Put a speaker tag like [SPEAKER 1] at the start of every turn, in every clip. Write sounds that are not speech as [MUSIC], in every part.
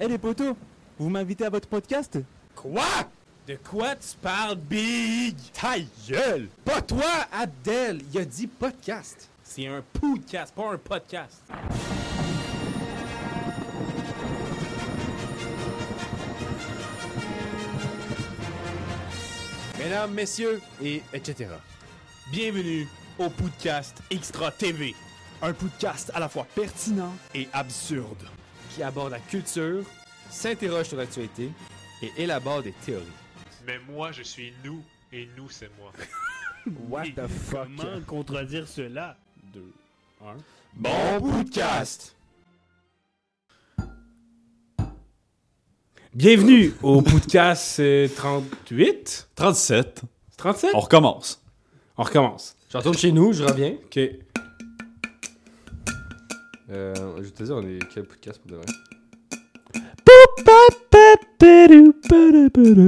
[SPEAKER 1] Eh les potos, vous m'invitez à votre podcast
[SPEAKER 2] Quoi De quoi tu parles, Big Ta gueule
[SPEAKER 3] Pas toi, Abdel Il a dit podcast
[SPEAKER 2] C'est un podcast, pas un podcast.
[SPEAKER 3] Mesdames, messieurs, et etc.
[SPEAKER 2] Bienvenue au podcast Extra TV
[SPEAKER 3] Un podcast à la fois pertinent
[SPEAKER 2] et absurde.
[SPEAKER 3] qui aborde la culture, s'interroge sur l'actualité et élabore des théories.
[SPEAKER 4] Mais moi, je suis nous, et nous, c'est moi.
[SPEAKER 3] What
[SPEAKER 5] Et Comment contredire cela? Deux.
[SPEAKER 3] Bon podcast
[SPEAKER 2] Bienvenue au podcast euh, 38
[SPEAKER 6] 37.
[SPEAKER 2] 37
[SPEAKER 6] On recommence.
[SPEAKER 2] On recommence.
[SPEAKER 7] Je retourne chez nous, je reviens.
[SPEAKER 2] Ok.
[SPEAKER 7] Euh, je vais te dire, on est quel podcast pour demain?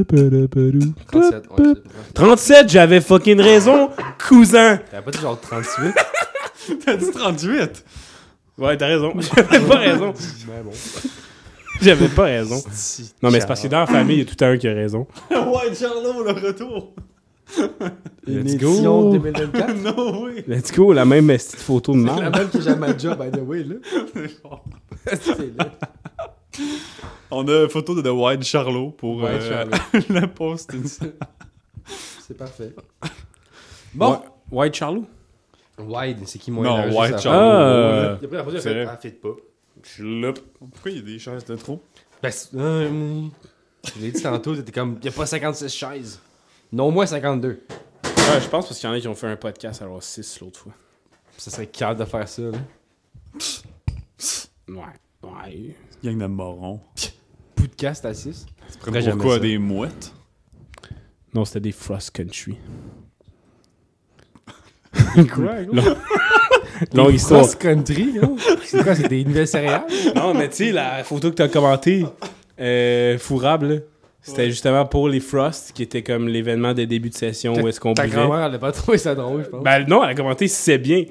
[SPEAKER 1] Vous
[SPEAKER 7] 37, ouais, c'est bon.
[SPEAKER 2] 37, j'avais fucking raison, cousin
[SPEAKER 7] T'avais pas dit genre 38?
[SPEAKER 6] T'as dit 38.
[SPEAKER 2] Ouais, t'as raison. [LAUGHS] J'avais pas raison.
[SPEAKER 7] Mais bon.
[SPEAKER 2] [LAUGHS] J'avais pas raison. Non, mais c'est parce que dans la famille, il y a tout un qui a [LAUGHS] raison.
[SPEAKER 6] ouais, Charlot, le retour.
[SPEAKER 2] Let's [LAUGHS]
[SPEAKER 7] Édition
[SPEAKER 2] go.
[SPEAKER 7] 2024.
[SPEAKER 6] non, oui.
[SPEAKER 2] Let's go, la même petite photo de
[SPEAKER 7] La
[SPEAKER 2] marde.
[SPEAKER 7] même que j'ai à ma job, by the way, là. C'est là.
[SPEAKER 6] On a une photo de The Wide Charlot pour
[SPEAKER 7] Ouais, [LAUGHS]
[SPEAKER 6] euh,
[SPEAKER 7] Charlot.
[SPEAKER 6] la post.
[SPEAKER 7] C'est parfait.
[SPEAKER 2] Bon. White Charlot.
[SPEAKER 7] Wide, c'est qui
[SPEAKER 6] Non,
[SPEAKER 7] énergie,
[SPEAKER 6] Wide
[SPEAKER 7] ça?
[SPEAKER 6] Charlot.
[SPEAKER 2] Ah.
[SPEAKER 7] Il a pris la photo, il a
[SPEAKER 2] C'est
[SPEAKER 7] fait,
[SPEAKER 2] vrai.
[SPEAKER 7] ah, fit pas.
[SPEAKER 6] Pourquoi il y a des chances de trop
[SPEAKER 7] Ben, c'est- euh, je l'ai dit tantôt, t'étais comme, il a pas 56 chaises. Non, au moins 52.
[SPEAKER 2] Ouais, je pense parce qu'il y en a qui ont fait un podcast, alors 6 l'autre fois.
[SPEAKER 7] Ça serait calme de faire ça, là.
[SPEAKER 2] Ouais. Ouais.
[SPEAKER 6] Gang de morons.
[SPEAKER 7] Podcast à 6.
[SPEAKER 6] Tu
[SPEAKER 7] Pourquoi jamais
[SPEAKER 6] pourquoi
[SPEAKER 7] ça?
[SPEAKER 6] des mouettes
[SPEAKER 2] Non, c'était des Frost [LAUGHS] Country.
[SPEAKER 7] Quoi, gros?
[SPEAKER 2] Longue histoire.
[SPEAKER 7] Cross country, là. C'est quoi, c'est des nouvelles céréales?
[SPEAKER 2] Non, mais tu sais, la photo que t'as commentée, euh, fourrable, là, c'était justement pour les Frost, qui était comme l'événement des débuts de session [LAUGHS] où est-ce qu'on
[SPEAKER 7] Ta
[SPEAKER 2] buvait.
[SPEAKER 7] grand-mère, elle a pas trouvé ça drôle, je pense.
[SPEAKER 2] Ben non, elle a commenté c'est bien.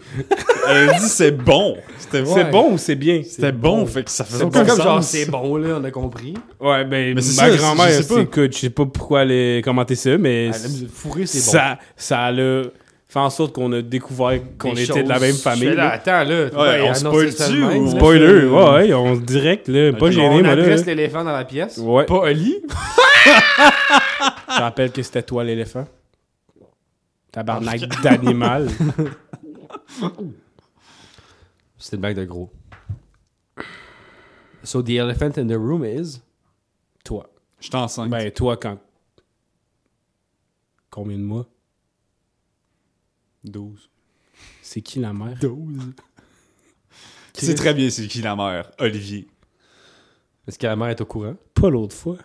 [SPEAKER 6] Elle a dit c'est bon. C'était
[SPEAKER 7] Ouais.
[SPEAKER 2] C'est bon ou c'est bien?
[SPEAKER 6] C'était bon, fait que ça faisait
[SPEAKER 7] c'est
[SPEAKER 6] aucun
[SPEAKER 7] pas comme
[SPEAKER 6] sens.
[SPEAKER 7] genre, c'est bon, là, on a compris.
[SPEAKER 2] Ouais, ben
[SPEAKER 6] Mais c'est
[SPEAKER 2] ma
[SPEAKER 6] ça, je
[SPEAKER 2] grand-mère,
[SPEAKER 6] sais
[SPEAKER 2] c'est
[SPEAKER 6] pas.
[SPEAKER 2] écoute, je sais pas pourquoi elle a commenté ça, mais
[SPEAKER 7] Elle aime fourrer, Ah, c'est bon.
[SPEAKER 2] ça, ça a le- fait en sorte qu'on a découvert qu'on
[SPEAKER 7] Des
[SPEAKER 2] était de la
[SPEAKER 7] choses.
[SPEAKER 2] même famille.
[SPEAKER 7] Je fais là,
[SPEAKER 2] là.
[SPEAKER 7] attends, là.
[SPEAKER 6] Ouais, on spoil-tu ou-
[SPEAKER 2] Spoiler, ouais, ouais, on direct, là, pas gêné,
[SPEAKER 7] on
[SPEAKER 2] moi, là.
[SPEAKER 7] adresse l'éléphant dans la pièce.
[SPEAKER 2] Ouais.
[SPEAKER 7] Pas Oli.
[SPEAKER 2] Je te rappelle que c'était toi l'éléphant.
[SPEAKER 7] Ah,
[SPEAKER 2] Tabarnak d'animal.
[SPEAKER 7] C'était une blague de gros. So the elephant in the room is.
[SPEAKER 2] toi.
[SPEAKER 6] J'étais enceinte.
[SPEAKER 2] Ben, toi, quand. Combien de mois
[SPEAKER 6] 12.
[SPEAKER 2] C'est qui la mère
[SPEAKER 7] 12.
[SPEAKER 6] C'est très bien, c'est qui la mère Olivier.
[SPEAKER 7] Est-ce que la mère est au courant?
[SPEAKER 2] Pas l'autre fois.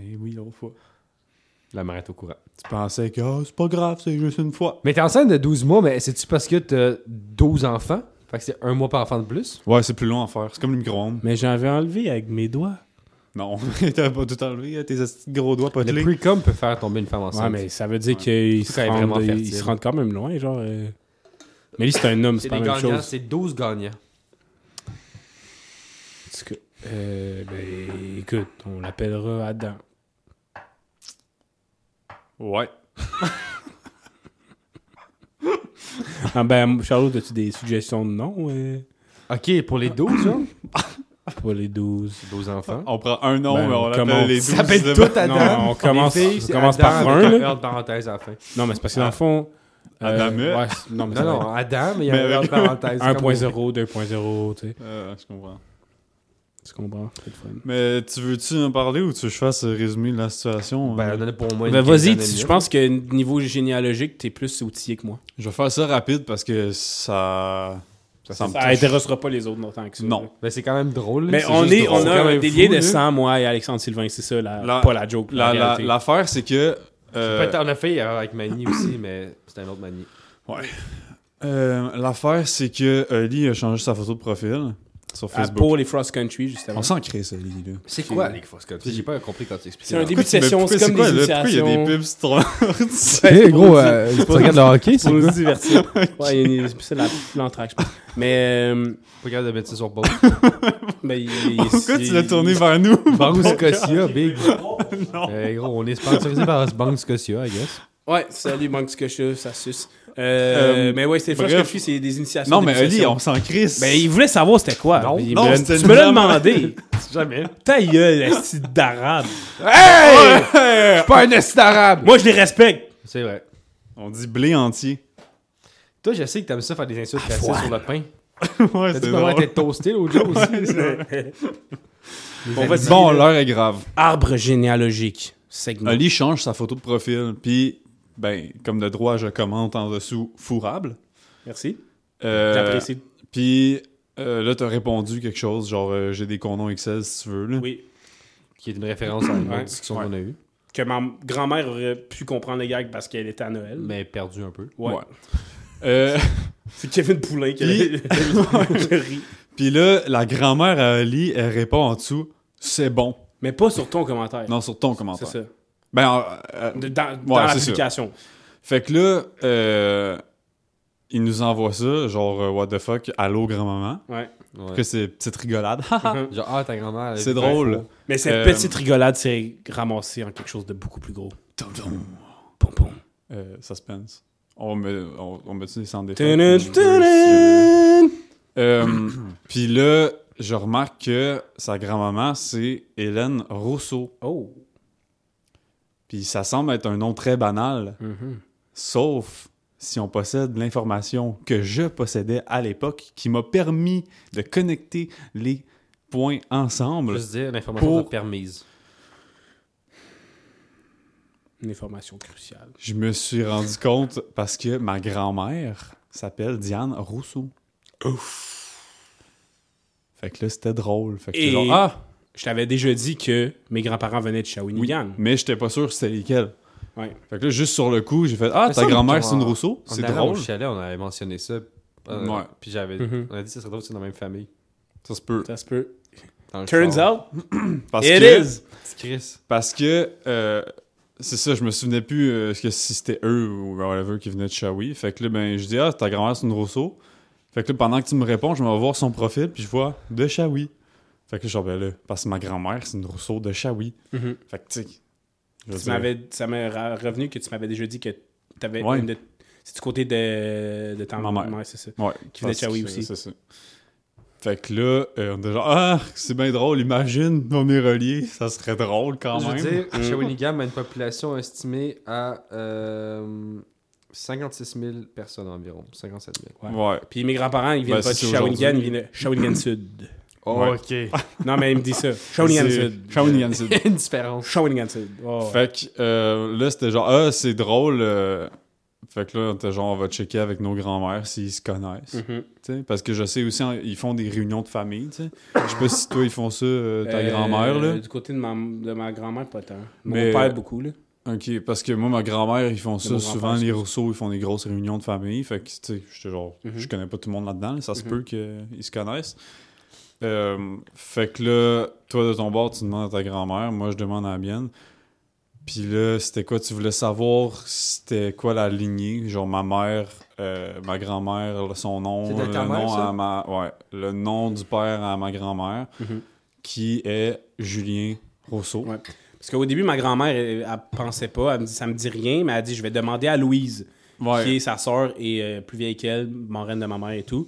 [SPEAKER 6] Eh oui, l'autre fois.
[SPEAKER 7] La mère est au courant.
[SPEAKER 6] Tu pensais que Ah, c'est pas grave, c'est juste une fois.
[SPEAKER 7] Mais t'es enceinte de 12 mois, mais c'est-tu parce que t'as 12 enfants? Fait que c'est un mois par enfant de plus?
[SPEAKER 6] Ouais, c'est plus long à faire. C'est comme le micro-ondes.
[SPEAKER 2] Mais j'avais enlevé avec mes
[SPEAKER 7] Ah,
[SPEAKER 2] doigts.
[SPEAKER 6] Non, [LAUGHS] t'avais pas tout enlevé, euh, tes petits gros doigts
[SPEAKER 7] Le
[SPEAKER 6] potelés.
[SPEAKER 7] pre-com peut faire tomber une femme enceinte.
[SPEAKER 2] Ouais, mais ça veut dire qu'ils se,
[SPEAKER 7] Ça est vraiment
[SPEAKER 2] rendent- ils
[SPEAKER 7] fertile.
[SPEAKER 2] se rendent quand même loin, genre. euh. Mais lui, c'est un homme, c'est
[SPEAKER 7] C'est
[SPEAKER 2] pas
[SPEAKER 7] des
[SPEAKER 2] la même
[SPEAKER 7] gagnants,
[SPEAKER 2] chose.
[SPEAKER 7] c'est 12 gagnants.
[SPEAKER 2] En tout cas, euh, ben, écoute, on l'appellera Adam. [LAUGHS]
[SPEAKER 6] Ouais.
[SPEAKER 2] Ah ben, Charlot, as-tu des suggestions de noms euh,
[SPEAKER 7] Ok, pour les 12, genre?
[SPEAKER 2] pour les 12
[SPEAKER 7] 12 enfants.
[SPEAKER 6] On prend un nom,
[SPEAKER 2] Ben,
[SPEAKER 6] mais on
[SPEAKER 2] comment on-
[SPEAKER 6] l'appelle les 12.
[SPEAKER 7] Ça peut être
[SPEAKER 6] de-
[SPEAKER 7] tout Adam.
[SPEAKER 2] Non, on commence,
[SPEAKER 7] Les filles,
[SPEAKER 2] on
[SPEAKER 7] c'est
[SPEAKER 2] commence
[SPEAKER 7] Adam
[SPEAKER 2] par
[SPEAKER 7] avec
[SPEAKER 2] un,
[SPEAKER 7] un
[SPEAKER 2] là.
[SPEAKER 7] R de parenthèse à la fin.
[SPEAKER 2] Non, mais c'est parce que dans le fond.
[SPEAKER 6] Adam, euh.
[SPEAKER 2] ouais, c'est- non, mais
[SPEAKER 7] Non, non, Adam, mais il y
[SPEAKER 6] Mais
[SPEAKER 7] a un R de
[SPEAKER 6] avec-
[SPEAKER 7] parenthèse. comme-
[SPEAKER 2] 1.0, 2.0, tu sais.
[SPEAKER 6] Euh, je comprends.
[SPEAKER 2] Tu comprends? C'est le fun.
[SPEAKER 6] Mais tu veux-tu en parler ou tu veux que je fasse euh, résumer la situation?
[SPEAKER 7] Ben,
[SPEAKER 6] euh?
[SPEAKER 7] on en a pour au moins
[SPEAKER 2] Ben
[SPEAKER 7] une
[SPEAKER 2] vas-y,
[SPEAKER 7] quinzaine
[SPEAKER 2] tu-
[SPEAKER 7] de
[SPEAKER 2] je pense que niveau généalogique, t'es plus outillé que moi.
[SPEAKER 6] Je vais faire ça rapide parce que ça. Ça, me
[SPEAKER 2] Ça
[SPEAKER 6] touche.
[SPEAKER 2] intéressera pas les autres longtemps que ça.
[SPEAKER 6] Non.
[SPEAKER 7] minutes. Mais c'est quand même drôle. là,
[SPEAKER 2] Mais
[SPEAKER 7] c'est
[SPEAKER 2] on,
[SPEAKER 7] juste
[SPEAKER 2] est,
[SPEAKER 7] drôle.
[SPEAKER 2] on
[SPEAKER 7] C'est quand
[SPEAKER 2] a
[SPEAKER 7] même
[SPEAKER 2] des liens
[SPEAKER 7] fou,
[SPEAKER 2] de
[SPEAKER 7] là.
[SPEAKER 2] sang, moi et Alexandre Sylvain, c'est ça, la,
[SPEAKER 6] La-
[SPEAKER 2] pas la joke.
[SPEAKER 6] La-
[SPEAKER 2] La,
[SPEAKER 6] la-
[SPEAKER 2] réalité.
[SPEAKER 6] L'affaire, c'est que. euh,
[SPEAKER 7] Peut-être on a fait avec Mani aussi, mais c'est un autre Mani.
[SPEAKER 6] euh, L'affaire, c'est que Oli a changé sa photo de profil. sur
[SPEAKER 2] Ah,
[SPEAKER 6] Facebook.
[SPEAKER 2] pour les Frost Country, justement.
[SPEAKER 6] On s'en crée ça, Lily. là.
[SPEAKER 7] C'est quoi les fausses copies? J'ai pas compris quand tu expliquais.
[SPEAKER 2] C'est un
[SPEAKER 7] dans-
[SPEAKER 2] début de session,
[SPEAKER 6] Mais
[SPEAKER 2] c'est comme
[SPEAKER 6] quoi,
[SPEAKER 2] des
[SPEAKER 6] là? Pourquoi il y a des
[SPEAKER 2] initiations.
[SPEAKER 6] pubs sur ton [LAUGHS]
[SPEAKER 8] Hey, gros, euh, tu regardes le hockey, c'est
[SPEAKER 2] Pour nous
[SPEAKER 8] quoi?
[SPEAKER 2] divertir. Ouais, il y a une- c'est la- l'anthrax, je pense. Mais, euh,
[SPEAKER 7] Pas capable de mettre ça sur Bob.
[SPEAKER 2] ben, il, il-
[SPEAKER 6] Pourquoi tu
[SPEAKER 2] il-
[SPEAKER 6] l'as tourné vers nous?
[SPEAKER 7] Banque Scotia, big. Euh, gros, on est sponsorisé par Banque Scotia, I guess.
[SPEAKER 2] Ouais, salut, Banque Scotia, ça suce. Euh,
[SPEAKER 6] Euh,
[SPEAKER 2] mais ouais, c'est Frost
[SPEAKER 6] bref.
[SPEAKER 2] Country, c'est des initiations.
[SPEAKER 6] [LAUGHS] Non, mais
[SPEAKER 2] des
[SPEAKER 6] Ali,
[SPEAKER 2] initiations.
[SPEAKER 6] on s'en crisse.
[SPEAKER 2] Ben, il voulait savoir c'était quoi.
[SPEAKER 7] Non,
[SPEAKER 2] Puis il
[SPEAKER 6] non,
[SPEAKER 2] me l'a-
[SPEAKER 6] c'était
[SPEAKER 2] tu me l'as
[SPEAKER 6] vraiment- [LAUGHS]
[SPEAKER 2] demandé.
[SPEAKER 7] Jamais.
[SPEAKER 2] Ta gueule, esti d'arabe.
[SPEAKER 8] Hey! Je suis pas un esti arabe!
[SPEAKER 2] Moi, je les respecte.
[SPEAKER 7] C'est vrai.
[SPEAKER 6] On dit blé entier. [LAUGHS]
[SPEAKER 7] Toi, je sais que t'aimes ça faire des insultes racistes sur notre pain.
[SPEAKER 6] ouais,
[SPEAKER 7] T'as
[SPEAKER 6] c'est
[SPEAKER 7] dit comment
[SPEAKER 6] drôle.
[SPEAKER 7] t'es toasté l'autre jour aussi.
[SPEAKER 2] On va dire
[SPEAKER 6] Bon, l'heure est grave.
[SPEAKER 2] arbre généalogique. Segment.
[SPEAKER 6] Ali change sa photo de profil, puis, ben, comme de droit, je commente en dessous fourrable.
[SPEAKER 2] Merci.
[SPEAKER 6] Euh,
[SPEAKER 2] J'apprécie.
[SPEAKER 6] Puis euh, là, t'as répondu quelque chose, genre euh, j'ai des condoms Excel si tu veux. Là.
[SPEAKER 2] Euh, Oui.
[SPEAKER 7] Qui est une référence à une
[SPEAKER 2] Ouais.
[SPEAKER 7] autre discussion qu'on a eue,
[SPEAKER 2] Que ma grand-mère aurait pu comprendre les gags parce qu'elle était à Noël.
[SPEAKER 7] mais perdu un peu.
[SPEAKER 2] Ouais.
[SPEAKER 6] Ben, Ouais. Euh, [LAUGHS]
[SPEAKER 2] C'est Kevin Poulin qui
[SPEAKER 6] Puis- [LAUGHS]
[SPEAKER 2] Je ris.
[SPEAKER 6] puis là, la grand-mère à Ali, elle répond en dessous c'est bon.
[SPEAKER 2] Mais pas sur ton commentaire.
[SPEAKER 6] Non, sur ton
[SPEAKER 2] c'est
[SPEAKER 6] commentaire.
[SPEAKER 2] ça.
[SPEAKER 6] Ben, euh, euh,
[SPEAKER 2] De- dans dans
[SPEAKER 6] Ouais, c'est
[SPEAKER 2] l'application.
[SPEAKER 6] fait que là, euh, il nous envoie ça, genre euh, what the fuck, allô grand-maman.
[SPEAKER 2] Ouais.
[SPEAKER 7] Ouais.
[SPEAKER 6] Que c'est petite rigolade. [LAUGHS]
[SPEAKER 2] Mhm.
[SPEAKER 7] Genre, ah, ta grand-mère. elle a
[SPEAKER 6] c'est
[SPEAKER 7] vu
[SPEAKER 6] drôle.
[SPEAKER 2] Mais cette
[SPEAKER 6] Euh,
[SPEAKER 2] petite rigolade s'est ramassée en quelque chose de beaucoup plus gros. Pom pom.
[SPEAKER 6] Euh, suspense. On met, on, on met-tu des sans
[SPEAKER 2] Tunin, tunin.
[SPEAKER 6] Euh, [CLEARS THROAT] Puis là, je remarque que sa grand-maman, c'est Hélène Rousseau.
[SPEAKER 2] Oh.
[SPEAKER 6] Puis ça semble être un nom très banal,
[SPEAKER 2] Mhm.
[SPEAKER 6] sauf si on possède l'information que je possédais à l'époque qui m'a permis de connecter les points
[SPEAKER 7] Faut
[SPEAKER 6] ensemble.
[SPEAKER 7] Juste dire, l'information
[SPEAKER 6] Pour-
[SPEAKER 7] t'a permise.
[SPEAKER 2] Une information cruciale.
[SPEAKER 6] Je me suis rendu compte parce que ma grand-mère s'appelle Diane Rousseau. Ouf! Fait que là, c'était drôle. Fait que j'étais
[SPEAKER 2] Et-
[SPEAKER 6] genre, ah!
[SPEAKER 2] Je t'avais déjà dit que mes grands-parents venaient de
[SPEAKER 6] Oui,
[SPEAKER 2] Shawinigan.
[SPEAKER 6] Mm. mais j'étais pas sûr c'était lesquels.
[SPEAKER 2] Ouais.
[SPEAKER 6] Fait que là, juste sur le coup, j'ai fait Ah,
[SPEAKER 7] Mais
[SPEAKER 6] ta
[SPEAKER 7] ça,
[SPEAKER 6] grand-mère,
[SPEAKER 7] on-
[SPEAKER 6] c'est une Rousseau?
[SPEAKER 7] On
[SPEAKER 6] C'est
[SPEAKER 7] allait
[SPEAKER 6] drôle. Mm-hmm.
[SPEAKER 7] Au chalet, on avait mentionné ça. euh,
[SPEAKER 6] Ouais.
[SPEAKER 7] Puis j'avais.
[SPEAKER 2] Mhm.
[SPEAKER 7] On a dit, ça serait drôle, c'est dans la même famille.
[SPEAKER 6] Ça se peut.
[SPEAKER 2] Ça se peut.
[SPEAKER 7] Dans le
[SPEAKER 2] Turns
[SPEAKER 7] char.
[SPEAKER 2] out,
[SPEAKER 6] Parce
[SPEAKER 2] it
[SPEAKER 6] que,
[SPEAKER 2] is.
[SPEAKER 7] Petit Chris.
[SPEAKER 6] Parce que euh, c'est ça, je me souvenais plus euh, que si c'était eux ou whatever qui venaient de Shawi. Fait que là, ben, je dis Ah, ta grand-mère, c'est une Rousseau. Fait que là, pendant que tu me réponds, je vais voir son profil, puis je vois de Shawi. Fait que là, je suis ben là, parce que ma grand-mère, c'est une Rousseau de Shawi.
[SPEAKER 2] Mhm.
[SPEAKER 6] Fait que, tu sais. je veux
[SPEAKER 2] Tu
[SPEAKER 6] dire,
[SPEAKER 2] m'avais, ça m'est ra- revenu que tu m'avais déjà dit que t'avais
[SPEAKER 6] Ouais.
[SPEAKER 2] une de. C'est du côté de, de ta
[SPEAKER 6] Ma mère.
[SPEAKER 2] Ouais, c'est ça.
[SPEAKER 6] Ouais,
[SPEAKER 2] Qui venait de
[SPEAKER 6] parce que
[SPEAKER 2] Shawi
[SPEAKER 6] c'est-
[SPEAKER 2] aussi.
[SPEAKER 6] C'est ça. Fait que là, euh, on était genre, ah, c'est bien drôle, imagine, on est reliés, ça serait drôle quand
[SPEAKER 7] Je
[SPEAKER 6] même.
[SPEAKER 7] veux dire, Shawinigan a une population estimée à euh, 56 000 personnes environ. 57 000.
[SPEAKER 2] Ouais.
[SPEAKER 6] Ouais.
[SPEAKER 2] Puis mes grands-parents, ils viennent
[SPEAKER 6] Ben,
[SPEAKER 2] pas de
[SPEAKER 6] c'est
[SPEAKER 2] Shawinigan, ils
[SPEAKER 6] aujourd'hui.
[SPEAKER 2] viennent de Shawinigan Sud.
[SPEAKER 6] Ouais.
[SPEAKER 7] ok.
[SPEAKER 2] Non, mais il me dit
[SPEAKER 6] [LAUGHS]
[SPEAKER 2] ça. Shawinigan
[SPEAKER 6] C'est-
[SPEAKER 2] Sud.
[SPEAKER 6] Shawinigan Sud.
[SPEAKER 7] [LAUGHS] une
[SPEAKER 2] [LAUGHS]
[SPEAKER 7] différence.
[SPEAKER 2] Shawinigan Sud. Oh, ouais.
[SPEAKER 6] Fait que euh, là, c'était genre, ah, c'est drôle. euh. Fait que là, on était genre, on va checker avec nos grands-mères s'ils se connaissent.
[SPEAKER 2] Mhm.
[SPEAKER 6] Tu sais, Parce que je sais aussi, en- ils font des réunions de famille. tu sais. Je sais pas si toi, ils font ça, euh, ta
[SPEAKER 2] Euh,
[SPEAKER 6] grand-mère. là.
[SPEAKER 2] Du côté de ma, de ma grand-mère, pas tant. Mon
[SPEAKER 6] Mais-
[SPEAKER 2] père, beaucoup, là.
[SPEAKER 6] Ok, parce que moi, ma grand-mère, ils font ça
[SPEAKER 2] mon
[SPEAKER 6] souvent.
[SPEAKER 2] grand-père,
[SPEAKER 6] Les Rousseau, ils font des grosses réunions de famille. Fait que, tu sais, j'étais genre,
[SPEAKER 7] Mhm.
[SPEAKER 6] je connais pas tout le monde là-dedans. là, Ça se peut qu'ils se connaissent. Euh, fait que là, toi, de ton bord, tu demandes à ta grand-mère. Moi, je demande à la mienne. Puis là, c'était quoi? Tu voulais savoir c'était quoi la lignée? Genre, ma mère, euh, ma grand-mère, son nom,
[SPEAKER 7] C'est de
[SPEAKER 6] le
[SPEAKER 7] ta mère,
[SPEAKER 6] nom
[SPEAKER 7] ça?
[SPEAKER 6] à ma... Ouais, le nom du père à ma grand-mère,
[SPEAKER 2] Mhm.
[SPEAKER 6] qui est Julien Rousseau.
[SPEAKER 2] Ouais. Parce qu'au début, ma grand-mère, elle, elle pensait pas. Elle me dit, ça me dit rien, mais elle a dit, je vais demander à Louise.
[SPEAKER 6] Ouais.
[SPEAKER 2] qui est sa sœur et euh, plus vieille qu'elle, marraine de ma mère et tout.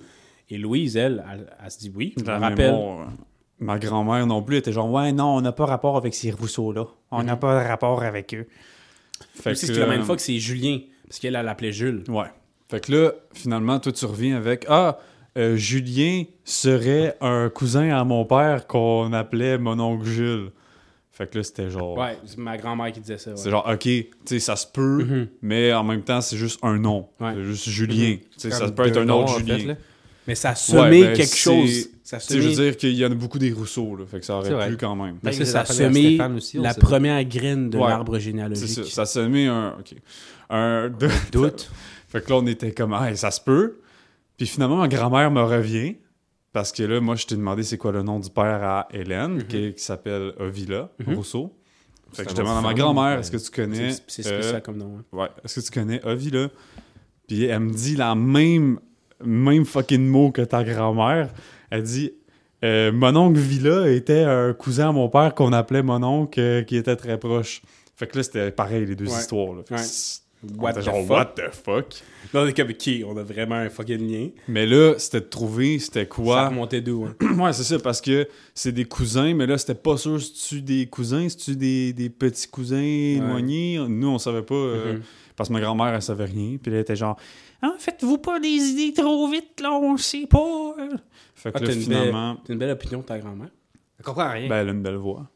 [SPEAKER 2] Et Louise, elle, elle, elle se dit oui, je me
[SPEAKER 6] La
[SPEAKER 2] rappelle.
[SPEAKER 6] mémoire. Ma grand-mère non plus était genre, ouais, non, on n'a pas rapport avec ces Rousseaux-là. On n'a pas rapport avec eux. Mhm. Fait
[SPEAKER 2] Puis c'est ce qui
[SPEAKER 6] euh,
[SPEAKER 2] la même fois que c'est Julien, parce qu'elle, elle l'appelait Jules.
[SPEAKER 6] Ouais. Fait que là, finalement, toi, tu reviens avec, ah, euh, Julien serait un cousin à mon père qu'on appelait mon oncle Jules. Fait que là, c'était genre.
[SPEAKER 2] Ouais, c'est ma grand-mère qui disait ça. ouais.
[SPEAKER 6] C'est genre, ok, tu sais, ça se peut,
[SPEAKER 2] Mhm.
[SPEAKER 6] mais en même temps, c'est juste un nom.
[SPEAKER 2] Ouais. Mhm.
[SPEAKER 6] C'est juste Julien. Tu sais, ça
[SPEAKER 7] Comme
[SPEAKER 6] peut être
[SPEAKER 7] deux
[SPEAKER 6] un
[SPEAKER 7] noms,
[SPEAKER 6] autre
[SPEAKER 7] en fait,
[SPEAKER 6] Julien.
[SPEAKER 7] là.
[SPEAKER 2] Mais ça semait
[SPEAKER 6] Ouais, ben,
[SPEAKER 2] quelque
[SPEAKER 6] c'est-
[SPEAKER 2] chose. Ça
[SPEAKER 6] Tu sais, je
[SPEAKER 2] semait
[SPEAKER 6] veux dire qu'il y en a beaucoup des Rousseaux, là. Fait que ça
[SPEAKER 7] C'est
[SPEAKER 6] aurait
[SPEAKER 7] vrai.
[SPEAKER 6] pu quand même.
[SPEAKER 2] Mais
[SPEAKER 7] Peut-être que
[SPEAKER 2] ça,
[SPEAKER 7] les
[SPEAKER 2] ça
[SPEAKER 7] appelaient
[SPEAKER 2] semait
[SPEAKER 7] Stéphane aussi, on
[SPEAKER 2] la
[SPEAKER 7] sait pas.
[SPEAKER 2] première graine de
[SPEAKER 6] Ouais.
[SPEAKER 2] l'arbre
[SPEAKER 6] C'est ça,
[SPEAKER 2] généalogique.
[SPEAKER 6] ça semait un. ok. Un [LAUGHS] doute. fait que là, on était comme, ah, ça se peut. Puis finalement, ma grand-mère me revient. Parce que là, moi, je t'ai demandé c'est quoi le nom du père à Hélène, qui, qui s'appelle Ovila
[SPEAKER 2] Mhm.
[SPEAKER 6] Rousseau. Fait que
[SPEAKER 7] un
[SPEAKER 6] je demande à
[SPEAKER 7] nom
[SPEAKER 6] ma
[SPEAKER 7] de
[SPEAKER 6] grand-mère,
[SPEAKER 7] femme,
[SPEAKER 6] est-ce que tu connais.
[SPEAKER 2] C'est- C'est
[SPEAKER 6] euh,
[SPEAKER 2] spécial comme nom. hein.
[SPEAKER 6] Ouais. Est-ce que tu connais Ovila? Puis elle me dit la même, même fucking mot que ta grand-mère. Elle dit euh, Mon oncle Villa était un cousin à mon père qu'on appelait mon oncle euh, qui était très proche. Fait que là, c'était pareil, les deux
[SPEAKER 2] Ouais.
[SPEAKER 6] histoires. Là. Fait que
[SPEAKER 2] Ouais.
[SPEAKER 6] c'est-
[SPEAKER 2] What
[SPEAKER 6] on était
[SPEAKER 2] the
[SPEAKER 6] genre,
[SPEAKER 2] fuck?
[SPEAKER 6] what the fuck?
[SPEAKER 2] Non, c'est comme qui On a vraiment un fucking lien.
[SPEAKER 6] Mais là, c'était de trouver c'était
[SPEAKER 2] Ça
[SPEAKER 6] quoi.
[SPEAKER 2] remontait d'où hein?
[SPEAKER 6] [CLEARS THROAT] ouais, c'est ça, parce que c'est des cousins, mais là, c'était pas sûr si tu des cousins, si tu des, des petits cousins éloignés. Nous, on savait pas. euh,
[SPEAKER 2] Mhm.
[SPEAKER 6] Parce que ma grand-mère, elle savait rien. Puis elle était genre, ah, faites-vous pas des idées trop vite, là, on sait pas. Fait que
[SPEAKER 2] Ah,
[SPEAKER 6] là,
[SPEAKER 2] t'as une
[SPEAKER 6] finalement,
[SPEAKER 2] T'as une belle Eh. opinion de ta grand-mère
[SPEAKER 7] Je comprends rien.
[SPEAKER 6] ben, elle a une belle voix.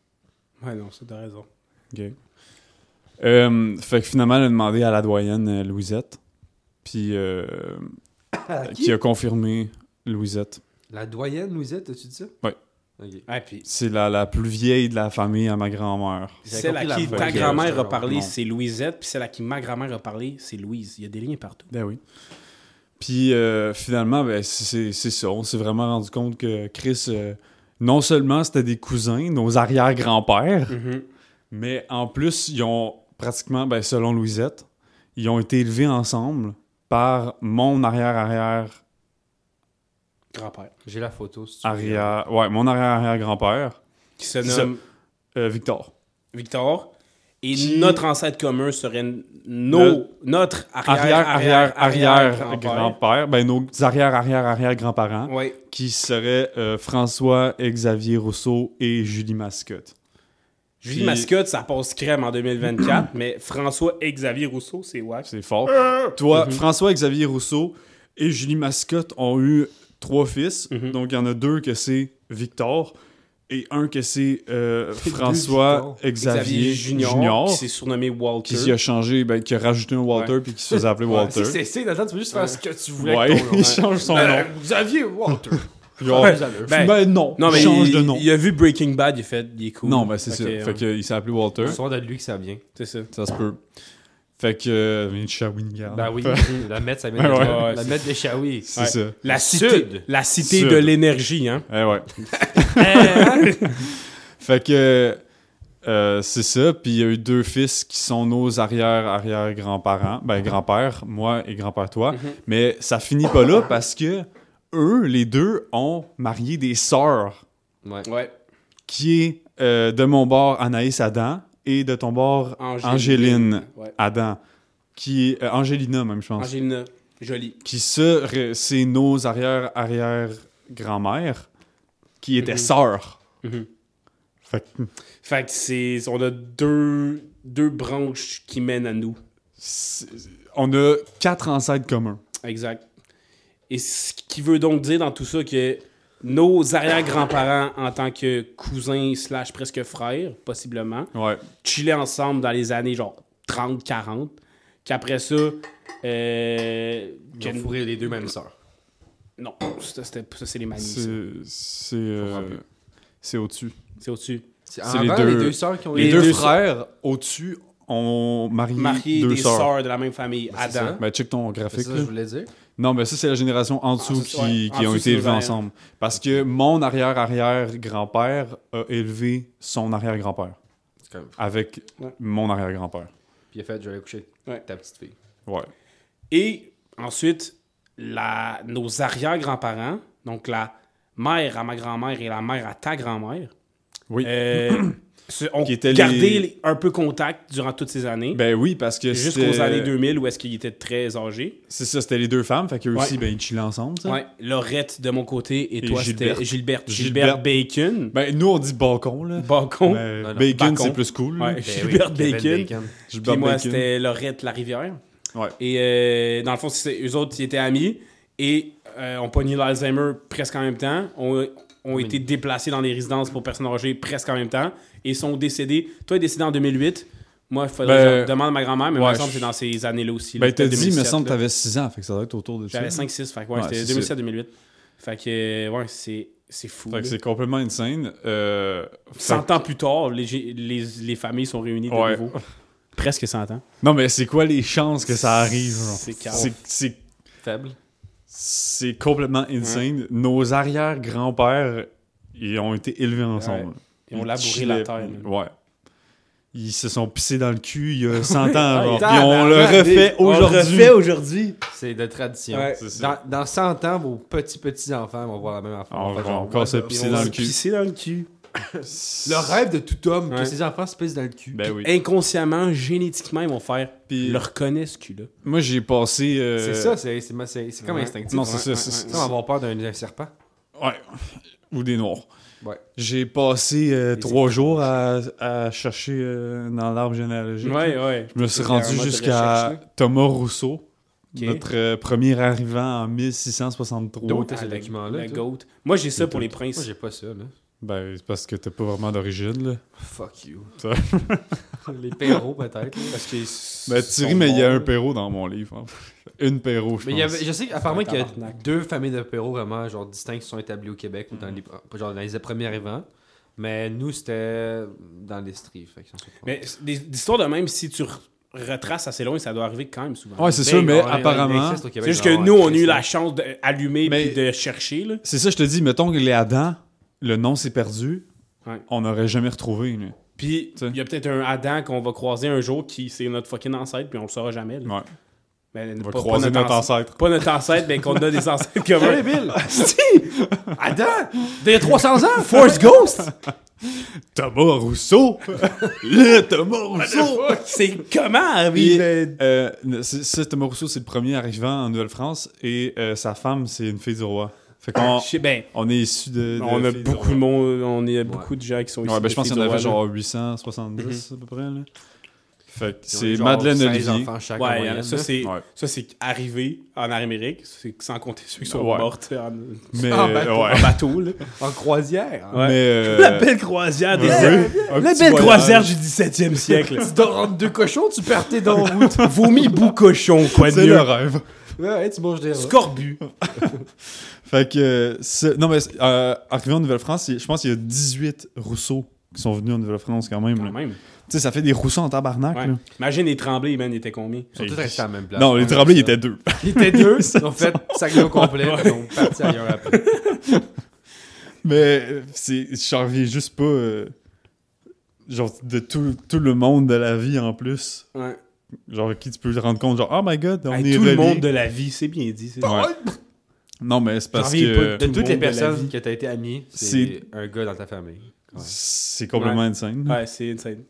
[SPEAKER 2] Ouais, non, ça, t'as raison.
[SPEAKER 6] Euh, fait que finalement, elle a demandé à la doyenne euh, Louisette. Puis, euh, qui? a confirmé Louisette.
[SPEAKER 7] La doyenne, Louisette, as-tu dit ça?
[SPEAKER 6] Ouais.
[SPEAKER 7] Ok.
[SPEAKER 2] Ah, puis
[SPEAKER 6] C'est la, la plus vieille de la famille à ma grand-mère.
[SPEAKER 7] J'avais
[SPEAKER 2] celle à
[SPEAKER 7] compris
[SPEAKER 2] qui
[SPEAKER 7] la
[SPEAKER 2] ta
[SPEAKER 7] voix.
[SPEAKER 2] grand-mère
[SPEAKER 7] Ok,
[SPEAKER 2] a parlé,
[SPEAKER 6] non.
[SPEAKER 2] c'est Louisette, puis celle à qui ma grand-mère a parlé, c'est Louise. Il y a des liens partout.
[SPEAKER 6] Ben oui. Puis euh, finalement, ben, c'est c'est ça. On s'est vraiment rendu compte que Chris, euh, non seulement c'était des cousins, nos arrière-grands-pères, mais en plus, ils ont pratiquement, ben, selon Louisette, ils ont été élevés ensemble par mon arrière-arrière-arrière.
[SPEAKER 2] Grand-père.
[SPEAKER 7] J'ai la photo. Si tu veux.
[SPEAKER 6] Arrière, ouais, mon arrière-arrière-grand-père,
[SPEAKER 2] Qui se
[SPEAKER 6] C'est
[SPEAKER 2] nomme
[SPEAKER 6] euh, Victor.
[SPEAKER 2] Victor. Et
[SPEAKER 6] Qui-
[SPEAKER 2] notre ancêtre commun serait n-
[SPEAKER 6] Le-
[SPEAKER 2] nos, notre arrière-arrière-arrière-grand-père.
[SPEAKER 6] Arrière-arrière-arrière-grand-père, ben, nos arrière-arrière-arrière-grands-parents.
[SPEAKER 2] Ouais.
[SPEAKER 6] qui seraient euh, François, Xavier Rousseau et Julie Mascotte.
[SPEAKER 2] Julie
[SPEAKER 6] Puis-
[SPEAKER 2] Mascotte, ça passe crème en 2024, mais François Xavier Rousseau, c'est wack.
[SPEAKER 6] C'est fort. Toi, François, Xavier Rousseau et Julie Mascotte ont eu trois fils.
[SPEAKER 2] Mhm.
[SPEAKER 6] Donc, il y en a deux que c'est Victor et un que c'est euh,
[SPEAKER 7] C'est deux
[SPEAKER 6] François, Xavier, Junior,
[SPEAKER 2] qui s'est surnommé Walter.
[SPEAKER 6] qui s'y a changé, ben, qui a rajouté un Walter puis qui se faisait appeler
[SPEAKER 7] Ouais,
[SPEAKER 6] Walter.
[SPEAKER 7] Si c'est c'est, Nathan, tu peux juste faire ce que tu voulais.
[SPEAKER 6] Ouais,
[SPEAKER 7] avec
[SPEAKER 6] [LAUGHS]
[SPEAKER 7] ton nom.
[SPEAKER 6] il change son nom.
[SPEAKER 7] Euh, Xavier Walter.
[SPEAKER 6] Genre,
[SPEAKER 2] Ouais.
[SPEAKER 6] ben,
[SPEAKER 2] Ben,
[SPEAKER 6] non,
[SPEAKER 2] non, mais
[SPEAKER 6] il change
[SPEAKER 2] il,
[SPEAKER 6] de nom.
[SPEAKER 2] il a vu Breaking Bad, il a fait, il est cool.
[SPEAKER 6] Non, ben c'est
[SPEAKER 2] Ok,
[SPEAKER 6] ça.
[SPEAKER 2] ouais.
[SPEAKER 6] Fait qu'il s'est appelé Walter.
[SPEAKER 7] Soir de lui que ça vient.
[SPEAKER 2] C'est ça.
[SPEAKER 6] Ça se peut. Fait que... euh, mais Shawinigan.
[SPEAKER 7] Ben oui, [LAUGHS] la Met, ça vient
[SPEAKER 6] [LAUGHS] Ouais,
[SPEAKER 7] de
[SPEAKER 6] ouais.
[SPEAKER 7] la-
[SPEAKER 2] Ouais,
[SPEAKER 7] La
[SPEAKER 2] c'est-
[SPEAKER 7] Met de Shawi.
[SPEAKER 6] C'est
[SPEAKER 2] Ouais.
[SPEAKER 6] ça.
[SPEAKER 2] La cité,
[SPEAKER 7] Sud.
[SPEAKER 2] la cité
[SPEAKER 6] Sud.
[SPEAKER 2] de l'énergie, hein.
[SPEAKER 6] Eh ouais. fait que euh, c'est ça. Puis il y a eu deux fils qui sont nos arrière-arrière-grands-parents. Ben, grand-père, moi et grand-père, toi. Mais ça finit pas là parce que eux, les deux, ont marié des sœurs
[SPEAKER 7] [LAUGHS] Ouais.
[SPEAKER 2] Ouais.
[SPEAKER 6] qui est euh, de mon bord Anaïs Adam et de ton bord Angéline
[SPEAKER 2] Ouais.
[SPEAKER 6] Adam. Qui est, euh, Angelina, même, je pense.
[SPEAKER 2] Angélina, jolie.
[SPEAKER 6] qui ça, re- c'est nos arrière-arrière-grand-mères qui étaient
[SPEAKER 2] Mhm.
[SPEAKER 6] sœurs.
[SPEAKER 2] Mhm.
[SPEAKER 6] Fait que
[SPEAKER 2] Fait que c'est. On a deux, deux branches qui mènent à nous.
[SPEAKER 6] c'est- on a quatre ancêtres communs.
[SPEAKER 2] Exact. Et ce qui veut donc dire dans tout ça que nos arrière-grands-parents, en tant que cousins slash presque frères, possiblement,
[SPEAKER 6] Ouais.
[SPEAKER 2] chillaient ensemble dans les années genre 30-40, qu'après ça... euh,
[SPEAKER 7] Ils ont
[SPEAKER 2] que-
[SPEAKER 7] fourré les deux mêmes sœurs.
[SPEAKER 2] Non, ça, c'était- ça, c'est les manies. ça.
[SPEAKER 6] C'est c'est, euh, c'est au-dessus.
[SPEAKER 2] C'est au-dessus.
[SPEAKER 7] C'est
[SPEAKER 6] C'est
[SPEAKER 7] avant
[SPEAKER 6] les
[SPEAKER 7] les
[SPEAKER 6] deux-
[SPEAKER 7] deux, sœurs qui ont
[SPEAKER 6] Les,
[SPEAKER 2] Les
[SPEAKER 6] deux,
[SPEAKER 2] deux
[SPEAKER 6] frères au-dessus ont marié,
[SPEAKER 2] Mariés
[SPEAKER 6] deux
[SPEAKER 2] des sœurs.
[SPEAKER 6] sœurs.
[SPEAKER 2] de la même famille,
[SPEAKER 7] Ben, c'est
[SPEAKER 2] Adam.
[SPEAKER 6] Ben, check ton
[SPEAKER 7] C'est
[SPEAKER 6] graphique.
[SPEAKER 7] ça
[SPEAKER 6] là.
[SPEAKER 7] que je voulais dire.
[SPEAKER 6] Non, mais ça, c'est la génération en dessous
[SPEAKER 2] c'est-
[SPEAKER 6] qui,
[SPEAKER 2] ouais.
[SPEAKER 6] qui
[SPEAKER 2] En
[SPEAKER 6] ont
[SPEAKER 2] dessous,
[SPEAKER 6] été
[SPEAKER 2] c'est nos
[SPEAKER 6] élevés
[SPEAKER 2] arrières.
[SPEAKER 6] ensemble. Parce que mon arrière-arrière-grand-père a élevé son arrière-grand-père.
[SPEAKER 7] C'est comme-
[SPEAKER 6] Avec
[SPEAKER 2] Ouais.
[SPEAKER 6] mon arrière-grand-père.
[SPEAKER 7] Puis il a fait, je vais aller coucher
[SPEAKER 2] Ouais.
[SPEAKER 7] avec ta petite [LAUGHS] fille.
[SPEAKER 6] Ouais.
[SPEAKER 2] Et ensuite, la, nos arrière-grands-parents, donc la mère à ma grand-mère et la mère à ta grand-mère,
[SPEAKER 6] Oui.
[SPEAKER 2] euh, se- ont
[SPEAKER 6] Qui étaient les-
[SPEAKER 2] gardé les- un peu contact durant toutes ces années.
[SPEAKER 6] Ben oui, parce que
[SPEAKER 2] Jusqu'aux
[SPEAKER 6] c'était-
[SPEAKER 2] années 2000 où est-ce qu'ils étaient très âgés.
[SPEAKER 6] C'est ça, c'était les deux femmes, fait qu'eux
[SPEAKER 2] Ouais.
[SPEAKER 6] aussi, ben, ils chillaient ensemble, ça.
[SPEAKER 2] Ouais, Laurette de mon côté et,
[SPEAKER 6] Et
[SPEAKER 2] toi
[SPEAKER 6] Gilberte.
[SPEAKER 2] c'était Gilberte.
[SPEAKER 6] Gilberte.
[SPEAKER 2] Gilbert Bacon.
[SPEAKER 6] Ben, nous, on dit balcon, là.
[SPEAKER 2] Bacon.
[SPEAKER 6] Mais
[SPEAKER 7] Non, non,
[SPEAKER 6] bacon,
[SPEAKER 2] bacon.
[SPEAKER 6] c'est plus cool.
[SPEAKER 2] Ouais,
[SPEAKER 6] là.
[SPEAKER 2] Gilbert
[SPEAKER 7] Ben Kevin
[SPEAKER 2] Bacon.
[SPEAKER 6] Gilbert
[SPEAKER 2] Puis moi
[SPEAKER 6] bacon.
[SPEAKER 2] c'était Laurette Larivière.
[SPEAKER 6] Ouais.
[SPEAKER 2] Et euh, dans le fond, c'est eux autres, ils étaient amis et euh, ont pogné l'Alzheimer presque en même temps, ont, ont été déplacés dans les résidences pour personnes âgées presque en même temps et sont décédés. Toi, est décédé en 2008. Moi, il faudrait
[SPEAKER 6] Ben,
[SPEAKER 2] que je demande à ma grand-mère, mais il
[SPEAKER 6] ouais,
[SPEAKER 2] me semble que
[SPEAKER 6] je-
[SPEAKER 2] c'est dans ces années-là aussi. là,
[SPEAKER 6] Ben, t'as
[SPEAKER 2] peut-être
[SPEAKER 6] dit, il me
[SPEAKER 2] 2007,
[SPEAKER 6] semble que
[SPEAKER 2] là.
[SPEAKER 6] t'avais 6 ans, fait que ça doit être autour de ça.
[SPEAKER 2] J'avais 5-6, fait que ouais,
[SPEAKER 6] Ouais, c'est ça.
[SPEAKER 2] c'était 2007-2008. Fait que, euh, ouais, c'est c'est fou.
[SPEAKER 6] Fait que
[SPEAKER 2] là.
[SPEAKER 6] c'est complètement insane. Euh, fait
[SPEAKER 2] 100 ans plus tard, les, gé- les, les familles sont réunies de
[SPEAKER 6] Ouais. [LAUGHS]
[SPEAKER 2] nouveau. Presque 100 ans.
[SPEAKER 6] Non, mais c'est quoi les chances que ça arrive, genre?
[SPEAKER 2] C'est
[SPEAKER 6] C'est- C'est
[SPEAKER 7] Faible.
[SPEAKER 6] c'est complètement insane. Nos arrière-grands-pères, ils ont été élevés ensemble.
[SPEAKER 2] Ils ont
[SPEAKER 6] chillaient-
[SPEAKER 2] labouré la terre. là.
[SPEAKER 6] Ouais. Ils se sont pissés dans le cul il y a 100 ans. alors,
[SPEAKER 7] Ah,
[SPEAKER 6] puis on le
[SPEAKER 7] tabarnak,
[SPEAKER 6] refait
[SPEAKER 2] On le
[SPEAKER 6] aujourd'hui.
[SPEAKER 2] refait aujourd'hui.
[SPEAKER 7] C'est de tradition.
[SPEAKER 2] Ouais.
[SPEAKER 6] C'est ça.
[SPEAKER 7] Dans, dans 100 ans, vos petits-petits-enfants vont voir la même affaire.
[SPEAKER 6] On
[SPEAKER 7] Fait
[SPEAKER 6] va
[SPEAKER 7] genre,
[SPEAKER 6] encore se pisser
[SPEAKER 2] Ils
[SPEAKER 6] dans
[SPEAKER 2] vont
[SPEAKER 6] le
[SPEAKER 2] se
[SPEAKER 6] cul.
[SPEAKER 2] pisser dans le cul.
[SPEAKER 7] Le rêve de tout homme,
[SPEAKER 2] Ouais.
[SPEAKER 7] que ses enfants se pissent dans le cul.
[SPEAKER 6] Ben oui.
[SPEAKER 2] Inconsciemment, génétiquement, ils vont faire.
[SPEAKER 6] Puis-
[SPEAKER 2] Ils le reconnaissent, ce cul-là.
[SPEAKER 6] Moi, j'ai passé. euh,
[SPEAKER 7] C'est ça, c'est- c'est ma- c'est- c'est comme
[SPEAKER 2] ouais.
[SPEAKER 7] instinctif. hein.
[SPEAKER 6] Non, c'est ça,
[SPEAKER 2] ouais,
[SPEAKER 6] c'est-
[SPEAKER 7] C'est
[SPEAKER 6] c'est
[SPEAKER 7] comme avoir peur d'un d'un serpent.
[SPEAKER 6] Ouais. Ou des noirs.
[SPEAKER 7] Ouais.
[SPEAKER 6] J'ai passé euh,
[SPEAKER 7] Les
[SPEAKER 6] trois jours à, à chercher euh, dans l'arbre généalogique.
[SPEAKER 2] Ouais, ouais.
[SPEAKER 6] Je me suis
[SPEAKER 2] C'était un
[SPEAKER 6] rendu
[SPEAKER 2] mode de
[SPEAKER 6] jusqu'à
[SPEAKER 2] recherche, là.
[SPEAKER 6] Thomas Rousseau,
[SPEAKER 2] Ok.
[SPEAKER 6] notre euh, premier arrivant en 1663.
[SPEAKER 7] D'où t'as
[SPEAKER 2] Ah,
[SPEAKER 7] ce
[SPEAKER 2] le-
[SPEAKER 7] document-là?
[SPEAKER 2] le
[SPEAKER 7] toi?
[SPEAKER 2] goat. Moi, j'ai ça pour les
[SPEAKER 7] Moi,
[SPEAKER 2] princes.
[SPEAKER 7] j'ai pas ça, là.
[SPEAKER 6] Ben, c'est parce que t'as pas vraiment d'origine, là.
[SPEAKER 7] Fuck you.
[SPEAKER 6] Ça-
[SPEAKER 7] [LAUGHS] Les perros, peut-être. là.
[SPEAKER 2] Parce que
[SPEAKER 6] Ben, Thierry, mais il y a un Perrault dans mon livre. hein. Une Perrault, je
[SPEAKER 7] Mais
[SPEAKER 6] pense.
[SPEAKER 7] il y avait, je sais qu'apparemment qu'il y a
[SPEAKER 2] Tabarnak.
[SPEAKER 7] deux familles de perros vraiment genre distinctes qui sont établies au Québec ou dans
[SPEAKER 6] Mm.
[SPEAKER 7] les, genre dans les premiers arrivants. Mais nous, c'était dans l'Estrie. Fait qu'ils sont pas-
[SPEAKER 2] Mais c'est des, des histoires de même, si tu re- retraces assez loin, ça doit arriver quand même souvent.
[SPEAKER 6] Ouais, c'est
[SPEAKER 7] Ben,
[SPEAKER 6] sûr, mais
[SPEAKER 7] on- on- il
[SPEAKER 6] apparemment...
[SPEAKER 7] existe au Québec,
[SPEAKER 2] c'est juste
[SPEAKER 7] genre,
[SPEAKER 2] que nous, on a
[SPEAKER 7] Christ,
[SPEAKER 2] eu
[SPEAKER 7] là.
[SPEAKER 2] la chance d'allumer
[SPEAKER 6] Mais-
[SPEAKER 2] puis de chercher. Là.
[SPEAKER 6] C'est ça, je te dis, mettons que les Adam, le nom s'est perdu,
[SPEAKER 2] Ouais.
[SPEAKER 6] on n'aurait jamais retrouvé, là.
[SPEAKER 2] Puis
[SPEAKER 6] T'sais.
[SPEAKER 2] il y a peut-être un Adam qu'on va croiser un jour qui c'est notre fucking ancêtre, puis on le saura jamais. là.
[SPEAKER 6] Ouais.
[SPEAKER 2] Ben,
[SPEAKER 6] On va
[SPEAKER 2] pas- pas
[SPEAKER 6] croiser notre
[SPEAKER 2] ancêtre.
[SPEAKER 6] ancêtre.
[SPEAKER 2] Pas notre ancêtre, mais qu'on a des ancêtres communs.
[SPEAKER 7] Adam! D'il y a 300 ans!
[SPEAKER 2] Force Ghost!
[SPEAKER 6] Thomas Rousseau! [LAUGHS] le Thomas Rousseau!
[SPEAKER 2] C'est comment arrivé?
[SPEAKER 6] Puis, euh, c'est- c'est Thomas Rousseau, c'est le premier arrivant en Nouvelle-France et euh, sa femme, c'est une fille du roi. Fait qu'on
[SPEAKER 2] Je sais- ben,
[SPEAKER 6] on est issu de. de
[SPEAKER 2] on a
[SPEAKER 6] filles du
[SPEAKER 2] beaucoup de
[SPEAKER 6] roi.
[SPEAKER 2] monde, on est beaucoup de gens qui sont ici.
[SPEAKER 6] Ouais, ben, je pense
[SPEAKER 2] des
[SPEAKER 6] qu'on avait
[SPEAKER 2] filles du roi, Mhm.
[SPEAKER 6] genre 870 à peu près. Là. Fait que
[SPEAKER 7] Ils ont
[SPEAKER 6] c'est
[SPEAKER 7] genre
[SPEAKER 6] Madeleine
[SPEAKER 7] 16
[SPEAKER 6] Olivier.
[SPEAKER 7] enfants chaque
[SPEAKER 2] là.
[SPEAKER 7] en
[SPEAKER 2] Ouais, euh,
[SPEAKER 7] moyenne,
[SPEAKER 2] ça
[SPEAKER 7] là.
[SPEAKER 2] c'est
[SPEAKER 6] Ouais.
[SPEAKER 2] ça c'est arrivé en Amérique, c'est sans compter ceux qui sont
[SPEAKER 6] Ouais.
[SPEAKER 2] morts en,
[SPEAKER 6] Mais. euh,
[SPEAKER 7] Ah, ben,
[SPEAKER 6] ouais.
[SPEAKER 2] en bateau [LAUGHS] là.
[SPEAKER 7] En croisière!
[SPEAKER 2] Ouais.
[SPEAKER 6] Mais. euh,
[SPEAKER 2] La belle croisière des
[SPEAKER 6] ouais. Un
[SPEAKER 2] La
[SPEAKER 6] petit
[SPEAKER 2] belle
[SPEAKER 6] voyage.
[SPEAKER 2] croisière du 17e siècle.
[SPEAKER 7] Tu dors entre deux cochons, tu partais dans la route.
[SPEAKER 2] Vomi bout cochon, quoi de
[SPEAKER 6] C'est le
[SPEAKER 2] mieux.
[SPEAKER 6] rêve.
[SPEAKER 7] Ouais, tu manges des rats.
[SPEAKER 2] Scorbu.
[SPEAKER 6] Fait que. euh, c'est- Non, mais euh, arrivé en Nouvelle-France, il- je pense qu'il y a 18 Rousseau qui sont venus en Nouvelle-France quand même.
[SPEAKER 2] Quand
[SPEAKER 6] là. Tu
[SPEAKER 2] même.
[SPEAKER 6] sais, ça fait des Rousseaux en tabarnak.
[SPEAKER 2] Ouais.
[SPEAKER 6] là.
[SPEAKER 2] Imagine les tremblés, man, ils étaient combien?
[SPEAKER 7] Ils sont tous restés à la même place.
[SPEAKER 6] Non, les
[SPEAKER 7] Ouais,
[SPEAKER 6] Tremblay,
[SPEAKER 7] ça.
[SPEAKER 6] il était deux. [LAUGHS]
[SPEAKER 7] Ils étaient deux, ils ont fait sac d'eau complet, puis ils ont parti ailleurs après.
[SPEAKER 6] Mais euh, c'est, je reviens juste pas. euh, genre, de tout, tout le monde de la vie en plus.
[SPEAKER 2] Ouais.
[SPEAKER 6] Genre, qui tu peux te rendre compte, genre, oh my god, on
[SPEAKER 2] Hey,
[SPEAKER 6] est
[SPEAKER 2] tout
[SPEAKER 6] reliés.
[SPEAKER 2] le monde de la vie, c'est bien dit. c'est-
[SPEAKER 6] Ouais. Non, mais c'est parce
[SPEAKER 2] J'en reviens
[SPEAKER 7] De
[SPEAKER 6] que
[SPEAKER 2] Tout le
[SPEAKER 7] toutes les
[SPEAKER 2] monde de la
[SPEAKER 7] personnes
[SPEAKER 2] vie.
[SPEAKER 7] que t'as été ami,
[SPEAKER 6] C'est-
[SPEAKER 7] c'est un gars dans ta famille. Ouais.
[SPEAKER 6] c'est complètement insane.
[SPEAKER 2] Ouais, c'est insane.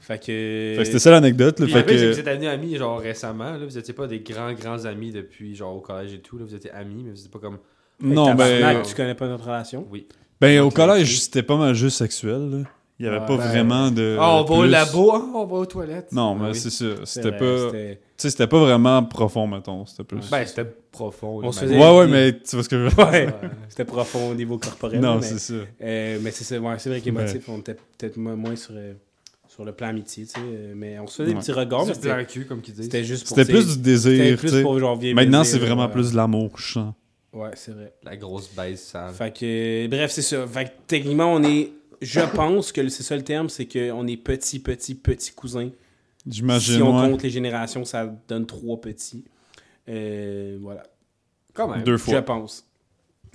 [SPEAKER 2] Fait que.
[SPEAKER 6] Fait que c'était ça l'anecdote. Là,
[SPEAKER 7] Puis
[SPEAKER 6] fait
[SPEAKER 7] le pire, c'est que
[SPEAKER 6] que,
[SPEAKER 7] vous êtes devenus amis genre récemment, là, vous étiez pas des grands grands amis depuis genre au collège et tout, là, vous étiez amis mais vous étiez pas comme
[SPEAKER 6] non,
[SPEAKER 2] Tabarnak,
[SPEAKER 6] ben,
[SPEAKER 2] tu connais pas notre relation.
[SPEAKER 7] oui.
[SPEAKER 6] ben, au collège, c'était pas mal juste sexuel. là. Il y avait
[SPEAKER 2] Ouais,
[SPEAKER 6] pas
[SPEAKER 2] ben,
[SPEAKER 6] vraiment de.
[SPEAKER 7] Ah, on va au
[SPEAKER 6] Euh, plus.
[SPEAKER 7] labo, ah, on va aux toilettes.
[SPEAKER 6] Non,
[SPEAKER 7] Ah
[SPEAKER 6] mais
[SPEAKER 7] oui.
[SPEAKER 6] c'est ça.
[SPEAKER 2] C'est
[SPEAKER 6] C'était
[SPEAKER 2] vrai,
[SPEAKER 6] pas, tu
[SPEAKER 2] c'était-
[SPEAKER 6] sais, c'était pas vraiment profond, mettons. C'était plus.
[SPEAKER 7] ben c'était profond.
[SPEAKER 2] On se
[SPEAKER 7] j'imagine.
[SPEAKER 2] faisait-
[SPEAKER 6] ouais, ouais, mais tu vois ce que je veux dire?
[SPEAKER 2] Ouais. C'était profond au niveau corporel.
[SPEAKER 6] [LAUGHS] Non,
[SPEAKER 2] mais,
[SPEAKER 6] c'est ça.
[SPEAKER 2] euh, mais c'est ça, ouais, c'est vrai qu'émotif, on était peut-être mo- moins sur, euh, sur le plan amitié, tu sais. euh, Mais on se faisait des
[SPEAKER 6] Ouais.
[SPEAKER 2] petits regards, mais
[SPEAKER 7] Sur le
[SPEAKER 2] c'était
[SPEAKER 7] plan cul comme qu'ils disent.
[SPEAKER 2] c'était juste pour.
[SPEAKER 6] C'était
[SPEAKER 2] tu sais,
[SPEAKER 6] plus du
[SPEAKER 2] c'était
[SPEAKER 6] désir. tu
[SPEAKER 2] plus
[SPEAKER 6] sais.
[SPEAKER 2] pour genre vieillir
[SPEAKER 6] Maintenant,
[SPEAKER 2] baiser,
[SPEAKER 6] c'est vraiment
[SPEAKER 2] ouais.
[SPEAKER 6] plus de l'amour, je sens.
[SPEAKER 2] euh, Ouais, c'est vrai.
[SPEAKER 7] la grosse baisse sale.
[SPEAKER 2] Fait que, euh, bref, c'est ça. Fait que, techniquement, on est.
[SPEAKER 6] [COUGHS]
[SPEAKER 2] Je pense que le- c'est ça le terme, c'est qu'on est petit, petit, petit cousin.
[SPEAKER 6] J'imagine.
[SPEAKER 2] Si on
[SPEAKER 6] ouais.
[SPEAKER 2] compte les générations, ça donne trois petits. Euh, voilà.
[SPEAKER 7] Quand même.
[SPEAKER 6] Deux
[SPEAKER 2] Je
[SPEAKER 6] fois.
[SPEAKER 2] pense.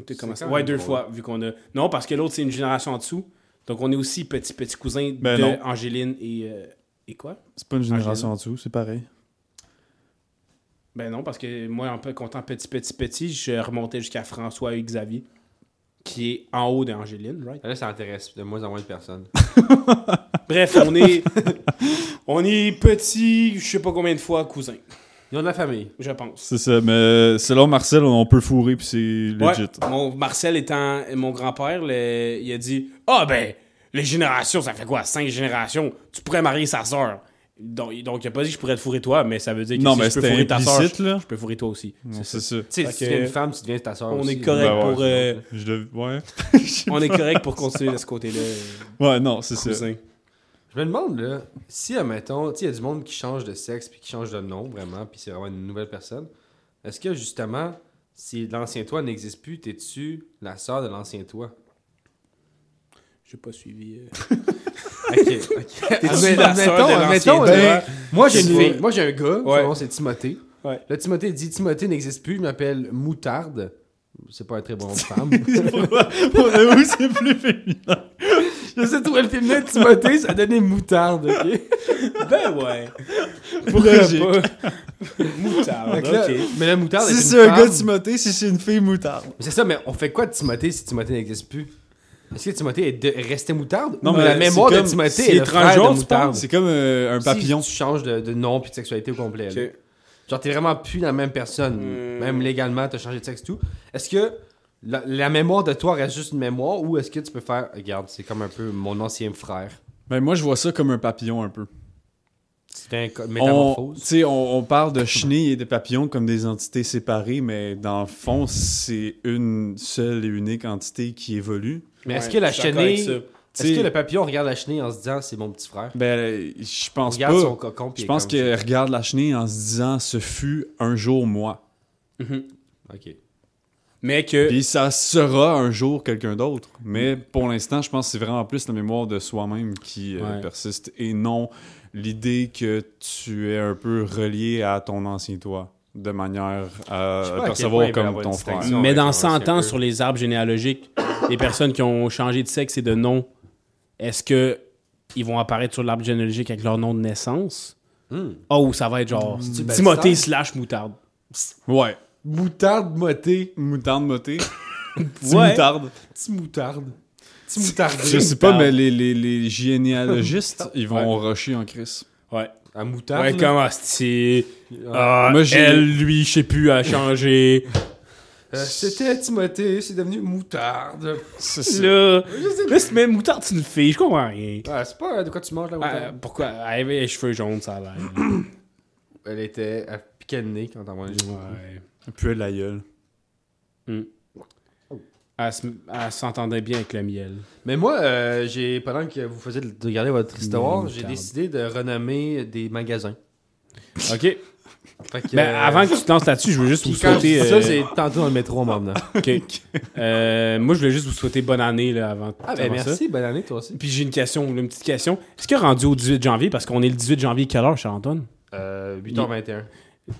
[SPEAKER 2] T'es comment
[SPEAKER 7] C'est
[SPEAKER 2] ça?
[SPEAKER 7] quand
[SPEAKER 2] Ouais,
[SPEAKER 7] même
[SPEAKER 2] deux
[SPEAKER 7] drôle.
[SPEAKER 2] fois, vu qu'on a. Non, parce que l'autre, c'est une génération en dessous. Donc, on est aussi petit petit cousin
[SPEAKER 6] Ben
[SPEAKER 2] de
[SPEAKER 6] non.
[SPEAKER 2] Angéline et. euh, et quoi?
[SPEAKER 6] C'est pas une génération
[SPEAKER 2] Ah,
[SPEAKER 6] en dessous, c'est pareil.
[SPEAKER 2] Ben non, parce que moi, en peu- comptant petit petit petit, je remontais jusqu'à François et Xavier, qui est en haut d'Angéline, right?
[SPEAKER 7] Là ça intéresse de moins en moins de personnes.
[SPEAKER 2] Bref, on
[SPEAKER 6] [LAUGHS]
[SPEAKER 2] est. on est petit, je sais pas combien de fois cousin,
[SPEAKER 7] Ils ont de la famille.
[SPEAKER 2] je pense.
[SPEAKER 6] C'est ça, mais selon Marcel, on peut fourrer puis c'est legit.
[SPEAKER 2] Ouais, mon Marcel étant mon grand-père, le- il a dit Ah ben, les générations, ça fait quoi Cinq générations Tu pourrais marier sa sœur. Donc, il- donc, il a pas dit que je pourrais te fourrer toi, mais ça veut dire que
[SPEAKER 6] Non,
[SPEAKER 2] si
[SPEAKER 6] mais
[SPEAKER 2] je peux
[SPEAKER 6] c'était
[SPEAKER 2] fourrer ta sœur,
[SPEAKER 6] implicite,
[SPEAKER 2] je,
[SPEAKER 6] là.
[SPEAKER 2] je peux fourrer toi aussi.
[SPEAKER 6] Non,
[SPEAKER 2] C'est
[SPEAKER 6] C'est
[SPEAKER 2] ça.
[SPEAKER 6] ça.
[SPEAKER 7] Tu sais,
[SPEAKER 2] Fait
[SPEAKER 7] si tu
[SPEAKER 2] que-
[SPEAKER 7] deviens une femme, tu deviens ta soeur
[SPEAKER 2] On
[SPEAKER 7] aussi.
[SPEAKER 2] est correct
[SPEAKER 6] Ben ouais.
[SPEAKER 2] pour euh,
[SPEAKER 6] Je le- Ouais.
[SPEAKER 2] on est correct pour continuer de ce côté-là. euh,
[SPEAKER 6] Ouais, non, c'est ça.
[SPEAKER 2] cousin.
[SPEAKER 7] Je me demande, là, si, admettons, tu sais, il y a du monde qui change de sexe puis qui change de nom, vraiment, puis c'est vraiment une nouvelle personne, est-ce que, justement, si l'ancien toi n'existe plus, t'es-tu la sœur de l'ancien toi?
[SPEAKER 2] J'ai pas suivi. euh.
[SPEAKER 7] OK, OK.
[SPEAKER 2] T'es-tu la sœur de l'ancien
[SPEAKER 7] admettons,
[SPEAKER 2] toi?
[SPEAKER 7] là, moi, j'ai une
[SPEAKER 2] Ouais.
[SPEAKER 7] fille, moi, j'ai un gars,
[SPEAKER 2] Ouais.
[SPEAKER 7] son nom, c'est Timothée.
[SPEAKER 2] Ouais.
[SPEAKER 7] Là, Timothée dit Timothée n'existe plus, je m'appelle Moutarde. C'est pas un très bon nom de femme.
[SPEAKER 6] [LAUGHS] Pour nous, c'est plus féminin.
[SPEAKER 7] je sais trouver le féminin de Timothée, ça donnait Moutarde, ok?
[SPEAKER 2] Ben ouais.
[SPEAKER 6] Logique.
[SPEAKER 2] Moutarde,
[SPEAKER 7] Fait que là,
[SPEAKER 2] ok.
[SPEAKER 7] Mais la moutarde,
[SPEAKER 6] Si
[SPEAKER 7] est
[SPEAKER 6] c'est
[SPEAKER 7] une
[SPEAKER 6] un gars
[SPEAKER 7] femme.
[SPEAKER 6] Timothée, si c'est une fille moutarde.
[SPEAKER 7] Mais C'est ça, mais on fait quoi de Timothée si Timothée n'existe plus? Est-ce que Timothée est, de- est resté moutarde?
[SPEAKER 6] Non,
[SPEAKER 7] Ou
[SPEAKER 6] mais
[SPEAKER 7] la
[SPEAKER 6] c'est
[SPEAKER 7] mémoire de
[SPEAKER 6] comme-
[SPEAKER 7] Timothée
[SPEAKER 6] c'est
[SPEAKER 7] est le frère de
[SPEAKER 6] transgenre, tu
[SPEAKER 7] moutarde.
[SPEAKER 6] penses? C'est comme euh, un papillon.
[SPEAKER 7] Si tu changes de, de nom puis de sexualité au complet. là.
[SPEAKER 2] Ok.
[SPEAKER 7] Genre, t'es vraiment plus la même personne.
[SPEAKER 2] Hmm.
[SPEAKER 7] Même légalement, t'as changé de sexe tout. Est-ce que la, la mémoire de toi reste juste une mémoire ou est-ce que tu peux faire. Regarde, c'est comme un peu mon ancien frère.
[SPEAKER 6] Ben, moi, je vois ça comme un papillon un peu.
[SPEAKER 7] C'est un co-
[SPEAKER 6] On, tu
[SPEAKER 7] métamorphose.
[SPEAKER 6] sais, on, on parle de chenilles et de papillons comme des entités séparées, mais dans le fond, c'est une seule et unique entité qui évolue.
[SPEAKER 7] Mais est-ce
[SPEAKER 2] Ouais,
[SPEAKER 7] que la
[SPEAKER 2] je suis d'accord avec
[SPEAKER 7] chenille.
[SPEAKER 2] ça.
[SPEAKER 7] Est-ce que le papillon regarde la chenille en se disant c'est mon petit frère?
[SPEAKER 6] Ben, je pense
[SPEAKER 7] regarde
[SPEAKER 6] pas.
[SPEAKER 7] son cocon. puis
[SPEAKER 6] Je
[SPEAKER 7] il est
[SPEAKER 6] pense
[SPEAKER 7] comme
[SPEAKER 6] qu'elle regarde la chenille en se disant ce fut un jour moi.
[SPEAKER 7] ça. Ok.
[SPEAKER 2] Mais
[SPEAKER 7] Euh,
[SPEAKER 2] que.
[SPEAKER 6] Puis ça sera un jour quelqu'un d'autre. Mais pour l'instant, je pense que c'est vraiment plus la mémoire de soi-même qui euh,
[SPEAKER 2] Ouais.
[SPEAKER 6] persiste et non l'idée que tu es un peu relié à ton ancien toi de manière à
[SPEAKER 7] Je sais pas à quel point
[SPEAKER 6] percevoir
[SPEAKER 7] il peut y
[SPEAKER 6] comme
[SPEAKER 7] avoir
[SPEAKER 6] ton
[SPEAKER 7] une
[SPEAKER 6] frère.
[SPEAKER 7] distinction.
[SPEAKER 2] Mais dans
[SPEAKER 7] Ancien
[SPEAKER 2] 100 ans,
[SPEAKER 7] peu.
[SPEAKER 2] sur les arbres généalogiques, les personnes qui ont changé de sexe et de nom, est-ce que ils vont apparaître sur l'arbre généalogique avec leur nom de naissance?
[SPEAKER 7] Hmm.
[SPEAKER 2] Oh, ça va être
[SPEAKER 6] Hmm.
[SPEAKER 2] genre
[SPEAKER 7] C'est-tu
[SPEAKER 2] Timothée
[SPEAKER 7] Bastard?
[SPEAKER 2] slash moutarde.
[SPEAKER 6] Ouais.
[SPEAKER 7] Moutarde motée.
[SPEAKER 6] Moutarde motée. Petit
[SPEAKER 2] Ouais.
[SPEAKER 6] moutarde.
[SPEAKER 7] Petit moutarde. Petit moutarde. [LAUGHS]
[SPEAKER 6] Je sais pas, mais les, les, les généalogistes, ils vont rusher en crise.
[SPEAKER 2] Ouais.
[SPEAKER 7] Un moutarde.
[SPEAKER 2] Ouais,
[SPEAKER 7] là.
[SPEAKER 2] comme hostie. Ah,
[SPEAKER 6] Moi, j'ai-
[SPEAKER 2] elle, lui, je sais plus, a changé.
[SPEAKER 7] Euh, C'était Timothée, c'est devenu moutarde.
[SPEAKER 6] [LAUGHS] C'est ça.
[SPEAKER 2] là, là, c'est même moutarde, c'est une fille, je comprends rien.
[SPEAKER 7] Ah, c'est pas euh, de quoi tu manges la
[SPEAKER 2] Ah,
[SPEAKER 7] moutarde.
[SPEAKER 2] pourquoi? Elle avait les cheveux jaunes, ça a l'air.
[SPEAKER 7] euh, Elle était à piquer le nez quand on mangeait.
[SPEAKER 2] ouais.
[SPEAKER 6] Puis la gueule.
[SPEAKER 2] Elle se- elle s'entendait bien avec le miel.
[SPEAKER 7] Mais moi, euh, j'ai pendant que vous faisiez de regarder votre histoire,
[SPEAKER 2] Moutarde.
[SPEAKER 7] j'ai décidé de renommer des magasins.
[SPEAKER 2] OK.
[SPEAKER 7] Fait que,
[SPEAKER 2] Mais
[SPEAKER 7] euh,
[SPEAKER 2] Ben, avant que tu te lances là-dessus, je veux juste
[SPEAKER 7] puis
[SPEAKER 2] vous
[SPEAKER 7] quand je dis
[SPEAKER 2] souhaiter...
[SPEAKER 7] ça,
[SPEAKER 2] euh,
[SPEAKER 7] c'est tantôt dans le métro en m'emmenant.
[SPEAKER 2] OK. [LAUGHS] Euh, moi, je voulais juste vous souhaiter bonne année là, avant,
[SPEAKER 7] Ah, ben
[SPEAKER 2] avant ça.
[SPEAKER 7] merci, bonne année toi aussi.
[SPEAKER 2] Puis j'ai une question, une petite question. Est-ce que rendu au 18 janvier, parce qu'on est le 18 janvier, quelle heure, Charles-Antoine?
[SPEAKER 7] Euh, 8h21.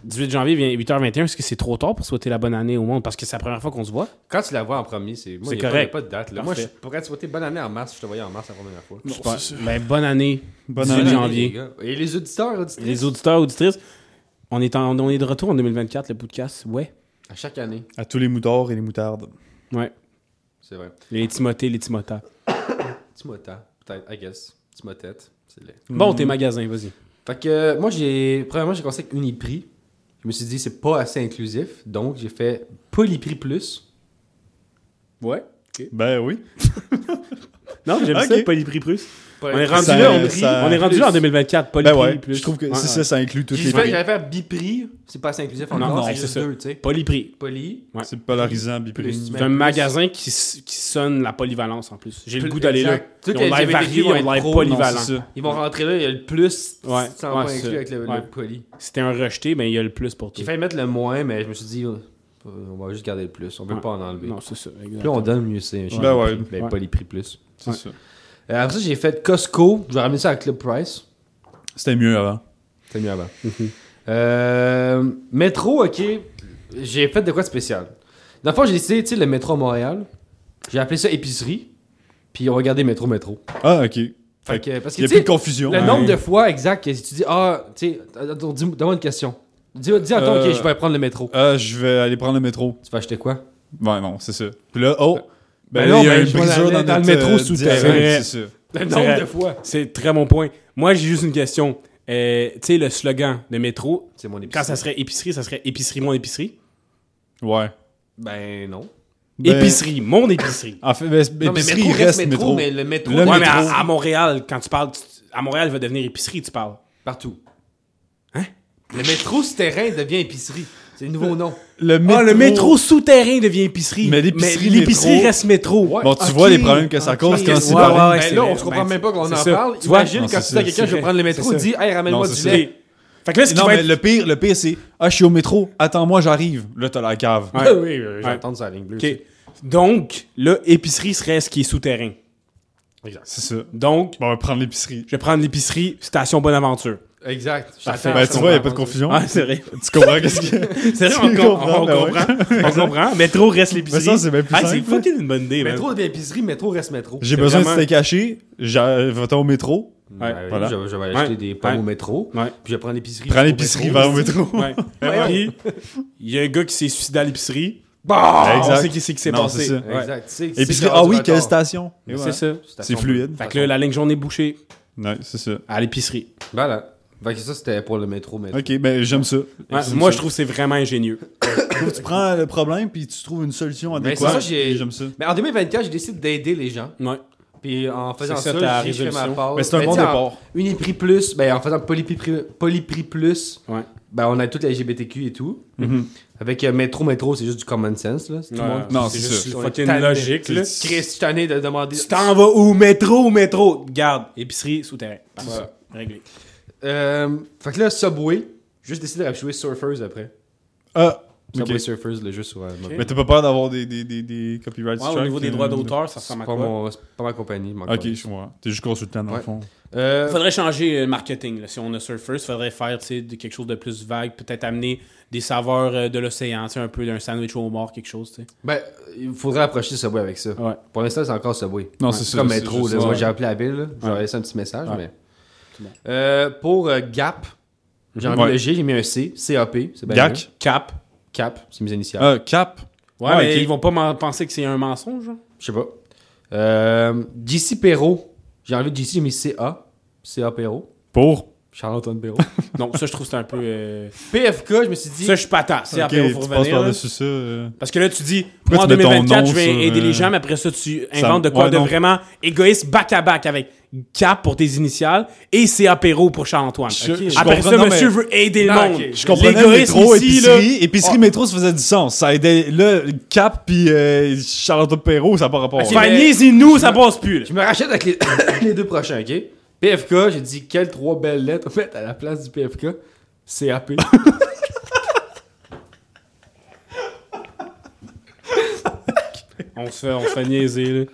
[SPEAKER 2] 18 janvier, vient 8h21, est-ce que c'est trop tard pour souhaiter la bonne année au monde? Parce que c'est la première fois qu'on se voit.
[SPEAKER 7] Quand tu la vois en premier, c'est moi,
[SPEAKER 2] C'est
[SPEAKER 7] il y a pas-
[SPEAKER 2] correct.
[SPEAKER 7] il y a pas de date. Là. Moi, je
[SPEAKER 2] Parfait.
[SPEAKER 7] pourrais te souhaiter bonne année en mars. Je te voyais en mars la première fois.
[SPEAKER 2] Je pense- Ben, bonne année, 18
[SPEAKER 6] année.
[SPEAKER 7] Les
[SPEAKER 2] janvier.
[SPEAKER 7] gars. Et les auditeurs, auditrices.
[SPEAKER 2] Les auditeurs, auditrices, on est, en- on est de retour en 2024, le podcast. Ouais.
[SPEAKER 7] À chaque année,
[SPEAKER 6] À tous les moutards et les moutardes.
[SPEAKER 2] Ouais.
[SPEAKER 7] c'est vrai.
[SPEAKER 2] Les Timothée, les Timothées.
[SPEAKER 7] Timota, peut-être, I guess. Timotette, c'est laid.
[SPEAKER 2] Bon, tes magasins, vas-y.
[SPEAKER 7] Fait que euh, moi, j'ai. Premièrement, j'ai commencé avec Uniprix. Je me suis dit, c'est pas assez inclusif. Donc, j'ai fait Polyprix Plus.
[SPEAKER 2] Ouais.
[SPEAKER 6] Ben oui.
[SPEAKER 2] Non, j'aime
[SPEAKER 6] Ok.
[SPEAKER 2] ça, Polyprix Plus. On est rendu
[SPEAKER 6] Ça-
[SPEAKER 2] là, on,
[SPEAKER 6] ça-
[SPEAKER 2] on est rendu là en 2024, Polyprix Plus.
[SPEAKER 6] Ben Je trouve que
[SPEAKER 2] Ouais,
[SPEAKER 6] c'est
[SPEAKER 2] ouais.
[SPEAKER 6] ça, ça inclut toutes
[SPEAKER 7] J'ai
[SPEAKER 6] les
[SPEAKER 7] fait,
[SPEAKER 6] prix.
[SPEAKER 7] j'avais fait Biprix. C'est pas assez inclusif
[SPEAKER 2] Non,
[SPEAKER 7] encore.
[SPEAKER 2] non,
[SPEAKER 7] c'est
[SPEAKER 2] c'est
[SPEAKER 7] juste
[SPEAKER 2] ça.
[SPEAKER 7] deux, tu sais.
[SPEAKER 2] Polyprix.
[SPEAKER 7] Poly.
[SPEAKER 2] Ouais.
[SPEAKER 6] C'est polarisant, biprime.
[SPEAKER 7] Ben,
[SPEAKER 2] C'est un magasin qui, s- qui sonne la polyvalence en plus. J'ai le
[SPEAKER 7] Plus-
[SPEAKER 2] goût d'aller là.
[SPEAKER 7] exact. Tout
[SPEAKER 2] Ils ont l'air
[SPEAKER 7] LGBT
[SPEAKER 2] variés, ils
[SPEAKER 7] vont
[SPEAKER 2] ont
[SPEAKER 7] être
[SPEAKER 2] l'air
[SPEAKER 7] pro,
[SPEAKER 2] polyvalents.
[SPEAKER 7] Ils vont rentrer là, il y a le plus
[SPEAKER 2] Ouais,
[SPEAKER 7] sans
[SPEAKER 2] ouais,
[SPEAKER 7] pas
[SPEAKER 2] c'est
[SPEAKER 7] inclus
[SPEAKER 2] ça.
[SPEAKER 7] avec le, le
[SPEAKER 2] Ouais.
[SPEAKER 7] poly.
[SPEAKER 2] C'était un rejeté, mais il y a le plus pour tout.
[SPEAKER 7] J'ai failli mettre le moins, mais je me suis dit, euh, on va juste garder le plus. On peut
[SPEAKER 2] Ouais.
[SPEAKER 7] pas en enlever.
[SPEAKER 2] Non, c'est ça.
[SPEAKER 7] Plus on donne, mieux c'est.
[SPEAKER 6] Ben ouais.
[SPEAKER 7] Ben,
[SPEAKER 2] Ouais.
[SPEAKER 7] Polyprix Plus.
[SPEAKER 6] C'est ça.
[SPEAKER 7] Euh, après ça, j'ai fait Costco. Je vais ramener ça à Club Price.
[SPEAKER 6] C'était mieux avant.
[SPEAKER 7] C'était mieux avant.
[SPEAKER 6] Mhm.
[SPEAKER 7] Euh, métro, ok. J'ai fait de quoi de spécial. Dans le fond, j'ai décidé, tu sais, le métro à Montréal. J'ai appelé ça épicerie. Puis on regardait métro, métro.
[SPEAKER 6] Ah, ok.
[SPEAKER 7] Fait
[SPEAKER 6] Fait
[SPEAKER 7] que, parce que,
[SPEAKER 6] Il n'y
[SPEAKER 7] tu
[SPEAKER 6] a plus
[SPEAKER 7] sais,
[SPEAKER 6] de confusion. hein.
[SPEAKER 7] le
[SPEAKER 6] Ouais.
[SPEAKER 7] nombre de fois exact que si tu dis, ah, tu sais, attends, dis- donne-moi une question. Dis, dis à ton,
[SPEAKER 6] Euh,
[SPEAKER 7] ok, je vais prendre le métro.
[SPEAKER 6] Ah, je vais aller prendre le métro.
[SPEAKER 7] Tu vas acheter quoi?
[SPEAKER 6] Ben non, c'est ça. Puis là, oh.
[SPEAKER 7] Ben non,
[SPEAKER 6] il y a
[SPEAKER 7] ben,
[SPEAKER 6] une
[SPEAKER 7] je vais
[SPEAKER 6] brisure
[SPEAKER 7] aller
[SPEAKER 6] dans,
[SPEAKER 7] dans le
[SPEAKER 6] notre,
[SPEAKER 7] métro
[SPEAKER 6] euh,
[SPEAKER 7] souterrain.
[SPEAKER 6] diaphragme, C'est ça.
[SPEAKER 7] Le
[SPEAKER 2] nombre
[SPEAKER 7] nombre
[SPEAKER 2] vrai.
[SPEAKER 7] de
[SPEAKER 2] de
[SPEAKER 7] fois.
[SPEAKER 2] C'est très bon point. Moi, j'ai juste une question. Euh, tu sais, le slogan de métro,
[SPEAKER 7] C'est mon épicerie.
[SPEAKER 2] quand ça serait épicerie, ça serait épicerie, mon épicerie.
[SPEAKER 6] Ouais.
[SPEAKER 7] Ben non.
[SPEAKER 6] Ben,
[SPEAKER 2] Épicerie, mon épicerie.
[SPEAKER 6] En fait, ben,
[SPEAKER 7] Non, mais
[SPEAKER 6] épicerie
[SPEAKER 7] métro
[SPEAKER 6] reste
[SPEAKER 7] métro,
[SPEAKER 6] métro.
[SPEAKER 7] mais le métro
[SPEAKER 6] Le
[SPEAKER 7] ouais,
[SPEAKER 2] ouais,
[SPEAKER 7] mais
[SPEAKER 2] mais
[SPEAKER 6] métro.
[SPEAKER 2] à, à Montréal, quand tu parles, tu- à Montréal, il va devenir épicerie, tu parles.
[SPEAKER 7] partout. Hein? Le métro souterrain devient épicerie. C'est le
[SPEAKER 6] Euh.
[SPEAKER 7] nouveau nom.
[SPEAKER 6] Le métro.
[SPEAKER 2] Ah, le métro souterrain devient épicerie.
[SPEAKER 6] Mais l'épicerie métro-
[SPEAKER 2] reste métro.
[SPEAKER 6] Bon, tu vois les problèmes que ça cause
[SPEAKER 2] ok.
[SPEAKER 6] quand
[SPEAKER 2] Ouais,
[SPEAKER 6] c'est
[SPEAKER 2] ouais,
[SPEAKER 6] pareil.
[SPEAKER 2] ouais,
[SPEAKER 7] Ben
[SPEAKER 2] c'est
[SPEAKER 7] là,
[SPEAKER 2] vrai.
[SPEAKER 7] on se comprend
[SPEAKER 2] Ben,
[SPEAKER 7] même pas qu'on
[SPEAKER 2] c'est
[SPEAKER 7] en
[SPEAKER 2] ça.
[SPEAKER 7] parle.
[SPEAKER 2] Tu vois?
[SPEAKER 7] Imagine
[SPEAKER 6] Non,
[SPEAKER 7] quand
[SPEAKER 6] c'est
[SPEAKER 7] tu dis à
[SPEAKER 6] ça,
[SPEAKER 7] quelqu'un,
[SPEAKER 2] c'est
[SPEAKER 7] je vais
[SPEAKER 2] vrai.
[SPEAKER 7] prendre le métro,
[SPEAKER 2] C'est
[SPEAKER 7] dis, hey, ramène-moi
[SPEAKER 6] Non,
[SPEAKER 7] du
[SPEAKER 6] c'est
[SPEAKER 7] lait.
[SPEAKER 2] Fait que là, ce qui
[SPEAKER 6] Non,
[SPEAKER 2] va
[SPEAKER 6] mais
[SPEAKER 2] être-
[SPEAKER 6] le pire, le pire, c'est Ah, je suis au métro, attends-moi, j'arrive. Là, t'as la cave.
[SPEAKER 2] Ouais.
[SPEAKER 7] Ah oui, oui,
[SPEAKER 2] Ouais.
[SPEAKER 7] j'entends ça la ligne bleue.
[SPEAKER 2] OK. Donc, là, épicerie serait ce qui est souterrain.
[SPEAKER 6] C'est ça.
[SPEAKER 2] Donc,
[SPEAKER 6] Bon, on va prendre l'épicerie.
[SPEAKER 2] je vais prendre l'épicerie Station Bonaventure.
[SPEAKER 7] ça. Exact.
[SPEAKER 2] Parfait.
[SPEAKER 6] Ben, tu vois, il n'y a pas de confusion.
[SPEAKER 2] Ah, c'est
[SPEAKER 6] [LAUGHS]
[SPEAKER 2] vrai.
[SPEAKER 6] Tu comprends qu'est-ce
[SPEAKER 7] [LAUGHS]
[SPEAKER 6] qu'il y a?
[SPEAKER 2] C'est vrai, on,
[SPEAKER 6] Tu
[SPEAKER 2] com-
[SPEAKER 6] comprends,
[SPEAKER 2] on
[SPEAKER 6] ben ouais.
[SPEAKER 2] comprend.
[SPEAKER 6] [LAUGHS]
[SPEAKER 2] On comprend. Métro reste
[SPEAKER 6] Mais
[SPEAKER 2] l'épicerie.
[SPEAKER 6] ça, c'est bien plus
[SPEAKER 2] ah, c'est
[SPEAKER 6] simple. hein.
[SPEAKER 2] fucking une bonne idée, man.
[SPEAKER 7] Métro devient épicerie, métro reste métro.
[SPEAKER 6] J'ai
[SPEAKER 2] c'est
[SPEAKER 6] besoin
[SPEAKER 2] vraiment-
[SPEAKER 6] de steak haché. j'a- Va-t'en au métro.
[SPEAKER 7] Ouais,
[SPEAKER 2] Ouais,
[SPEAKER 7] oui,
[SPEAKER 6] voilà.
[SPEAKER 7] je, je vais acheter
[SPEAKER 2] Ouais.
[SPEAKER 7] des pommes
[SPEAKER 2] Ouais.
[SPEAKER 7] au métro.
[SPEAKER 2] Ouais.
[SPEAKER 7] Puis je vais prendre l'épicerie.
[SPEAKER 6] Prends
[SPEAKER 7] au
[SPEAKER 6] l'épicerie,
[SPEAKER 7] métro.
[SPEAKER 6] va au
[SPEAKER 7] [LAUGHS]
[SPEAKER 6] métro. [LAUGHS]
[SPEAKER 2] Ouais.
[SPEAKER 6] Ben
[SPEAKER 2] Puis, il y a un gars qui s'est suicidé à l'épicerie.
[SPEAKER 7] Ah,
[SPEAKER 6] Ouais,
[SPEAKER 2] On
[SPEAKER 6] exact.
[SPEAKER 2] sait qui c'est qui s'est
[SPEAKER 6] Non,
[SPEAKER 2] passé.
[SPEAKER 6] c'est ça.
[SPEAKER 2] Ouais.
[SPEAKER 7] Exact. C'est- c'est
[SPEAKER 6] Épicerie.
[SPEAKER 7] qu'il y
[SPEAKER 6] Ah
[SPEAKER 7] aura
[SPEAKER 6] oui,
[SPEAKER 7] du
[SPEAKER 6] quelle
[SPEAKER 7] retard.
[SPEAKER 6] station Et
[SPEAKER 2] C'est
[SPEAKER 6] voilà.
[SPEAKER 2] ça.
[SPEAKER 6] C'est fluide.
[SPEAKER 2] Fait que là, la ligne jaune est bouchée
[SPEAKER 6] Ouais, c'est ça.
[SPEAKER 2] à l'épicerie.
[SPEAKER 7] Voilà. Fait que ça, c'était pour le métro. métro.
[SPEAKER 6] Ok, ben j'aime ça.
[SPEAKER 2] Ouais, moi, je trouve que c'est vraiment ingénieux.
[SPEAKER 6] tu prends le problème puis tu trouves une solution
[SPEAKER 7] Mais c'est ça, j'ai-
[SPEAKER 6] J'aime ça.
[SPEAKER 7] Mais en 2024, j'ai décidé d'aider les gens.
[SPEAKER 2] Ouais.
[SPEAKER 7] Puis en faisant
[SPEAKER 2] C'est ça,
[SPEAKER 7] ça,
[SPEAKER 2] ta
[SPEAKER 7] j'ai- j'ai fait ma
[SPEAKER 2] résolution.
[SPEAKER 7] part.
[SPEAKER 6] Mais c'est un
[SPEAKER 7] Ben,
[SPEAKER 6] bon
[SPEAKER 7] tu sais, en-
[SPEAKER 6] départ.
[SPEAKER 7] Une épicerie plus, ben, en faisant Polyprix Polyprix plus,
[SPEAKER 2] Ouais.
[SPEAKER 7] ben, on a toute la LGBTQ et tout. Avec euh, métro, métro, c'est juste du common sense. Là. C'est tout le monde.
[SPEAKER 6] Non,
[SPEAKER 2] c'est
[SPEAKER 6] c'est
[SPEAKER 2] juste
[SPEAKER 7] ça.
[SPEAKER 2] fucking
[SPEAKER 7] On est tanné.
[SPEAKER 2] logique, là.
[SPEAKER 7] Chris, je suis tanné de demander.
[SPEAKER 2] Tu t'en vas où Métro ou métro Garde, épicerie souterrain. Voilà. Réglé.
[SPEAKER 7] Euh, fait que là, Subway, juste décidé de jouer Surfers après.
[SPEAKER 6] Ah, ok.
[SPEAKER 7] Subway Surfers, le jeu sur euh, mobile.
[SPEAKER 6] Mais t'as pas peur d'avoir des, des, des, des copyright
[SPEAKER 2] Ouais, au
[SPEAKER 6] strikes,
[SPEAKER 2] niveau des
[SPEAKER 6] euh,
[SPEAKER 2] droits d'auteur, ça
[SPEAKER 7] C'est
[SPEAKER 2] ressemble à
[SPEAKER 7] pas,
[SPEAKER 2] quoi
[SPEAKER 7] mon, c'est pas ma compagnie. mon
[SPEAKER 6] Ok,
[SPEAKER 7] compagnie.
[SPEAKER 6] je vois. T'es juste consultant dans
[SPEAKER 7] Ouais.
[SPEAKER 6] le fond.
[SPEAKER 7] Euh,
[SPEAKER 2] Faudrait changer euh, le marketing. là. Si on a Surfers, faudrait faire tu sais, de- quelque chose de plus vague. Peut-être amener des saveurs euh, de l'océan, tu sais, un peu d'un sandwich au mort, quelque chose. tu sais.
[SPEAKER 7] ben, il faudrait approcher Subway avec ça.
[SPEAKER 2] Ouais.
[SPEAKER 7] Pour l'instant, c'est encore Subway.
[SPEAKER 6] Non, c'est
[SPEAKER 7] C'est
[SPEAKER 6] ça.
[SPEAKER 7] comme
[SPEAKER 6] c'est
[SPEAKER 7] métro.
[SPEAKER 6] juste
[SPEAKER 7] là.
[SPEAKER 6] ça.
[SPEAKER 7] Moi, j'ai appelé la ville. là. J'ai laissé un petit message.
[SPEAKER 2] Ouais.
[SPEAKER 7] mais
[SPEAKER 2] bon.
[SPEAKER 7] Euh, Pour euh, Gap, j'ai enlevé
[SPEAKER 6] Ouais.
[SPEAKER 7] le G, j'ai mis un C. CAP. C'est bien mieux.
[SPEAKER 6] Gac.
[SPEAKER 2] Cap.
[SPEAKER 7] Cap, c'est mes initiales.
[SPEAKER 6] Ah, cap.
[SPEAKER 2] Ouais,
[SPEAKER 6] Ouais,
[SPEAKER 2] mais
[SPEAKER 6] ok.
[SPEAKER 2] ils vont pas m'en penser que c'est un mensonge. genre.
[SPEAKER 7] Je sais pas. Euh, JC Perrault. J'ai enlevé JC, j'ai mis CA. CA Perrault.
[SPEAKER 6] Pour.
[SPEAKER 7] Charles-Antoine
[SPEAKER 6] [LAUGHS]
[SPEAKER 7] Perrault.
[SPEAKER 2] Non, ça, je trouve que c'est un peu. euh,
[SPEAKER 7] PFK, je me suis dit.
[SPEAKER 2] Ça, je suis patate. C'est
[SPEAKER 6] Ok,
[SPEAKER 2] après,
[SPEAKER 6] tu
[SPEAKER 2] faut
[SPEAKER 6] passes
[SPEAKER 2] revenir. là.
[SPEAKER 6] par-dessus ça. euh.
[SPEAKER 2] Parce que là, tu dis,
[SPEAKER 6] Pourquoi
[SPEAKER 2] moi, en
[SPEAKER 6] tu mets ton
[SPEAKER 2] 2024,
[SPEAKER 6] nom
[SPEAKER 2] je vais
[SPEAKER 6] sur,
[SPEAKER 2] aider
[SPEAKER 6] euh,
[SPEAKER 2] les gens, mais après ça, tu
[SPEAKER 6] ça-
[SPEAKER 2] inventes de quoi
[SPEAKER 6] ouais,
[SPEAKER 2] de
[SPEAKER 6] non.
[SPEAKER 2] vraiment égoïste back-à-back avec Cap pour tes initiales et c'est apéro pour Charles-Antoine.
[SPEAKER 6] Je-
[SPEAKER 2] Ok.
[SPEAKER 6] je
[SPEAKER 2] Après
[SPEAKER 6] comprends-
[SPEAKER 2] ça,
[SPEAKER 6] non, mais-
[SPEAKER 2] monsieur veut aider le
[SPEAKER 7] Non,
[SPEAKER 2] monde.
[SPEAKER 7] ok.
[SPEAKER 6] Je comprenais
[SPEAKER 2] L'égoïsme
[SPEAKER 6] métro,
[SPEAKER 2] ici, là.
[SPEAKER 6] épicerie. Épicerie, métro, ça faisait du sens. Ça aidait. Là, cap puis euh, Charlotte Perrault, ça n'a pas rapport.
[SPEAKER 7] Ok.
[SPEAKER 6] Ouais.
[SPEAKER 2] Faire niaiser nous, ça passe plus. là.
[SPEAKER 7] Je me rachète avec les, [COUGHS] les deux prochains, ok? PFK, j'ai dit quelles trois belles lettres mettre à la place du PFK? CAP.
[SPEAKER 6] [LAUGHS]
[SPEAKER 2] On se fait, on se fait niaiser, là.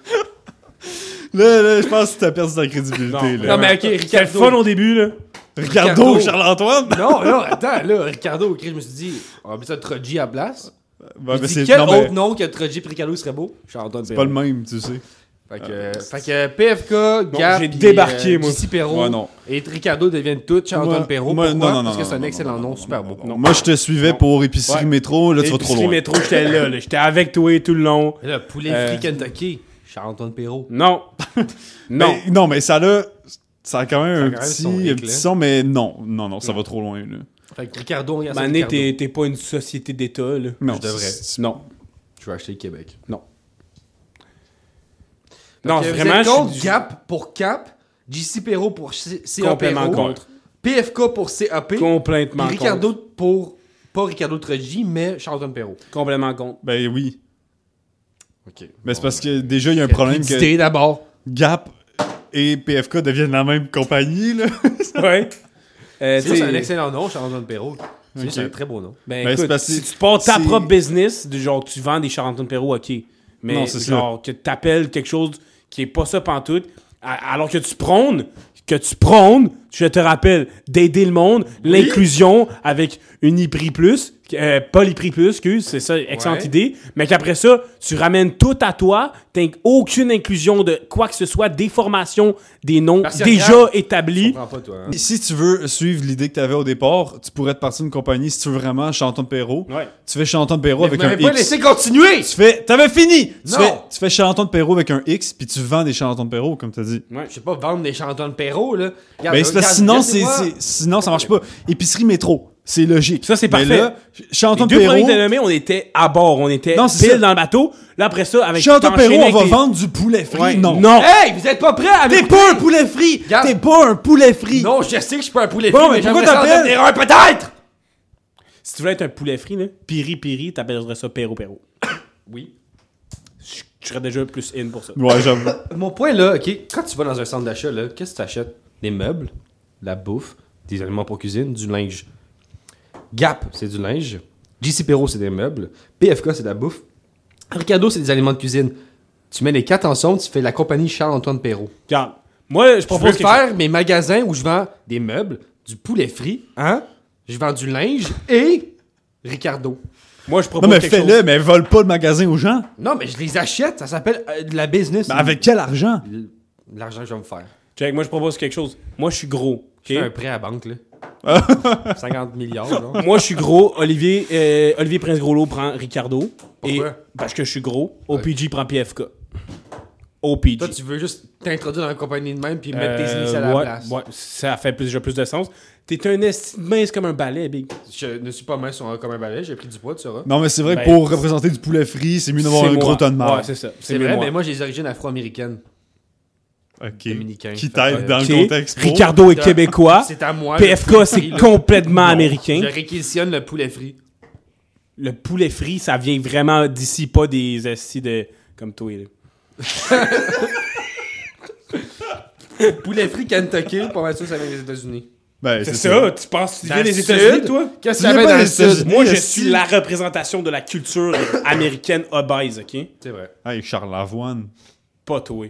[SPEAKER 6] Là, là, je pense que t'as perdu ta crédibilité.
[SPEAKER 2] Non,
[SPEAKER 6] là.
[SPEAKER 7] non, mais ok,
[SPEAKER 2] Quel
[SPEAKER 7] Ricardo.
[SPEAKER 2] fun au début, là.
[SPEAKER 6] Ricardo,
[SPEAKER 7] Ricardo. [LAUGHS]
[SPEAKER 6] Charles-Antoine.
[SPEAKER 7] Non, non, attends, là, Ricardo, ok, je me suis dit, on va mettre ça Troji à la place.
[SPEAKER 6] Ben,
[SPEAKER 7] J'ai
[SPEAKER 6] ben,
[SPEAKER 7] dit,
[SPEAKER 6] c'est
[SPEAKER 7] quel
[SPEAKER 6] non, mais
[SPEAKER 7] autre nom que Troji et Ricardo serait beau? Charles-Antoine
[SPEAKER 6] c'est pas le même, tu sais.
[SPEAKER 7] Fait que,
[SPEAKER 6] Ah,
[SPEAKER 7] fait que PFK, Gap,
[SPEAKER 2] j'ai
[SPEAKER 7] puis,
[SPEAKER 2] débarqué, moi.
[SPEAKER 7] JC Perrault
[SPEAKER 6] Ouais, non.
[SPEAKER 7] et Ricardo deviennent tous Charles-Antoine
[SPEAKER 6] Moi-
[SPEAKER 7] Perrault.
[SPEAKER 6] moi,
[SPEAKER 7] Pourquoi?
[SPEAKER 6] non, non, non,
[SPEAKER 7] Parce que c'est un
[SPEAKER 6] non,
[SPEAKER 7] excellent
[SPEAKER 6] non,
[SPEAKER 7] nom,
[SPEAKER 6] non,
[SPEAKER 7] super beau.
[SPEAKER 6] Non. Moi, je te suivais pour épicerie
[SPEAKER 2] Ouais.
[SPEAKER 6] métro. Là, tu vas trop
[SPEAKER 2] Épicerie
[SPEAKER 6] loin.
[SPEAKER 2] métro, j'étais là, là. J'étais avec toi tout le long.
[SPEAKER 7] Et là, poulet
[SPEAKER 2] Euh,
[SPEAKER 7] frit Kentucky, Charles-Antoine Perrault.
[SPEAKER 6] [LAUGHS]
[SPEAKER 2] Non. Non.
[SPEAKER 6] Mais- non, mais ça là, ça a quand même
[SPEAKER 7] Ça a
[SPEAKER 6] un
[SPEAKER 7] quand même
[SPEAKER 6] petit,
[SPEAKER 7] son
[SPEAKER 6] un
[SPEAKER 7] hic,
[SPEAKER 6] petit
[SPEAKER 7] là.
[SPEAKER 6] son, mais non, non, non, ça va trop loin. Là.
[SPEAKER 7] Fait que Ricardo, on regarde ça,
[SPEAKER 2] Mané,
[SPEAKER 7] Ricardo.
[SPEAKER 2] t'es t'es pas une société d'État, là.
[SPEAKER 6] Non,
[SPEAKER 7] devrais.
[SPEAKER 6] c'est- c'est-
[SPEAKER 2] Non.
[SPEAKER 7] Je vais acheter Québec.
[SPEAKER 2] Non,
[SPEAKER 7] Fait que vous
[SPEAKER 2] vraiment,
[SPEAKER 7] êtes contre
[SPEAKER 2] je suis
[SPEAKER 7] Gap pour Cap, JC Perrault pour C- CA
[SPEAKER 2] complètement
[SPEAKER 7] Perrault,
[SPEAKER 2] contre.
[SPEAKER 7] PFK pour CAP, puis
[SPEAKER 2] Complètement contre.
[SPEAKER 7] Ricardo pour... Pas Ricardo Troji, mais Charles-Antoine Perrault.
[SPEAKER 2] Complètement contre. [LAUGHS]
[SPEAKER 6] Ben oui.
[SPEAKER 7] OK.
[SPEAKER 6] Mais c'est parce que déjà, il y a un problème que
[SPEAKER 7] d'abord.
[SPEAKER 6] Gap et PFK deviennent la même
[SPEAKER 7] [LAUGHS]
[SPEAKER 6] compagnie. Là.
[SPEAKER 2] Ouais. Euh,
[SPEAKER 7] C'est juste
[SPEAKER 2] t'sais,
[SPEAKER 7] un excellent nom, Charles-Antoine Perrault. C'est juste
[SPEAKER 6] Ok.
[SPEAKER 7] un très beau nom.
[SPEAKER 2] ben,
[SPEAKER 6] Ben, c'est
[SPEAKER 2] écoute,
[SPEAKER 6] parce que
[SPEAKER 2] si tu portes ta
[SPEAKER 6] c'est-
[SPEAKER 2] propre business, du genre tu vends des Charentons Perrault, ok. Mais
[SPEAKER 6] Non, c'est ça.
[SPEAKER 2] genre que tu appelles quelque chose qui est pas ça pantoute, a- alors que tu prônes, que tu prônes, je te rappelle, d'aider le monde, l'inclusion avec une IPRI plus, euh, pas l'IPRI plus, excuse, c'est ça, excellente
[SPEAKER 7] Ouais.
[SPEAKER 2] idée, mais qu'après ça, tu ramènes tout à toi, t'as aucune inclusion de quoi que ce soit, des formations, des noms
[SPEAKER 7] Parce que
[SPEAKER 2] déjà
[SPEAKER 7] regarde,
[SPEAKER 2] établis.
[SPEAKER 7] Comprends pas, toi. hein.
[SPEAKER 6] si tu veux suivre l'idée que tu avais au départ, tu pourrais te partir d'une compagnie. Si tu veux vraiment Chanton Perrault,
[SPEAKER 2] Ouais.
[SPEAKER 6] tu fais Chanton Perrault
[SPEAKER 7] Vous
[SPEAKER 6] avec un
[SPEAKER 7] m'avez pas
[SPEAKER 6] X.
[SPEAKER 7] laissé continuer!
[SPEAKER 6] Tu fais. T'avais fini! Tu
[SPEAKER 7] Non.
[SPEAKER 6] fais, tu fais Chanton de Perrault avec un X, puis tu vends des Chantons de Perrault, comme t'as dit.
[SPEAKER 7] Je sais pas, vendre des Charles-Antoine Perrault, là. Regarde, euh,
[SPEAKER 6] Ben, c'est parce que
[SPEAKER 7] regarde,
[SPEAKER 6] sinon, c'est,
[SPEAKER 7] laissez-moi.
[SPEAKER 6] c'est- sinon, ça marche pas. Épicerie métro, c'est logique.
[SPEAKER 2] Ça, c'est
[SPEAKER 6] Mais
[SPEAKER 2] parfait.
[SPEAKER 6] là,
[SPEAKER 2] Les
[SPEAKER 6] Chanton
[SPEAKER 2] deux premiers
[SPEAKER 6] Perrault,
[SPEAKER 2] que t'as nommés, on était à bord, on était
[SPEAKER 6] Non, c'est
[SPEAKER 2] pile
[SPEAKER 6] ça.
[SPEAKER 2] dans le bateau. Là, après ça, avec
[SPEAKER 6] Chanton
[SPEAKER 2] t'enchaînes
[SPEAKER 6] Perrault, on
[SPEAKER 2] avec
[SPEAKER 6] va
[SPEAKER 2] les-
[SPEAKER 6] vendre du poulet frit.
[SPEAKER 2] Ouais.
[SPEAKER 6] Non.
[SPEAKER 2] Non.
[SPEAKER 7] Hey, vous êtes pas prêts à
[SPEAKER 6] T'es
[SPEAKER 7] m'écouter?
[SPEAKER 6] pas un poulet frit!
[SPEAKER 7] Regarde.
[SPEAKER 6] T'es pas un poulet frit!
[SPEAKER 7] Non, je sais que je suis pas un poulet
[SPEAKER 6] Bon,
[SPEAKER 7] frit,
[SPEAKER 6] mais
[SPEAKER 7] mais
[SPEAKER 6] pourquoi
[SPEAKER 7] j'aimerais ça en
[SPEAKER 6] t'appelles?
[SPEAKER 7] devenir un peut-être!
[SPEAKER 2] Si tu voulais être un poulet frit, là, piri piri, t'appellerais ça Perrault Perrault.
[SPEAKER 7] Oui.
[SPEAKER 2] Je je serais déjà plus in pour ça.
[SPEAKER 6] Ouais, j'avoue.
[SPEAKER 7] Mon point là, ok, quand tu vas dans un centre d'achat, là, qu'est-ce que tu achètes Des meubles, de la bouffe, des aliments pour cuisine, du linge. Gap, c'est du linge. JC Perrault, c'est des meubles. PFK, c'est de la bouffe. Ricardo, c'est des aliments de cuisine. Tu mets les quatre ensemble, tu fais la compagnie Charles-Antoine Perrault.
[SPEAKER 2] Regarde, moi, je
[SPEAKER 7] Je
[SPEAKER 2] propose
[SPEAKER 7] veux
[SPEAKER 2] quelque chose.
[SPEAKER 7] faire mes magasins où je vends des meubles, du poulet frit, hein? J'ai vendu linge et Ricardo.
[SPEAKER 2] Moi, je propose
[SPEAKER 6] Non, mais
[SPEAKER 2] quelque chose.
[SPEAKER 6] fais-le, mais vole pas le magasin aux gens.
[SPEAKER 7] Non, mais je les achète, ça s'appelle euh, de la business.
[SPEAKER 2] Bah,
[SPEAKER 6] Ben, avec quel argent?
[SPEAKER 7] L- L'argent que je vais me faire.
[SPEAKER 2] Check, moi, je propose quelque chose. Moi, je suis gros. ok?
[SPEAKER 7] J'ai un prêt à la banque, là.
[SPEAKER 2] [LAUGHS]
[SPEAKER 7] 50 milliards, genre.
[SPEAKER 2] Moi, je suis gros. Olivier, euh, Olivier Prince Groslo prend Ricardo.
[SPEAKER 7] Pourquoi?
[SPEAKER 2] Et, parce que je suis gros. OPG prend PFK. OPG.
[SPEAKER 7] Toi, tu veux juste t'introduire dans la compagnie de même puis mettre tes initiales à
[SPEAKER 2] Euh,
[SPEAKER 7] la
[SPEAKER 2] ouais,
[SPEAKER 7] place.
[SPEAKER 2] ouais, ça fait plus, déjà plus de sens. T'es un esti de mince comme un balai, Big.
[SPEAKER 7] Je ne suis pas mince sur un commun balai, j'ai pris du poids, tu sauras.
[SPEAKER 6] Non, mais c'est vrai
[SPEAKER 2] Ben,
[SPEAKER 6] que pour représenter du poulet frit, c'est mieux d'avoir
[SPEAKER 2] C'est
[SPEAKER 6] un
[SPEAKER 2] moi.
[SPEAKER 6] gros tonne de
[SPEAKER 2] Ouais,
[SPEAKER 6] marde.
[SPEAKER 2] c'est ça.
[SPEAKER 7] C'est vrai,
[SPEAKER 2] moi.
[SPEAKER 7] mais moi, j'ai des origines afro-américaines,
[SPEAKER 6] Ok.
[SPEAKER 7] dominicaines.
[SPEAKER 6] Qui
[SPEAKER 7] Fait que,
[SPEAKER 6] t'aide dans
[SPEAKER 2] Ok.
[SPEAKER 6] le contexte. pour-
[SPEAKER 2] Ricardo est Oh, [LAUGHS] québécois.
[SPEAKER 7] C'est à moi. le
[SPEAKER 2] PFK,
[SPEAKER 7] poulet
[SPEAKER 2] c'est
[SPEAKER 7] frit, là.
[SPEAKER 2] complètement américain.
[SPEAKER 7] Je réquisitionne le poulet frit.
[SPEAKER 2] Le poulet frit, ça vient vraiment d'ici, pas des assis de. comme toi. là.
[SPEAKER 7] Poulet frit Kentucky, pour mettre ça, ça vient des États-Unis.
[SPEAKER 6] Ben,
[SPEAKER 2] C'est ça, tu penses que tu
[SPEAKER 7] Dans
[SPEAKER 2] viens
[SPEAKER 7] le
[SPEAKER 2] des États-Unis,
[SPEAKER 7] Sud,
[SPEAKER 2] toi?
[SPEAKER 7] Qu'est-ce
[SPEAKER 6] Tu
[SPEAKER 7] que ça
[SPEAKER 6] viens
[SPEAKER 7] fait
[SPEAKER 6] pas
[SPEAKER 7] dans le
[SPEAKER 6] des
[SPEAKER 7] sud?
[SPEAKER 6] États-Unis,
[SPEAKER 2] Moi, je
[SPEAKER 6] est-ce
[SPEAKER 2] suis
[SPEAKER 6] que-
[SPEAKER 2] la représentation de la culture [LAUGHS] américaine obèse, OK?
[SPEAKER 7] C'est vrai.
[SPEAKER 6] Hey, Charles Lavoine,
[SPEAKER 2] Pas toi.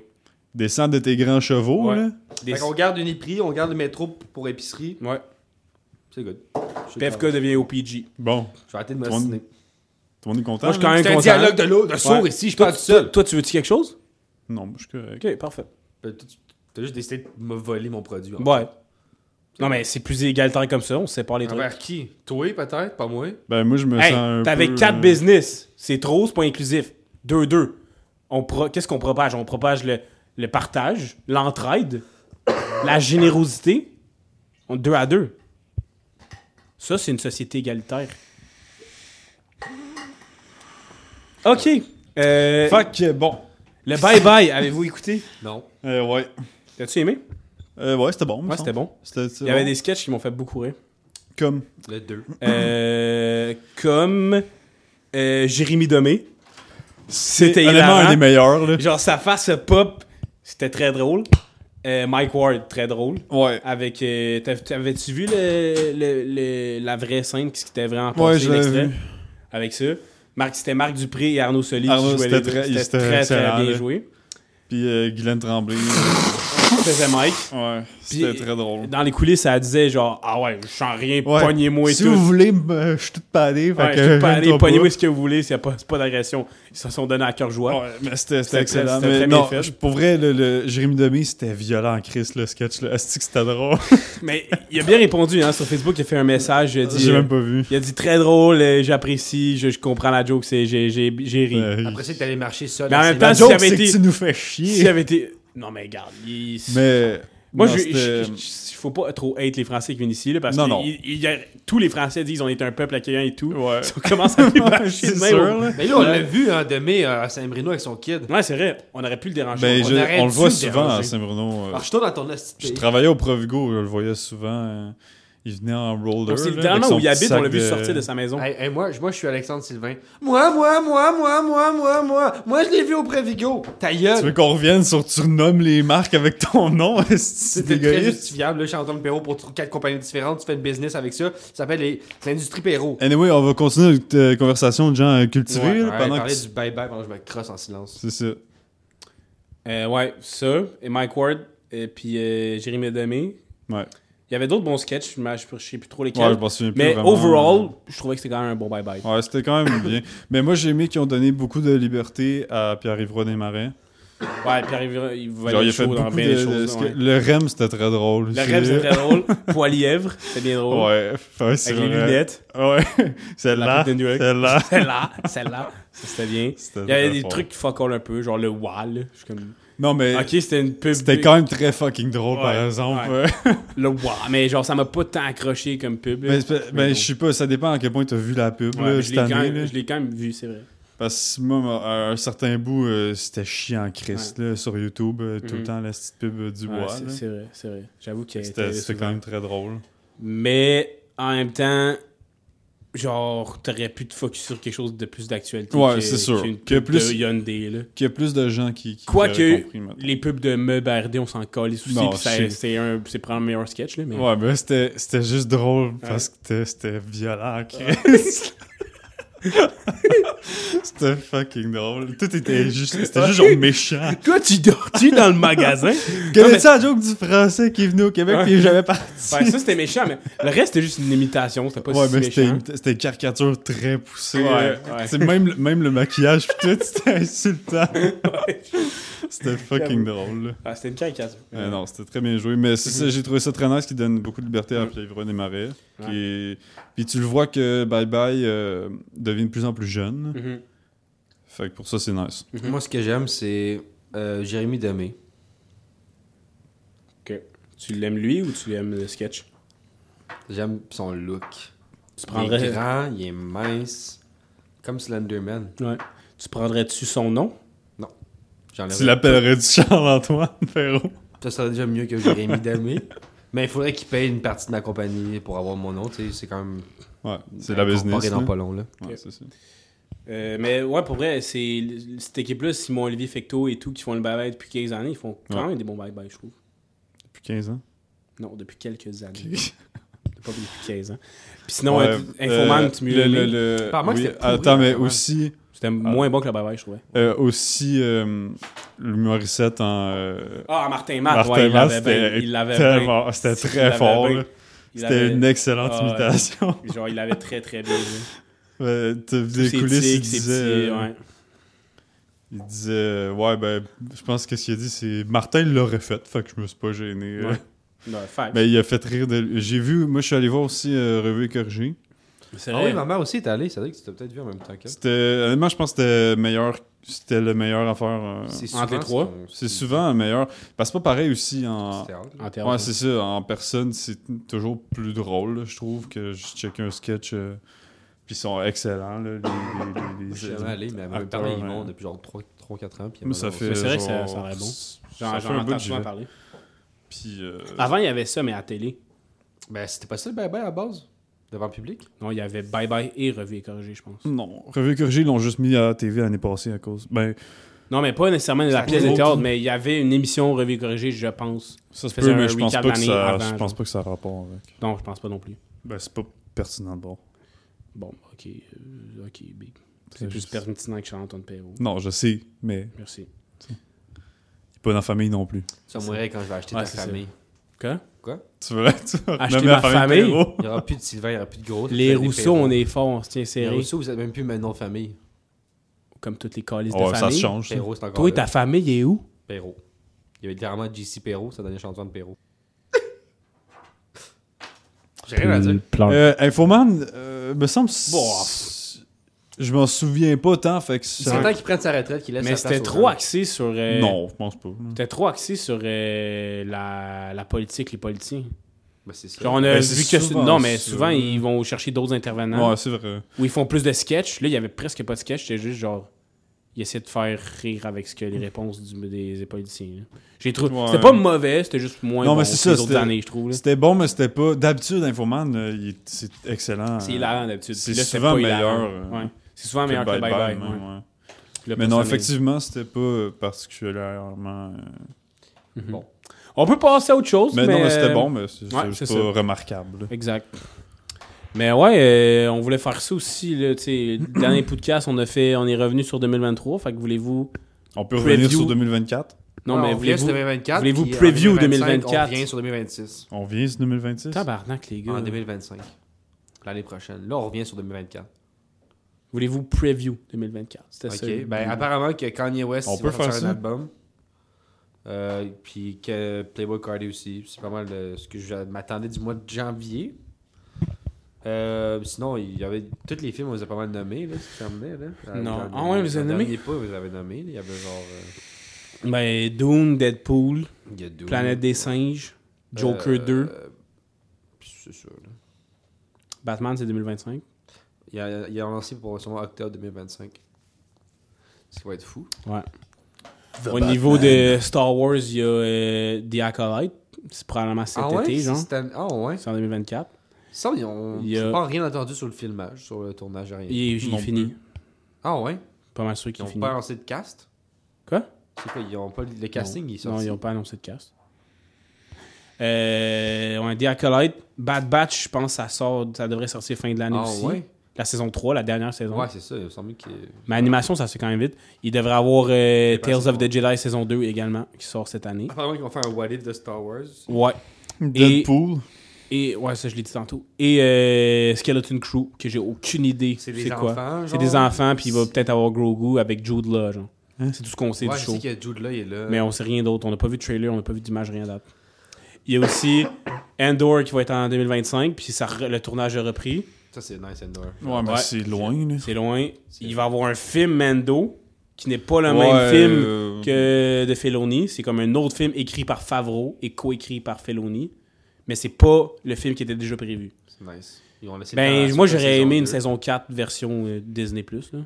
[SPEAKER 6] descends de tes grands chevaux,
[SPEAKER 2] Ouais.
[SPEAKER 6] là.
[SPEAKER 2] Des-
[SPEAKER 7] Fait qu'on garde une épicerie, on garde le métro p- pour épicerie.
[SPEAKER 2] Ouais.
[SPEAKER 7] C'est good. Je suis
[SPEAKER 2] PFK
[SPEAKER 7] content.
[SPEAKER 2] devient OPG.
[SPEAKER 6] Bon,
[SPEAKER 7] Je vais arrêter de me
[SPEAKER 6] Toi,
[SPEAKER 7] signer.
[SPEAKER 6] tout le monde est content?
[SPEAKER 2] Moi, je suis quand même
[SPEAKER 7] C'est un
[SPEAKER 2] content.
[SPEAKER 7] dialogue de l'eau, de sourd ici, je parle tout seul.
[SPEAKER 2] Toi, tu veux-tu quelque chose?
[SPEAKER 6] Non, moi, je suis correct.
[SPEAKER 2] OK, parfait.
[SPEAKER 7] Ben, tu- T'as juste décidé de me voler mon produit. en
[SPEAKER 2] Ouais. Non, mais c'est plus égalitaire comme ça, on se sépare les trucs.
[SPEAKER 7] Envers Ah, qui Toi, peut-être, pas moi.
[SPEAKER 6] Ben, moi, je me
[SPEAKER 2] Hey,
[SPEAKER 6] sens un
[SPEAKER 2] t'avais
[SPEAKER 6] peu,
[SPEAKER 2] quatre
[SPEAKER 6] euh,
[SPEAKER 2] business. C'est trop, c'est pas inclusif. 2-2. On pro- Qu'est-ce qu'on propage? On propage le, le partage, l'entraide, [COUGHS] la générosité. On deux à deux. Ça, c'est une société égalitaire. OK. Euh,
[SPEAKER 6] Fait que, bon.
[SPEAKER 2] le bye-bye, avez-vous écouté?
[SPEAKER 7] Non.
[SPEAKER 6] Euh, ouais.
[SPEAKER 2] T'as-tu aimé?
[SPEAKER 6] Euh, ouais, c'était bon. me
[SPEAKER 2] Ouais, c'était
[SPEAKER 6] semble.
[SPEAKER 2] bon.
[SPEAKER 6] C'était c'était
[SPEAKER 2] Il y avait
[SPEAKER 6] bon.
[SPEAKER 2] des sketchs qui m'ont fait beaucoup rire.
[SPEAKER 6] Comme.
[SPEAKER 7] Le 2.
[SPEAKER 2] Euh, comme euh, Jérémy Domé. C'était
[SPEAKER 6] Honnêtement,
[SPEAKER 2] hilarant.
[SPEAKER 6] un des meilleurs, là.
[SPEAKER 2] Genre, sa face pop, c'était très drôle. Euh, Mike Ward, très drôle.
[SPEAKER 6] Ouais.
[SPEAKER 2] Avec. euh, t'av- T'avais-tu vu le, le- le- la vraie scène, ce qui était vraiment
[SPEAKER 6] Ouais,
[SPEAKER 2] passé,
[SPEAKER 6] je l'avais
[SPEAKER 2] l'extrait?
[SPEAKER 6] vu.
[SPEAKER 2] Avec ça. Marc, c'était Marc Dupré et Arnaud Soli
[SPEAKER 6] Arnaud,
[SPEAKER 2] qui jouaient
[SPEAKER 6] c'était
[SPEAKER 2] les deux.
[SPEAKER 6] très-
[SPEAKER 2] C'était
[SPEAKER 6] c'était
[SPEAKER 2] très, très
[SPEAKER 6] excellent,
[SPEAKER 2] bien
[SPEAKER 6] là.
[SPEAKER 2] joué.
[SPEAKER 6] Puis euh, Guylaine Tremblay. euh,
[SPEAKER 2] Faisait Mike.
[SPEAKER 6] ouais. C'était
[SPEAKER 2] Puis-
[SPEAKER 6] très drôle.
[SPEAKER 2] Dans les coulisses, ça disait genre, ah ouais, je sens rien,
[SPEAKER 6] Ouais.
[SPEAKER 2] pognez-moi et
[SPEAKER 6] Si
[SPEAKER 2] tout.
[SPEAKER 6] vous voulez, me- euh, je suis tout padé. Fait
[SPEAKER 2] Ouais,
[SPEAKER 6] que
[SPEAKER 2] je peux
[SPEAKER 6] gêne-toi
[SPEAKER 2] aller,
[SPEAKER 6] pas.
[SPEAKER 2] pognez-moi ce que vous voulez, s'il y a pas, c'est pas d'agression. Ils se sont donnés à cœur joie.
[SPEAKER 6] Ouais, mais c'était
[SPEAKER 2] C'était
[SPEAKER 6] c'était excellent.
[SPEAKER 2] très- c'était
[SPEAKER 6] mais
[SPEAKER 2] très
[SPEAKER 6] non,
[SPEAKER 2] bien fait.
[SPEAKER 6] je- pour vrai, le, le Jérémy Demé, c'était violent, Chris, le sketch. là. Asti que
[SPEAKER 2] [LAUGHS]
[SPEAKER 6] c'était drôle.
[SPEAKER 2] Mais il a bien répondu hein, sur Facebook, il a fait un message, il a dit,
[SPEAKER 6] Euh,
[SPEAKER 2] euh,
[SPEAKER 6] J'ai même pas vu.
[SPEAKER 2] il a dit très drôle, euh, j'apprécie, je, je comprends la joke, c'est j'ai, j'ai, j'ai ri.
[SPEAKER 6] Euh,
[SPEAKER 7] Après ça, t'allais marcher seul.
[SPEAKER 2] Mm. Mais en
[SPEAKER 7] à
[SPEAKER 2] même
[SPEAKER 7] ses
[SPEAKER 2] temps,
[SPEAKER 6] la
[SPEAKER 7] marches.
[SPEAKER 2] si
[SPEAKER 6] joke,
[SPEAKER 2] j'avais
[SPEAKER 6] c'est
[SPEAKER 2] été-
[SPEAKER 6] que tu nous fais
[SPEAKER 2] S'il
[SPEAKER 6] chier.
[SPEAKER 2] avait été. Non, mais regarde, il.
[SPEAKER 6] Mais.
[SPEAKER 2] Moi,
[SPEAKER 6] non,
[SPEAKER 2] je,
[SPEAKER 6] c'était-
[SPEAKER 2] je- je- faut pas trop hate les Français qui viennent ici, là, parce
[SPEAKER 6] Non,
[SPEAKER 2] que
[SPEAKER 6] non.
[SPEAKER 2] il- il y a- tous les Français disent on est un peuple accueillant et tout.
[SPEAKER 6] Ouais.
[SPEAKER 2] On commence
[SPEAKER 6] [LAUGHS]
[SPEAKER 2] à les bâcher de
[SPEAKER 6] C'est
[SPEAKER 2] même.
[SPEAKER 6] sûr, là.
[SPEAKER 7] Mais là, on l'a vu en demi à Saint-Bruno avec son kid.
[SPEAKER 2] Ouais, c'est vrai, on aurait pu le déranger.
[SPEAKER 6] Ben,
[SPEAKER 2] On-
[SPEAKER 6] je-
[SPEAKER 7] aurait
[SPEAKER 6] on le
[SPEAKER 7] dû
[SPEAKER 6] voit
[SPEAKER 7] le
[SPEAKER 6] souvent à
[SPEAKER 7] déranger.
[SPEAKER 6] Saint-Bruno. euh,
[SPEAKER 7] Marche-toi dans ton astuce.
[SPEAKER 6] Je travaillais au Provigo, je le voyais souvent. euh, Il venait en roller.
[SPEAKER 2] on sait
[SPEAKER 6] là, avec
[SPEAKER 2] littéralement
[SPEAKER 6] son
[SPEAKER 2] où il
[SPEAKER 6] petit
[SPEAKER 2] habite,
[SPEAKER 6] sac
[SPEAKER 2] on l'a vu
[SPEAKER 6] de-
[SPEAKER 2] sortir de sa maison.
[SPEAKER 7] Hey, hey, moi, je- moi, je suis Alexandre Sylvain. Moi, moi, moi, moi, moi, moi, moi. Moi, je l'ai vu au Prévigo. Ta
[SPEAKER 6] Tu veux
[SPEAKER 7] gueule.
[SPEAKER 6] qu'on revienne sur tu renommes les marques avec ton nom? [LAUGHS] C'est
[SPEAKER 7] C'était très
[SPEAKER 6] dégueulasse.
[SPEAKER 7] justifiable. Là, je suis Antoine Perrault pour t- quatre compagnies différentes. Tu fais le business avec ça. Ça s'appelle les- l'industrie Perrault.
[SPEAKER 6] Anyway, on va continuer notre euh, conversation de gens euh, cultivés
[SPEAKER 7] Ouais,
[SPEAKER 6] là,
[SPEAKER 7] ouais,
[SPEAKER 6] pendant que.
[SPEAKER 7] parler
[SPEAKER 6] tu-
[SPEAKER 7] du bye-bye pendant que je me crosse en silence.
[SPEAKER 6] C'est ça.
[SPEAKER 2] Euh, ouais, ça, et Mike Ward, et puis euh, Jérémy Demé.
[SPEAKER 6] Ouais.
[SPEAKER 2] Il y avait d'autres bons sketchs, mais je, je sais plus trop lesquels.
[SPEAKER 6] Ouais, je m'en souviens plus.
[SPEAKER 2] mais
[SPEAKER 6] vraiment.
[SPEAKER 2] overall, je trouvais que c'était quand même un bon bye-bye.
[SPEAKER 6] Ouais, c'était quand même bien. Mais moi, j'ai aimé qu'ils ont donné beaucoup de liberté à Pierre-Yvroy Desmarais.
[SPEAKER 2] Ouais, puis arriver, il va
[SPEAKER 6] Genre, il
[SPEAKER 2] aller
[SPEAKER 6] a fait
[SPEAKER 2] chaud dans
[SPEAKER 6] beaucoup
[SPEAKER 2] bien les
[SPEAKER 6] de. de
[SPEAKER 2] choses.
[SPEAKER 6] ce
[SPEAKER 2] là,
[SPEAKER 6] que-
[SPEAKER 2] ouais.
[SPEAKER 6] Le REM, c'était très drôle.
[SPEAKER 2] Le rêve, c'est très drôle. Poilièvre, c'est bien drôle.
[SPEAKER 6] [LAUGHS] Ouais, ouais, c'est
[SPEAKER 2] Avec les
[SPEAKER 6] vrai.
[SPEAKER 2] lunettes.
[SPEAKER 6] Ouais, [LAUGHS] celle-là.
[SPEAKER 2] Peter Drake. [LAUGHS]
[SPEAKER 6] Celle-là.
[SPEAKER 2] Celle-là, celle-là. Ça, C'était bien.
[SPEAKER 6] C'était
[SPEAKER 2] Il y avait
[SPEAKER 6] très
[SPEAKER 2] des
[SPEAKER 6] fort.
[SPEAKER 2] trucs qui fuck all un peu, genre le wall. Je suis comme...
[SPEAKER 6] Non, mais
[SPEAKER 2] Ok, c'était une pub.
[SPEAKER 6] Euh, c'était quand même très fucking drôle, par
[SPEAKER 2] Ouais,
[SPEAKER 6] exemple.
[SPEAKER 2] ouais. Le wall. Mais genre, ça m'a pas tant accroché comme pub. là.
[SPEAKER 6] Mais, c'est pas-
[SPEAKER 2] Mais
[SPEAKER 6] ben,
[SPEAKER 2] bon.
[SPEAKER 6] je sais pas, ça dépend à quel point t'as vu la pub
[SPEAKER 2] Ouais,
[SPEAKER 6] là,
[SPEAKER 2] mais je
[SPEAKER 6] cette
[SPEAKER 2] l'ai quand,
[SPEAKER 6] année.
[SPEAKER 2] même-
[SPEAKER 6] là.
[SPEAKER 2] je l'ai quand même vu, c'est vrai.
[SPEAKER 6] Parce que moi, à un certain bout, euh, c'était chiant Christ là, sur YouTube, euh, tout le temps la petite pub euh, du
[SPEAKER 2] Mhm. Ouais,
[SPEAKER 6] bois.
[SPEAKER 2] c'est-
[SPEAKER 6] là.
[SPEAKER 2] c'est vrai, c'est vrai. J'avoue qu'il y a
[SPEAKER 6] C'était
[SPEAKER 2] été
[SPEAKER 6] c'était
[SPEAKER 2] souvent.
[SPEAKER 6] quand même très drôle.
[SPEAKER 2] Mais en même temps, genre, t'aurais pu te focus sur quelque chose de plus d'actualité.
[SPEAKER 6] Ouais,
[SPEAKER 2] que-
[SPEAKER 6] c'est sûr.
[SPEAKER 2] qu'une
[SPEAKER 6] Que
[SPEAKER 2] pub
[SPEAKER 6] plus-
[SPEAKER 2] de Hyundai, là.
[SPEAKER 6] Qu'il y a plus de gens qui. qui
[SPEAKER 2] Quoi
[SPEAKER 6] l'auraient
[SPEAKER 2] que
[SPEAKER 6] compris, mettons.
[SPEAKER 2] les pubs de meubles à RD, on s'en colle les soucis,
[SPEAKER 6] Non,
[SPEAKER 2] puis ça-
[SPEAKER 6] c'est-
[SPEAKER 2] c'est un- c'est probablement le meilleur sketch, là. Mais...
[SPEAKER 6] ben, Ouais, mais c'était c'était juste drôle parce que c'était- c'était violent Christ. [LAUGHS] C'était fucking drôle. Tout était juste, c'était juste genre méchant.
[SPEAKER 2] Toi, tu dors-tu dans le magasin?
[SPEAKER 6] Connais-tu la joke du français qui est venu au Québec
[SPEAKER 2] Ouais.
[SPEAKER 6] puis il est jamais parti?
[SPEAKER 2] Ouais, ben, ça, c'était méchant, mais le reste, c'était juste une imitation. C'était pas
[SPEAKER 6] Ouais,
[SPEAKER 2] si
[SPEAKER 6] mais c'était
[SPEAKER 2] méchant.
[SPEAKER 6] une, c'était une caricature très poussée.
[SPEAKER 2] Ouais,
[SPEAKER 6] euh,
[SPEAKER 2] ouais.
[SPEAKER 6] c'est Même, le- même le maquillage, pis tout,
[SPEAKER 2] [LAUGHS]
[SPEAKER 6] c'était insultant. C'était fucking drôle. là.
[SPEAKER 2] Ah, c'était une caricature.
[SPEAKER 6] Euh, non, c'était très bien joué. Mais c'est ça,
[SPEAKER 2] Mhm.
[SPEAKER 6] j'ai trouvé ça très nice qui donne beaucoup de liberté à Pierre-Yvron et Marais. qui est- Puis tu le vois que Bye Bye euh, devient de plus en plus jeune.
[SPEAKER 2] Mhm.
[SPEAKER 6] Fait que pour ça, c'est nice.
[SPEAKER 7] Mhm. Moi, ce que j'aime, c'est euh, Jérémy Demé.
[SPEAKER 2] Ok. Tu l'aimes lui ou tu aimes le sketch?
[SPEAKER 7] J'aime son look.
[SPEAKER 2] Tu
[SPEAKER 7] Il est
[SPEAKER 2] prendrais.
[SPEAKER 7] grand, il est mince. Comme Slenderman.
[SPEAKER 2] Ouais. Tu prendrais-tu son nom?
[SPEAKER 6] Tu
[SPEAKER 7] J'enlèverais.
[SPEAKER 6] l'appellerais du Charles-Antoine Ferro.
[SPEAKER 7] Ça serait déjà mieux que Jérémy Demé. [LAUGHS] Mais il faudrait qu'il paye une partie de ma compagnie pour avoir mon nom. tu sais, C'est quand même.
[SPEAKER 6] Ouais, c'est la
[SPEAKER 7] incorporé
[SPEAKER 6] business.
[SPEAKER 7] dans
[SPEAKER 6] là.
[SPEAKER 7] pas long, là.
[SPEAKER 6] Ouais, c'est ça.
[SPEAKER 2] Euh, mais ouais, pour vrai, c'est cette équipe-là, Simon-Olivier Fecto et tout, qui font le bye-bye depuis 15 années, ils font quand
[SPEAKER 6] Ouais.
[SPEAKER 2] même des bons bye-bye, je trouve.
[SPEAKER 6] Depuis
[SPEAKER 2] [LAUGHS]
[SPEAKER 6] 15 ans.
[SPEAKER 2] Non, depuis quelques années.
[SPEAKER 6] Ok.
[SPEAKER 2] Pas depuis 15 ans. Puis sinon,
[SPEAKER 6] Ouais,
[SPEAKER 2] euh, Infoman,
[SPEAKER 6] euh,
[SPEAKER 2] tu mieux
[SPEAKER 6] le- le- Ah.
[SPEAKER 2] aimé.
[SPEAKER 6] le-
[SPEAKER 7] Apparemment que
[SPEAKER 6] oui,
[SPEAKER 7] c'était pourri,
[SPEAKER 6] Attends, mais
[SPEAKER 7] Infoman.
[SPEAKER 6] aussi,
[SPEAKER 2] C'était moins bon que le bye-bye, je trouvais.
[SPEAKER 6] euh, aussi euh, le Morissette en. euh,
[SPEAKER 2] Ah, Martin Matt,
[SPEAKER 6] Martin
[SPEAKER 2] ouais, il
[SPEAKER 6] Matt,
[SPEAKER 2] l'avait bien.
[SPEAKER 6] c'était
[SPEAKER 2] Il l'avait bien.
[SPEAKER 6] tellement- C'était
[SPEAKER 2] Il
[SPEAKER 6] très
[SPEAKER 2] l'avait
[SPEAKER 6] fort.
[SPEAKER 2] bien.
[SPEAKER 6] là.
[SPEAKER 2] Il
[SPEAKER 6] C'était
[SPEAKER 2] l'avait-
[SPEAKER 6] une excellente
[SPEAKER 2] Ah ouais.
[SPEAKER 6] imitation.
[SPEAKER 2] [LAUGHS]
[SPEAKER 6] [LAUGHS]
[SPEAKER 2] Genre, il l'avait très, très bien. joué.
[SPEAKER 6] Euh, T'as vu
[SPEAKER 2] Ses
[SPEAKER 6] les coulisses, il
[SPEAKER 2] tics, ses
[SPEAKER 6] disait,
[SPEAKER 2] petits,
[SPEAKER 6] euh,
[SPEAKER 2] ouais.
[SPEAKER 6] il disait, euh, ouais, ben, je pense que ce qu'il a dit, c'est Martin l'aurait fait, fait que je me suis pas gêné. euh.
[SPEAKER 2] Ouais. Non, fact.
[SPEAKER 6] Mais il a fait rire de J'ai vu, moi, je suis allé voir aussi euh, Revue et Corrigée. Eh
[SPEAKER 2] C'est
[SPEAKER 7] Ah
[SPEAKER 2] vrai.
[SPEAKER 7] oui, ma mère aussi est allée. C'est vrai que tu t'as peut-être vu en même temps que.
[SPEAKER 6] C'était, honnêtement, je pense que c'était meilleur, c'était le meilleur à faire. euh,
[SPEAKER 7] souvent
[SPEAKER 2] les
[SPEAKER 7] ce
[SPEAKER 2] trois.
[SPEAKER 7] qu'on-
[SPEAKER 6] c'est souvent le meilleur. Parce que c'est pas pareil aussi en.
[SPEAKER 7] C'était hâte, là.
[SPEAKER 2] En terre,
[SPEAKER 6] Ouais,
[SPEAKER 2] ouais.
[SPEAKER 6] c'est ça. En personne, c'est toujours plus drôle, là, je trouve, que je check un sketch. euh, Puis ils sont excellents, là, les- les- les- les-
[SPEAKER 7] Je suis jamais allé, mais elle m'a
[SPEAKER 6] acteurs,
[SPEAKER 7] parlé ils vont
[SPEAKER 6] ouais.
[SPEAKER 7] depuis genre 3-4 ans. Puis elle m'a
[SPEAKER 6] Mais ça
[SPEAKER 7] dit,
[SPEAKER 6] fait.
[SPEAKER 2] Mais c'est vrai que
[SPEAKER 6] genre,
[SPEAKER 2] ça- ça aurait bon.
[SPEAKER 6] ça
[SPEAKER 2] J'en
[SPEAKER 6] fait
[SPEAKER 2] j'en
[SPEAKER 6] un bout
[SPEAKER 2] entends
[SPEAKER 6] que j'y
[SPEAKER 2] souvent
[SPEAKER 6] vais.
[SPEAKER 2] parler.
[SPEAKER 6] Puis, euh,
[SPEAKER 2] Avant, il y avait ça, mais à la télé.
[SPEAKER 7] Ben, c'était pas ça le bébé à la base, devant le public.
[SPEAKER 2] Non, il y avait Bye Bye et Revue et Corrigé, je pense.
[SPEAKER 6] Non, Revue et Corrigée, ils l'ont juste mis à la TV l'année passée à cause. Ben,
[SPEAKER 2] Non, mais pas nécessairement la pièce de
[SPEAKER 6] gros.
[SPEAKER 2] théâtre, mais il y avait une émission Revue et Corrigé, je pense.
[SPEAKER 6] ça se
[SPEAKER 2] Faisait
[SPEAKER 6] peut,
[SPEAKER 2] un
[SPEAKER 6] mais je pense
[SPEAKER 2] recap
[SPEAKER 6] pas que
[SPEAKER 2] l'année
[SPEAKER 6] ça,
[SPEAKER 2] avant,
[SPEAKER 6] je pense
[SPEAKER 2] genre.
[SPEAKER 6] pas que ça a rapport avec.
[SPEAKER 2] Non, je pense pas non plus.
[SPEAKER 6] Ben, c'est pas pertinent de bord.
[SPEAKER 2] Bon, ok. euh, ok, big.
[SPEAKER 6] C'est
[SPEAKER 2] C'est plus
[SPEAKER 6] juste-
[SPEAKER 2] pertinent que Charles-Antoine Perrault.
[SPEAKER 6] Non, je sais, mais
[SPEAKER 2] Merci.
[SPEAKER 6] il est pas dans la famille non plus.
[SPEAKER 7] Ça mourrait quand je vais acheter
[SPEAKER 2] Ouais,
[SPEAKER 7] ta
[SPEAKER 2] c'est ça.
[SPEAKER 7] famille.
[SPEAKER 2] Quoi?
[SPEAKER 6] Tu veux, [LAUGHS] tu veux
[SPEAKER 2] Acheter
[SPEAKER 6] nommer
[SPEAKER 2] ma
[SPEAKER 6] la
[SPEAKER 2] famille?
[SPEAKER 6] Perrault?
[SPEAKER 7] Il n'y aura plus de Sylvain, il n'y aura plus de gros.
[SPEAKER 2] Les Rousseau, on est forts, on se tient
[SPEAKER 7] Les
[SPEAKER 2] serré.
[SPEAKER 7] Rousseau, vous n'avez même plus même nom de famille.
[SPEAKER 2] Comme toutes les calices
[SPEAKER 6] Ouais,
[SPEAKER 2] de
[SPEAKER 6] ça
[SPEAKER 2] famille. Eh
[SPEAKER 6] se change. ça.
[SPEAKER 7] Perrault, c'est encore.
[SPEAKER 2] Toi et
[SPEAKER 7] là.
[SPEAKER 2] ta famille, il est où?
[SPEAKER 7] Perrault. Il y avait littéralement JC Perrault, sa dernière chanson de Perrault. [LAUGHS] J'ai rien à dire.
[SPEAKER 6] Euh, Infoman, euh, me semble.
[SPEAKER 2] Bon,
[SPEAKER 6] Je m'en souviens pas tant, fait que
[SPEAKER 7] C'est
[SPEAKER 6] ça-
[SPEAKER 7] le temps qu'il prenne sa retraite, qu'il laisse
[SPEAKER 2] Mais
[SPEAKER 7] sa place
[SPEAKER 2] c'était
[SPEAKER 7] aux
[SPEAKER 2] trop
[SPEAKER 7] jeunes.
[SPEAKER 2] axé sur. euh,
[SPEAKER 6] Non, je pense pas. là.
[SPEAKER 2] C'était trop axé sur euh, la, la politique, les politiciens.
[SPEAKER 7] Ben, c'est ça.
[SPEAKER 2] Genre, on a
[SPEAKER 6] Ben,
[SPEAKER 2] vu
[SPEAKER 6] c'est
[SPEAKER 2] que.
[SPEAKER 6] souvent
[SPEAKER 2] non, mais
[SPEAKER 6] ça.
[SPEAKER 2] souvent, ils vont chercher d'autres intervenants.
[SPEAKER 6] Ouais, c'est vrai.
[SPEAKER 2] où ils font plus de sketch. Là, il y avait presque pas de sketch, c'était juste genre. Ils essaient de faire rire avec ce que les réponses du- des, des politiciens. là. J'ai trouvé.
[SPEAKER 6] Ouais.
[SPEAKER 2] C'était pas mauvais, c'était juste moins
[SPEAKER 6] Non,
[SPEAKER 2] bon
[SPEAKER 6] mais c'est ça,
[SPEAKER 2] que les autres
[SPEAKER 6] c'était-
[SPEAKER 2] années, je trouve. là.
[SPEAKER 6] C'était bon, mais c'était pas. D'habitude, Infoman, euh, il est- c'est excellent.
[SPEAKER 2] C'est
[SPEAKER 6] euh,
[SPEAKER 2] hilarant d'habitude. Puis
[SPEAKER 6] c'est
[SPEAKER 2] là, c'était
[SPEAKER 6] souvent
[SPEAKER 2] pas hilarant.
[SPEAKER 6] meilleur, euh,
[SPEAKER 2] Ouais. C'est souvent
[SPEAKER 6] que
[SPEAKER 2] meilleur que le
[SPEAKER 6] Bye
[SPEAKER 2] bye-bye.
[SPEAKER 6] Bye,
[SPEAKER 2] ouais.
[SPEAKER 6] même, ouais.
[SPEAKER 2] Le
[SPEAKER 6] Mais non,
[SPEAKER 2] personnage.
[SPEAKER 6] effectivement, c'était pas euh, particulièrement. euh,
[SPEAKER 2] On peut passer à autre chose.
[SPEAKER 6] Mais,
[SPEAKER 2] Mais,
[SPEAKER 6] non, mais c'était bon, mais c'est
[SPEAKER 2] ouais,
[SPEAKER 6] c'est juste
[SPEAKER 2] c'est
[SPEAKER 6] pas
[SPEAKER 2] ça.
[SPEAKER 6] remarquable.
[SPEAKER 2] Exact. Mais ouais, euh, on voulait faire ça aussi. Là, tu sais, le dernier podcast, on, a fait, on est revenu sur 2023. Fait que voulez-vous.
[SPEAKER 6] On peut
[SPEAKER 2] Preview.
[SPEAKER 6] revenir sur 2024.
[SPEAKER 2] Non, mais
[SPEAKER 7] Ah, on vient
[SPEAKER 2] voulez-vous.
[SPEAKER 7] sur 2024.
[SPEAKER 2] voulez-vous
[SPEAKER 7] puis en
[SPEAKER 2] preview
[SPEAKER 7] 2025,
[SPEAKER 2] 2024?
[SPEAKER 7] On vient sur 2026.
[SPEAKER 6] On vient sur 2026.
[SPEAKER 2] Tabarnak, les gars.
[SPEAKER 7] En 2025. L'année prochaine. Là, on revient sur 2024.
[SPEAKER 2] Voulez-vous preview 2024 C'était
[SPEAKER 7] Ok,
[SPEAKER 2] ça.
[SPEAKER 7] ben apparemment que Kanye West
[SPEAKER 6] On
[SPEAKER 7] il
[SPEAKER 6] peut
[SPEAKER 7] va sortir
[SPEAKER 6] faire
[SPEAKER 7] un
[SPEAKER 6] ça.
[SPEAKER 7] album. Euh, puis que Playboy Cardi aussi. C'est pas mal euh, ce que je m'attendais du mois de janvier. Euh, sinon, il y avait tous les films, on les a pas mal nommés. Là, si tu t'en remets, là. Dans-
[SPEAKER 2] Non.
[SPEAKER 7] dans le-
[SPEAKER 2] Ah ouais, on les a
[SPEAKER 7] dans le
[SPEAKER 2] nommés?
[SPEAKER 7] dernier pas, vous les avez nommés. là. Il y avait genre. euh,
[SPEAKER 2] Ben, Dune, Deadpool,
[SPEAKER 7] il y a Dune,
[SPEAKER 2] Planète des singes, Joker
[SPEAKER 7] euh,
[SPEAKER 2] 2,
[SPEAKER 7] euh, c'est sûr. là.
[SPEAKER 2] Batman, c'est 2025.
[SPEAKER 7] Il y a, il y a lancé pour sûrement octobre 2025. Ce qui va être fou.
[SPEAKER 2] Ouais. Au niveau de Star Wars, il y a euh, The Acolyte. C'est probablement cet
[SPEAKER 7] ah ouais?
[SPEAKER 2] été,
[SPEAKER 7] c'est-
[SPEAKER 2] genre.
[SPEAKER 7] c'est un- Ah ouais?
[SPEAKER 2] C'est en 2024.
[SPEAKER 7] Ça, ils ont
[SPEAKER 2] Il y a-
[SPEAKER 7] j'ai pas rien entendu sur le filmage, sur le tournage, rien.
[SPEAKER 2] Il, est- il
[SPEAKER 6] Non
[SPEAKER 2] finit.
[SPEAKER 7] Ah ouais?
[SPEAKER 2] Pas mal sûr
[SPEAKER 7] Ils
[SPEAKER 2] qu'il
[SPEAKER 7] ont
[SPEAKER 2] finit.
[SPEAKER 7] pas lancé de cast?
[SPEAKER 2] Quoi
[SPEAKER 7] C'est quoi? Ils ont pas le casting,
[SPEAKER 2] non.
[SPEAKER 7] ils sortent.
[SPEAKER 2] Non, ils n'ont pas annoncé de cast. Euh, on a The Acolyte. Bad Batch, je pense, ça sort, ça devrait sortir fin de l'année
[SPEAKER 7] Ah
[SPEAKER 2] aussi.
[SPEAKER 7] ouais?
[SPEAKER 2] la saison 3, la dernière saison.
[SPEAKER 7] Ouais, c'est ça. Il me semble qu'il.
[SPEAKER 2] Mais animation, ça se fait quand même vite. Il devrait avoir euh, Tales of
[SPEAKER 7] passé,
[SPEAKER 2] the Jedi saison 2 également, qui sort cette année.
[SPEAKER 7] Apparemment qu'ils vont faire un What If de Star Wars.
[SPEAKER 2] Ouais.
[SPEAKER 6] Deadpool.
[SPEAKER 2] Et ouais, ça je l'ai dit tantôt. Et euh, Skeleton Crew, que j'ai aucune idée.
[SPEAKER 7] C'est des
[SPEAKER 2] quoi.
[SPEAKER 7] enfants,
[SPEAKER 2] C'est
[SPEAKER 7] genre?
[SPEAKER 2] des enfants, puis il va peut-être avoir Grogu avec Jude Law, genre. C'est tout ce qu'on sait
[SPEAKER 7] ouais,
[SPEAKER 2] du
[SPEAKER 7] je
[SPEAKER 2] show.
[SPEAKER 7] sais que Jude là, il est là.
[SPEAKER 2] Mais on sait rien d'autre. On n'a pas vu de trailer, on n'a pas vu d'image, rien d'autre. Il y a aussi [COUGHS] Endor qui va être en 2025, puis ça re- le tournage a repris.
[SPEAKER 7] Ça, c'est nice and door.
[SPEAKER 6] Ouais, mais
[SPEAKER 2] Ouais.
[SPEAKER 6] c'est loin, là.
[SPEAKER 2] C'est loin. Il va avoir un film Mando qui n'est pas le
[SPEAKER 6] Ouais,
[SPEAKER 2] même film
[SPEAKER 6] euh,
[SPEAKER 2] que de Filoni. C'est comme un autre film écrit par Favreau et coécrit par Filoni. Mais c'est pas le film qui était déjà prévu.
[SPEAKER 7] C'est nice. Ils ont laissé le temps à
[SPEAKER 2] Ben,
[SPEAKER 7] la
[SPEAKER 2] moi,
[SPEAKER 7] saison
[SPEAKER 2] j'aurais aimé une
[SPEAKER 7] 2.
[SPEAKER 2] saison 4 version euh, Disney+. Là.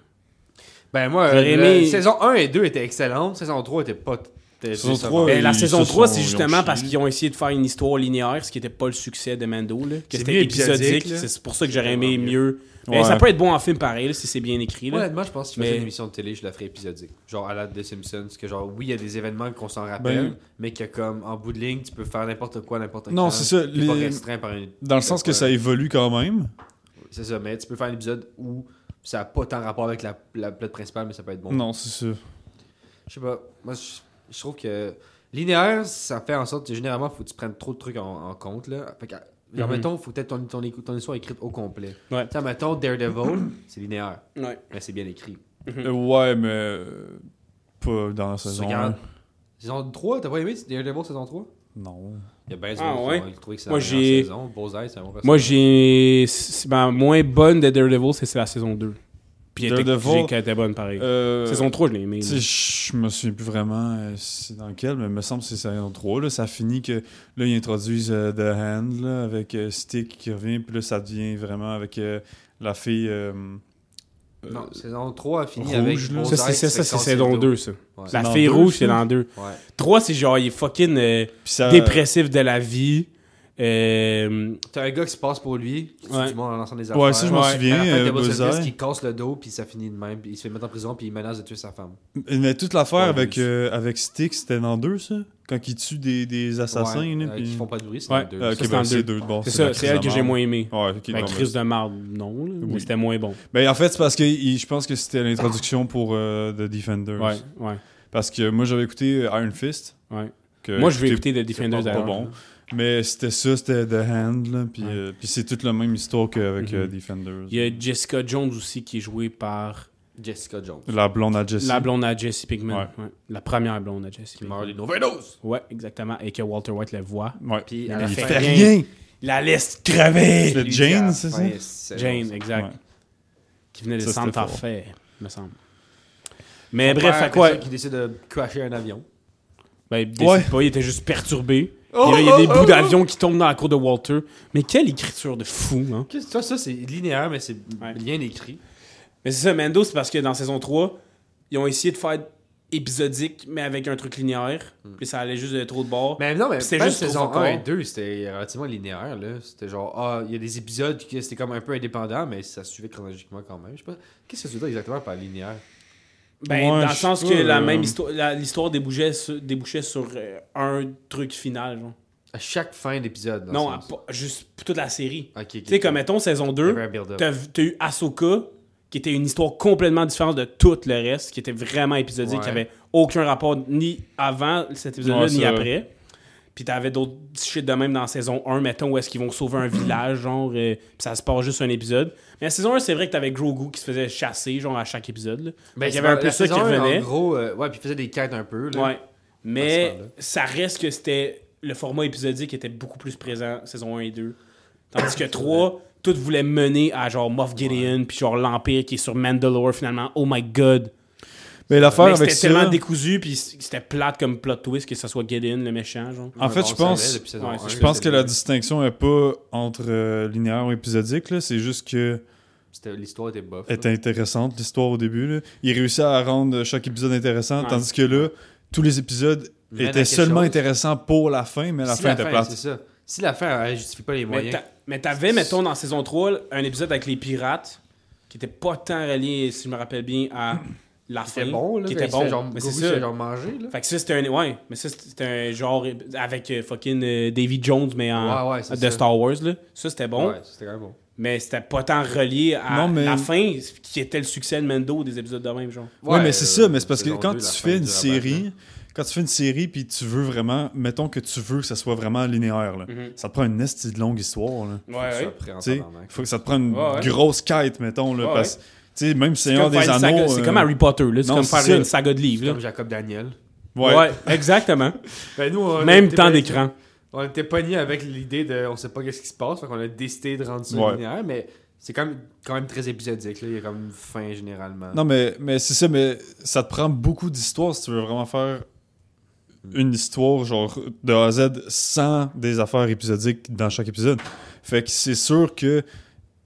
[SPEAKER 7] Ben, moi,
[SPEAKER 2] J'aurais
[SPEAKER 7] euh,
[SPEAKER 2] aimé-
[SPEAKER 7] la saison 1 et 2 étaient excellentes. Saison 3 était pas.
[SPEAKER 6] Saison 3,
[SPEAKER 2] Ben, la
[SPEAKER 6] ils
[SPEAKER 2] saison
[SPEAKER 6] se
[SPEAKER 2] 3,
[SPEAKER 6] sont-
[SPEAKER 2] c'est
[SPEAKER 6] ils ont
[SPEAKER 2] justement
[SPEAKER 6] chié.
[SPEAKER 2] parce qu'ils ont essayé de faire une histoire linéaire, ce qui n'était pas le succès de Mando. Là, que
[SPEAKER 7] C'est
[SPEAKER 2] c'était
[SPEAKER 7] mieux épisodique,
[SPEAKER 2] épisodique.
[SPEAKER 7] là.
[SPEAKER 2] C'est pour ça que j'aurais aimé
[SPEAKER 7] vraiment
[SPEAKER 2] mieux. Mais ça
[SPEAKER 6] Ouais.
[SPEAKER 2] peut être bon en film pareil, là, si c'est bien écrit. Là.
[SPEAKER 7] Honnêtement, je pense que si je faisais
[SPEAKER 2] Mais-
[SPEAKER 7] une émission de télé, je la ferais épisodique. Genre à la des Simpsons, que genre, oui, il y a des événements qu'on s'en rappelle,
[SPEAKER 6] Ben-
[SPEAKER 7] mais que comme en bout de ligne, tu peux faire n'importe quoi, n'importe quoi.
[SPEAKER 6] Non, c'est ça,
[SPEAKER 7] T'es pas
[SPEAKER 6] les-
[SPEAKER 7] restreint par une...
[SPEAKER 6] Dans le sens que ça évolue quand même.
[SPEAKER 7] C'est ça, mais tu peux faire un épisode où ça n'a pas tant rapport avec la, la plot principale, mais ça peut être bon.
[SPEAKER 6] Non, c'est ça.
[SPEAKER 7] Je sais pas. Moi, je, je trouve que linéaire, ça fait en sorte que généralement, faut que tu prennes trop de trucs en, en compte. Là. Fait que, genre,
[SPEAKER 2] Mhm.
[SPEAKER 7] mettons, faut peut-être ton, ton, éco- ton histoire écrite au complet.
[SPEAKER 2] Ouais.
[SPEAKER 7] Tu sais, mettons, Daredevil, c'est linéaire,
[SPEAKER 2] Ouais.
[SPEAKER 7] mais c'est bien écrit.
[SPEAKER 6] Euh, Ouais, mais. euh, Pas dans la saison.
[SPEAKER 7] Regarde.
[SPEAKER 6] un.
[SPEAKER 7] Saison 3, t'as pas aimé Daredevil saison 3
[SPEAKER 6] Non.
[SPEAKER 7] Il y a bien des
[SPEAKER 2] Ah,
[SPEAKER 7] gens
[SPEAKER 2] ouais.
[SPEAKER 7] qui ont trouvé que c'est
[SPEAKER 2] Moi,
[SPEAKER 7] la meilleure
[SPEAKER 2] j'ai-
[SPEAKER 7] saison. Bullseye, c'est un bon personnage.
[SPEAKER 2] Moi, j'ai. c'est- Ma moins bonne de Daredevil, c'est c'est la saison 2. Puis elle était-
[SPEAKER 6] Daredevil-
[SPEAKER 2] j'ai- qu'elle était bonne pareil.
[SPEAKER 6] Euh,
[SPEAKER 2] saison 3, je l'ai aimé.
[SPEAKER 6] tu sais, Je me souviens plus vraiment euh, c'est dans lequel, mais il me semble que c'est saison 3. Là. Ça finit que là, ils introduisent euh, The Hand là, avec euh, Stick qui revient, puis là, ça devient vraiment avec euh, la fille. euh, euh,
[SPEAKER 7] Non, saison 3 a fini
[SPEAKER 6] Rouge,
[SPEAKER 7] avec.
[SPEAKER 6] là.
[SPEAKER 2] Ça, c'est ça,
[SPEAKER 7] Bullseye,
[SPEAKER 2] ça, c'est
[SPEAKER 7] Second
[SPEAKER 2] saison
[SPEAKER 7] Saison.
[SPEAKER 2] 2, ça.
[SPEAKER 7] Ouais.
[SPEAKER 2] La
[SPEAKER 6] Dans
[SPEAKER 2] fille
[SPEAKER 6] deux,
[SPEAKER 2] rouge,
[SPEAKER 6] ça.
[SPEAKER 2] c'est dans 2.
[SPEAKER 7] Ouais.
[SPEAKER 2] 3, c'est genre, il est fucking euh,
[SPEAKER 6] puis ça-
[SPEAKER 2] dépressif de la vie. Euh,
[SPEAKER 7] T'as un gars qui se passe pour lui, qui tue
[SPEAKER 2] Ouais.
[SPEAKER 7] du monde en lançant des affaires.
[SPEAKER 6] Ouais, ça, je m'en
[SPEAKER 2] Ouais.
[SPEAKER 6] souviens.
[SPEAKER 7] À la fin,
[SPEAKER 6] euh,
[SPEAKER 7] Double Surface
[SPEAKER 6] Bullseye.
[SPEAKER 7] qui casse le dos, puis ça finit de même, puis il se fait mettre en prison, puis il menace de tuer sa femme.
[SPEAKER 6] Mais toute l'affaire
[SPEAKER 7] Ouais,
[SPEAKER 6] avec,
[SPEAKER 7] oui.
[SPEAKER 6] euh, avec Stick, c'était dans deux, ça Quand ils tuent des, des assassins.
[SPEAKER 7] Ouais,
[SPEAKER 6] là,
[SPEAKER 7] euh,
[SPEAKER 6] puis-
[SPEAKER 7] Qui font pas de bruit, c'est
[SPEAKER 2] Ouais.
[SPEAKER 7] dans deux.
[SPEAKER 6] Ah,
[SPEAKER 2] Ça,
[SPEAKER 6] ok,
[SPEAKER 2] c'est
[SPEAKER 6] ben,
[SPEAKER 2] en
[SPEAKER 6] c'est
[SPEAKER 2] deux.
[SPEAKER 6] deux de bord.
[SPEAKER 2] c'est ça,
[SPEAKER 6] la
[SPEAKER 2] c'est
[SPEAKER 6] crise
[SPEAKER 2] elle
[SPEAKER 6] de
[SPEAKER 2] que j'ai
[SPEAKER 6] marde.
[SPEAKER 2] moins aimée.
[SPEAKER 6] Ouais, ok, ben,
[SPEAKER 2] La
[SPEAKER 6] non, mais-
[SPEAKER 2] crise Ben, de marde, non, là, mais
[SPEAKER 6] Oui.
[SPEAKER 2] c'était moins bon.
[SPEAKER 6] Ben, en fait, c'est parce que il- je pense que c'était l'introduction pour euh, The Defenders.
[SPEAKER 2] Ouais, ouais,
[SPEAKER 6] Parce que moi, j'avais écouté euh, Iron Fist.
[SPEAKER 2] ouais.
[SPEAKER 6] que
[SPEAKER 2] Moi, je vais
[SPEAKER 6] j'écoutais
[SPEAKER 2] écouter The Defenders
[SPEAKER 6] euh, pas, pas
[SPEAKER 2] d'ailleurs.
[SPEAKER 6] bon. Mais c'était ça, c'était The Hand. Là, puis
[SPEAKER 2] Ouais.
[SPEAKER 6] euh, puis c'est toute la même histoire qu'avec
[SPEAKER 2] Mhm.
[SPEAKER 6] euh, Defenders.
[SPEAKER 2] Il y a Jessica Jones aussi qui est jouée par
[SPEAKER 7] Jessica Jones.
[SPEAKER 6] La blonde à Jesse.
[SPEAKER 2] la blonde à Jesse Pinkman. Ouais. La première blonde à Jesse
[SPEAKER 7] Qui
[SPEAKER 2] Pinkman.
[SPEAKER 7] meurt d'une overdose.
[SPEAKER 2] Ouais, exactement. Et que Walter White la voit.
[SPEAKER 6] Ouais.
[SPEAKER 7] Puis
[SPEAKER 2] Mais
[SPEAKER 7] à
[SPEAKER 2] il
[SPEAKER 7] la
[SPEAKER 2] fait
[SPEAKER 7] fin,
[SPEAKER 2] rien. La laisse crever!
[SPEAKER 6] C'est
[SPEAKER 7] lui,
[SPEAKER 6] Jane,
[SPEAKER 7] à
[SPEAKER 2] ah,
[SPEAKER 6] c'est
[SPEAKER 7] la
[SPEAKER 6] ça?
[SPEAKER 7] fin, c'est-
[SPEAKER 2] Jane,
[SPEAKER 7] c'est-
[SPEAKER 2] exact.
[SPEAKER 6] Ouais.
[SPEAKER 2] Qui venait de
[SPEAKER 6] Ça, c'était
[SPEAKER 2] Santa
[SPEAKER 6] fort.
[SPEAKER 2] Fe, me semble. Mais
[SPEAKER 7] Son
[SPEAKER 2] bref,
[SPEAKER 7] père,
[SPEAKER 2] à quoi
[SPEAKER 7] c'est ça, Qui décide de crasher un avion.
[SPEAKER 2] Ben, il décide
[SPEAKER 6] Ouais.
[SPEAKER 2] pas, il était juste perturbé. Et là, il y a des bouts d'avion qui tombent dans la cour de Walter. Mais quelle écriture de fou, hein?
[SPEAKER 7] Qu'est-ce que ça, ça, c'est linéaire, mais c'est
[SPEAKER 2] Ouais.
[SPEAKER 7] bien écrit.
[SPEAKER 2] Mais c'est ça, Mando, c'est parce que dans saison 3, ils ont essayé de faire épisodique, mais avec un truc linéaire.
[SPEAKER 7] Hmm.
[SPEAKER 2] Puis ça allait juste de trop de bords.
[SPEAKER 7] Mais non, mais
[SPEAKER 2] Puis c'est
[SPEAKER 7] même
[SPEAKER 2] juste
[SPEAKER 7] saison
[SPEAKER 2] trop
[SPEAKER 7] 1 et
[SPEAKER 2] encore.
[SPEAKER 7] 2, c'était relativement linéaire. là. C'était genre, ah, il y a des épisodes qui c'était comme un peu indépendant, mais ça se suivait chronologiquement quand même. Je sais pas. Qu'est-ce que tu veux dire exactement par linéaire
[SPEAKER 2] Ben,
[SPEAKER 6] Ouais,
[SPEAKER 2] dans le
[SPEAKER 6] je
[SPEAKER 2] sens
[SPEAKER 6] sais
[SPEAKER 2] que
[SPEAKER 6] pas,
[SPEAKER 2] la
[SPEAKER 6] euh,
[SPEAKER 2] même histoire, la- l'histoire débouchait sur, débouchait sur euh, un truc final. genre.
[SPEAKER 7] À chaque fin d'épisode. dans
[SPEAKER 2] Non,
[SPEAKER 7] le
[SPEAKER 2] à
[SPEAKER 7] sens.
[SPEAKER 2] pas- juste toute la série.
[SPEAKER 7] Ok, ok,
[SPEAKER 2] Tu sais,
[SPEAKER 7] ok.
[SPEAKER 2] comme mettons saison
[SPEAKER 7] Il y
[SPEAKER 2] 2,
[SPEAKER 7] avait un build-up.
[SPEAKER 2] t'as vu- t'as eu Ahsoka, qui était une histoire complètement différente de tout le reste, qui était vraiment épisodique,
[SPEAKER 7] Ouais.
[SPEAKER 2] qui avait aucun rapport ni avant cet épisode-là,
[SPEAKER 6] Ouais,
[SPEAKER 2] ni
[SPEAKER 6] ça.
[SPEAKER 2] après. Puis t'avais d'autres shit de même dans saison 1, mettons, où est-ce qu'ils vont sauver un village, genre, euh, puis ça se passe juste un épisode. Mais la saison 1, c'est vrai que t'avais Grogu qui se faisait chasser, genre, à chaque épisode. là.
[SPEAKER 7] Ben,
[SPEAKER 2] Fait qu'il
[SPEAKER 7] c'est
[SPEAKER 2] y avait un
[SPEAKER 7] pas-
[SPEAKER 2] peu
[SPEAKER 7] la
[SPEAKER 2] ça qui
[SPEAKER 7] saison un,
[SPEAKER 2] revenait.
[SPEAKER 7] En gros, euh, ouais, puis il faisait des quêtes un peu. Là.
[SPEAKER 2] Ouais. Mais
[SPEAKER 7] Principalement.
[SPEAKER 2] ça reste que c'était le format épisodique était beaucoup plus présent saison 1 et 2. Tandis que
[SPEAKER 7] [LAUGHS]
[SPEAKER 2] 3, tout voulait mener à genre Moff Gideon puis genre l'empire qui est sur Mandalore finalement. Oh my god.
[SPEAKER 6] Mais l'affaire
[SPEAKER 2] Mais
[SPEAKER 6] avec
[SPEAKER 2] c'était tellement
[SPEAKER 6] ça.
[SPEAKER 2] décousu puis c'était plate comme plot twist que ça soit Gideon le méchant genre.
[SPEAKER 6] En fait,
[SPEAKER 7] On
[SPEAKER 6] je
[SPEAKER 7] le
[SPEAKER 6] pense-
[SPEAKER 7] savait depuis saison
[SPEAKER 2] Ouais,
[SPEAKER 7] un,
[SPEAKER 6] Je pense que la
[SPEAKER 7] c'était-
[SPEAKER 6] distinction n'est pas entre euh, linéaire ou épisodique. là. C'est juste que.
[SPEAKER 7] c'était- L'histoire était bof.
[SPEAKER 6] est
[SPEAKER 7] là.
[SPEAKER 6] intéressante, l'histoire au début. là. Il réussit à rendre chaque épisode intéressant,
[SPEAKER 2] Ouais.
[SPEAKER 6] tandis que là, tous les épisodes
[SPEAKER 7] Mène à
[SPEAKER 6] étaient
[SPEAKER 7] quelque
[SPEAKER 6] seulement
[SPEAKER 7] chose.
[SPEAKER 6] intéressants pour la fin, mais la
[SPEAKER 7] si
[SPEAKER 6] fin
[SPEAKER 7] la
[SPEAKER 6] était
[SPEAKER 7] fin, c'est ça.
[SPEAKER 6] plate.
[SPEAKER 7] Si la fin, elle justifie pas les
[SPEAKER 2] Mais
[SPEAKER 7] moyens.
[SPEAKER 2] t'a- mais t'avais mettons dans saison 3 un épisode avec les pirates qui était pas tant relié si je me rappelle bien à la fin
[SPEAKER 7] C'était bon, là.
[SPEAKER 2] qui
[SPEAKER 7] quand
[SPEAKER 2] était
[SPEAKER 7] il se fait
[SPEAKER 2] bon.
[SPEAKER 7] genre-
[SPEAKER 2] mais
[SPEAKER 7] Goku
[SPEAKER 2] c'est
[SPEAKER 7] se fait
[SPEAKER 2] ça.
[SPEAKER 7] genre manger, là.
[SPEAKER 2] Fait que ça, c'était un. Ouais, mais ça, c'était un genre avec euh, fucking euh, Davy Jones, mais en.
[SPEAKER 7] Ouais, ouais, c'est
[SPEAKER 2] de
[SPEAKER 7] ça.
[SPEAKER 2] Star Wars, là. Ça, c'était bon.
[SPEAKER 7] Ouais, c'était quand même bon.
[SPEAKER 2] mais c'était pas tant relié à
[SPEAKER 6] Non, mais-
[SPEAKER 2] la fin, qui était le succès de Mendo des épisodes de même, genre.
[SPEAKER 6] Ouais, mais c'est ça, mais c'est parce que
[SPEAKER 7] saison
[SPEAKER 6] quand
[SPEAKER 7] deux,
[SPEAKER 6] tu
[SPEAKER 7] euh, la
[SPEAKER 6] fais
[SPEAKER 7] fin
[SPEAKER 6] une
[SPEAKER 7] du rabat,
[SPEAKER 6] série, quand tu fais une série puis tu veux vraiment, mettons que tu veux que ça soit vraiment linéaire, là,
[SPEAKER 2] Mhm.
[SPEAKER 6] ça te prend une esti de longue
[SPEAKER 7] Ah,
[SPEAKER 6] histoire. Là.
[SPEAKER 2] Ouais, ouais.
[SPEAKER 6] Tu sais, faut que ça te prend une
[SPEAKER 2] Ouais, ouais.
[SPEAKER 6] grosse quête, mettons, là,
[SPEAKER 2] Ouais,
[SPEAKER 6] parce que tu sais, même
[SPEAKER 2] C'est
[SPEAKER 6] Seigneur
[SPEAKER 2] comme,
[SPEAKER 6] des
[SPEAKER 2] faire une saga-
[SPEAKER 6] Anneaux.
[SPEAKER 2] c'est
[SPEAKER 6] euh,
[SPEAKER 2] comme Harry Potter, là. C'est
[SPEAKER 6] non,
[SPEAKER 2] comme
[SPEAKER 6] c'est
[SPEAKER 2] faire
[SPEAKER 6] ça.
[SPEAKER 2] une saga de livres, là.
[SPEAKER 7] Comme Jacob Daniel.
[SPEAKER 6] Ouais.
[SPEAKER 2] Ouais,
[SPEAKER 7] [LAUGHS]
[SPEAKER 2] exactement.
[SPEAKER 7] Ben, nous, on
[SPEAKER 2] Même
[SPEAKER 7] était
[SPEAKER 2] temps
[SPEAKER 7] pas-
[SPEAKER 2] d'écran.
[SPEAKER 7] On était pognés avec l'idée de on sait pas qu'est-ce qui se passe, fait qu'on a décidé de rendre ça
[SPEAKER 6] Ouais.
[SPEAKER 7] linéaire, mais c'est quand même, quand même très épisodique. Là. Il y a comme une fin généralement.
[SPEAKER 6] Non, mais, mais c'est ça, mais ça te prend beaucoup d'histoires si tu veux vraiment faire une histoire, genre, de A à Z, sans des affaires épisodiques dans chaque épisode. Fait que c'est sûr que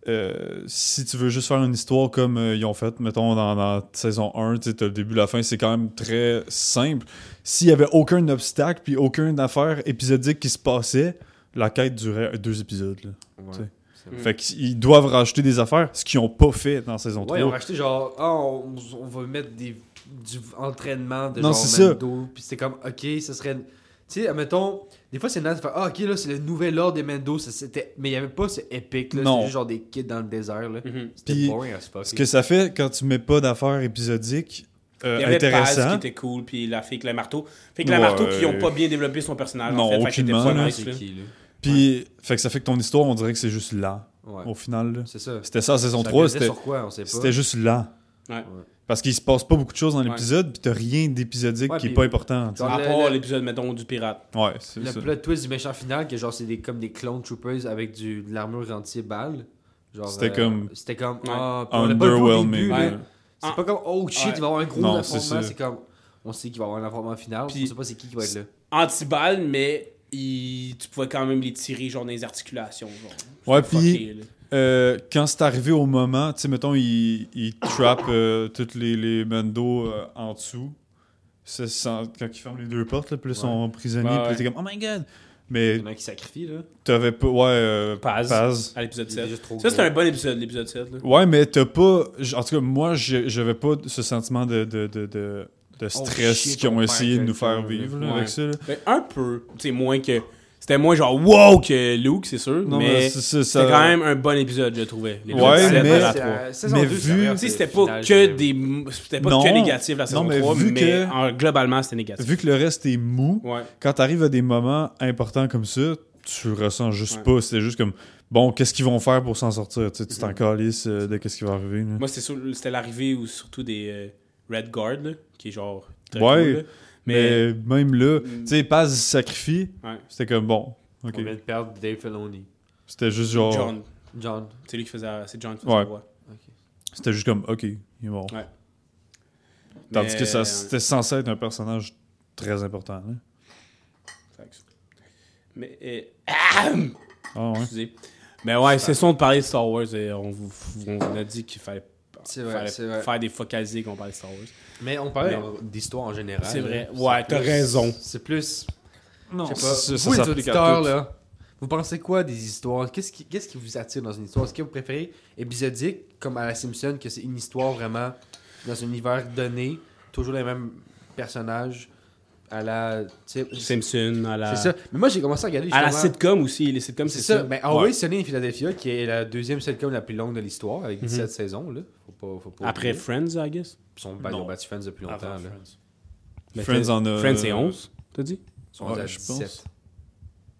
[SPEAKER 6] euh, si tu veux juste faire une histoire comme euh, ils ont fait, mettons, dans la saison 1, tu as le début, la fin, c'est quand même très simple. S'il y avait aucun obstacle, puis aucune affaire épisodique qui se passait, la quête durait deux épisodes. là.
[SPEAKER 7] Ouais.
[SPEAKER 6] tu sais.
[SPEAKER 7] C'est vrai.
[SPEAKER 6] Fait qu'ils doivent rajouter des affaires, ce qu'ils n'ont pas fait dans saison 3.
[SPEAKER 7] Ouais, ils ont racheté genre, ah, on, on va mettre des, du entraînement de
[SPEAKER 6] Non,
[SPEAKER 7] genre
[SPEAKER 6] c'est ça.
[SPEAKER 7] Mendo, puis c'est comme, ok, ça serait. Tu sais, admettons, des fois c'est nice de faire, ah, ok, là, c'est le nouvel ordre des Mendo, ça, c'était... mais il n'y avait pas ce épique, là,
[SPEAKER 6] Non. Mm.
[SPEAKER 7] c'était juste genre des kids dans le désert, là. C'était
[SPEAKER 6] Puis,
[SPEAKER 7] boring as fuck.
[SPEAKER 6] Ce que ça fait quand tu mets pas d'affaires épisodiques euh,
[SPEAKER 2] Il y avait Paz qui
[SPEAKER 6] intéressantes,
[SPEAKER 2] était cool, puis la fille avec le marteau. Fait que le
[SPEAKER 6] Ouais.
[SPEAKER 2] marteau, qui ont pas bien développé son personnage.
[SPEAKER 6] Non,
[SPEAKER 2] en fait, fait qu'il était
[SPEAKER 6] aucunement,
[SPEAKER 2] pas
[SPEAKER 6] là.
[SPEAKER 2] nice, là.
[SPEAKER 7] qui, là?
[SPEAKER 6] puis fait que ça fait que ton histoire, on dirait que c'est juste là,
[SPEAKER 7] Ouais.
[SPEAKER 6] au final. là.
[SPEAKER 7] C'est ça.
[SPEAKER 6] C'était ça, la saison
[SPEAKER 7] Ça
[SPEAKER 6] 3,
[SPEAKER 7] basait
[SPEAKER 6] c'était
[SPEAKER 7] sur quoi, on sait pas.
[SPEAKER 6] c'était juste là.
[SPEAKER 2] Ouais. Ouais.
[SPEAKER 6] Parce qu'il se passe pas beaucoup de choses dans
[SPEAKER 2] Ouais.
[SPEAKER 6] l'épisode, puis t'as rien d'épisodique
[SPEAKER 7] Ouais,
[SPEAKER 6] qui est
[SPEAKER 7] puis-
[SPEAKER 6] pas important. tu sais.
[SPEAKER 7] Genre,
[SPEAKER 2] À
[SPEAKER 7] le-
[SPEAKER 2] part
[SPEAKER 7] le-
[SPEAKER 2] l'épisode, mettons, du pirate.
[SPEAKER 6] Ouais, c'est
[SPEAKER 7] Le
[SPEAKER 6] ça.
[SPEAKER 7] plot twist du méchant final, que genre c'est des, comme des clone troopers avec du, de l'armure anti-balle. Genre, euh,
[SPEAKER 6] C'était comme-
[SPEAKER 7] C'était comme.
[SPEAKER 2] Ouais.
[SPEAKER 7] Ah, puis on l'a pas vu au
[SPEAKER 6] Underwhelming.
[SPEAKER 7] début,
[SPEAKER 6] là.
[SPEAKER 7] là. C'est
[SPEAKER 2] Ah.
[SPEAKER 7] pas comme oh shit,
[SPEAKER 2] Ouais.
[SPEAKER 7] il va y avoir un gros
[SPEAKER 6] Non,
[SPEAKER 7] affrontement.
[SPEAKER 6] c'est ça.
[SPEAKER 7] C'est comme on sait qu'il va y avoir un affrontement final,
[SPEAKER 2] Puis-
[SPEAKER 7] on sait pas c'est qui qui va être là.
[SPEAKER 2] Anti-balle, mais il- tu pouvais quand même les tirer, genre, dans les articulations. Genre.
[SPEAKER 6] Ouais,
[SPEAKER 2] C'était
[SPEAKER 6] puis-
[SPEAKER 2] fucké, là.
[SPEAKER 6] Euh, quand c'est arrivé au moment, tu sais, mettons, ils il trappent euh, toutes les, les Mendo euh, en dessous. Ça se sent- quand ils ferment les deux portes, là, puis là, ils sont prisonniers,
[SPEAKER 2] Ouais,
[SPEAKER 6] puis là,
[SPEAKER 2] ouais.
[SPEAKER 6] t'es comme, oh my god! Mais
[SPEAKER 7] Il y en a un qui sacrifie là.
[SPEAKER 6] t'avais pas. Ouais, euh,
[SPEAKER 2] Paz.
[SPEAKER 6] Paz.
[SPEAKER 2] À l'épisode
[SPEAKER 7] Il est
[SPEAKER 2] 7.
[SPEAKER 7] juste trop
[SPEAKER 2] Ça, c'est
[SPEAKER 7] gros.
[SPEAKER 2] un bon épisode, l'épisode 7. Là.
[SPEAKER 6] Ouais, mais t'as pas. j- En tout cas, moi, j'ai- j'avais pas ce sentiment de, de, de, de, de stress
[SPEAKER 7] shit,
[SPEAKER 6] qu'ils
[SPEAKER 7] on
[SPEAKER 6] ont
[SPEAKER 7] perd
[SPEAKER 6] essayé de nous
[SPEAKER 7] quelqu'un,
[SPEAKER 6] faire vivre là,
[SPEAKER 2] Ouais.
[SPEAKER 6] avec ça. là.
[SPEAKER 2] Ben, un peu. Tu sais, moins que. C'était moins genre wow que Luke, c'est sûr.
[SPEAKER 6] Non, mais,
[SPEAKER 2] mais
[SPEAKER 6] c'est
[SPEAKER 2] c'était
[SPEAKER 6] ça. ça-
[SPEAKER 2] quand même un bon épisode, je trouvais. L'épisode
[SPEAKER 6] Ouais,
[SPEAKER 2] sept
[SPEAKER 6] mais-
[SPEAKER 2] de la
[SPEAKER 7] C'est,
[SPEAKER 2] trois.
[SPEAKER 7] euh, saison
[SPEAKER 6] Mais
[SPEAKER 7] deux,
[SPEAKER 6] vu-
[SPEAKER 7] ça
[SPEAKER 2] Tu sais,
[SPEAKER 7] reste
[SPEAKER 2] c'était
[SPEAKER 7] le
[SPEAKER 2] pas
[SPEAKER 7] final,
[SPEAKER 2] que
[SPEAKER 7] j'aime.
[SPEAKER 2] des. C'était pas
[SPEAKER 6] Non.
[SPEAKER 2] que négatif la saison
[SPEAKER 6] Non, mais
[SPEAKER 2] 3,
[SPEAKER 6] vu
[SPEAKER 2] mais
[SPEAKER 6] que-
[SPEAKER 2] en- globalement, c'était négatif.
[SPEAKER 6] Vu que le reste est mou,
[SPEAKER 2] Ouais.
[SPEAKER 6] quand t'arrives à des moments importants comme ça, tu ressens juste
[SPEAKER 2] Ouais.
[SPEAKER 6] pas. C'est juste comme, bon, qu'est-ce qu'ils vont faire pour s'en sortir? Tu sais, tu t'en calisses euh, de qu'est-ce qui va arriver. là.
[SPEAKER 2] Moi, c'était sur- c'était l'arrivée ou surtout des euh, Red Guard, là, qui est genre. très
[SPEAKER 6] Ouais.
[SPEAKER 2] cool, là. mais.
[SPEAKER 6] Mais, même là,
[SPEAKER 2] Mm.
[SPEAKER 6] tu sais, Paz il se sacrifie.
[SPEAKER 2] Ouais.
[SPEAKER 6] C'était comme, bon, ok.
[SPEAKER 7] On vient de perdre Dave Filoni.
[SPEAKER 6] C'était juste genre.
[SPEAKER 2] John.
[SPEAKER 7] John.
[SPEAKER 2] C'est lui qui faisait. C'est John qui
[SPEAKER 6] oh. Ouais.
[SPEAKER 2] faisait la voix.
[SPEAKER 6] C'était juste comme, ok, il est mort.
[SPEAKER 2] Ouais.
[SPEAKER 6] Tandis
[SPEAKER 2] Mais- euh,
[SPEAKER 6] que ça, c'était censé être un personnage très important. là.
[SPEAKER 2] Facts. Mais. euh,
[SPEAKER 6] Ah ouais.
[SPEAKER 2] Excusez. Mais ouais, c'est son de parler de Star Wars et on vous on vous a dit qu'il fallait,
[SPEAKER 7] C'est vrai,
[SPEAKER 2] fallait
[SPEAKER 7] c'est vrai.
[SPEAKER 2] faire des focalisés qu'on parle de Star Wars.
[SPEAKER 7] Mais on parlait
[SPEAKER 2] Mais-
[SPEAKER 7] d'en- d'histoire en général.
[SPEAKER 2] C'est vrai.
[SPEAKER 7] là.
[SPEAKER 2] Ouais,
[SPEAKER 7] C'est
[SPEAKER 2] t'as
[SPEAKER 7] plus-
[SPEAKER 2] raison.
[SPEAKER 7] C'est plus.
[SPEAKER 6] Non,
[SPEAKER 7] Je sais pas.
[SPEAKER 6] ça,
[SPEAKER 7] vous,
[SPEAKER 6] ça
[SPEAKER 7] les
[SPEAKER 6] s'applique à
[SPEAKER 7] auditeurs,
[SPEAKER 6] tout.
[SPEAKER 7] là, vous pensez quoi des histoires Qu'est-ce qui, qu'est-ce qui vous attire dans une histoire Est-ce que vous préférez épisodique, comme à la Simpson, que c'est une histoire vraiment dans un univers donné, toujours les mêmes personnages à la. tu sais, C'est
[SPEAKER 2] Simpson, à la,
[SPEAKER 7] ça. Mais moi, j'ai commencé à regarder.
[SPEAKER 2] à la
[SPEAKER 7] justement-
[SPEAKER 2] sitcom aussi. Les sitcoms,
[SPEAKER 7] C'est ça. Ben, ah Mais Always Sunny in Philadelphia, qui est la deuxième sitcom la plus longue de l'histoire, avec 17 saisons, là. Faut pas, faut pas
[SPEAKER 2] Après
[SPEAKER 7] oublier.
[SPEAKER 2] Friends, I guess.
[SPEAKER 7] Ils sont bat- ils
[SPEAKER 6] Non.
[SPEAKER 7] ont battu Friends depuis longtemps, là.
[SPEAKER 2] Mais
[SPEAKER 6] Friends
[SPEAKER 2] t'es-
[SPEAKER 6] en euh, a-
[SPEAKER 2] Friends, c'est 11, t'as dit
[SPEAKER 7] Ils sont
[SPEAKER 6] Ouais,
[SPEAKER 7] rendus euh, à
[SPEAKER 6] je pense.
[SPEAKER 7] 17.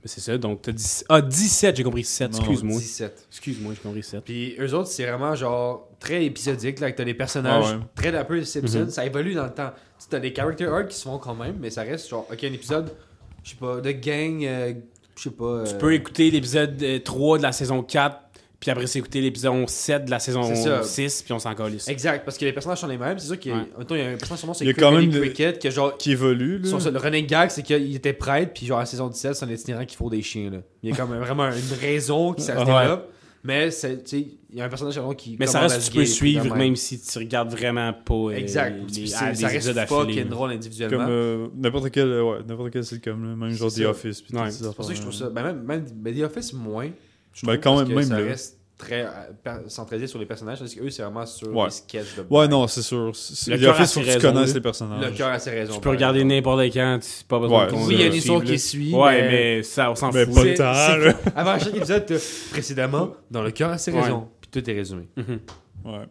[SPEAKER 2] Mais c'est ça, donc t'as dit. Ah, 17, j'ai compris 7,
[SPEAKER 6] Non,
[SPEAKER 2] excuse-moi.
[SPEAKER 7] 17.
[SPEAKER 2] Excuse-moi, j'ai compris 7.
[SPEAKER 7] Puis eux autres, c'est vraiment genre très épisodique, là, que t'as des personnages
[SPEAKER 6] Ah ouais.
[SPEAKER 7] très d'un peu Simpson, ça évolue dans le temps. Tu sais, t'as des character arcs qui se font quand même, mais ça reste genre, ok, un épisode, je sais pas, de gang, euh, je sais pas.
[SPEAKER 2] Tu
[SPEAKER 7] euh,
[SPEAKER 2] peux écouter l'épisode euh, 3 de la saison 4, puis après, c'est écouter l'épisode 7 de la saison
[SPEAKER 7] C'est ça.
[SPEAKER 2] 6, puis on s'en calisse.
[SPEAKER 7] Exact, parce que les personnages sont les mêmes, c'est sûr qu'il y a,
[SPEAKER 2] Ouais.
[SPEAKER 7] en même temps, il y a un personnage sûrement, c'est
[SPEAKER 6] Il y a
[SPEAKER 7] Kirk
[SPEAKER 6] quand même
[SPEAKER 7] Henry
[SPEAKER 6] de-
[SPEAKER 7] Cricket, que genre.
[SPEAKER 6] Qui évolue, là.
[SPEAKER 7] son- le running gag, c'est qu'il était prêtre, puis genre à la saison 17, c'est un itinérant qui fourre des chiens. Là. Il y a comme vraiment une raison qui ça se
[SPEAKER 2] Ouais.
[SPEAKER 7] développe, mais c'est- tu sais, il y a un personnage genre, qui.
[SPEAKER 2] Mais ça
[SPEAKER 7] commence à
[SPEAKER 2] reste,
[SPEAKER 7] se
[SPEAKER 2] tu peux
[SPEAKER 7] gayer, puis
[SPEAKER 2] suivre,
[SPEAKER 7] de
[SPEAKER 2] même si tu regardes vraiment pas. euh,
[SPEAKER 7] Exact,
[SPEAKER 2] les-
[SPEAKER 7] c'est-
[SPEAKER 2] ah, des
[SPEAKER 7] ça reste
[SPEAKER 2] épisodes affilés,
[SPEAKER 7] fucking
[SPEAKER 2] là.
[SPEAKER 7] drôle individuellement.
[SPEAKER 6] Comme euh, n'importe quel, euh, ouais, n'importe quel sitcom, là, même genre
[SPEAKER 7] C'est
[SPEAKER 6] The
[SPEAKER 7] ça.
[SPEAKER 6] Office. puis
[SPEAKER 2] Ouais.
[SPEAKER 6] toutes ces
[SPEAKER 7] C'est pour ça que je
[SPEAKER 6] affaires-là.
[SPEAKER 7] trouve ça. Ben, même, même ben, The Office, moins. je
[SPEAKER 6] Ben,
[SPEAKER 7] trouve,
[SPEAKER 6] quand
[SPEAKER 7] parce
[SPEAKER 6] même,
[SPEAKER 7] que
[SPEAKER 6] même,
[SPEAKER 7] ça
[SPEAKER 6] là.
[SPEAKER 7] reste très euh, per- centralisé sur les personnages, tandis qu'eux, c'est vraiment sur
[SPEAKER 6] Ouais.
[SPEAKER 7] les sketchs de
[SPEAKER 6] Ouais,
[SPEAKER 7] blagues.
[SPEAKER 6] non, c'est sûr. C'est-
[SPEAKER 2] Le
[SPEAKER 6] Il a
[SPEAKER 2] cœur
[SPEAKER 6] fait
[SPEAKER 2] a
[SPEAKER 6] sur
[SPEAKER 2] ses
[SPEAKER 6] que tu
[SPEAKER 2] raisons,
[SPEAKER 6] connaisses
[SPEAKER 2] là.
[SPEAKER 6] les
[SPEAKER 7] Le
[SPEAKER 6] personnages.
[SPEAKER 7] cœur a ses raisons.
[SPEAKER 2] Tu peux regarder n'importe quand, tu pas besoin
[SPEAKER 6] Ouais.
[SPEAKER 2] qu'on
[SPEAKER 7] Oui, il y a
[SPEAKER 2] le
[SPEAKER 7] une histoire
[SPEAKER 2] suive,
[SPEAKER 7] qui suit.
[SPEAKER 2] là. Ouais,
[SPEAKER 7] mais-
[SPEAKER 2] mais ça, on s'en
[SPEAKER 6] Mais
[SPEAKER 2] fout.
[SPEAKER 6] pas
[SPEAKER 2] là.
[SPEAKER 7] C'est- c'est- Avant chaque épisode, t'as précédemment, dans le cœur à ses
[SPEAKER 2] Ouais.
[SPEAKER 7] raisons. Puis tout est résumé.
[SPEAKER 6] Ouais.
[SPEAKER 2] Mhm.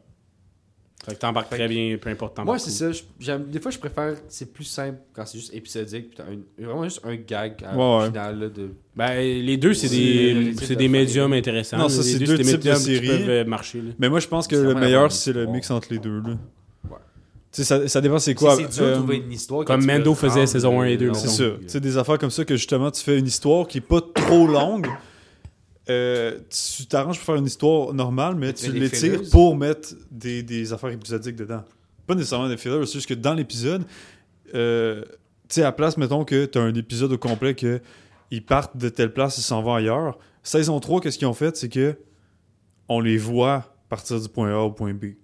[SPEAKER 2] Fait que t'embarques très bien, peu importe t'embarques.
[SPEAKER 7] Moi, c'est ça. je- j'aime- Des fois, je préfère. C'est plus simple quand c'est juste épisodique. Puis t'as un- vraiment juste un gag à-
[SPEAKER 6] Ouais, ouais.
[SPEAKER 7] au final. là, de...
[SPEAKER 2] Ben, les deux, c'est
[SPEAKER 7] C'est
[SPEAKER 2] des,
[SPEAKER 7] le
[SPEAKER 2] c'est
[SPEAKER 7] type
[SPEAKER 2] des
[SPEAKER 7] de
[SPEAKER 2] médiums intéressants.
[SPEAKER 6] Non, ça,
[SPEAKER 2] Les
[SPEAKER 6] c'est deux
[SPEAKER 2] des
[SPEAKER 6] types de
[SPEAKER 2] médiums qui
[SPEAKER 6] séries.
[SPEAKER 2] peuvent euh, marcher. là.
[SPEAKER 6] Mais moi, je pense que
[SPEAKER 7] C'est
[SPEAKER 6] le
[SPEAKER 7] vraiment la
[SPEAKER 6] meilleur,
[SPEAKER 7] bonne
[SPEAKER 6] c'est le
[SPEAKER 7] histoire.
[SPEAKER 6] mix entre les deux. Là.
[SPEAKER 7] Ouais.
[SPEAKER 6] Tu sais, ça, ça dépend c'est
[SPEAKER 7] C'est
[SPEAKER 6] quoi.
[SPEAKER 7] c'est dur de
[SPEAKER 6] euh,
[SPEAKER 7] trouver une histoire.
[SPEAKER 2] comme Mendo faisait saison 1 et 2,
[SPEAKER 6] C'est
[SPEAKER 2] Donc,
[SPEAKER 6] ça.
[SPEAKER 7] euh,
[SPEAKER 6] Tu sais, des affaires comme ça que justement, tu fais une histoire qui est pas trop longue. Euh, tu t'arranges pour faire une histoire normale, mais
[SPEAKER 7] Tu
[SPEAKER 6] tu
[SPEAKER 7] mets des
[SPEAKER 6] l'étires
[SPEAKER 7] fillers.
[SPEAKER 6] pour mettre des, des affaires épisodiques dedans. Pas nécessairement des fillers, c'est juste que dans l'épisode, euh, tu sais, à la place, mettons que tu as un épisode au complet que ils partent de telle place, ils s'en vont ailleurs. Saison 3, qu'est-ce qu'ils ont fait, c'est que on les voit partir du point A au point B.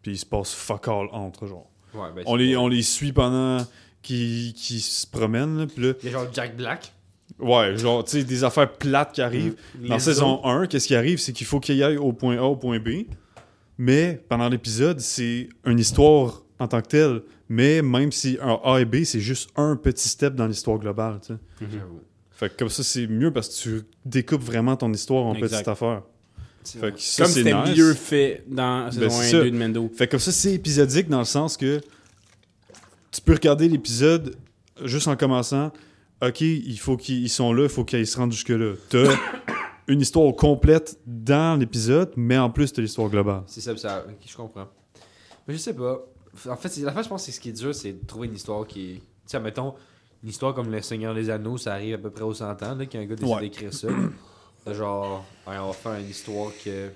[SPEAKER 6] Puis il se passe fuck all entre, genre.
[SPEAKER 7] Ouais, ben,
[SPEAKER 6] On
[SPEAKER 7] c'est
[SPEAKER 6] les,
[SPEAKER 7] pas-
[SPEAKER 6] on les suit pendant qu'ils qu'ils se promènent. Là, puis là,
[SPEAKER 7] Il y a genre Jack Black.
[SPEAKER 6] ouais, genre, tu sais, des affaires plates qui arrivent. Dans
[SPEAKER 2] Mm.
[SPEAKER 7] Les
[SPEAKER 6] saison 1, qu'est-ce qui arrive C'est qu'il faut qu'il aille au point A, au point B. Mais pendant l'épisode, c'est une histoire en tant que telle. Mais même si un A et B, c'est juste un petit step dans l'histoire globale. tu sais.
[SPEAKER 7] J'avoue.
[SPEAKER 6] Fait que comme ça, c'est mieux parce que tu découpes vraiment ton histoire en
[SPEAKER 2] Exact.
[SPEAKER 6] petites affaires.
[SPEAKER 7] C'est
[SPEAKER 6] Fait
[SPEAKER 7] vrai.
[SPEAKER 6] que ça,
[SPEAKER 2] Comme
[SPEAKER 6] c'est
[SPEAKER 2] c'était
[SPEAKER 6] nice.
[SPEAKER 2] mieux fait dans
[SPEAKER 6] Ben,
[SPEAKER 2] saison 1
[SPEAKER 6] c'est
[SPEAKER 2] et
[SPEAKER 6] ça.
[SPEAKER 2] 2 de Mendo.
[SPEAKER 6] Fait comme ça, c'est épisodique dans le sens que tu peux regarder l'épisode juste en commençant. Ok, il faut qu'ils ils sont là, il faut qu'ils se rendent jusque-là. T'as [COUGHS] une histoire complète dans l'épisode, mais en plus, t'as l'histoire globale.
[SPEAKER 7] C'est ça, ça. ok, je comprends. Mais je sais pas. En fait, c'est- la fin, je pense que c'est ce qui est dur, c'est de trouver une histoire qui est. Tu sais, mettons, une histoire comme Le Seigneur des Anneaux, ça arrive à peu près aux 100 ans, là, qu'un gars décide
[SPEAKER 6] Ouais.
[SPEAKER 7] d'écrire ça. De genre, ouais, on va faire une histoire que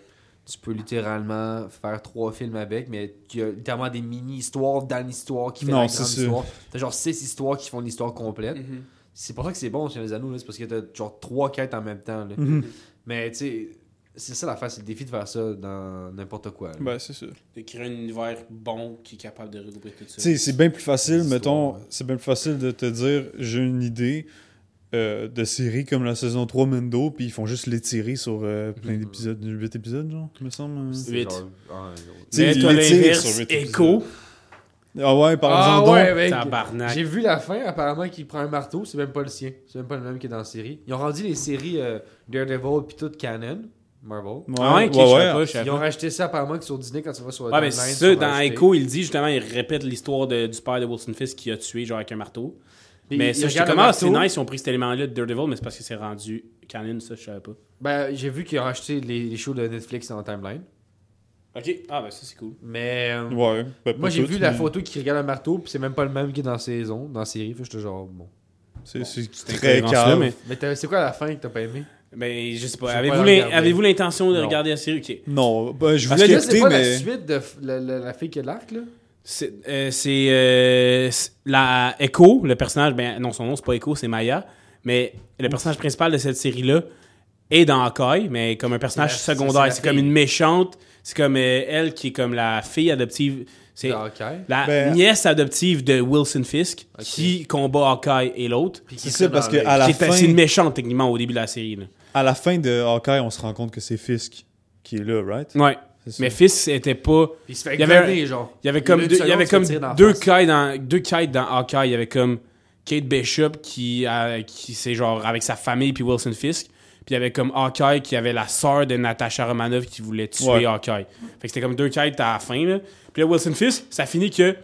[SPEAKER 7] tu peux littéralement faire trois films avec, mais qu'il y a littéralement des mini-histoires dans l'histoire qui fait
[SPEAKER 6] Non,
[SPEAKER 7] la
[SPEAKER 6] c'est
[SPEAKER 7] grande
[SPEAKER 6] ça.
[SPEAKER 7] histoire. T'as genre six histoires qui font l'histoire
[SPEAKER 2] Mhm.
[SPEAKER 7] complète. C'est pour ça que c'est bon, Le Seigneur des Anneaux, là, c'est parce que t'as genre trois quêtes en même temps. là. Mais tu sais, c'est ça l'affaire, c'est le défi de faire ça dans n'importe quoi. là.
[SPEAKER 6] c'est ça. Tu
[SPEAKER 2] De créer un univers bon qui est capable de regrouper tout ça.
[SPEAKER 6] sais, c'est bien plus facile,
[SPEAKER 7] L'histoire,
[SPEAKER 6] mettons,
[SPEAKER 7] ouais.
[SPEAKER 6] c'est bien plus facile de te dire j'ai une idée euh, de série comme la saison 3 Mendo, puis ils font juste l'étirer sur euh, plein d'épisodes, 8 épisodes, genre, me semble. euh.
[SPEAKER 7] Mm-hmm. C'est
[SPEAKER 2] Huit.
[SPEAKER 7] genre- ah, gros.
[SPEAKER 2] Mais
[SPEAKER 6] Tu sais,
[SPEAKER 2] t'as
[SPEAKER 6] il l'étire
[SPEAKER 2] l'inverse,
[SPEAKER 6] sur huit
[SPEAKER 2] Echo,
[SPEAKER 6] Ah ouais, par exemple, donc,
[SPEAKER 7] ouais, mec.
[SPEAKER 2] tabarnak.
[SPEAKER 7] J'ai vu la fin, apparemment qu'il prend un marteau, c'est même pas le sien. C'est même pas le même qui est dans la série. Ils ont rendu les séries euh, Daredevil puis tout canon, Marvel.
[SPEAKER 2] Ah ouais, ok, je savais pas, je savais
[SPEAKER 7] Ils
[SPEAKER 2] pas.
[SPEAKER 7] ont racheté ça apparemment que sur Disney quand tu vas sur
[SPEAKER 2] Ouais, mais
[SPEAKER 7] timeline,
[SPEAKER 2] c'est
[SPEAKER 7] ils
[SPEAKER 2] ça,
[SPEAKER 7] ont
[SPEAKER 2] dans
[SPEAKER 7] rajouté.
[SPEAKER 2] Echo, il dit justement, il répète l'histoire de- du père de Wilson Fisk qui a tué, genre avec un marteau.
[SPEAKER 7] Puis
[SPEAKER 2] mais
[SPEAKER 7] ils
[SPEAKER 2] ça, j'étais
[SPEAKER 7] regardent
[SPEAKER 2] comme,
[SPEAKER 7] le
[SPEAKER 2] ah, c'est
[SPEAKER 7] marteau.
[SPEAKER 2] nice, ils ont pris cet élément-là de Daredevil, mais c'est parce que c'est rendu canon, ça, je savais pas.
[SPEAKER 7] Ben, j'ai vu qu'ils ont racheté les, les shows de Netflix dans la timeline.
[SPEAKER 2] Ok, ah, ben ça, c'est cool.
[SPEAKER 7] Mais. euh,
[SPEAKER 6] Ouais, ben, pas
[SPEAKER 7] Moi, j'ai
[SPEAKER 6] toutes,
[SPEAKER 7] vu la
[SPEAKER 6] mais
[SPEAKER 7] photo qui regarde un marteau, puis c'est même pas le même qui est dans la saison, dans la série. Fait que j'étais genre, bon.
[SPEAKER 6] C'est c'est
[SPEAKER 2] C'est
[SPEAKER 6] très
[SPEAKER 2] incohérent, ça,
[SPEAKER 6] calme.
[SPEAKER 2] mais-
[SPEAKER 7] Mais t'as- c'est quoi la fin que t'as pas aimé
[SPEAKER 2] Ben, je sais pas.
[SPEAKER 7] J'ai
[SPEAKER 2] Avez-vous
[SPEAKER 7] pas
[SPEAKER 2] l'in-
[SPEAKER 7] regardé.
[SPEAKER 2] avez-vous l'intention de
[SPEAKER 7] Non.
[SPEAKER 2] regarder la série Ok.
[SPEAKER 6] Non, ben, je
[SPEAKER 2] Parce
[SPEAKER 6] voulais
[SPEAKER 2] que-
[SPEAKER 7] Là, c'est
[SPEAKER 6] l'écouter,
[SPEAKER 7] pas la
[SPEAKER 6] mais.
[SPEAKER 7] suite de f- la, la- la fille qui a de l'arc, là
[SPEAKER 2] C'est euh, c'est, euh, c'est- la Echo, le personnage, ben non, son nom c'est pas Echo, c'est Maya, mais le personnage principal de cette série-là est dans Hawkeye, mais comme un personnage
[SPEAKER 7] C'est la- c'est
[SPEAKER 2] secondaire.
[SPEAKER 7] la
[SPEAKER 2] C'est comme
[SPEAKER 7] fille.
[SPEAKER 2] une méchante, c'est comme euh, elle qui est comme la fille adoptive, c'est
[SPEAKER 7] Ah, ok.
[SPEAKER 2] la
[SPEAKER 6] Ben-
[SPEAKER 2] nièce adoptive de Wilson Fisk
[SPEAKER 7] Ok.
[SPEAKER 2] qui combat Hawkeye et l'autre.
[SPEAKER 7] Puis qui
[SPEAKER 6] C'est
[SPEAKER 7] serait
[SPEAKER 6] ça, parce
[SPEAKER 7] dans
[SPEAKER 6] que
[SPEAKER 7] le-
[SPEAKER 6] à la,
[SPEAKER 2] Qui est- C'est une
[SPEAKER 6] fin,
[SPEAKER 2] méchante techniquement au début de la série. là.
[SPEAKER 6] à la fin de Hawkeye, on se rend compte que c'est Fisk qui est là, right?
[SPEAKER 2] Ouais.
[SPEAKER 6] C'est ça.
[SPEAKER 2] Mais Fisk était pas.
[SPEAKER 7] Puis il se fait
[SPEAKER 2] Il y avait un-
[SPEAKER 7] gonner, genre.
[SPEAKER 2] Il y avait comme
[SPEAKER 7] Une
[SPEAKER 2] deux, il y
[SPEAKER 7] seconde,
[SPEAKER 2] avait
[SPEAKER 7] tu vas
[SPEAKER 2] comme
[SPEAKER 7] tirer dans la
[SPEAKER 2] deux
[SPEAKER 7] face.
[SPEAKER 2] kites dans deux kites dans Hawkeye. Il y avait comme Kate Bishop qui a- qui c'est genre avec sa famille puis Wilson Fisk. Puis il y avait comme Hawkeye qui avait la sœur de Natasha Romanoff qui voulait tuer
[SPEAKER 6] Ouais.
[SPEAKER 2] Hawkeye. Fait que c'était comme deux kites à la fin là. Puis là, Wilson Fisk, ça finit que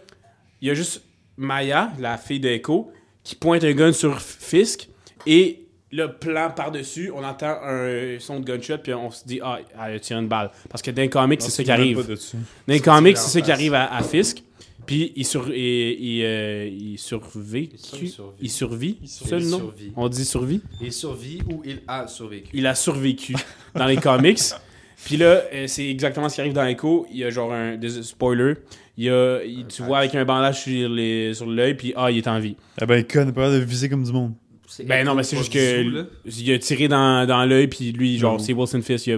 [SPEAKER 2] il y a juste Maya, la fille de Echo, qui pointe un gun sur Fisk et le plan par-dessus, on entend un son de gunshot puis on se dit ah elle a tiré une balle parce que dans les comics
[SPEAKER 6] Ah,
[SPEAKER 2] c'est ça qui arrive. Dans les comics, c'est ça qui arrive à, à Fisk. Puis il, sur, il, il, euh, il survit.
[SPEAKER 7] Il survit.
[SPEAKER 2] Il survit.
[SPEAKER 7] survit.
[SPEAKER 2] C'est le
[SPEAKER 7] Il
[SPEAKER 2] nom?
[SPEAKER 7] survit.
[SPEAKER 2] On dit survie.
[SPEAKER 7] Il survit ou il a survécu.
[SPEAKER 2] Il a survécu dans les
[SPEAKER 7] [LAUGHS]
[SPEAKER 2] comics. Puis là, euh, c'est exactement ce qui arrive dans Echo. Il y a genre un des spoiler. Il y a, il- tu vois avec un bandage sur, les, sur l'œil, puis ah, il est en vie.
[SPEAKER 6] Ah ben, il conne, pas l'air de viser comme du monde.
[SPEAKER 7] C'est
[SPEAKER 2] Ben non, mais c'est juste que il a tiré dans, dans l'œil, puis lui, genre,
[SPEAKER 6] Mhm.
[SPEAKER 2] c'est Wilson Fisk, il y a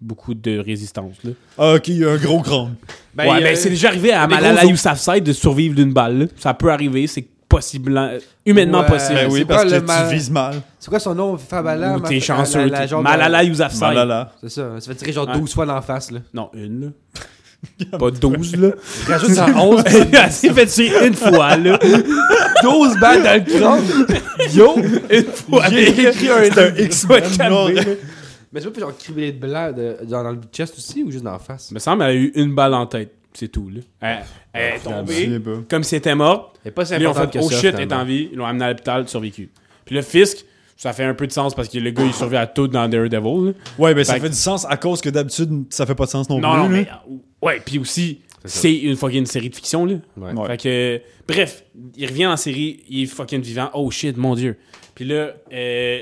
[SPEAKER 2] beaucoup de résistance. Là.
[SPEAKER 6] Ah, ok, il y a un gros crâne.
[SPEAKER 7] euh,
[SPEAKER 2] ouais, ben c'est déjà arrivé à
[SPEAKER 7] des
[SPEAKER 2] Malala
[SPEAKER 7] gros os.
[SPEAKER 2] Yousafzai de survivre d'une balle. là. Ça peut arriver, c'est possible, euh, humainement
[SPEAKER 8] Ouais.
[SPEAKER 2] possible.
[SPEAKER 8] Ben
[SPEAKER 6] Ben
[SPEAKER 8] oui,
[SPEAKER 6] oui,
[SPEAKER 8] c'est parce quoi
[SPEAKER 6] parce que
[SPEAKER 8] que le tu mal-
[SPEAKER 6] tu vises
[SPEAKER 8] vises
[SPEAKER 6] mal.
[SPEAKER 8] C'est quoi son nom Fabala
[SPEAKER 2] Ou
[SPEAKER 8] ma-
[SPEAKER 2] t'es chanceux.
[SPEAKER 8] la- la
[SPEAKER 2] t'es-
[SPEAKER 8] genre de-
[SPEAKER 2] Malala Yousafzai.
[SPEAKER 8] C'est ça, on se fait tirer genre
[SPEAKER 2] Ouais.
[SPEAKER 8] 12 fois dans la face. Là.
[SPEAKER 2] Non, une, là. Pas 12, là.
[SPEAKER 8] Rajoute ça à 11,
[SPEAKER 2] [LAUGHS] Elle s'est fait tirer une fois, là.
[SPEAKER 8] 12 balles dans le crâne. Yo!
[SPEAKER 2] Une fois.
[SPEAKER 8] J'ai écrit un
[SPEAKER 2] x Il
[SPEAKER 8] Mais tu peux genre cribler de blanc de- dans, dans le chest aussi ou juste dans la face?
[SPEAKER 2] me semble qu'elle a eu une balle en tête. C'est tout, là. Elle, elle est tombée. Comme si elle était morte.
[SPEAKER 7] Et pas si
[SPEAKER 2] Lui, on
[SPEAKER 7] important
[SPEAKER 2] fait,
[SPEAKER 7] que
[SPEAKER 2] oh
[SPEAKER 7] ça,
[SPEAKER 2] shit, elle est
[SPEAKER 7] finalement.
[SPEAKER 2] en vie. Ils l'ont amené à l'hôpital, survécu. Puis le fisc, ça fait un peu de sens parce que le gars, il survit à tout dans Daredevil. là.
[SPEAKER 6] Ouais, ben ça
[SPEAKER 2] Fait
[SPEAKER 6] fait
[SPEAKER 2] que-
[SPEAKER 6] du sens à cause que d'habitude, ça fait pas de sens non,
[SPEAKER 2] Non,
[SPEAKER 6] plus.
[SPEAKER 2] non,
[SPEAKER 6] là.
[SPEAKER 2] mais. euh, Ouais, puis aussi, c'est une fucking série de fiction, là.
[SPEAKER 6] Ouais.
[SPEAKER 2] Fait que, bref, il revient en série, il est fucking vivant. Oh shit, mon dieu. Puis là, euh,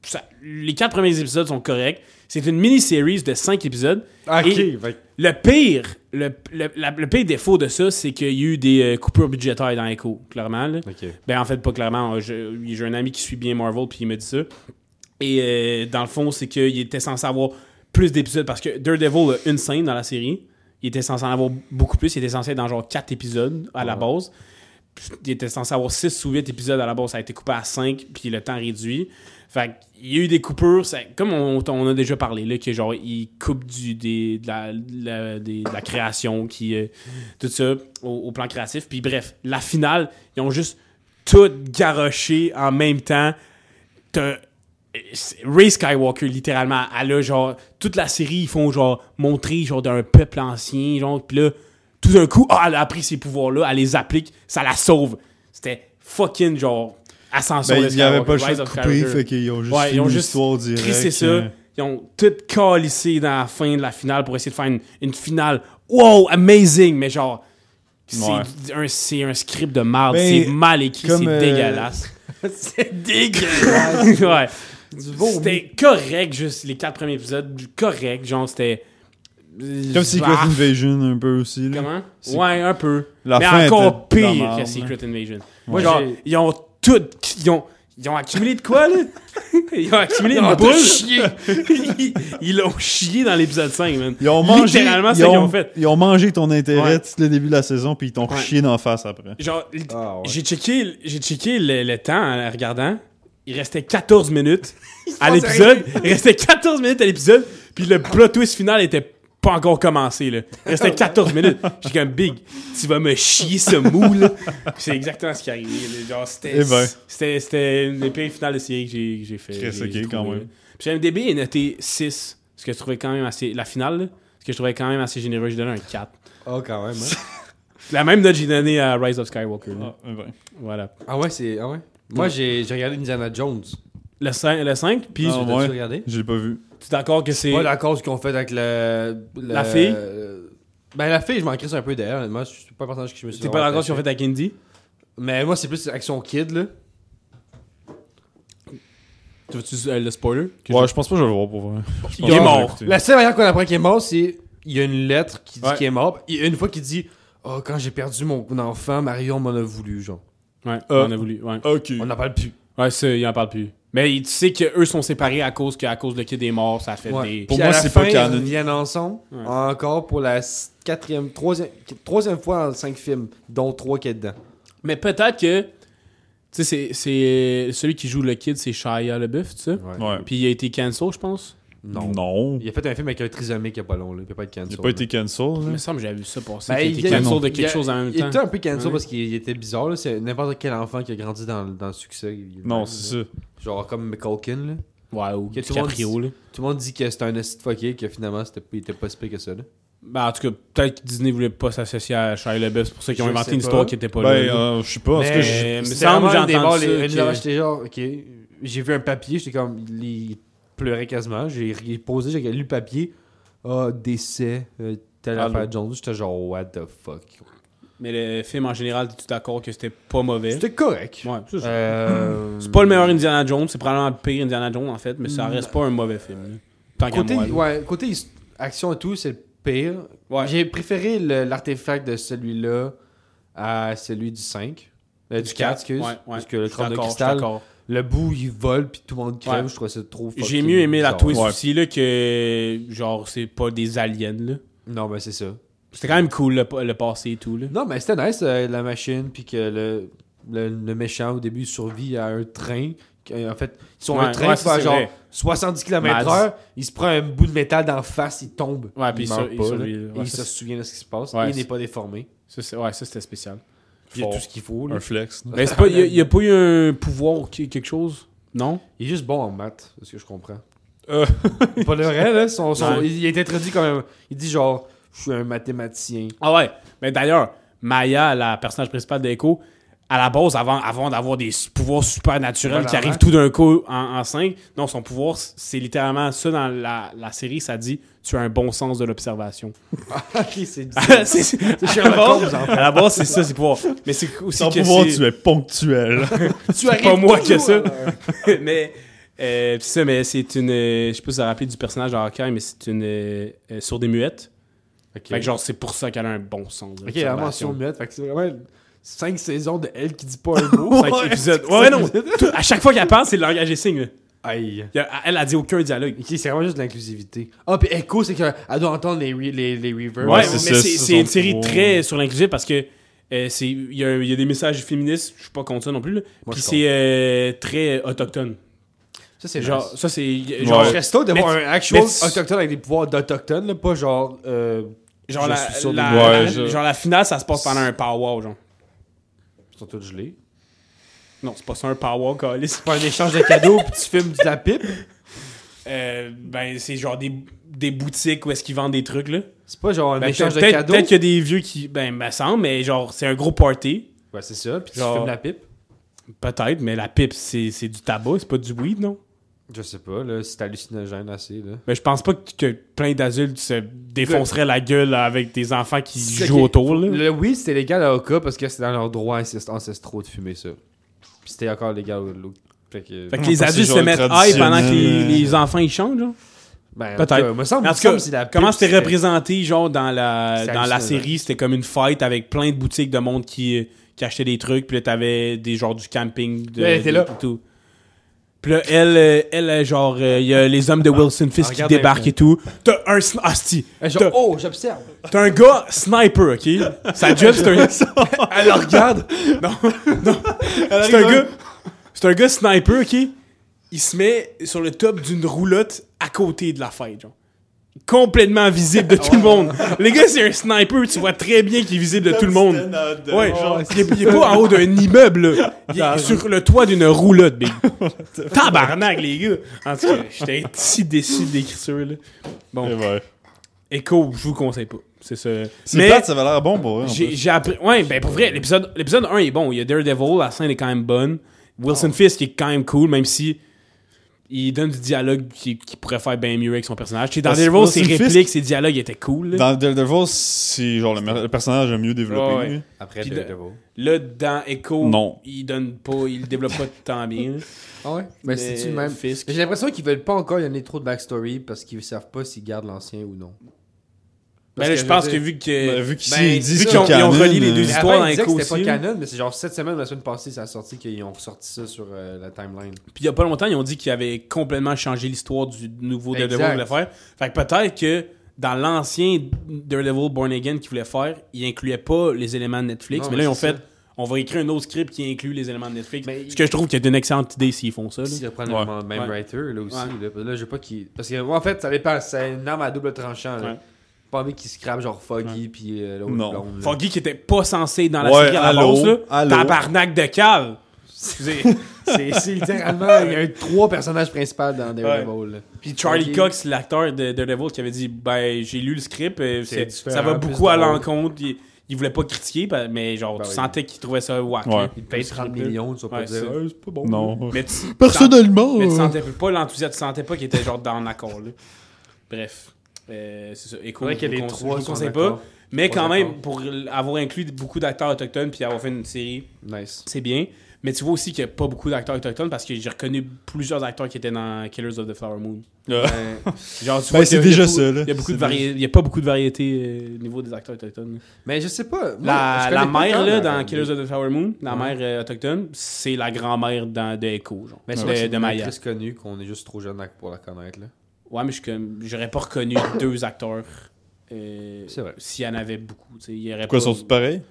[SPEAKER 2] ça- les quatre premiers épisodes sont corrects. C'est une mini-série de cinq épisodes. Et le pire, le, le- la- le pire défaut de ça, c'est qu'il y a eu des euh, coupures budgétaires dans Echo, clairement. là. Ben, en fait, pas clairement. Je- J'ai un ami qui suit bien Marvel, puis il me dit ça. Et euh, dans le fond, c'est qu'il était censé avoir plus d'épisodes parce que Daredevil a une scène dans la série. Il était censé en avoir beaucoup plus. Il était censé être dans genre 4 épisodes à la base. Puis, Il était censé avoir 6 ou 8 épisodes à la base. Ça a été coupé à 5, puis le temps réduit. Fait qu'il y a eu des coupures. ça- comme on, on a déjà parlé, là, que genre, il coupe du, des, de, la, de la- des- de la création, qui, euh, tout ça, au, au plan créatif. Puis bref, la finale, ils ont juste tout garoché en même temps. T'as Ray Skywalker, littéralement, elle a genre. Toute la série, ils font genre montrer genre d'un peuple ancien, genre. Puis là, tout d'un coup, ah, elle a appris ces pouvoirs-là, elle les applique, ça la sauve. C'était fucking genre. Ascension
[SPEAKER 6] Ben,
[SPEAKER 2] de
[SPEAKER 6] il n'y avait
[SPEAKER 2] Skywalker,
[SPEAKER 6] pas le choix
[SPEAKER 2] Rise
[SPEAKER 6] de
[SPEAKER 2] of
[SPEAKER 6] couper,
[SPEAKER 2] Skywalker.
[SPEAKER 6] fait qu'ils ont juste
[SPEAKER 2] Ouais, ils ont
[SPEAKER 6] fini
[SPEAKER 2] juste
[SPEAKER 6] l'histoire direct.
[SPEAKER 2] Triste, c'est
[SPEAKER 6] euh,
[SPEAKER 2] ça. Ils ont tout calissé dans la fin de la finale pour essayer de faire une, une finale wow, amazing, mais genre, c'est
[SPEAKER 6] Ouais.
[SPEAKER 2] un, c'est un script de merde,
[SPEAKER 6] Ben,
[SPEAKER 2] c'est mal écrit, c'est
[SPEAKER 6] comme, euh, [LAUGHS]
[SPEAKER 2] dégueulasse. c'est dégueulasse! [LAUGHS] ouais. C'était correct, juste les quatre premiers épisodes, correct, genre c'était.
[SPEAKER 6] Comme Secret
[SPEAKER 2] Ah,
[SPEAKER 6] Invasion un peu aussi. là.
[SPEAKER 2] Comment?
[SPEAKER 6] C'est-
[SPEAKER 2] Ouais, un peu.
[SPEAKER 6] La
[SPEAKER 2] mais
[SPEAKER 6] fin
[SPEAKER 2] encore
[SPEAKER 6] était de la
[SPEAKER 2] pire
[SPEAKER 6] merde,
[SPEAKER 2] que
[SPEAKER 6] là.
[SPEAKER 2] Secret Invasion.
[SPEAKER 7] Moi,
[SPEAKER 2] genre,
[SPEAKER 7] j'ai-
[SPEAKER 2] ils ont tout. Ils ont, ils ont accumulé de
[SPEAKER 6] [LAUGHS]
[SPEAKER 2] quoi, là? Ils ont accumulé
[SPEAKER 7] Ah,
[SPEAKER 2] une boule. Ils- [LAUGHS] ils l'ont chié dans l'épisode 5, man.
[SPEAKER 6] Ils ont mangé,
[SPEAKER 2] Littéralement, c'est
[SPEAKER 6] ils
[SPEAKER 2] ce qu'ils
[SPEAKER 6] ont-
[SPEAKER 2] ont fait.
[SPEAKER 6] Ils ont mangé ton intérêt
[SPEAKER 2] Ouais.
[SPEAKER 6] tout le début de la saison, puis ils t'ont
[SPEAKER 2] Ouais.
[SPEAKER 6] chié d'en face après.
[SPEAKER 2] Genre, litt-
[SPEAKER 7] Ah
[SPEAKER 2] [LAUGHS]
[SPEAKER 7] ouais.
[SPEAKER 2] j'ai checké, j'ai checké le, le temps en la regardant. Il restait 14
[SPEAKER 6] [LAUGHS]
[SPEAKER 2] minutes à l'épisode. Il restait 14 minutes à l'épisode. Puis le plot twist final était pas encore commencé. Là. Il restait 14 minutes. J'ai comme big. Tu vas me chier ce moule. Puis c'est exactement ce qui est arrivé. là. Genre, c'était,
[SPEAKER 6] Eh ben.
[SPEAKER 2] c'était, c'était une des pires finales de série que j'ai, que j'ai fait.
[SPEAKER 6] Chris,
[SPEAKER 2] j'ai-
[SPEAKER 6] ok,
[SPEAKER 2] j'ai
[SPEAKER 6] quand
[SPEAKER 2] trouvé,
[SPEAKER 6] même.
[SPEAKER 2] là. Puis MDB est noté 6. Ce que je trouvais quand même assez. La finale, là, ce que je trouvais quand même assez généreux, j'ai donné un 4.
[SPEAKER 7] Oh, quand même. hein.
[SPEAKER 2] La même note que j'ai donnée à Rise of Skywalker. là.
[SPEAKER 6] Ah, ouais, ouais.
[SPEAKER 2] Voilà.
[SPEAKER 7] Ah ouais, c'est. Ah ouais? Moi, j'ai j'ai regardé Indiana Jones.
[SPEAKER 2] Le 5, le 5 puis
[SPEAKER 6] Ah,
[SPEAKER 7] T'as-tu
[SPEAKER 6] ouais.
[SPEAKER 7] regardé?
[SPEAKER 6] Je l'ai pas vu.
[SPEAKER 2] tu es d'accord que c'est.
[SPEAKER 7] Pas la cause qu'on fait avec le, le-
[SPEAKER 2] La fille?
[SPEAKER 7] Ben, la fille, je m'en crisse un peu d'ailleurs. Moi, je suis pas un personnage que je me suis.
[SPEAKER 2] T'es pas d'accord
[SPEAKER 7] vraiment
[SPEAKER 2] sur le fait à Candy
[SPEAKER 7] Mais moi, c'est plus Action Kid, là.
[SPEAKER 2] Tu veux-tu euh, le spoiler Que
[SPEAKER 6] Ouais, je pense pas que je vais le voir pour vrai.
[SPEAKER 2] je- Il est mort.
[SPEAKER 7] La seule manière qu'on apprend qu'il est mort, c'est. Il y a une lettre qui dit
[SPEAKER 2] Ouais.
[SPEAKER 7] qu'il est mort. Il y a une fois qu'il dit Oh, quand j'ai perdu mon enfant, Marion m'en a voulu, genre.
[SPEAKER 2] Ouais,
[SPEAKER 6] Euh.
[SPEAKER 2] on a voulu. Ouais,
[SPEAKER 6] Ok.
[SPEAKER 7] On n'en parle plus.
[SPEAKER 2] ouais ça, il en parle plus. Mais il- tu sais qu'eux sont séparés à cause que à cause le kid est mort, ça a fait
[SPEAKER 7] Ouais.
[SPEAKER 2] des.
[SPEAKER 6] Pour
[SPEAKER 7] Puis à
[SPEAKER 6] moi,
[SPEAKER 7] la
[SPEAKER 6] c'est pas
[SPEAKER 7] fin,
[SPEAKER 6] canon.
[SPEAKER 7] Ils viennent ensemble,
[SPEAKER 2] Ouais.
[SPEAKER 7] encore pour la s- quatrième, troisième, troisième fois en cinq films, dont trois qui est dedans.
[SPEAKER 2] Mais peut-être que. Tu sais, c'est- c'est. Celui qui joue le kid, c'est Shia LeBeouf, tu sais.
[SPEAKER 6] Ouais.
[SPEAKER 2] Puis il a été cancel, je pense.
[SPEAKER 6] Non.
[SPEAKER 7] Il a fait un film avec un trisomique il y a pas long, là. Il peut pas être cancel.
[SPEAKER 6] Il a pas été hein. cancel.
[SPEAKER 2] Il
[SPEAKER 6] là.
[SPEAKER 2] me semble que j'avais vu ça passer.
[SPEAKER 7] Ben,
[SPEAKER 2] qu'il a été
[SPEAKER 7] il y a-
[SPEAKER 2] cancel de
[SPEAKER 7] il y
[SPEAKER 2] quelque
[SPEAKER 7] a-
[SPEAKER 2] chose en même
[SPEAKER 7] Il
[SPEAKER 2] temps.
[SPEAKER 7] était un peu cancel
[SPEAKER 2] Ouais.
[SPEAKER 7] parce qu'il était bizarre, là. C'est n'importe quel enfant qui a grandi dans, le- dans le succès. il-
[SPEAKER 6] Non, c'est ça.
[SPEAKER 7] Genre comme McCulkin, là.
[SPEAKER 2] Ouais, ou
[SPEAKER 7] Que tout le monde
[SPEAKER 2] DiCaprio, là.
[SPEAKER 7] Tout le monde dit que c'était un acide fucké, que finalement, c'était, il était pas si pire que ça, là.
[SPEAKER 2] Ben, en tout cas, peut-être que Disney voulait pas s'associer à Shia LeBeouf, c'est pour ça qu'ils ont
[SPEAKER 7] Je
[SPEAKER 2] inventé
[SPEAKER 7] sais
[SPEAKER 2] une histoire
[SPEAKER 7] pas.
[SPEAKER 2] qui était pas là,
[SPEAKER 6] Ben,
[SPEAKER 2] là.
[SPEAKER 6] euh, je sais pas. en tout cas, je-
[SPEAKER 2] Mais- me
[SPEAKER 7] c'était
[SPEAKER 2] semble
[SPEAKER 7] vraiment
[SPEAKER 2] j'ai
[SPEAKER 7] une des
[SPEAKER 2] entendu
[SPEAKER 7] bars,
[SPEAKER 2] ça,
[SPEAKER 7] les- une
[SPEAKER 2] que-
[SPEAKER 7] heure, j'étais genre, ok, j'ai vu un papier, j'étais comme, il pleurait quasiment, j'ai ri- posé, j'ai lu le papier, ah, décès, euh, telle
[SPEAKER 2] Allô.
[SPEAKER 7] affaire Jones, j'étais genre, what the fuck.
[SPEAKER 2] Mais le film en général, es-tu d'accord que c'était pas mauvais
[SPEAKER 7] C'était correct.
[SPEAKER 2] Ouais, c'est ça.
[SPEAKER 7] Euh,
[SPEAKER 2] C'est pas le meilleur Indiana Jones, c'est probablement le pire Indiana Jones en fait, mais ça reste pas un mauvais film. là. Tant qu'à
[SPEAKER 7] Côté,
[SPEAKER 2] moi. là.
[SPEAKER 7] ouais, côté his- action et tout, c'est le pire.
[SPEAKER 2] Ouais.
[SPEAKER 7] J'ai préféré le- l'artefact de celui-là à celui du 5. Euh, du 4, excuse.
[SPEAKER 2] Ouais, ouais.
[SPEAKER 7] Parce que le
[SPEAKER 2] Je suis
[SPEAKER 7] crâne de
[SPEAKER 2] d'accord, je suis
[SPEAKER 7] cristal,
[SPEAKER 2] d'accord.
[SPEAKER 7] le bout, il vole, puis tout le monde crève.
[SPEAKER 2] Ouais.
[SPEAKER 7] Je trouvais ça trop
[SPEAKER 2] J'ai
[SPEAKER 7] fucking
[SPEAKER 2] mieux aimé la
[SPEAKER 7] bizarre.
[SPEAKER 2] twist
[SPEAKER 6] Ouais.
[SPEAKER 2] aussi là que genre c'est pas des aliens là.
[SPEAKER 7] Non, mais c'est ça.
[SPEAKER 2] C'était quand même cool le, le passé et tout là.
[SPEAKER 7] Non, mais c'était nice, euh, la machine, puis que le, le, le méchant au début survit à un train. qui- En fait, ils sont
[SPEAKER 2] Ouais,
[SPEAKER 7] un train
[SPEAKER 2] ouais,
[SPEAKER 7] qui
[SPEAKER 2] ça,
[SPEAKER 7] va
[SPEAKER 2] c'est
[SPEAKER 7] genre
[SPEAKER 2] vrai.
[SPEAKER 7] 70
[SPEAKER 2] Mads.
[SPEAKER 7] km/h, il se prend un bout de métal d'en face, il tombe.
[SPEAKER 2] Ouais, puis il
[SPEAKER 7] meurt
[SPEAKER 2] sur- il
[SPEAKER 7] pas, là.
[SPEAKER 2] survit,
[SPEAKER 7] Et
[SPEAKER 2] ouais,
[SPEAKER 7] il
[SPEAKER 2] ça,
[SPEAKER 7] se souvient de ce qui se passe.
[SPEAKER 2] Ouais,
[SPEAKER 7] il
[SPEAKER 2] c'est-
[SPEAKER 7] n'est pas déformé.
[SPEAKER 2] Ça, c'est- ouais, ça c'était spécial.
[SPEAKER 7] Il a
[SPEAKER 6] Fort.
[SPEAKER 7] tout ce qu'il faut. là.
[SPEAKER 6] Un flex. là.
[SPEAKER 2] Mais Ben, c'est pas, il y a- il y a, pas eu un pouvoir ou qui- quelque chose Non
[SPEAKER 7] Il est juste bon en maths, de ce que je comprends.
[SPEAKER 6] Euh.
[SPEAKER 7] [LAUGHS] pas le vrai, là. son- son-
[SPEAKER 2] Ouais.
[SPEAKER 7] Il est introduit comme un- Il dit genre, je suis un mathématicien. [LAUGHS]
[SPEAKER 2] Ah ouais. Mais d'ailleurs, Maya, la personnage principale d'Echo, à la base, avant, avant d'avoir des s- pouvoirs super naturels
[SPEAKER 7] Voilà,
[SPEAKER 2] qui arrivent
[SPEAKER 7] hein.
[SPEAKER 2] tout d'un coup en, en 5, non, son pouvoir, c- c'est littéralement ça dans la, la série, ça dit tu as un bon sens de l'observation.
[SPEAKER 7] ok, [LAUGHS] c'est
[SPEAKER 2] [LAUGHS]
[SPEAKER 7] du-
[SPEAKER 2] C'est- c'est- hein. à, la
[SPEAKER 7] Sherlock
[SPEAKER 2] base,
[SPEAKER 7] Holmes, en fait.
[SPEAKER 2] à la base, c'est ça, c'est pouvoir. Mais c'est aussi
[SPEAKER 6] Sans
[SPEAKER 2] que
[SPEAKER 6] pouvoir,
[SPEAKER 2] c'est-
[SPEAKER 6] tu es ponctuel. [LAUGHS]
[SPEAKER 7] Tu
[SPEAKER 2] pas
[SPEAKER 7] arrives
[SPEAKER 2] moi
[SPEAKER 7] toujours
[SPEAKER 2] que ça. [LAUGHS]
[SPEAKER 7] à l'heure.
[SPEAKER 2] mais euh, pis ça, mais c'est une. euh, je sais pas si vous vous rappelez du personnage de Hawkeye, mais c'est une euh, euh, sourde et muette. Fait que genre, c'est pour ça qu'elle a un bon sens.
[SPEAKER 7] Ok, la mention muette, fait que c'est vraiment 5 saisons de elle qui dit pas
[SPEAKER 2] [LAUGHS]
[SPEAKER 7] un mot.
[SPEAKER 2] Cinq épisodes. Ouais, non. Tout- à chaque fois qu'elle parle, c'est le langage des signes. là.
[SPEAKER 7] Aïe.
[SPEAKER 2] Y a- Elle a dit aucun dialogue.
[SPEAKER 7] Ok, c'est vraiment juste de l'inclusivité. Ah, puis Echo, c'est qu'elle doit entendre les, re- les, les reverbs.
[SPEAKER 2] Ouais,
[SPEAKER 6] Ouais,
[SPEAKER 2] mais
[SPEAKER 6] c'est
[SPEAKER 2] c'est
[SPEAKER 6] ça,
[SPEAKER 2] c'est
[SPEAKER 6] c'est
[SPEAKER 2] une
[SPEAKER 6] son
[SPEAKER 2] série
[SPEAKER 6] pouvoir.
[SPEAKER 2] très sur l'inclusif parce que euh, c'est- il y, a un- il y a des messages féministes, je suis pas contre ça non plus. là.
[SPEAKER 7] Moi,
[SPEAKER 2] Puis
[SPEAKER 7] je
[SPEAKER 2] c'est euh, très autochtone.
[SPEAKER 7] Ça, c'est
[SPEAKER 2] Genre,
[SPEAKER 7] genre.
[SPEAKER 2] ça c'est.
[SPEAKER 7] Genre,
[SPEAKER 2] Genre,
[SPEAKER 7] je reste tôt d'avoir
[SPEAKER 2] Mais-
[SPEAKER 7] un actual
[SPEAKER 2] mais-
[SPEAKER 7] autochtone avec des pouvoirs d'autochtone, là, pas genre. Euh,
[SPEAKER 2] genre,
[SPEAKER 7] je
[SPEAKER 2] la,
[SPEAKER 7] suis sûr de-
[SPEAKER 2] la-
[SPEAKER 6] Ouais,
[SPEAKER 2] la-
[SPEAKER 6] je-
[SPEAKER 2] genre la finale, ça se passe pendant un power, genre.
[SPEAKER 7] Ils sont tous gelés.
[SPEAKER 2] Non, c'est pas ça un power, calice.
[SPEAKER 7] Pas un échange de cadeaux, puis tu fumes de la pipe.
[SPEAKER 2] Euh, ben, c'est genre des, des boutiques où est-ce qu'ils vendent des trucs, là.
[SPEAKER 7] C'est pas genre un
[SPEAKER 2] Ben,
[SPEAKER 7] échange
[SPEAKER 2] peut-être
[SPEAKER 7] de
[SPEAKER 2] peut-être
[SPEAKER 7] cadeaux.
[SPEAKER 2] qu'il y a des vieux qui... Ben, me semble, mais genre, c'est un gros party.
[SPEAKER 7] Ouais, c'est ça, puis tu
[SPEAKER 2] Genre-
[SPEAKER 7] fumes la pipe.
[SPEAKER 2] Peut-être, mais la pipe, c'est c'est du tabac, c'est pas du weed, non?
[SPEAKER 7] Je sais pas, là, c'est hallucinogène assez, là.
[SPEAKER 2] Mais je pense pas que, que plein d'adultes se défonceraient la gueule avec des enfants qui
[SPEAKER 7] C'est
[SPEAKER 2] jouent
[SPEAKER 7] ok.
[SPEAKER 2] autour, là.
[SPEAKER 7] Le oui, c'était légal à Oka parce que c'est dans leurs droits ancest- ancestraux de fumer ça. Puis c'était encore légal au l'autre. Fait que.
[SPEAKER 2] Fait que les
[SPEAKER 6] Parce que
[SPEAKER 2] adultes
[SPEAKER 6] genre
[SPEAKER 2] se mettent high
[SPEAKER 6] traditionnel,
[SPEAKER 2] pendant que les,
[SPEAKER 6] euh,
[SPEAKER 2] les enfants, ils chantent, genre.
[SPEAKER 7] Ben,
[SPEAKER 2] peut-être.
[SPEAKER 7] en tout cas, me semble,
[SPEAKER 2] En
[SPEAKER 7] me
[SPEAKER 2] tout
[SPEAKER 7] semble
[SPEAKER 2] cas,
[SPEAKER 7] que c'est la pub,
[SPEAKER 2] Comment c'était
[SPEAKER 7] c'était-
[SPEAKER 2] représenté, genre, dans la,
[SPEAKER 7] C'est
[SPEAKER 2] dans la
[SPEAKER 7] hallucinant. hein.
[SPEAKER 2] série? C'était comme une fête avec plein de boutiques de monde qui, qui achetaient des trucs. Puis là, t'avais des genres du camping. De,
[SPEAKER 7] Elle était
[SPEAKER 2] de-
[SPEAKER 7] là.
[SPEAKER 2] Tout. Puis là, elle, euh, elle, euh, genre, euh, il y a les hommes de Wilson Fisk qui
[SPEAKER 7] Ah, regarde un
[SPEAKER 2] débarquent
[SPEAKER 7] peu.
[SPEAKER 2] et tout. T'as un sni- hostie. T'as-
[SPEAKER 7] Eh, Genre, oh, j'observe.
[SPEAKER 2] T'as un gars sniper, OK? [LAUGHS] Sa job, c'est un... Elle regarde. Non, non. C'est un gars... C'est un gars sniper, OK? Il se met sur le top d'une roulotte à côté de la fête, genre. Complètement visible de tout le [LAUGHS] monde. Les gars, c'est un sniper, tu vois très bien qu'il est visible de tout le monde. Ouais, euh, genre, il est, il est pas en haut d'un immeuble, là. Il est sur le toit d'une roulotte, [LAUGHS] big. Tabarnak, les gars! En tout cas, j'étais si déçu de l'écriture, là.
[SPEAKER 6] Et ouais.
[SPEAKER 2] Echo, je vous le conseille pas. C'est ça.
[SPEAKER 6] C'est plate, ça avait l'air bon pour eux. en
[SPEAKER 2] J'ai
[SPEAKER 6] plus.
[SPEAKER 2] j'ai appris. Ouais, ben pour vrai, l'épisode l'épisode 1 est bon. Il y a Daredevil, la scène est quand même bonne.
[SPEAKER 6] Ah.
[SPEAKER 2] Wilson Fisk est quand même cool, même si il donne du dialogue qui, qui pourrait faire bien mieux avec son personnage. Tu sais, Dans
[SPEAKER 6] Parce que
[SPEAKER 2] Daredevil, ses
[SPEAKER 6] Wilson Fisk-
[SPEAKER 2] répliques, ses dialogues étaient cool. là.
[SPEAKER 6] Dans Daredevil, c'est genre le, mer- le personnage le mieux développé.
[SPEAKER 2] Ouais, ouais.
[SPEAKER 6] lui.
[SPEAKER 9] Après,
[SPEAKER 2] Puis
[SPEAKER 9] le
[SPEAKER 2] de- Là, dans Echo,
[SPEAKER 6] Non.
[SPEAKER 2] il donne pas, il le développe pas tant
[SPEAKER 6] [LAUGHS]
[SPEAKER 2] bien. là.
[SPEAKER 7] Ah ouais? Ben, c'est-tu le même?
[SPEAKER 2] Fisk.
[SPEAKER 7] J'ai l'impression qu'ils veulent pas encore y donner trop de backstory parce qu'ils savent pas s'ils gardent l'ancien ou non.
[SPEAKER 2] Ben là, je pense que vu que.
[SPEAKER 6] Ben, vu qu'ici,
[SPEAKER 7] ben,
[SPEAKER 6] ils disent
[SPEAKER 2] vu
[SPEAKER 6] que
[SPEAKER 2] qu'ils ont- ils ont relié les deux
[SPEAKER 7] Mais
[SPEAKER 6] euh,
[SPEAKER 2] histoires.
[SPEAKER 7] avant,
[SPEAKER 2] dans
[SPEAKER 7] ils disaient que
[SPEAKER 2] Echo
[SPEAKER 7] c'était pas
[SPEAKER 2] aussi, là.
[SPEAKER 7] canon, mais c'est genre cette semaine ou la semaine passée, ça a sorti qu'ils ont ressorti ça sur euh, la timeline.
[SPEAKER 2] Puis il y a pas longtemps, ils ont dit qu'ils avaient complètement changé l'histoire du nouveau
[SPEAKER 7] Exact.
[SPEAKER 2] Daredevil qu'ils voulaient faire. Fait que peut-être que dans l'ancien Daredevil Born Again qu'ils voulaient faire, ils incluaient pas les éléments de Netflix.
[SPEAKER 7] Non,
[SPEAKER 2] mais
[SPEAKER 7] mais
[SPEAKER 2] là, ils ont
[SPEAKER 7] c'est
[SPEAKER 2] fait, on va écrire un autre script qui inclut les éléments de Netflix.
[SPEAKER 7] Mais-
[SPEAKER 2] Ce que je trouve qu'il y a une excellente idée s'ils font ça. là.
[SPEAKER 7] S'ils reprennent
[SPEAKER 6] Ouais.
[SPEAKER 7] le même
[SPEAKER 2] Ouais.
[SPEAKER 7] writer, là aussi.
[SPEAKER 2] Ouais.
[SPEAKER 7] Là, parce que là, je veux pas qu'ils. Parce que, moi, en fait, ça dépend. C'est une arme à double tranchant. là.
[SPEAKER 2] Ouais.
[SPEAKER 7] Pas envie qu'ils scrapent genre Foggy puis euh, l'autre
[SPEAKER 6] Non.
[SPEAKER 7] blonde. là.
[SPEAKER 2] Foggy qui était pas censé être dans la
[SPEAKER 6] Ouais,
[SPEAKER 2] série à la
[SPEAKER 6] allô,
[SPEAKER 2] base, là.
[SPEAKER 6] allô.
[SPEAKER 2] Tabarnak de
[SPEAKER 7] [LAUGHS]
[SPEAKER 2] cave. Excusez.
[SPEAKER 7] C'est c'est
[SPEAKER 2] [LAUGHS]
[SPEAKER 7] littéralement. Il y a eu trois personnages principaux dans Daredevil. là.
[SPEAKER 2] Puis Charlie
[SPEAKER 7] Foggy.
[SPEAKER 2] Cox, l'acteur de Daredevil, qui avait dit Ben, j'ai lu le script, euh, c'est-
[SPEAKER 7] différent,
[SPEAKER 2] ça va
[SPEAKER 7] plus
[SPEAKER 2] beaucoup à
[SPEAKER 7] drôle.
[SPEAKER 2] l'encontre. Il, il voulait pas critiquer, ben, mais genre,
[SPEAKER 7] Ben
[SPEAKER 2] tu
[SPEAKER 7] oui.
[SPEAKER 2] sentais qu'il trouvait ça whack.
[SPEAKER 6] Ouais.
[SPEAKER 2] là.
[SPEAKER 7] Il paye 30 millions, tu vas pas
[SPEAKER 2] Ouais,
[SPEAKER 7] dire.
[SPEAKER 2] c'est-
[SPEAKER 7] euh, c'est pas bon.
[SPEAKER 6] Non.
[SPEAKER 2] Mais tu-
[SPEAKER 6] Personnellement.
[SPEAKER 2] Mais tu
[SPEAKER 6] euh,
[SPEAKER 2] sentais pas l'enthousiasme, tu sentais pas qu'il était genre dans l'accord. là. Bref. Euh, c'est ça. Écho,
[SPEAKER 7] C'est vrai
[SPEAKER 2] je
[SPEAKER 7] que
[SPEAKER 2] vous
[SPEAKER 7] les
[SPEAKER 2] conse-
[SPEAKER 7] trois
[SPEAKER 2] je vous
[SPEAKER 7] sont
[SPEAKER 2] conseille
[SPEAKER 7] d'accord.
[SPEAKER 2] pas. Mais
[SPEAKER 7] Trois
[SPEAKER 2] quand même,
[SPEAKER 7] d'accord.
[SPEAKER 2] pour l- avoir inclus beaucoup d'acteurs autochtones puis avoir fait une série,
[SPEAKER 7] Nice.
[SPEAKER 2] c'est bien. Mais tu vois aussi qu'il n'y a pas beaucoup d'acteurs autochtones parce que j'ai reconnu plusieurs acteurs qui étaient dans Killers of the Flower Moon.
[SPEAKER 7] Ah.
[SPEAKER 2] Genre, tu
[SPEAKER 6] Ben,
[SPEAKER 2] vois qu'il
[SPEAKER 6] c'est
[SPEAKER 2] y a-
[SPEAKER 6] déjà
[SPEAKER 2] il y a beaucoup-
[SPEAKER 6] ça, là.
[SPEAKER 2] Il n'y a, beaucoup de
[SPEAKER 6] C'est
[SPEAKER 2] vari- il y a pas beaucoup de variété euh, au niveau des acteurs autochtones.
[SPEAKER 7] Mais je sais pas. moi,
[SPEAKER 2] La,
[SPEAKER 7] je
[SPEAKER 2] la
[SPEAKER 7] connais pas
[SPEAKER 2] mère
[SPEAKER 7] tant,
[SPEAKER 2] là,
[SPEAKER 7] la
[SPEAKER 2] dans
[SPEAKER 7] réalité.
[SPEAKER 2] Killers of the Flower Moon, la mère euh, autochtone, c'est la grand-mère dans- de Echo, genre.
[SPEAKER 7] Mais
[SPEAKER 2] de,
[SPEAKER 7] Ben, c'est vrai que c'est
[SPEAKER 2] Euh, de
[SPEAKER 7] une
[SPEAKER 2] Maya.
[SPEAKER 7] actrice connue qu'on est juste trop jeune à- pour la connaître. Là.
[SPEAKER 2] Ouais, mais je suis comme- j'aurais pas reconnu deux acteurs euh,
[SPEAKER 7] C'est vrai.
[SPEAKER 2] s'il y en avait beaucoup. tu sais, Il y aurait
[SPEAKER 6] Pourquoi
[SPEAKER 2] pas-
[SPEAKER 6] sont tous pareils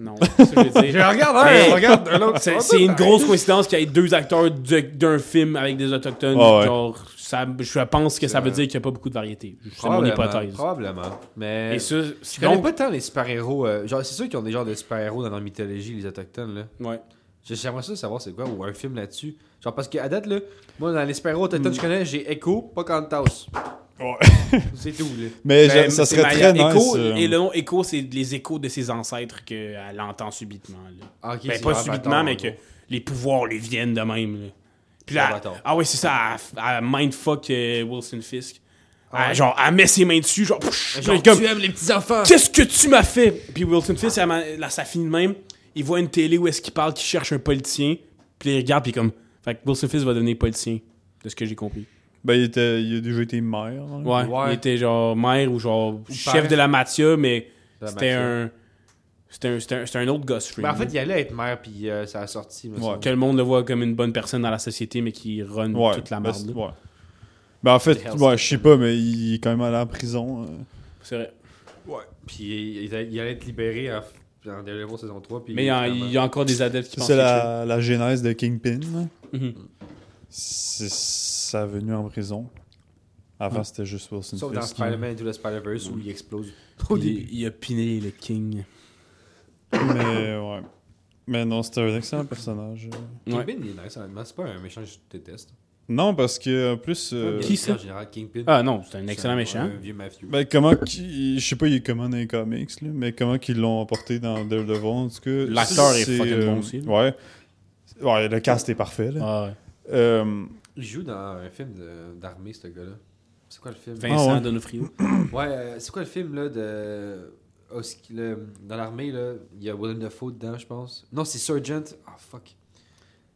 [SPEAKER 2] Non, non, c'est ça que je
[SPEAKER 7] [LAUGHS]
[SPEAKER 2] veux dire.
[SPEAKER 7] regarde
[SPEAKER 2] Hey.
[SPEAKER 7] regarde un autre.
[SPEAKER 2] C'est c'est une grosse coïncidence qu'il y ait deux acteurs de- d'un film avec des autochtones.
[SPEAKER 6] Ah ouais.
[SPEAKER 2] Genre, ça, je pense que ça veut dire qu'il n'y a pas beaucoup de variété. C'est mon hypothèse.
[SPEAKER 7] Probablement. Mais
[SPEAKER 2] Et ça,
[SPEAKER 7] je connais
[SPEAKER 2] donc,
[SPEAKER 7] pas tant les super-héros. euh, genre, c'est sûr qu'ils ont des genres de super-héros dans leur mythologie, les autochtones, là.
[SPEAKER 2] ouais.
[SPEAKER 7] J'ai- J'aimerais ça savoir c'est quoi, ou un film là-dessus. Genre, parce qu'à date, là, moi, dans les super-héros autochtones,
[SPEAKER 2] Mm.
[SPEAKER 7] je connais, j'ai Echo, pas Cantos. c'est tout, là.
[SPEAKER 6] Mais
[SPEAKER 2] Ben,
[SPEAKER 6] je- ça
[SPEAKER 2] c'est
[SPEAKER 6] serait
[SPEAKER 2] Maya
[SPEAKER 6] très nice.
[SPEAKER 2] Echo,
[SPEAKER 6] euh,
[SPEAKER 2] Et le nom écho, c'est les échos de ses ancêtres qu'elle entend subitement. là.
[SPEAKER 7] Ah, ok,
[SPEAKER 2] Ben,
[SPEAKER 7] c'est
[SPEAKER 2] pas
[SPEAKER 7] un
[SPEAKER 2] subitement,
[SPEAKER 7] bâtard,
[SPEAKER 2] mais
[SPEAKER 7] en
[SPEAKER 2] que
[SPEAKER 7] gros.
[SPEAKER 2] les pouvoirs les viennent de même. là. Puis
[SPEAKER 7] C'est un
[SPEAKER 2] là,
[SPEAKER 7] bâtard.
[SPEAKER 2] ah ouais, c'est ça, elle, elle mindfuck euh, Wilson Fisk.
[SPEAKER 7] Ah
[SPEAKER 2] Elle,
[SPEAKER 7] ouais.
[SPEAKER 2] genre, elle met ses mains dessus, genre, pfff,
[SPEAKER 7] Genre,
[SPEAKER 2] puis comme,
[SPEAKER 7] tu aimes les petits-enfants.
[SPEAKER 2] Qu'est-ce que tu m'as fait? Puis Wilson Fisk, elle m'a- là, ça finit de même. Il voit une télé où est-ce qu'il parle, qu'il cherche un politicien. Puis il regarde, puis comme. Fait que Wilson Fisk va devenir politicien, de ce que j'ai compris.
[SPEAKER 6] Ben, il, était- il a déjà été maire. hein.
[SPEAKER 2] Ouais,
[SPEAKER 7] Ouais.
[SPEAKER 2] Il était genre maire ou genre chef
[SPEAKER 7] parrain.
[SPEAKER 2] de la Matia, mais
[SPEAKER 7] De la
[SPEAKER 2] c'était
[SPEAKER 7] mafia.
[SPEAKER 2] un. C'était un, c'était un- c'était un autre gosse free.
[SPEAKER 7] Mais Ben, en fait, il allait être maire, puis euh, ça a sorti. me
[SPEAKER 6] Ouais.
[SPEAKER 7] semble.
[SPEAKER 2] que le monde le voit comme une bonne personne dans la société, mais qui run
[SPEAKER 6] Ouais,
[SPEAKER 2] toute la
[SPEAKER 6] ben,
[SPEAKER 2] merde.
[SPEAKER 6] c'est-
[SPEAKER 2] là.
[SPEAKER 6] ouais. Ben, en fait,
[SPEAKER 7] The Hells
[SPEAKER 6] ouais, je sais pas, mais il est quand même allé en prison. euh.
[SPEAKER 2] C'est vrai.
[SPEAKER 7] Puis il, il allait- il allait être libéré en, en Daredevil saison 3. Puis
[SPEAKER 2] Mais il y, a-
[SPEAKER 7] finalement-
[SPEAKER 2] il y a encore des adeptes qui pensent
[SPEAKER 6] C'est
[SPEAKER 2] que
[SPEAKER 6] la, la genèse de Kingpin. là.
[SPEAKER 2] je- Mhm.
[SPEAKER 6] C'est sa venue en prison. Avant, c'était juste Wilson
[SPEAKER 7] Sauf dans
[SPEAKER 6] Fisk.
[SPEAKER 7] Spider-Man et tout le Spider-Verse où il explose.
[SPEAKER 2] il, il a piné le King.
[SPEAKER 6] Mais, ouais. Mais non, c'était un excellent personnage.
[SPEAKER 2] Ouais.
[SPEAKER 7] Kingpin, il est nice, honnêtement. C'est pas un méchant que je déteste.
[SPEAKER 6] Non, parce que, en plus. euh,
[SPEAKER 2] Qui ça?
[SPEAKER 7] En général, Kingpin.
[SPEAKER 2] Ah non, c'est un
[SPEAKER 7] c'est
[SPEAKER 2] excellent méchant.
[SPEAKER 7] Un vieux mafieux.
[SPEAKER 6] Ben, comment qu'il- Je sais pas, il est comment dans les comics, là, mais comment qu'ils l'ont apporté dans Daredevil, en tout cas.
[SPEAKER 2] L'acteur
[SPEAKER 6] c'est, euh,
[SPEAKER 2] est fucking bon aussi, là.
[SPEAKER 6] Ouais. Ouais, le cast est parfait, là.
[SPEAKER 2] Ah ouais.
[SPEAKER 6] Euh,
[SPEAKER 7] Il joue dans un film de- d'armée, ce gars-là. C'est quoi le film
[SPEAKER 2] Vincent
[SPEAKER 6] Ah ouais.
[SPEAKER 2] Donofrio.
[SPEAKER 7] Ouais, euh, c'est quoi le film là de. Oski- le- Dans l'armée, là, il y a Willem Dafoe dedans, je pense. Non, c'est Sergeant. Ah, fuck. Tu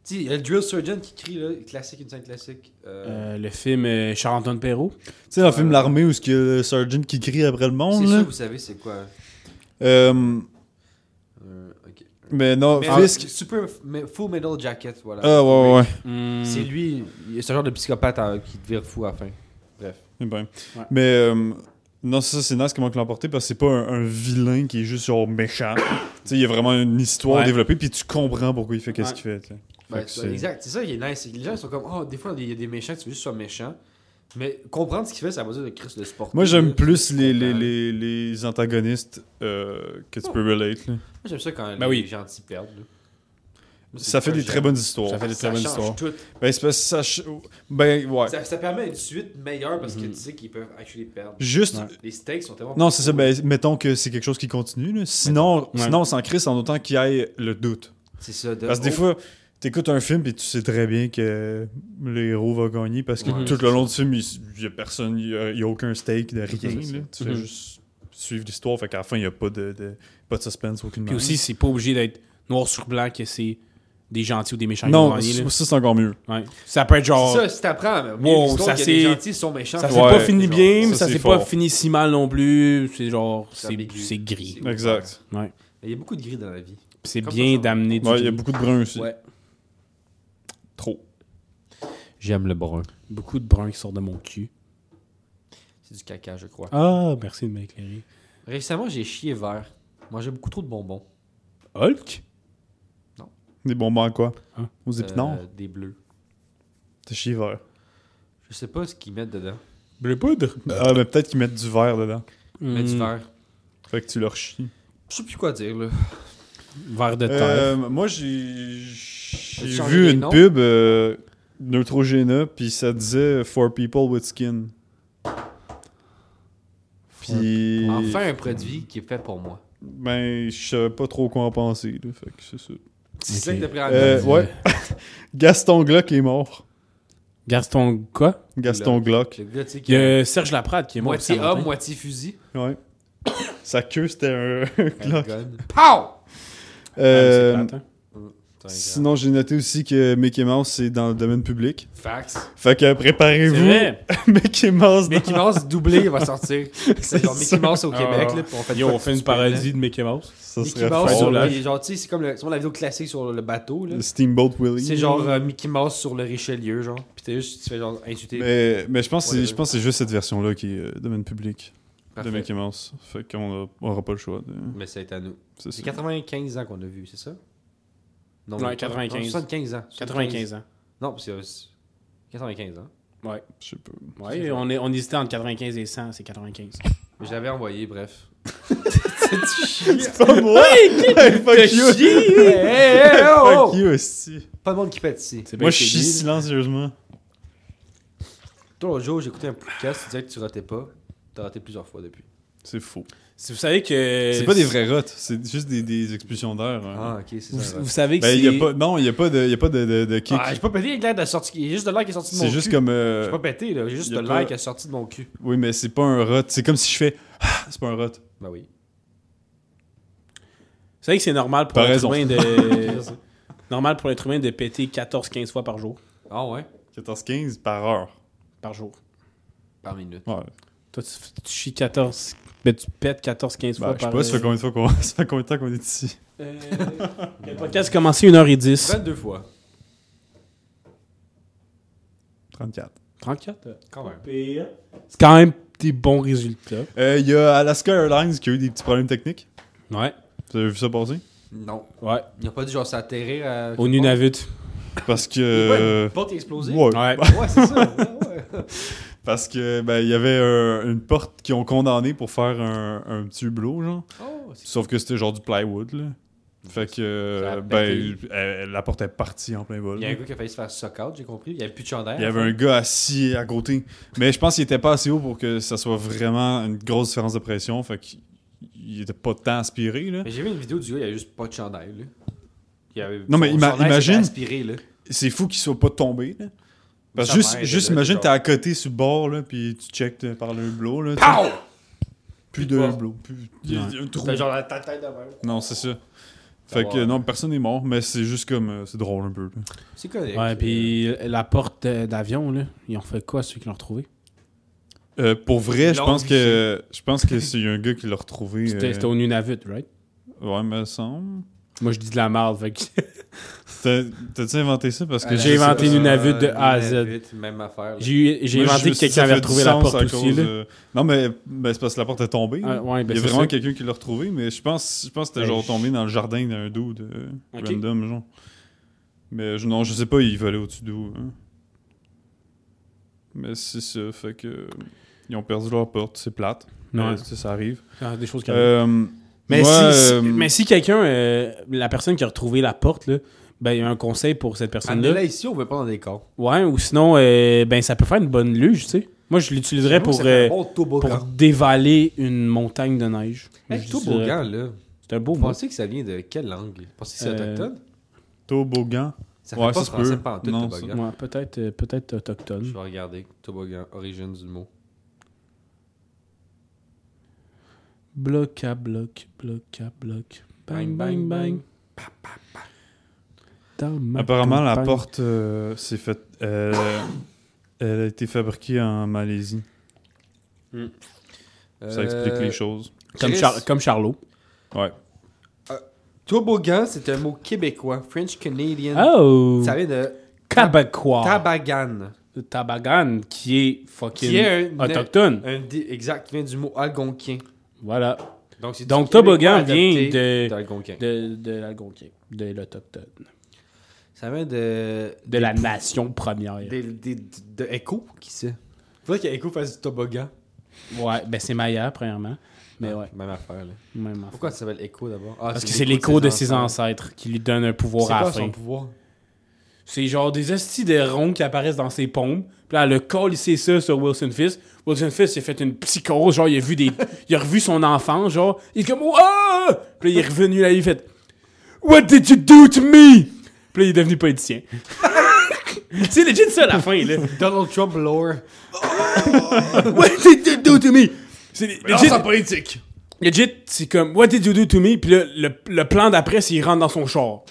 [SPEAKER 7] sais, il y a le Drill Sergeant qui crie, là, classique, une scène classique. Euh,
[SPEAKER 2] Euh, le film euh, Charles-Antoine Perrault.
[SPEAKER 6] tu sais, dans le film L'Armée, où il y a le sergeant qui crie après le
[SPEAKER 7] c'est
[SPEAKER 6] monde,
[SPEAKER 7] sûr,
[SPEAKER 6] là.
[SPEAKER 7] vous savez, c'est quoi.
[SPEAKER 6] Euh,
[SPEAKER 7] Euh, ok.
[SPEAKER 6] mais non,
[SPEAKER 7] Mais- euh,
[SPEAKER 6] Fisk.
[SPEAKER 7] Super mais Full Metal Jacket, voilà.
[SPEAKER 6] Ah, ouais, ouais.
[SPEAKER 7] Hmm. C'est lui, il- ce genre de psychopathe hein, qui te vire fou à la fin.
[SPEAKER 6] Eh ben.
[SPEAKER 2] Ouais.
[SPEAKER 6] Mais euh, non, ça c'est nice comment ils l'ont porté parce que c'est pas un, un vilain qui est juste genre méchant. [COUGHS] tu sais, il y a vraiment une histoire
[SPEAKER 2] Ouais.
[SPEAKER 6] développée puis tu comprends pourquoi il fait qu'est-ce
[SPEAKER 2] Ouais.
[SPEAKER 6] qu'il fait. tu sais.
[SPEAKER 7] Ben,
[SPEAKER 6] Fait que
[SPEAKER 7] c'est-
[SPEAKER 6] c'est-
[SPEAKER 7] exact, c'est ça qui est nice. c'est que Les gens ils sont comme, oh, des fois, il y a des méchants, tu veux juste que ce soit méchant. Mais comprendre ce qu'il fait, ça va dire de Chris le sport.
[SPEAKER 6] Moi j'aime plus les, les,
[SPEAKER 7] comprends.
[SPEAKER 6] les, les antagonistes euh, que tu peux relate. là.
[SPEAKER 7] Moi, j'aime ça quand
[SPEAKER 2] Ben
[SPEAKER 7] les
[SPEAKER 2] oui.
[SPEAKER 7] gentils perdent. là. Moi, c'est
[SPEAKER 6] Ça fait
[SPEAKER 7] ça,
[SPEAKER 6] des
[SPEAKER 7] j'aime.
[SPEAKER 6] très bonnes histoires.
[SPEAKER 2] Ça fait des
[SPEAKER 7] Ça
[SPEAKER 2] très bonnes
[SPEAKER 7] change
[SPEAKER 2] histoires.
[SPEAKER 7] tout.
[SPEAKER 6] Ben, c'est parce que ça... ch- ben ouais.
[SPEAKER 7] Ça, ça permet une suite meilleure parce que tu sais qu'ils peuvent actually perdre.
[SPEAKER 6] Juste.
[SPEAKER 2] Ouais.
[SPEAKER 7] Les stakes sont tellement.
[SPEAKER 6] Non, c'est ça. Ben, mettons que c'est quelque chose qui continue. là. Sinon,
[SPEAKER 2] Ouais. Euh,
[SPEAKER 6] sinon, on s'en crisse en autant qu'il y ait le doute.
[SPEAKER 7] C'est ça. De...
[SPEAKER 6] Parce que des
[SPEAKER 2] oh.
[SPEAKER 6] fois, t'écoutes un film et tu sais très bien que le héros va gagner parce que
[SPEAKER 2] Ouais,
[SPEAKER 6] tout le long du film, il n'y a personne, il n'y a, aucun stake de rien.
[SPEAKER 7] C'est ça.
[SPEAKER 6] là. Tu
[SPEAKER 2] Mhm.
[SPEAKER 6] fais juste suivre l'histoire, fait qu'à la fin, il n'y a pas de, de- pas de suspense, aucune
[SPEAKER 2] Puis
[SPEAKER 6] manière.
[SPEAKER 2] aussi, c'est pas obligé d'être noir sur blanc que c'est des gentils ou des méchants qui vont
[SPEAKER 6] Non,
[SPEAKER 2] gagner, là.
[SPEAKER 6] ça, ça, c'est encore mieux.
[SPEAKER 2] Ouais. Ça peut être genre.
[SPEAKER 7] C'est ça, si t'apprends, mais
[SPEAKER 2] Wow,
[SPEAKER 7] wow,
[SPEAKER 2] ça,
[SPEAKER 7] ça c'est. Les
[SPEAKER 2] c'est-
[SPEAKER 7] gentils sont méchants.
[SPEAKER 2] Ça s'est
[SPEAKER 7] c'est-
[SPEAKER 6] Ouais,
[SPEAKER 2] pas fini
[SPEAKER 7] genre-
[SPEAKER 2] bien, mais
[SPEAKER 6] ça,
[SPEAKER 2] ça
[SPEAKER 6] c'est
[SPEAKER 2] s'est pas
[SPEAKER 6] fort.
[SPEAKER 2] fini si mal non plus. C'est genre,
[SPEAKER 7] C'est
[SPEAKER 2] c'est
[SPEAKER 7] ambigu.
[SPEAKER 2] c'est gris.
[SPEAKER 7] C'est-
[SPEAKER 6] Exact.
[SPEAKER 7] Il y a beaucoup de gris dans la vie.
[SPEAKER 2] Puis C'est
[SPEAKER 7] Comme
[SPEAKER 2] bien
[SPEAKER 7] ça, ça va.
[SPEAKER 2] d'amener du
[SPEAKER 6] Ouais, il y a
[SPEAKER 2] gris.
[SPEAKER 6] beaucoup de bruns aussi.
[SPEAKER 7] Ouais.
[SPEAKER 6] Trop.
[SPEAKER 7] J'aime le brun.
[SPEAKER 2] beaucoup de brun qui sort de mon cul.
[SPEAKER 7] C'est du caca, je crois.
[SPEAKER 2] Ah, merci de m'éclairer.
[SPEAKER 7] Récemment, j'ai chié vert. Mangé beaucoup trop de bonbons.
[SPEAKER 2] Hulk
[SPEAKER 6] Des bonbons à quoi
[SPEAKER 2] Hein?
[SPEAKER 6] Aux épinards
[SPEAKER 7] Euh, Des bleus.
[SPEAKER 6] T'es chier vert.
[SPEAKER 7] Je sais pas ce qu'ils mettent dedans.
[SPEAKER 2] Bleu poudre
[SPEAKER 6] Ah, mais peut-être qu'ils mettent du verre dedans.
[SPEAKER 2] Hmm,
[SPEAKER 7] Mais du vert.
[SPEAKER 6] Fait que tu leur chies.
[SPEAKER 7] Je sais plus quoi dire, là.
[SPEAKER 2] Vert de terre.
[SPEAKER 6] Euh, moi, j'ai j'ai
[SPEAKER 7] As-tu changé
[SPEAKER 6] vu
[SPEAKER 7] les
[SPEAKER 6] une
[SPEAKER 7] noms?
[SPEAKER 6] pub euh, Neutrogena, puis ça disait euh, For people with skin. Puis.
[SPEAKER 7] Enfin, un produit qui est fait pour moi.
[SPEAKER 6] Ben, je savais pas trop quoi en penser, là, fait que c'est ça.
[SPEAKER 7] C'est ça que t'as pris en
[SPEAKER 6] Euh,
[SPEAKER 7] note.
[SPEAKER 6] ouais. [LAUGHS] Gaston Glock est mort.
[SPEAKER 2] Gaston, quoi
[SPEAKER 6] Gaston Glock.
[SPEAKER 7] Le gars, tu sais, qui
[SPEAKER 2] Il y
[SPEAKER 7] est
[SPEAKER 2] a Serge Laprade qui est mort.
[SPEAKER 7] moitié
[SPEAKER 2] il y a
[SPEAKER 7] homme,
[SPEAKER 2] longtemps.
[SPEAKER 7] moitié fusil.
[SPEAKER 6] Ouais. Sa queue, c'était un [LAUGHS] un Glock.
[SPEAKER 7] Gun. Pow!
[SPEAKER 6] Euh,
[SPEAKER 2] Ah, mais c'est plate, hein.
[SPEAKER 6] sinon, j'ai noté aussi que Mickey Mouse, c'est dans le domaine public.
[SPEAKER 7] Fax.
[SPEAKER 6] Fait que
[SPEAKER 2] C'est
[SPEAKER 6] préparez-vous.
[SPEAKER 2] vrai.
[SPEAKER 6] [LAUGHS] Mickey Mouse dans-
[SPEAKER 7] Mickey Mouse doublé va sortir. C'est genre Mickey
[SPEAKER 6] sûr.
[SPEAKER 7] Mouse au
[SPEAKER 2] Ah.
[SPEAKER 7] Québec, là, puis on fait
[SPEAKER 2] Yo,
[SPEAKER 7] quoi
[SPEAKER 2] on
[SPEAKER 7] de
[SPEAKER 2] fait une
[SPEAKER 7] super, là.
[SPEAKER 2] parodie de Mickey Mouse.
[SPEAKER 6] Ça
[SPEAKER 7] Mickey
[SPEAKER 6] serait
[SPEAKER 7] Mouse
[SPEAKER 2] fort,
[SPEAKER 7] sur
[SPEAKER 2] là.
[SPEAKER 7] le, genre, tu sais, c'est comme, le- c'est comme la vidéo classique sur le bateau, là.
[SPEAKER 6] Steamboat Willie.
[SPEAKER 7] C'est genre euh, Mickey Mouse sur le Richelieu, genre. Puis t'es juste, tu fais genre insulter.
[SPEAKER 6] Mais, mais je pense que c'est-
[SPEAKER 7] Ouais,
[SPEAKER 6] je pense que c'est juste cette version-là qui est euh, domaine public.
[SPEAKER 7] Parfait.
[SPEAKER 6] de Mickey Mouse. Fait qu'on a- aura pas le choix. de-
[SPEAKER 7] Mais ça est à nous.
[SPEAKER 6] C'est
[SPEAKER 7] C'est
[SPEAKER 6] ça.
[SPEAKER 7] 95 ans qu'on a vu, c'est ça? Non,
[SPEAKER 2] Ouais,
[SPEAKER 7] non,
[SPEAKER 2] 95.
[SPEAKER 7] 75 ans.
[SPEAKER 2] 95 ans.
[SPEAKER 7] Non, parce que... c'est 95 ans.
[SPEAKER 6] Je sais
[SPEAKER 7] [LAUGHS]
[SPEAKER 6] pas.
[SPEAKER 2] Ouais, on, est, on hésitait entre 95 et 100, c'est 95.
[SPEAKER 7] Mais je l'avais envoyé, bref.
[SPEAKER 6] Fuck you! [LAUGHS]
[SPEAKER 7] Hey, hey, hey, oh,
[SPEAKER 6] Fuck
[SPEAKER 7] oh.
[SPEAKER 6] you aussi.
[SPEAKER 7] Pas de monde qui pète ici.
[SPEAKER 2] C'est bien
[SPEAKER 6] Moi, je chie
[SPEAKER 2] fini.
[SPEAKER 6] silencieusement.
[SPEAKER 7] Toi, l'autre jour, j'écoutais un podcast, tu disais que tu ratais pas. T'as raté plusieurs fois depuis.
[SPEAKER 6] C'est faux.
[SPEAKER 7] Euh,
[SPEAKER 2] Si vous savez que.
[SPEAKER 6] C'est pas des vrais rots, c'est juste des, des expulsions d'air. hein.
[SPEAKER 7] Ah, ok, c'est
[SPEAKER 2] Vous,
[SPEAKER 7] ça.
[SPEAKER 2] vous savez que
[SPEAKER 6] Ben,
[SPEAKER 2] c'est.
[SPEAKER 6] y a pas, non, il n'y a pas de, y a pas de, de- de kick.
[SPEAKER 7] Ah, j'ai pas pété, il y a de l'air de sorti. Il y a juste de l'air qui est sorti de mon
[SPEAKER 6] c'est
[SPEAKER 7] cul.
[SPEAKER 6] juste comme. euh,
[SPEAKER 7] J'ai pas pété, là. J'ai juste
[SPEAKER 6] y
[SPEAKER 7] de
[SPEAKER 6] a
[SPEAKER 7] l'air
[SPEAKER 6] pas-
[SPEAKER 7] qui est sorti de mon cul.
[SPEAKER 6] Oui, mais c'est pas un rot. C'est comme si je fais. Ah, c'est pas un rot.
[SPEAKER 7] Bah oui.
[SPEAKER 2] Vous savez que c'est normal pour
[SPEAKER 6] T'as
[SPEAKER 2] l'être
[SPEAKER 6] raison.
[SPEAKER 2] humain
[SPEAKER 6] [LAUGHS]
[SPEAKER 2] de. normal pour l'être humain de péter 14-15 fois par jour.
[SPEAKER 7] Ah ouais?
[SPEAKER 6] 14-15 par heure.
[SPEAKER 2] Par jour.
[SPEAKER 7] Par minute.
[SPEAKER 6] Ouais. Ben,
[SPEAKER 2] Toi, tu, tu chies 14. Ben, tu pètes 14-15
[SPEAKER 6] Ben,
[SPEAKER 2] fois
[SPEAKER 6] je sais
[SPEAKER 2] par
[SPEAKER 6] pas, ça fait combien de fois qu'on- [LAUGHS] ça fait combien de temps qu'on est ici.
[SPEAKER 2] Le podcast a commencé 1h10.
[SPEAKER 7] 22 fois.
[SPEAKER 6] 34.
[SPEAKER 2] 34. euh,
[SPEAKER 7] Quand même.
[SPEAKER 2] C'est quand même des bons résultats.
[SPEAKER 6] Il Euh, y a Alaska Airlines qui a eu des petits problèmes techniques.
[SPEAKER 2] Ouais.
[SPEAKER 6] Vous avez vu ça passer?
[SPEAKER 7] Non.
[SPEAKER 2] Ouais.
[SPEAKER 7] Il a pas dit genre s'atterrir à.
[SPEAKER 2] Au Nunavut.
[SPEAKER 6] Parce que. euh,
[SPEAKER 7] Une porte explosée.
[SPEAKER 6] [LAUGHS] ouais.
[SPEAKER 2] Ouais.
[SPEAKER 7] Ouais, c'est ça. Ouais, ouais.
[SPEAKER 6] Parce que ben, il y avait euh, une porte qu'ils ont condamnée pour faire un, un petit hublot, genre.
[SPEAKER 7] Oh, c'est-
[SPEAKER 6] Sauf que c'était genre du plywood, là. Fait que
[SPEAKER 7] Ça a
[SPEAKER 6] euh,
[SPEAKER 7] pété.
[SPEAKER 6] ben, elle- la porte est partie en plein vol.
[SPEAKER 7] Il y a un gars qui a failli se faire suck out, j'ai compris. Il y avait plus de chandail.
[SPEAKER 6] Il y avait un gars assis à côté. Mais je pense qu'il était pas assez haut pour que ça soit vraiment une grosse différence de pression. Fait qu'il il était pas tant aspiré. Là.
[SPEAKER 7] Mais j'ai vu une vidéo du gars, il y avait juste pas de chandail, là. Il y avait...
[SPEAKER 6] Non, mais
[SPEAKER 7] son
[SPEAKER 6] ima-
[SPEAKER 7] chandail, c'était
[SPEAKER 6] imagine-
[SPEAKER 7] aspiré, là.
[SPEAKER 6] C'est fou qu'il soit pas tombé. Là. Parce
[SPEAKER 7] Sa
[SPEAKER 6] que
[SPEAKER 7] mère était
[SPEAKER 6] juste, juste
[SPEAKER 7] là,
[SPEAKER 6] imagine,
[SPEAKER 7] genre.
[SPEAKER 6] t'es à côté sur le bord, là, puis tu checkes euh, par le hublot. Là, tu-
[SPEAKER 7] Pow!
[SPEAKER 6] plus de hublot. Plus... il y a-
[SPEAKER 2] Ouais.
[SPEAKER 6] il y a un trou.
[SPEAKER 7] T'as genre la ta- tête de même.
[SPEAKER 6] Non, c'est ça.
[SPEAKER 7] Ça
[SPEAKER 6] Fait
[SPEAKER 7] va,
[SPEAKER 6] que euh, non, personne n'est mort, mais c'est juste comme. euh, c'est drôle un peu. là.
[SPEAKER 7] C'est correct. Ah,
[SPEAKER 2] Ouais, puis la porte euh, d'avion, là, ils ont fait quoi, ceux qui l'ont retrouvé?
[SPEAKER 6] Euh, pour vrai, je
[SPEAKER 7] L'ont
[SPEAKER 6] pense
[SPEAKER 7] viché.
[SPEAKER 6] que je pense que c'est un gars qui l'a
[SPEAKER 2] [LAUGHS]
[SPEAKER 6] retrouvé.
[SPEAKER 2] C'était c'était
[SPEAKER 6] euh,
[SPEAKER 2] au Nunavut, right?
[SPEAKER 6] Ouais, me semble.
[SPEAKER 2] Moi, je dis de la merde, fait que...
[SPEAKER 6] T'as- T'as-tu inventé ça parce que
[SPEAKER 2] Euh,
[SPEAKER 6] je
[SPEAKER 2] j'ai
[SPEAKER 6] sais pas.
[SPEAKER 2] inventé Nunavut de A à Z.
[SPEAKER 7] Nunavut, Même affaire. là.
[SPEAKER 2] J'ai eu- j'ai
[SPEAKER 6] Moi,
[SPEAKER 2] inventé
[SPEAKER 6] je-
[SPEAKER 2] que quelqu'un
[SPEAKER 6] ça
[SPEAKER 2] avait
[SPEAKER 6] fait du
[SPEAKER 2] retrouvé la
[SPEAKER 6] sens
[SPEAKER 2] porte
[SPEAKER 6] à
[SPEAKER 2] aussi,
[SPEAKER 6] cause,
[SPEAKER 2] là.
[SPEAKER 6] euh, Non, mais ben, c'est parce que la porte est tombée.
[SPEAKER 2] Ah,
[SPEAKER 6] là.
[SPEAKER 2] ouais, ben,
[SPEAKER 6] Il y a
[SPEAKER 2] c'est
[SPEAKER 6] vraiment
[SPEAKER 2] ça.
[SPEAKER 6] quelqu'un qui l'a retrouvé, mais je pense, je pense que c'était
[SPEAKER 2] Ben,
[SPEAKER 6] genre
[SPEAKER 2] je-
[SPEAKER 6] tombé dans le jardin d'un dude euh,
[SPEAKER 2] Ok.
[SPEAKER 6] random, genre. Mais je- non, je sais pas, il volait au-dessus d'où. hein. Mais c'est ça, fait que. Ils ont perdu leur porte, c'est plate.
[SPEAKER 2] Ouais.
[SPEAKER 6] Mais ça, ça arrive.
[SPEAKER 2] Ah, des choses qui arrivent.
[SPEAKER 6] Euh,
[SPEAKER 2] mais,
[SPEAKER 6] moi,
[SPEAKER 2] si, si-
[SPEAKER 6] euh,
[SPEAKER 2] mais si quelqu'un, euh, la personne qui a retrouvé la porte, là, ben, il y a un conseil pour cette
[SPEAKER 7] Amenez-la
[SPEAKER 2] personne-là.
[SPEAKER 7] ici, on veut pas dans des cons.
[SPEAKER 2] Ouais, ou sinon, euh, ben, ça peut faire une bonne luge, tu sais. Moi, je l'utiliserais pour,
[SPEAKER 7] Ça fait
[SPEAKER 2] euh,
[SPEAKER 7] un bon
[SPEAKER 2] pour
[SPEAKER 7] toboggan.
[SPEAKER 2] dévaler une montagne de neige.
[SPEAKER 7] Hey,
[SPEAKER 2] Je dirais-
[SPEAKER 7] toboggan,
[SPEAKER 6] euh,
[SPEAKER 7] là.
[SPEAKER 2] C'est un beau
[SPEAKER 7] Vous
[SPEAKER 2] mot.
[SPEAKER 7] pensez que ça vient de quelle langue? Vous pensez que c'est
[SPEAKER 2] Euh,
[SPEAKER 7] autochtone?
[SPEAKER 6] Toboggan.
[SPEAKER 7] Ça fait
[SPEAKER 6] ouais,
[SPEAKER 7] pas
[SPEAKER 6] ça se
[SPEAKER 7] français
[SPEAKER 6] peut.
[SPEAKER 7] pas en tout,
[SPEAKER 6] Non,
[SPEAKER 7] toboggan.
[SPEAKER 2] Ouais, peut-être euh, peut-être
[SPEAKER 7] Je
[SPEAKER 2] autochtone.
[SPEAKER 7] vais regarder. Toboggan, origine du mot.
[SPEAKER 2] Bloc à bloc, bloc à bloc. Bang, bang, bang. Dans ma
[SPEAKER 6] Apparemment, la
[SPEAKER 2] campagne.
[SPEAKER 6] porte euh, s'est faite. euh, [COUGHS] elle a été fabriquée en Malaisie. Ça explique
[SPEAKER 2] Euh,
[SPEAKER 6] les choses.
[SPEAKER 2] Comme,
[SPEAKER 7] Euh, Chris.
[SPEAKER 2] Char- comme Charlot.
[SPEAKER 6] Ouais.
[SPEAKER 7] Toboggan, c'est un mot québécois, French Canadian.
[SPEAKER 2] Oh!
[SPEAKER 7] Ça vient de
[SPEAKER 2] Québécois.
[SPEAKER 7] tabagan.
[SPEAKER 2] Tabagan, qui est fucking
[SPEAKER 7] Qui est un-
[SPEAKER 2] autochtone.
[SPEAKER 7] Un dé- exact, qui vient du mot algonquin.
[SPEAKER 2] Voilà.
[SPEAKER 7] Donc, c'est du
[SPEAKER 2] Donc, toboggan
[SPEAKER 7] québécois
[SPEAKER 2] vient
[SPEAKER 7] adapté
[SPEAKER 2] de,
[SPEAKER 7] d'algonquin.
[SPEAKER 2] de, de l'algonquin, de l'autochtone,
[SPEAKER 7] Ça vient de.
[SPEAKER 2] de la nation première.
[SPEAKER 7] des- des- de Echo, qui sait? Faudrait qu'Echo fasse du toboggan.
[SPEAKER 2] Ouais, ben c'est Maya, premièrement. Mais ouais,
[SPEAKER 7] Même affaire, là.
[SPEAKER 2] même enfant.
[SPEAKER 7] Ah. Pourquoi ça s'appelle Echo d'abord? Ah,
[SPEAKER 2] Parce que c'est l'écho de ses ancêtres qui lui donne un
[SPEAKER 7] C'est
[SPEAKER 2] pouvoir à la
[SPEAKER 7] quoi
[SPEAKER 2] fin.
[SPEAKER 7] son pouvoir?
[SPEAKER 2] C'est genre des hosties de ronds qui apparaissent dans ses pompes. Puis là, le col, c'est ça sur Wilson Fisk. Wilson Fisk, il a fait une psychose. Genre, il a vu des. [LAUGHS] il a revu son enfant, genre. Il est comme. Wouah! Puis là, il est revenu là, il a fait. What did you do to me? Puis là, il est devenu politicien. [LAUGHS] c'est legit ça, la fin, là.
[SPEAKER 7] Donald Trump
[SPEAKER 2] [LAUGHS]
[SPEAKER 7] lore.
[SPEAKER 2] What did you do to me? C'est legit. politique. Legit, c'est comme. What did you do to me? Puis là, le, le plan d'après, c'est il rentre dans son char.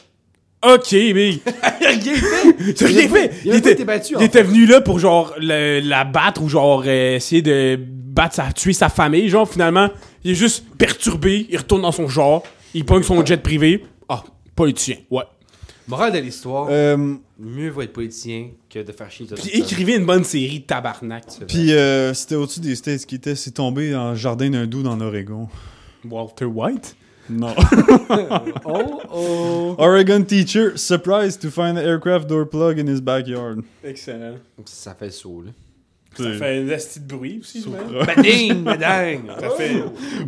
[SPEAKER 2] Ok, mais. T'as rien fait!
[SPEAKER 7] Il a même pas été battu, en
[SPEAKER 2] il était venu là pour genre le- la battre ou genre euh, essayer de battre sa, tuer sa famille. Genre finalement, il est juste perturbé, il retourne dans son genre, il pogne son jet privé. Ah, politicien, ouais.
[SPEAKER 7] Morale de l'histoire,
[SPEAKER 6] Euh,
[SPEAKER 7] mieux vaut être politicien que de faire chier tout
[SPEAKER 2] Puis
[SPEAKER 7] le temps.
[SPEAKER 2] écrivez une bonne série, tabarnak.
[SPEAKER 6] Puis euh, c'était au-dessus des States qui était, c'est tombé dans le jardin d'un doux dans l'Oregon.
[SPEAKER 2] Walter White?
[SPEAKER 6] Non.
[SPEAKER 7] Oh, [LAUGHS] oh!
[SPEAKER 6] Oregon teacher surprised to find an aircraft door plug in his backyard.
[SPEAKER 2] Excellent.
[SPEAKER 7] Donc ça fait le saut, là.
[SPEAKER 2] Ça fait une astuce de bruit aussi, je pense.
[SPEAKER 7] Bading, badang!
[SPEAKER 2] Ça fait.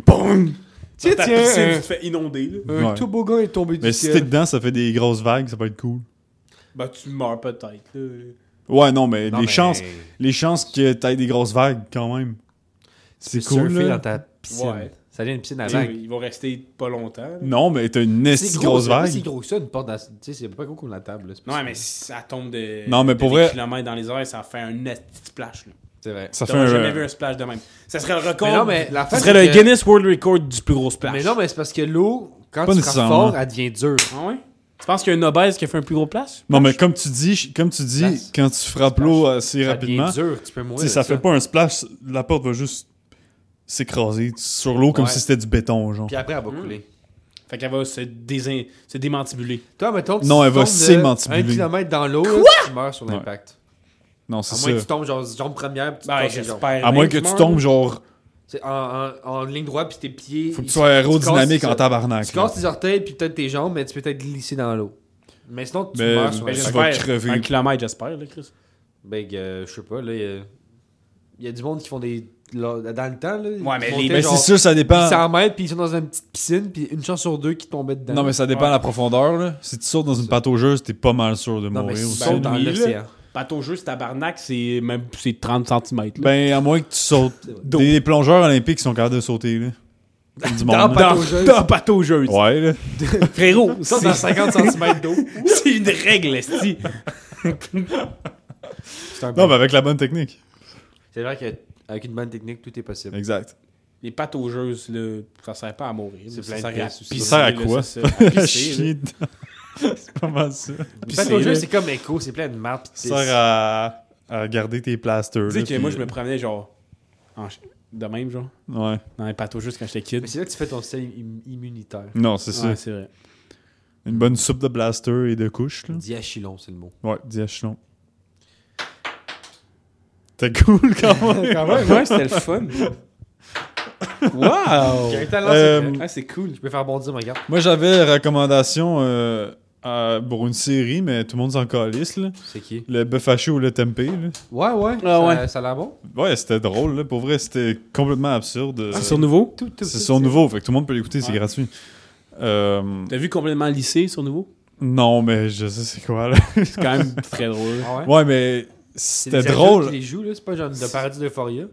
[SPEAKER 6] Bang!
[SPEAKER 2] Oh! Tiens,
[SPEAKER 7] tiens,
[SPEAKER 2] piscine,
[SPEAKER 7] un-
[SPEAKER 2] tu te fais inonder, là.
[SPEAKER 6] Ouais.
[SPEAKER 7] toboggan est tombé
[SPEAKER 6] Mais si t'es dedans, ça fait des grosses vagues, ça peut être cool.
[SPEAKER 2] Ben, tu meurs peut-être, là.
[SPEAKER 6] Ouais, non, mais
[SPEAKER 7] Non,
[SPEAKER 6] les
[SPEAKER 7] mais-
[SPEAKER 6] chances les chances que t'aies des grosses vagues quand même. C'est cool.
[SPEAKER 7] Surfer
[SPEAKER 6] là.
[SPEAKER 7] dans ta piscine.
[SPEAKER 2] Ouais.
[SPEAKER 7] Ça devient une piscine à
[SPEAKER 2] Tu sais,
[SPEAKER 7] vagues.
[SPEAKER 2] Ils vont rester pas longtemps. là.
[SPEAKER 6] Non, mais t'as une
[SPEAKER 7] C'est
[SPEAKER 6] nasty
[SPEAKER 7] gros,
[SPEAKER 6] grosse
[SPEAKER 7] c'est pas
[SPEAKER 6] vague.
[SPEAKER 7] si gros que ça, une porte dans... Tu sais, c'est pas gros comme la table, là. c'est pas
[SPEAKER 2] Non,
[SPEAKER 7] si-
[SPEAKER 2] mais si ça tombe de,
[SPEAKER 6] Non, mais
[SPEAKER 2] de
[SPEAKER 6] pour
[SPEAKER 2] des
[SPEAKER 6] vrai-
[SPEAKER 2] kilomètres dans les airs, ça fait un petit splash. Là.
[SPEAKER 7] C'est vrai.
[SPEAKER 6] Ça fait
[SPEAKER 2] T'aurais
[SPEAKER 6] un. euh,
[SPEAKER 2] jamais vu un splash de même. Ça serait le record.
[SPEAKER 7] Mais non, mais la
[SPEAKER 2] Ça
[SPEAKER 7] fin,
[SPEAKER 2] serait
[SPEAKER 7] c'est
[SPEAKER 2] le
[SPEAKER 7] que-
[SPEAKER 2] Guinness World Record du plus gros splash.
[SPEAKER 7] Mais non, mais c'est parce que l'eau, quand
[SPEAKER 6] Pas
[SPEAKER 7] tu frappes
[SPEAKER 6] nécessairement.
[SPEAKER 7] fort, elle devient dure.
[SPEAKER 2] Ah ouais? Tu penses qu'il y a un obèse qui a fait un plus gros splash?
[SPEAKER 6] Non, mais comme tu dis, comme tu dis,
[SPEAKER 7] Splash.
[SPEAKER 6] quand tu frappes l'eau assez
[SPEAKER 7] Ça
[SPEAKER 6] rapidement,
[SPEAKER 7] devient dure, tu peux mourir.
[SPEAKER 6] tu sais,
[SPEAKER 7] de
[SPEAKER 6] ça fait pas un splash, la porte va juste s'écraser sur l'eau comme
[SPEAKER 7] Ouais.
[SPEAKER 6] si c'était du béton, genre.
[SPEAKER 7] Puis après, elle va couler.
[SPEAKER 2] Fait qu'elle va se, désin... se démantibuler.
[SPEAKER 7] Toi, mettons, tu
[SPEAKER 6] Non, elle va
[SPEAKER 7] tombes de
[SPEAKER 6] s'émantibuler.
[SPEAKER 7] Un kilomètre dans l'eau, là, tu meurs sur l'impact.
[SPEAKER 6] Non,
[SPEAKER 7] À
[SPEAKER 6] c'est
[SPEAKER 7] moins que
[SPEAKER 6] ça.
[SPEAKER 7] tu tombes, genre, jambe première, puis tu
[SPEAKER 2] Ben,
[SPEAKER 7] casses les jambes.
[SPEAKER 2] j'espère.
[SPEAKER 6] À moins que tu tombes, genre,
[SPEAKER 7] C'est en, en- en ligne droite, puis tes pieds.
[SPEAKER 6] faut que tu
[SPEAKER 7] ils-
[SPEAKER 6] sois aérodynamique
[SPEAKER 7] casses- euh,
[SPEAKER 6] en tabarnak.
[SPEAKER 7] Tu
[SPEAKER 6] là.
[SPEAKER 7] casses tes orteils, puis peut-être tes jambes, mais tu peux peut-être glisser dans l'eau. Mais sinon, tu
[SPEAKER 6] Mais-
[SPEAKER 7] meurs sur
[SPEAKER 6] mais
[SPEAKER 2] Ben,
[SPEAKER 7] l'impact.
[SPEAKER 6] j'espère-
[SPEAKER 2] j'espère.
[SPEAKER 6] vas crever.
[SPEAKER 2] Un kilomètre, j'espère, là, Chris.
[SPEAKER 7] Ben, euh, je sais pas, là, il y a- il y, a du monde qui font des. là, dans le temps, là.
[SPEAKER 2] Ouais, mais les-
[SPEAKER 6] Mais c'est sûr, ça dépend.
[SPEAKER 7] 100 mètres, puis ils sont dans une petite piscine, puis une chance sur deux qui tombaient dedans.
[SPEAKER 6] Non, mais ça dépend de la profondeur, là. Si tu sautes dans une pataugeuse, t'es pas mal sûr de
[SPEAKER 7] Non, mais
[SPEAKER 6] mourir
[SPEAKER 7] ils
[SPEAKER 6] aussi.
[SPEAKER 7] sont dans
[SPEAKER 2] Mille.
[SPEAKER 7] l'océan.
[SPEAKER 2] Bateau juste tabarnak, c'est même c'est 30 cm.
[SPEAKER 6] Ben, à moins que tu sautes.
[SPEAKER 7] D'eau.
[SPEAKER 6] Des plongeurs olympiques qui sont capables de sauter, là. Du monde.
[SPEAKER 7] Dans
[SPEAKER 6] là.
[SPEAKER 7] bateau
[SPEAKER 2] Dans,
[SPEAKER 7] jeu.
[SPEAKER 2] dans bateau jeu.
[SPEAKER 6] Ouais, là.
[SPEAKER 2] Frérot, [LAUGHS]
[SPEAKER 7] Ça,
[SPEAKER 2] c'est
[SPEAKER 7] dans 50 cm
[SPEAKER 6] [LAUGHS]
[SPEAKER 7] d'eau.
[SPEAKER 2] c'est une règle, esti.
[SPEAKER 7] C'est un
[SPEAKER 6] Non,
[SPEAKER 7] peu-
[SPEAKER 6] mais avec la bonne technique.
[SPEAKER 7] C'est vrai qu'avec une bonne technique, tout est possible.
[SPEAKER 6] Exact.
[SPEAKER 2] Les pataugeuses, là, ça sert pas à mourir.
[SPEAKER 7] C'est
[SPEAKER 2] Ça
[SPEAKER 7] plein
[SPEAKER 2] sert
[SPEAKER 7] de
[SPEAKER 2] à
[SPEAKER 7] pièces aussi.
[SPEAKER 2] pisser,
[SPEAKER 6] Ça sert à
[SPEAKER 2] là,
[SPEAKER 6] quoi?
[SPEAKER 2] c'est ça, à pisser, là.
[SPEAKER 6] [LAUGHS] Chier dedans. [LAUGHS] C'est pas mal ça.
[SPEAKER 7] Puis
[SPEAKER 2] c'est-
[SPEAKER 7] pas jeu, c'est comme écho, c'est plein de marques. pis de
[SPEAKER 6] Ça sert
[SPEAKER 7] pisse.
[SPEAKER 6] à, à garder tes plasters.
[SPEAKER 2] Tu sais que moi, je me promenais genre en ch- de même, genre,
[SPEAKER 6] Ouais.
[SPEAKER 2] dans les pâteaux juste quand j'étais kid.
[SPEAKER 7] Mais c'est là que tu fais ton système im- immunitaire.
[SPEAKER 6] Non, c'est
[SPEAKER 2] Ouais,
[SPEAKER 6] ça.
[SPEAKER 2] c'est vrai.
[SPEAKER 6] Une bonne soupe de blaster et de couches, là.
[SPEAKER 7] Diachylon, c'est le mot.
[SPEAKER 6] Ouais, diachylon. T'es cool
[SPEAKER 2] [LAUGHS]
[SPEAKER 6] quand même.
[SPEAKER 2] Ah ouais, c'était le fun. Wow!
[SPEAKER 7] J'ai un talent
[SPEAKER 6] Euh,
[SPEAKER 7] secret.
[SPEAKER 2] Ah, c'est cool.
[SPEAKER 7] Je peux faire bondir ma garde.
[SPEAKER 6] moi, j'avais recommandation euh, à- pour une série, mais tout le monde s'en calisse, là.
[SPEAKER 7] C'est qui
[SPEAKER 6] Le bœuf haché ou le tempeh, là.
[SPEAKER 7] Ouais, ouais.
[SPEAKER 2] Ah,
[SPEAKER 7] ça,
[SPEAKER 2] ouais.
[SPEAKER 7] ça a l'air bon.
[SPEAKER 6] Ouais, c'était drôle, là. Pour vrai, c'était complètement absurde.
[SPEAKER 2] Ah,
[SPEAKER 6] Euh,
[SPEAKER 2] C'est sur nouveau?
[SPEAKER 7] Tout, tout,
[SPEAKER 6] C'est
[SPEAKER 7] tout,
[SPEAKER 6] sur
[SPEAKER 7] tout.
[SPEAKER 6] nouveau, fait que tout le monde peut l'écouter, c'est
[SPEAKER 2] Ouais.
[SPEAKER 6] gratuit. Euh,
[SPEAKER 2] T'as vu complètement lycée sur nouveau?
[SPEAKER 6] non, mais je sais c'est quoi, là.
[SPEAKER 2] C'est quand [LAUGHS] même très drôle.
[SPEAKER 7] Ah ouais.
[SPEAKER 6] Ouais, mais
[SPEAKER 7] C'est
[SPEAKER 6] c'était
[SPEAKER 7] des adultes
[SPEAKER 6] drôle.
[SPEAKER 7] Qui les jouent, là. C'est pas genre de paradis d'euphoria.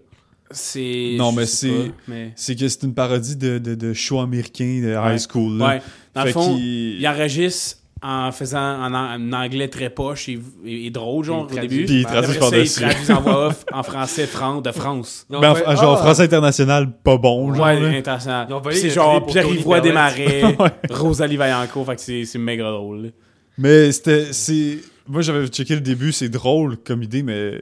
[SPEAKER 2] C'est.
[SPEAKER 6] Non,
[SPEAKER 2] je
[SPEAKER 6] mais
[SPEAKER 2] sais
[SPEAKER 6] c'est-
[SPEAKER 2] pas, Mais...
[SPEAKER 6] C'est que c'est une parodie de, de, de show américain de high school. Là.
[SPEAKER 2] Ouais. Dans le
[SPEAKER 6] Fait
[SPEAKER 2] fond,
[SPEAKER 6] qu'il-
[SPEAKER 2] ils enregistrent en faisant en, en anglais très poche et, et- et drôle, genre, au
[SPEAKER 7] Ils traduisent.
[SPEAKER 2] début.
[SPEAKER 6] Puis ils
[SPEAKER 7] Ben,
[SPEAKER 6] traduisent
[SPEAKER 2] Après ça, ils
[SPEAKER 6] par-dessus.
[SPEAKER 2] traduisent en voix off en français Fran- de France.
[SPEAKER 7] Ils ont
[SPEAKER 6] Ben,
[SPEAKER 7] fait-
[SPEAKER 6] en- genre
[SPEAKER 7] ah,
[SPEAKER 6] français international, pas bon. Genre,
[SPEAKER 2] Ouais, hein.
[SPEAKER 6] là.
[SPEAKER 2] intéressant.
[SPEAKER 7] Ils ont volé
[SPEAKER 2] Puis C'est
[SPEAKER 7] le
[SPEAKER 2] genre
[SPEAKER 7] clé pour Tony
[SPEAKER 2] Pierre-Yvois
[SPEAKER 7] Bennett.
[SPEAKER 2] Desmarais,
[SPEAKER 6] [LAUGHS]
[SPEAKER 2] Rosalie Vaillancourt, fait que c'est c'est maigre drôle. là.
[SPEAKER 6] Mais c'était. c'est- Moi, j'avais checké le début, c'est drôle comme idée, mais euh,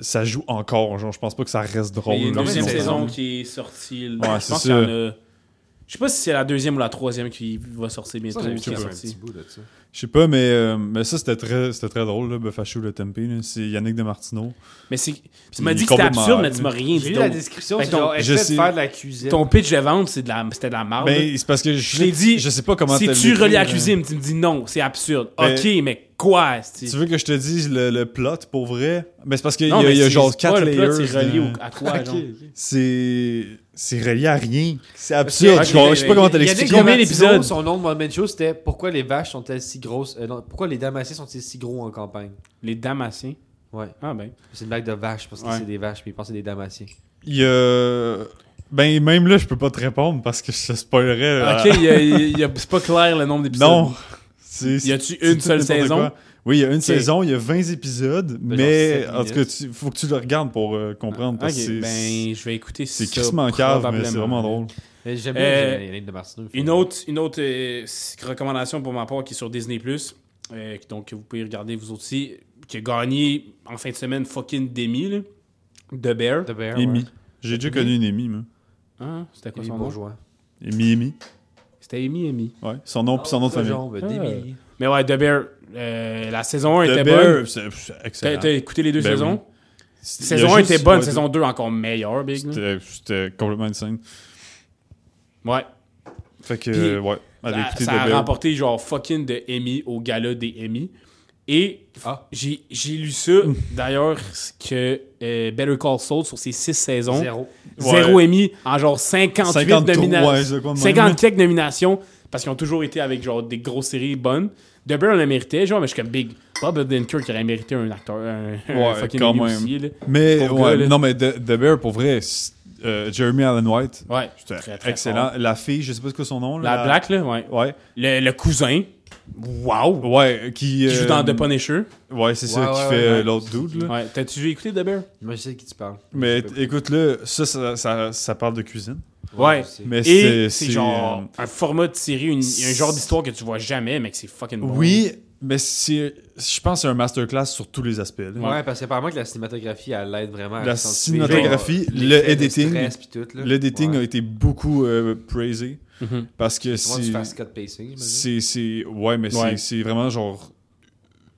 [SPEAKER 6] ça joue encore. Genre, je pense pas que ça reste drôle.
[SPEAKER 2] Il y a une
[SPEAKER 6] là,
[SPEAKER 2] deuxième
[SPEAKER 6] sinon,
[SPEAKER 2] saison
[SPEAKER 6] ça-
[SPEAKER 2] qui est sortie. là.
[SPEAKER 6] Ouais,
[SPEAKER 2] je
[SPEAKER 6] c'est
[SPEAKER 2] pense
[SPEAKER 6] ça.
[SPEAKER 2] qu'il y en a- Je sais pas si c'est la deuxième ou la troisième qui va sortir bientôt.
[SPEAKER 7] Ça, j'avais
[SPEAKER 2] ou qui est
[SPEAKER 7] vu un
[SPEAKER 2] sortie.
[SPEAKER 7] petit bout de ça.
[SPEAKER 6] Je sais pas, mais, euh, mais ça, c'était très, c'était très drôle, là, Buffachou le Tempé. là. C'est Yannick Demartino.
[SPEAKER 2] Mais c'est. Tu
[SPEAKER 6] il
[SPEAKER 2] m'as
[SPEAKER 6] est
[SPEAKER 2] dit que c'était
[SPEAKER 6] complètement
[SPEAKER 2] absurde, mais
[SPEAKER 6] hot,
[SPEAKER 2] tu
[SPEAKER 6] là.
[SPEAKER 2] m'as rien
[SPEAKER 7] J'ai ben
[SPEAKER 2] dit.
[SPEAKER 7] lu la
[SPEAKER 2] d'autre.
[SPEAKER 7] description,
[SPEAKER 2] Fait
[SPEAKER 7] c'est
[SPEAKER 2] que ton-
[SPEAKER 7] genre, elle
[SPEAKER 6] je
[SPEAKER 7] fait
[SPEAKER 6] sais-
[SPEAKER 7] de faire de la cuisine. [LAUGHS]
[SPEAKER 2] Ton pitch de vente, c'est de la- c'était de la merde. là.
[SPEAKER 6] Ben, c'est parce que je,
[SPEAKER 2] Ah Je l'ai dit,
[SPEAKER 6] Je sais pas comment
[SPEAKER 2] Si
[SPEAKER 6] t'as euh,
[SPEAKER 2] tu
[SPEAKER 6] l'écrit,
[SPEAKER 2] relis la
[SPEAKER 6] mais-
[SPEAKER 2] cuisine, tu me dis non, c'est absurde.
[SPEAKER 6] Ben,
[SPEAKER 2] ok, mais quoi, esti?
[SPEAKER 6] Tu veux que je te dise le, le plot pour vrai? Mais c'est parce qu'il y,
[SPEAKER 2] Non,
[SPEAKER 6] a-
[SPEAKER 2] mais
[SPEAKER 6] il y a
[SPEAKER 2] c'est-
[SPEAKER 6] genre
[SPEAKER 2] c'est
[SPEAKER 6] 4
[SPEAKER 2] pas le plot,
[SPEAKER 6] layers.
[SPEAKER 2] C'est relié
[SPEAKER 6] de-
[SPEAKER 2] au- à
[SPEAKER 7] [LAUGHS]
[SPEAKER 2] quoi, genre?
[SPEAKER 6] C'est. C'est relié à rien. C'est absurde.
[SPEAKER 2] ok,
[SPEAKER 6] je, comprends- je sais pas comment
[SPEAKER 2] mais-
[SPEAKER 6] t'as
[SPEAKER 2] il y a
[SPEAKER 6] l'expliqué.
[SPEAKER 2] des- Combien d'épisodes?
[SPEAKER 7] Son nom de Mohamed Show, c'était Pourquoi les vaches sont-elles si grosses euh, non, Pourquoi les Damasés sont-ils si gros en campagne
[SPEAKER 2] Les Damassiens.
[SPEAKER 7] Ouais.
[SPEAKER 2] Ah
[SPEAKER 6] [LAUGHS]
[SPEAKER 2] ben.
[SPEAKER 7] C'est une blague de vache parce que
[SPEAKER 2] Ouais.
[SPEAKER 7] c'est des vaches, mais ils pensent que c'est des Damasés.
[SPEAKER 6] Il y a- Ben, même là, je peux pas te répondre parce que je te spoilerais. là.
[SPEAKER 2] Ok, il y a- il y a- c'est pas clair le nombre d'épisodes.
[SPEAKER 6] Ah. Non. C'est-
[SPEAKER 2] Y a-tu
[SPEAKER 6] c'est
[SPEAKER 2] une
[SPEAKER 6] tout
[SPEAKER 2] seule
[SPEAKER 6] n'importe
[SPEAKER 2] saison? Ben,
[SPEAKER 6] quoi. Oui, il y a une saison, il y a 20 épisodes,
[SPEAKER 7] genre
[SPEAKER 6] mais
[SPEAKER 7] sept
[SPEAKER 6] en tout cas,
[SPEAKER 7] minutes.
[SPEAKER 6] tu, faut que tu le regardes pour euh, comprendre.
[SPEAKER 2] Ok,
[SPEAKER 6] parce que c'est
[SPEAKER 2] ben, je vais écouter
[SPEAKER 6] c'est
[SPEAKER 2] ça
[SPEAKER 6] crissement cave, mais c'est
[SPEAKER 2] probablement.
[SPEAKER 6] vraiment drôle.
[SPEAKER 7] Mais J'aime
[SPEAKER 2] Euh,
[SPEAKER 7] bien Yannick de Martineau.
[SPEAKER 2] Une autre, une autre euh, s- recommandation pour ma part qui est sur Disney Plus, euh, donc que vous pouvez regarder vous aussi, qui a gagné en fin de semaine fucking Demi là, de Bear.
[SPEAKER 7] De Bear,
[SPEAKER 6] Amy. J'ai déjà connu une Amy, moi.
[SPEAKER 2] Hein? C'était quoi
[SPEAKER 7] Amy
[SPEAKER 2] son nom
[SPEAKER 7] Bourgeois.
[SPEAKER 6] Amy, Amy.
[SPEAKER 2] C'était Amy Amy.
[SPEAKER 6] Ouais. Son nom, puis son nom de famille.
[SPEAKER 7] Genre, ben,
[SPEAKER 2] Ah.
[SPEAKER 7] d'Émilie.
[SPEAKER 2] Mais ouais, The Bear, euh, la saison 1
[SPEAKER 6] The
[SPEAKER 2] était bonne.
[SPEAKER 6] Bear, c'est c'est
[SPEAKER 2] T'as
[SPEAKER 6] excellent.
[SPEAKER 2] t'as écouté les deux
[SPEAKER 6] Ben
[SPEAKER 2] saisons?
[SPEAKER 6] Il y a
[SPEAKER 2] Saison 1
[SPEAKER 6] juste-
[SPEAKER 2] était bonne,
[SPEAKER 6] ouais,
[SPEAKER 2] saison 2 encore meilleure, Big. là.
[SPEAKER 6] C'était c'était complètement insane.
[SPEAKER 2] Ouais.
[SPEAKER 6] Fait que,
[SPEAKER 2] Puis,
[SPEAKER 6] euh, ouais, allez
[SPEAKER 2] Ça,
[SPEAKER 6] écouter
[SPEAKER 2] ça
[SPEAKER 6] The
[SPEAKER 2] a
[SPEAKER 6] Bear.
[SPEAKER 2] remporté genre fucking de Emmy au gala des Emmy. Et
[SPEAKER 7] Ah.
[SPEAKER 2] j'ai j'ai lu ça, d'ailleurs, que euh, Better Call Saul, sur ses six saisons, zéro,
[SPEAKER 6] Ouais.
[SPEAKER 2] Emmy en genre 58
[SPEAKER 6] 53, ouais,
[SPEAKER 2] nominations.
[SPEAKER 6] c'est quoi de même,
[SPEAKER 2] 50 quelques nominations, parce qu'ils ont toujours été avec genre des grosses séries bonnes. The Bear, on le méritait, genre, mais je suis comme Big. Bob Odenkirk aurait mérité un acteur, un, un
[SPEAKER 6] Ouais,
[SPEAKER 2] fucking
[SPEAKER 6] quand
[SPEAKER 2] Emmy
[SPEAKER 6] même.
[SPEAKER 2] aussi, là.
[SPEAKER 6] Mais,
[SPEAKER 2] Pour
[SPEAKER 6] ouais,
[SPEAKER 2] gars, là.
[SPEAKER 6] non, mais The, The Bear, pour vrai, c'est- euh, Jeremy Allen White,
[SPEAKER 2] Ouais,
[SPEAKER 6] c'était
[SPEAKER 2] très, très
[SPEAKER 6] excellent.
[SPEAKER 2] fort.
[SPEAKER 6] La fille, je sais pas ce que son nom.
[SPEAKER 2] La,
[SPEAKER 6] là,
[SPEAKER 2] Black, là, ouais.
[SPEAKER 6] Ouais.
[SPEAKER 2] Le, le cousin, wow,
[SPEAKER 6] Ouais, qui.
[SPEAKER 2] qui joue
[SPEAKER 6] euh,
[SPEAKER 2] dans The Punisher.
[SPEAKER 6] Ouais, c'est
[SPEAKER 7] Ouais,
[SPEAKER 6] ça, qui
[SPEAKER 7] ouais,
[SPEAKER 6] fait
[SPEAKER 7] ouais,
[SPEAKER 6] euh,
[SPEAKER 7] ouais.
[SPEAKER 6] l'autre dude, là.
[SPEAKER 2] Ouais, t'as-tu écouté The Bear?
[SPEAKER 7] Moi, je sais de qui tu parles.
[SPEAKER 6] Mais
[SPEAKER 7] Je sais pas.
[SPEAKER 6] écoute-le, ça, ça, ça, ça parle de cuisine.
[SPEAKER 2] Ouais.
[SPEAKER 7] je sais.
[SPEAKER 6] Mais
[SPEAKER 2] Et c'est
[SPEAKER 6] c'est. c'est,
[SPEAKER 2] genre
[SPEAKER 6] euh,
[SPEAKER 2] un format de série, une- un genre d'histoire que tu vois jamais, mais que c'est fucking bon.
[SPEAKER 6] Oui, mais c'est. Je pense que c'est un masterclass sur tous les aspects. là.
[SPEAKER 7] Ouais, parce qu'apparemment que la cinématographie, elle l'aide vraiment à
[SPEAKER 6] La
[SPEAKER 7] accentuer,
[SPEAKER 6] cinématographie,
[SPEAKER 7] genre,
[SPEAKER 6] le
[SPEAKER 7] l'effet de
[SPEAKER 6] editing,
[SPEAKER 7] stress puis tout, là.
[SPEAKER 6] L'editing
[SPEAKER 7] Ouais.
[SPEAKER 6] a été beaucoup euh, praisé
[SPEAKER 2] Mhm.
[SPEAKER 6] parce que
[SPEAKER 7] Comment tu
[SPEAKER 6] c'est.
[SPEAKER 7] fais Scott Pacing, j'imagine?
[SPEAKER 6] C'est. c'est- Ouais, mais c'est-
[SPEAKER 2] Ouais.
[SPEAKER 6] c'est vraiment genre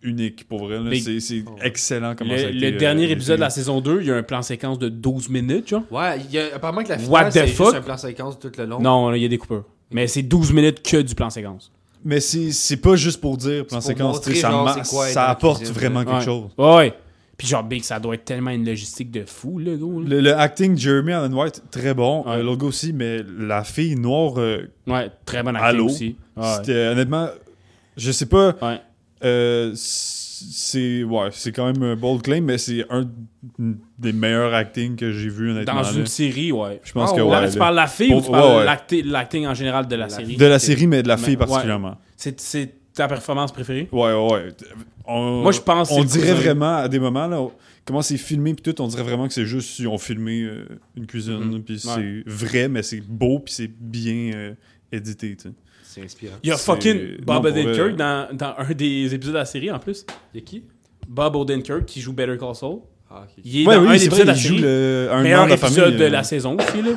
[SPEAKER 6] unique pour vrai. là.
[SPEAKER 2] Mais-
[SPEAKER 6] C'est c'est excellent comment ça a
[SPEAKER 2] Le,
[SPEAKER 6] été,
[SPEAKER 2] le
[SPEAKER 6] euh,
[SPEAKER 2] dernier
[SPEAKER 6] édité.
[SPEAKER 2] épisode de la saison 2, il y a un plan séquence de 12 minutes, genre.
[SPEAKER 7] Ouais, il y a- apparemment que la
[SPEAKER 2] What
[SPEAKER 7] finale,
[SPEAKER 2] the
[SPEAKER 7] c'est juste
[SPEAKER 2] fuck?
[SPEAKER 7] un plan séquence tout le long.
[SPEAKER 2] Non, il y a des coupeurs. Mais c'est 12 minutes que du plan séquence.
[SPEAKER 6] Mais c'est c'est pas juste pour dire, plan
[SPEAKER 7] pour
[SPEAKER 6] séquence, tu
[SPEAKER 7] montrer,
[SPEAKER 6] sais, ça,
[SPEAKER 7] genre,
[SPEAKER 6] ma-
[SPEAKER 7] c'est quoi être
[SPEAKER 6] ça
[SPEAKER 7] en
[SPEAKER 6] apporte
[SPEAKER 7] cuisine,
[SPEAKER 6] vraiment quelque
[SPEAKER 2] Ouais.
[SPEAKER 6] chose.
[SPEAKER 2] Ouais, ouais. Puis genre, Big, ça doit être tellement une logistique de fou, là, gros, là.
[SPEAKER 6] Le, le acting, Jeremy Allen White, très bon.
[SPEAKER 2] Ouais.
[SPEAKER 6] Euh, L'autre gars aussi, mais la fille noire, euh,
[SPEAKER 2] Ouais, très bon acteur
[SPEAKER 6] Allô?
[SPEAKER 2] aussi. Ouais.
[SPEAKER 6] c'était euh, honnêtement, je sais pas.
[SPEAKER 2] Ouais.
[SPEAKER 6] euh, c'est ouais, c'est quand même un bold claim, mais c'est un des meilleurs acting que j'ai vu honnêtement.
[SPEAKER 2] Dans
[SPEAKER 6] là.
[SPEAKER 2] une série, ouais.
[SPEAKER 6] Je pense que
[SPEAKER 2] Là,
[SPEAKER 6] ouais,
[SPEAKER 2] tu
[SPEAKER 6] là.
[SPEAKER 2] parles de la fille ou
[SPEAKER 6] Pour-
[SPEAKER 2] tu parles
[SPEAKER 6] ouais,
[SPEAKER 2] de
[SPEAKER 6] ouais.
[SPEAKER 2] l'acti- l'acting en général de la, série?
[SPEAKER 6] de la série, mais de la
[SPEAKER 2] Mais-
[SPEAKER 6] fille
[SPEAKER 2] ouais.
[SPEAKER 6] particulièrement.
[SPEAKER 2] C'est- C'est ta performance préférée?
[SPEAKER 6] Ouais, ouais. ouais. On-
[SPEAKER 2] Moi, je pense que
[SPEAKER 6] On
[SPEAKER 2] c'est le
[SPEAKER 6] dirait
[SPEAKER 2] cousin.
[SPEAKER 6] vraiment, à des moments, là, on- comment c'est filmé, puis tout, on dirait vraiment que c'est juste ils ont filmé euh, une cuisine,
[SPEAKER 2] Mhm.
[SPEAKER 6] puis
[SPEAKER 2] Ouais.
[SPEAKER 6] c'est vrai, mais c'est beau, puis c'est bien euh, édité, tu sais.
[SPEAKER 7] C'est inspirant.
[SPEAKER 2] Il y a
[SPEAKER 6] C'est-
[SPEAKER 2] fucking Bob
[SPEAKER 6] non, pour vrai.
[SPEAKER 2] Odenkirk dans, dans un des épisodes de la série en plus.
[SPEAKER 7] Il y a qui?
[SPEAKER 2] Bob Odenkirk qui joue Better Call Saul.
[SPEAKER 7] Ah, ok.
[SPEAKER 2] Il est
[SPEAKER 6] Ouais,
[SPEAKER 2] dans un
[SPEAKER 6] oui, c'est
[SPEAKER 2] épisode
[SPEAKER 6] vrai,
[SPEAKER 2] de la
[SPEAKER 6] il joue
[SPEAKER 2] série.
[SPEAKER 6] le, un
[SPEAKER 2] meilleur
[SPEAKER 6] membre de la
[SPEAKER 2] épisode
[SPEAKER 6] famille.
[SPEAKER 2] de
[SPEAKER 6] euh,
[SPEAKER 2] la saison aussi, là.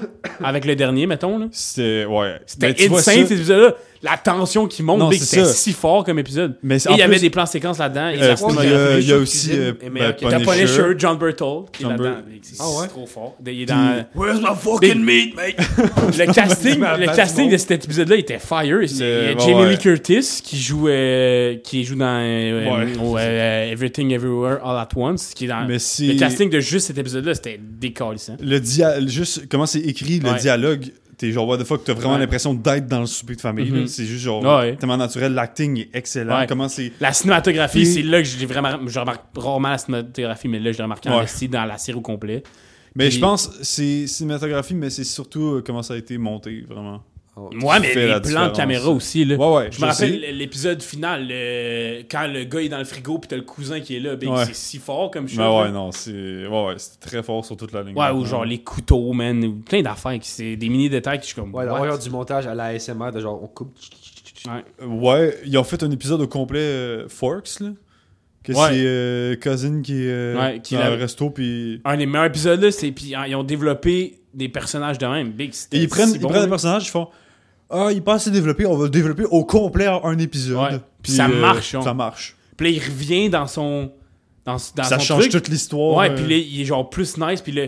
[SPEAKER 2] avec le dernier, mettons. Là.
[SPEAKER 6] C'était, ouais. Mais
[SPEAKER 2] C'était
[SPEAKER 6] Ben, tu vois
[SPEAKER 2] Ben, insane
[SPEAKER 6] ça-
[SPEAKER 2] cet épisode-là. La tension qui monte,
[SPEAKER 6] Non,
[SPEAKER 2] big,
[SPEAKER 6] c'est
[SPEAKER 2] c'était
[SPEAKER 6] ça.
[SPEAKER 2] si fort comme épisode.
[SPEAKER 6] Mais
[SPEAKER 2] Et
[SPEAKER 6] c'est-
[SPEAKER 2] il
[SPEAKER 6] en
[SPEAKER 2] y avait
[SPEAKER 6] plus,
[SPEAKER 2] des plans séquences là-dedans. et la
[SPEAKER 6] euh, puis,
[SPEAKER 2] cinématographie.
[SPEAKER 6] euh, il y a
[SPEAKER 7] de
[SPEAKER 6] aussi
[SPEAKER 7] cuisine
[SPEAKER 6] euh,
[SPEAKER 7] est meilleure
[SPEAKER 6] ben,
[SPEAKER 7] que-
[SPEAKER 2] T'as
[SPEAKER 6] Punisher.
[SPEAKER 2] Punisher, John Berthold, qui est
[SPEAKER 6] John
[SPEAKER 2] là-dedans.
[SPEAKER 6] Bur-
[SPEAKER 2] mec, C'est
[SPEAKER 7] Ah ouais?
[SPEAKER 2] c'est trop fort. Il est dans...
[SPEAKER 7] Where's my
[SPEAKER 2] Big-
[SPEAKER 7] meat, mate?
[SPEAKER 2] [LAUGHS] Le
[SPEAKER 6] [LAUGHS]
[SPEAKER 2] casting,
[SPEAKER 7] Ma
[SPEAKER 2] le
[SPEAKER 7] patte
[SPEAKER 2] casting
[SPEAKER 7] du
[SPEAKER 2] de cet épisode-là était fire. Il y a
[SPEAKER 6] Le-
[SPEAKER 2] Jamie
[SPEAKER 6] ouais.
[SPEAKER 2] Lee Curtis qui joue, euh, qui joue dans euh,
[SPEAKER 6] Ouais.
[SPEAKER 2] au, euh, Everything Everywhere All at Once. Qui est dans,
[SPEAKER 6] Mais c'est-
[SPEAKER 2] le casting de juste cet épisode-là, c'était décalissant.
[SPEAKER 6] Le dia- juste comment c'est écrit, le
[SPEAKER 2] Ouais.
[SPEAKER 6] dialogue, t'es genre, what the fuck, t'as vraiment
[SPEAKER 2] Ouais.
[SPEAKER 6] l'impression d'être dans le souper de famille.
[SPEAKER 2] Mhm.
[SPEAKER 6] là. C'est juste genre,
[SPEAKER 2] Ouais.
[SPEAKER 6] tellement naturel, l'acting est excellent.
[SPEAKER 2] Ouais.
[SPEAKER 6] Comment c'est.
[SPEAKER 2] La cinématographie,
[SPEAKER 6] Et-
[SPEAKER 2] c'est là que j'ai vraiment. Je remarque rarement la cinématographie, mais là, je l'ai remarqué
[SPEAKER 6] Ouais.
[SPEAKER 2] investi dans la série au complet.
[SPEAKER 6] Mais
[SPEAKER 2] Puis-
[SPEAKER 6] je pense c'est cinématographie, mais c'est surtout euh, comment ça a été monté, vraiment.
[SPEAKER 7] Ah,
[SPEAKER 2] Moi, mais
[SPEAKER 6] fais
[SPEAKER 2] les
[SPEAKER 6] la
[SPEAKER 2] plans de
[SPEAKER 6] différence.
[SPEAKER 2] caméra aussi. Là.
[SPEAKER 6] Ouais, ouais,
[SPEAKER 2] je
[SPEAKER 6] je
[SPEAKER 2] me rappelle
[SPEAKER 6] sais.
[SPEAKER 2] l'épisode final, le- quand le gars est dans le frigo, puis t'as le cousin qui est là. ben,
[SPEAKER 6] Ouais.
[SPEAKER 2] C'est si fort comme je
[SPEAKER 6] Mais ouais, non, c'est ouais, ouais, c'est très fort sur toute la ligne.
[SPEAKER 2] Ouais, ou genre les couteaux, man, ou plein d'affaires, qui c'est des mini détails que je suis comme.
[SPEAKER 7] Ouais,
[SPEAKER 2] what?
[SPEAKER 7] d'avoir du montage à la SMR, de genre, on coupe.
[SPEAKER 6] Ouais, ils ont fait un épisode au complet euh, Forks, là. Que
[SPEAKER 2] Ouais.
[SPEAKER 6] c'est euh, Cousin qui est euh,
[SPEAKER 2] Ouais, qui
[SPEAKER 6] dans
[SPEAKER 2] l'a-
[SPEAKER 6] le resto, puis.
[SPEAKER 2] Un des meilleurs épisodes, là, c'est. Puis hein, ils ont développé des personnages de même. Big,
[SPEAKER 6] Et
[SPEAKER 2] c'était
[SPEAKER 6] ils prennent,
[SPEAKER 2] si
[SPEAKER 6] ils
[SPEAKER 2] bon,
[SPEAKER 6] prennent
[SPEAKER 2] là.
[SPEAKER 6] un personnage, ils font. Ah, il passe à développer, on va le développer au complet en un épisode. euh,
[SPEAKER 2] Ouais. Puis ça marche, hein. on-
[SPEAKER 6] Ça marche.
[SPEAKER 2] Puis là, il revient dans son. Dans, dans son
[SPEAKER 6] ça change
[SPEAKER 2] truc.
[SPEAKER 6] toute l'histoire.
[SPEAKER 2] Ouais,
[SPEAKER 6] euh,
[SPEAKER 2] puis là, il est genre plus nice, puis là,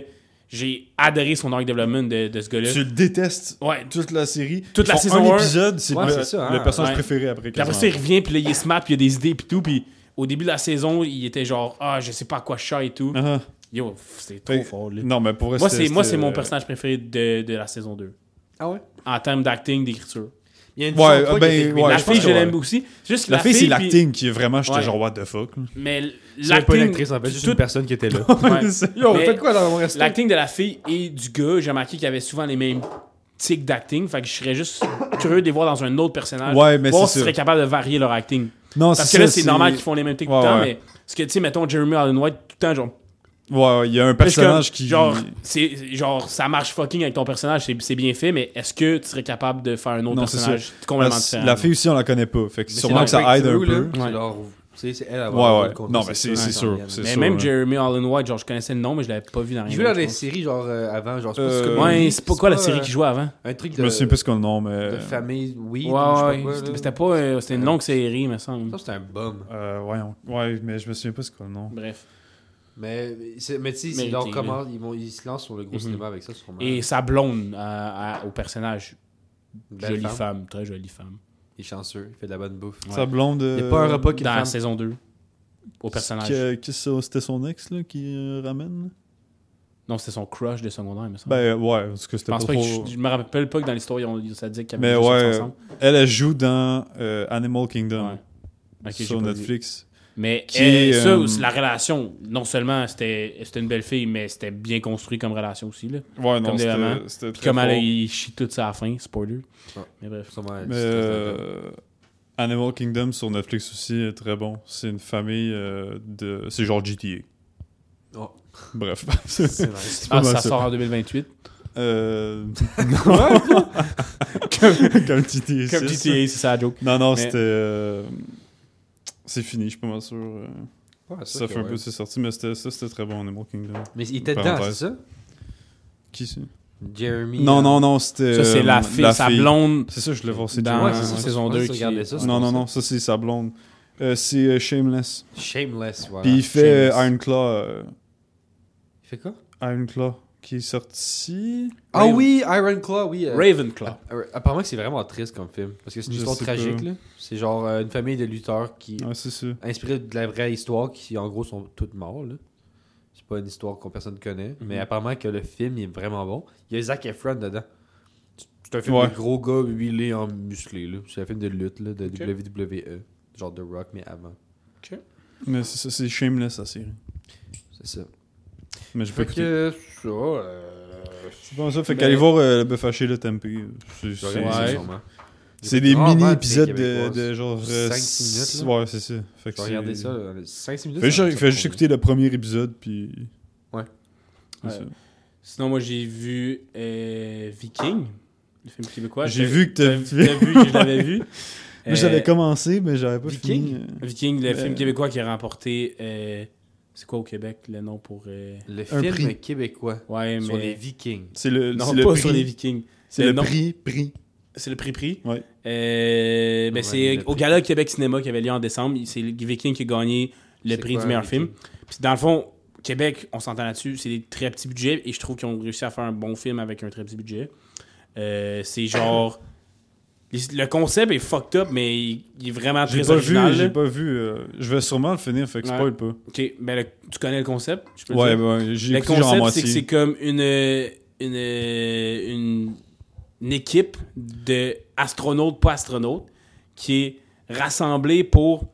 [SPEAKER 2] j'ai adoré son arc development de, de ce gars-là.
[SPEAKER 6] Tu le détestes
[SPEAKER 2] Ouais.
[SPEAKER 6] toute la série.
[SPEAKER 2] Toute
[SPEAKER 6] Ils
[SPEAKER 2] la
[SPEAKER 6] font
[SPEAKER 2] saison
[SPEAKER 6] un
[SPEAKER 2] un.
[SPEAKER 6] épisode, c'est
[SPEAKER 7] Ouais,
[SPEAKER 6] le,
[SPEAKER 7] c'est ça, hein.
[SPEAKER 6] le personnage
[SPEAKER 2] Ouais.
[SPEAKER 6] préféré après.
[SPEAKER 2] Puis après ça, il revient, puis là, il est smart, puis il a des idées, puis tout. Puis au début de la saison, il était genre, ah, je sais pas à quoi je sers et tout.
[SPEAKER 6] Ah,
[SPEAKER 2] Yo, pff, c'est trop
[SPEAKER 6] fait-
[SPEAKER 2] fort, là.
[SPEAKER 6] Non, mais pour vrai,
[SPEAKER 2] Moi,
[SPEAKER 6] c'était-
[SPEAKER 2] c'est, moi,
[SPEAKER 6] c'était,
[SPEAKER 2] c'est mon
[SPEAKER 6] euh,
[SPEAKER 2] personnage préféré de, de la saison 2.
[SPEAKER 7] Ah ouais?
[SPEAKER 2] En termes d'acting, d'écriture.
[SPEAKER 7] Il y a une
[SPEAKER 6] Ouais,
[SPEAKER 7] chanson
[SPEAKER 6] ah,
[SPEAKER 7] qui
[SPEAKER 6] ben,
[SPEAKER 7] était- mais
[SPEAKER 6] ouais,
[SPEAKER 2] la
[SPEAKER 6] je pense
[SPEAKER 2] fille, je
[SPEAKER 6] que ouais.
[SPEAKER 2] l'aime aussi. C'est Juste que
[SPEAKER 6] La, fille, c'est
[SPEAKER 2] puis-
[SPEAKER 6] l'acting qui est vraiment, j'étais
[SPEAKER 2] Ouais.
[SPEAKER 6] genre, what the fuck.
[SPEAKER 2] Mais
[SPEAKER 7] C'est pas une
[SPEAKER 2] l'acting.
[SPEAKER 7] actrice, en fait, juste
[SPEAKER 2] tout-
[SPEAKER 7] une personne qui était
[SPEAKER 6] [LAUGHS]
[SPEAKER 7] là.
[SPEAKER 2] ouais.
[SPEAKER 7] Yo,
[SPEAKER 2] Mais-
[SPEAKER 7] faites quoi dans mon resto?
[SPEAKER 2] L'acting de la fille et du gars, j'ai remarqué qu'il y avait souvent les mêmes tics d'acting. Fait que je serais juste curieux de les voir dans un autre personnage.
[SPEAKER 6] Ouais, mais
[SPEAKER 2] voir
[SPEAKER 6] c'est
[SPEAKER 2] s'ils
[SPEAKER 6] sûr.
[SPEAKER 2] seraient capables de varier leur acting.
[SPEAKER 6] Non,
[SPEAKER 2] Parce
[SPEAKER 6] ça,
[SPEAKER 2] que là, c'est normal qu'ils font les mêmes tics
[SPEAKER 6] Ouais,
[SPEAKER 2] tout le temps,
[SPEAKER 6] ouais.
[SPEAKER 2] mais. Parce que, tu sais, mettons Jeremy Allen White, tout le temps, genre.
[SPEAKER 6] Ouais, ouais, il y a un personnage qui.
[SPEAKER 2] Genre, c'est, genre, ça marche fucking avec ton personnage, c'est, c'est bien fait, mais est-ce que tu serais capable de faire un autre
[SPEAKER 6] Non, c'est
[SPEAKER 2] personnage
[SPEAKER 6] La,
[SPEAKER 2] complètement différent?
[SPEAKER 6] la fille aussi, on la connaît pas. Fait que
[SPEAKER 7] c'est
[SPEAKER 6] sûrement
[SPEAKER 7] dans
[SPEAKER 6] que ça aide un
[SPEAKER 7] Breakthrough,
[SPEAKER 6] peu.
[SPEAKER 7] là.
[SPEAKER 2] Ouais.
[SPEAKER 7] Genre, Tu sais, c'est elle à
[SPEAKER 6] Ouais, ouais. Non, mais c'est c'est sûr. c'est
[SPEAKER 2] Mais
[SPEAKER 6] sûr,
[SPEAKER 2] même
[SPEAKER 6] hein.
[SPEAKER 2] Jeremy Allen White, genre, je connaissais le nom, mais je l'avais pas vu dans rien.
[SPEAKER 7] Il joue dans
[SPEAKER 2] d'autre,
[SPEAKER 7] des
[SPEAKER 2] je pense.
[SPEAKER 7] séries genre euh, avant, genre c'est
[SPEAKER 6] Euh,
[SPEAKER 7] pas-
[SPEAKER 2] Ouais, c'est pas
[SPEAKER 7] c'est
[SPEAKER 2] quoi la
[SPEAKER 7] pas,
[SPEAKER 2] série
[SPEAKER 7] euh,
[SPEAKER 2] qui jouait avant
[SPEAKER 7] un truc de,
[SPEAKER 6] Je me euh, souviens plus qu'on le nom, mais.
[SPEAKER 7] de famille oui
[SPEAKER 2] Ouais,
[SPEAKER 7] je
[SPEAKER 2] ouais,
[SPEAKER 7] sais pas quoi,
[SPEAKER 2] c'était-
[SPEAKER 7] là.
[SPEAKER 2] c'était pas. euh, c'était une longue série, me semble.
[SPEAKER 7] Ça, c'était un bum.
[SPEAKER 6] Euh, ouais, on- ouais, mais je me souviens pas c'est quoi le nom.
[SPEAKER 2] Bref.
[SPEAKER 7] Mais, c'est- mais tu sais,
[SPEAKER 2] Mérité,
[SPEAKER 7] ils, leur
[SPEAKER 2] là.
[SPEAKER 7] commandent- ils, vont- ils se lancent sur le gros
[SPEAKER 2] Mhm.
[SPEAKER 7] cinéma avec ça, sûrement.
[SPEAKER 2] Et sa blonde euh, à- à- au personnage.
[SPEAKER 7] Belle
[SPEAKER 2] jolie femme.
[SPEAKER 7] femme.
[SPEAKER 2] très jolie femme.
[SPEAKER 7] Il est chanceux, il fait de la bonne bouffe.
[SPEAKER 6] Sa blonde. euh,
[SPEAKER 7] Il n'y a pas un repas qui
[SPEAKER 2] Dans la saison 2. Au personnage.
[SPEAKER 6] que- que euh, ça- C'était son ex là, qui euh, ramène
[SPEAKER 2] Non, c'était son crush de secondaire, il me semble.
[SPEAKER 6] Ben ouais, parce que
[SPEAKER 2] je
[SPEAKER 6] c'était pas
[SPEAKER 2] pense pas que
[SPEAKER 6] trop.
[SPEAKER 2] je, je me rappelle pas que dans l'histoire, ils ont- ils ont- ça dit qu'ils
[SPEAKER 6] Mais
[SPEAKER 2] avaient déjà sorti
[SPEAKER 6] ouais.
[SPEAKER 2] ensemble.
[SPEAKER 6] Elle, elle joue dans euh, Animal Kingdom
[SPEAKER 2] Ouais. Ok, j'ai
[SPEAKER 6] sur
[SPEAKER 2] pas vu.
[SPEAKER 6] Netflix.
[SPEAKER 2] Mais
[SPEAKER 6] Qui
[SPEAKER 2] elle-
[SPEAKER 6] est,
[SPEAKER 2] ça,
[SPEAKER 6] euh,
[SPEAKER 2] c'est la relation, non seulement c'était c'était une belle fille, mais c'était bien construit comme relation aussi. Là.
[SPEAKER 6] Ouais,
[SPEAKER 2] Comme
[SPEAKER 6] non,
[SPEAKER 2] des amants.
[SPEAKER 6] c'était- c'était
[SPEAKER 2] Puis
[SPEAKER 6] très
[SPEAKER 2] comme elle,
[SPEAKER 6] fort.
[SPEAKER 2] il chie tout ça à la fin, spoiler. Mais bref.
[SPEAKER 7] Sûrement, elle
[SPEAKER 6] Mais
[SPEAKER 7] se stresse dans le dos.
[SPEAKER 6] euh, Animal Kingdom sur Netflix aussi est très bon. C'est une famille euh, de. C'est genre GTA.
[SPEAKER 7] Oh. [LAUGHS]
[SPEAKER 6] Bref.
[SPEAKER 7] C'est nice.
[SPEAKER 6] [LAUGHS] C'est pas
[SPEAKER 2] Ah,
[SPEAKER 6] mal
[SPEAKER 2] ça sort en 2028.
[SPEAKER 6] Euh, non. [LAUGHS] comme, comme GTA.
[SPEAKER 2] Comme GTA, c'est ça la joke.
[SPEAKER 6] Non, non,
[SPEAKER 2] Mais-
[SPEAKER 6] c'était. euh, C'est fini, je suis pas mal sûr. euh,
[SPEAKER 7] Ouais, c'est
[SPEAKER 6] ça
[SPEAKER 7] que
[SPEAKER 6] fait un peu,
[SPEAKER 7] ouais.
[SPEAKER 6] c'est sorti, mais c'était- ça, c'était très bon, Animal Kingdom.
[SPEAKER 7] Mais il était dedans, c'est
[SPEAKER 6] Parenthèse.
[SPEAKER 7] ça
[SPEAKER 6] Qui c'est
[SPEAKER 7] Jeremy.
[SPEAKER 6] Non,
[SPEAKER 7] euh,
[SPEAKER 6] non, non, c'était.
[SPEAKER 2] Ça, c'est
[SPEAKER 6] euh,
[SPEAKER 2] la fille, sa
[SPEAKER 6] fille.
[SPEAKER 2] blonde.
[SPEAKER 6] C'est ça, je voulais voir. C'est
[SPEAKER 2] Dans
[SPEAKER 7] Ouais,
[SPEAKER 6] Jeremy,
[SPEAKER 7] c'est ça,
[SPEAKER 6] ouais.
[SPEAKER 2] saison
[SPEAKER 7] je pensais
[SPEAKER 2] 2
[SPEAKER 7] que
[SPEAKER 2] qui-
[SPEAKER 7] regardais ça, c'est
[SPEAKER 6] Non,
[SPEAKER 7] pour
[SPEAKER 6] non,
[SPEAKER 7] ça.
[SPEAKER 6] non, ça, c'est sa blonde. Euh, c'est euh, Shameless.
[SPEAKER 7] Shameless, voilà.
[SPEAKER 6] Puis il fait
[SPEAKER 7] Shameless.
[SPEAKER 6] Iron Claw. euh,
[SPEAKER 7] Il fait quoi
[SPEAKER 6] Iron Claw qui est sorti.
[SPEAKER 7] Ah oui, Iron Claw, oui. euh,
[SPEAKER 2] Ravenclaw.
[SPEAKER 7] euh, Apparemment que c'est vraiment triste comme film. Parce que c'est une
[SPEAKER 6] Je
[SPEAKER 7] histoire
[SPEAKER 6] sais
[SPEAKER 7] tragique,
[SPEAKER 6] pas.
[SPEAKER 7] là. C'est genre euh, une famille de lutteurs qui.
[SPEAKER 6] Ouais, c'est ça.
[SPEAKER 7] inspirée de la vraie histoire qui, en gros, sont toutes mortes, là. C'est pas une histoire qu'on personne connaît.
[SPEAKER 6] Mhm.
[SPEAKER 7] Mais apparemment que le film il est vraiment bon. Il y a Zac Efron dedans. C'est un film
[SPEAKER 6] Ouais.
[SPEAKER 7] de gros gars huilé en musclé, là. C'est un film de lutte, là, de WWE. Genre de Rock, mais avant.
[SPEAKER 6] Mais c'est ça, c'est Shameless la série.
[SPEAKER 7] C'est ça.
[SPEAKER 6] Mais j'ai pas
[SPEAKER 7] Fait
[SPEAKER 6] écouté.
[SPEAKER 7] que ça, euh,
[SPEAKER 6] C'est bon ça,
[SPEAKER 2] Ben,
[SPEAKER 6] fait qu'allez voir euh, le bœuf haché, le tempeh. C'est-
[SPEAKER 7] je
[SPEAKER 6] C'est
[SPEAKER 7] regarde ça
[SPEAKER 2] Ouais.
[SPEAKER 7] sûrement.
[SPEAKER 6] c'est des
[SPEAKER 2] Ah,
[SPEAKER 7] Vraiment,
[SPEAKER 6] mini-épisodes
[SPEAKER 7] des
[SPEAKER 6] de,
[SPEAKER 7] Ah, Québécois,
[SPEAKER 6] de genre. euh,
[SPEAKER 7] cinq, six minutes,
[SPEAKER 6] six-
[SPEAKER 7] là.
[SPEAKER 6] Ouais, c'est ça. Fait
[SPEAKER 7] Je vais
[SPEAKER 6] c'est-
[SPEAKER 7] regarder ça, 5-6 minutes.
[SPEAKER 6] Fais juste,
[SPEAKER 7] ça- ça
[SPEAKER 6] fais juste
[SPEAKER 7] convient.
[SPEAKER 6] écouter le premier épisode, puis.
[SPEAKER 7] Ouais.
[SPEAKER 6] C'est
[SPEAKER 2] Ouais.
[SPEAKER 6] ça.
[SPEAKER 2] Sinon, moi, j'ai vu euh, Viking, le film québécois.
[SPEAKER 6] J'ai
[SPEAKER 2] Je-
[SPEAKER 6] vu que t'as
[SPEAKER 2] Je l'avais vu, je l'avais
[SPEAKER 6] [LAUGHS]
[SPEAKER 2] vu.
[SPEAKER 6] Moi, j'avais
[SPEAKER 2] Euh,
[SPEAKER 6] commencé, mais j'avais pas
[SPEAKER 7] Viking?
[SPEAKER 6] fini. euh,
[SPEAKER 2] Viking, le
[SPEAKER 6] Euh,
[SPEAKER 2] film québécois qui a remporté. euh, c'est quoi au Québec le nom pour. euh,
[SPEAKER 7] Le
[SPEAKER 6] Un
[SPEAKER 7] film
[SPEAKER 6] prix.
[SPEAKER 7] québécois
[SPEAKER 2] Ouais,
[SPEAKER 7] sur les
[SPEAKER 2] mais.
[SPEAKER 7] Vikings.
[SPEAKER 6] C'est le,
[SPEAKER 2] Non,
[SPEAKER 6] c'est
[SPEAKER 2] pas
[SPEAKER 6] le
[SPEAKER 2] sur les
[SPEAKER 6] prix.
[SPEAKER 2] Vikings.
[SPEAKER 6] C'est
[SPEAKER 2] Mais
[SPEAKER 6] le
[SPEAKER 2] non.
[SPEAKER 6] prix, prix.
[SPEAKER 2] C'est le prix prix.
[SPEAKER 6] Ouais.
[SPEAKER 2] Euh, ben,
[SPEAKER 7] Ouais,
[SPEAKER 2] c'est
[SPEAKER 7] le
[SPEAKER 2] au
[SPEAKER 7] prix.
[SPEAKER 2] Gala Québec Cinéma qui avait lieu en décembre. C'est le Viking qui a gagné le
[SPEAKER 7] C'est
[SPEAKER 2] prix
[SPEAKER 7] quoi,
[SPEAKER 2] du meilleur
[SPEAKER 7] Viking?
[SPEAKER 2] film. Puis dans le fond, Québec, on s'entend là-dessus, c'est des très petits budgets et je trouve qu'ils ont réussi à faire un bon film avec un très petit budget. Euh, c'est genre. [CLEARS THROAT] Le concept est fucked up, mais il, il est vraiment
[SPEAKER 6] J'ai
[SPEAKER 2] très
[SPEAKER 6] pas vu,
[SPEAKER 2] original. là.
[SPEAKER 6] j'ai pas vu. euh, Je vais sûrement le finir, fait que
[SPEAKER 2] Ouais.
[SPEAKER 6] spoil pas.
[SPEAKER 2] Ok, mais le- tu connais le concept je peux le
[SPEAKER 6] Ouais,
[SPEAKER 2] dire?
[SPEAKER 6] ouais, j'ai
[SPEAKER 2] Le
[SPEAKER 6] écouté genre en
[SPEAKER 2] concept, c'est que c'est comme
[SPEAKER 6] moitié.
[SPEAKER 2] une, euh, une, euh, une, une équipe d'astronautes, pas astronautes, qui est rassemblée pour.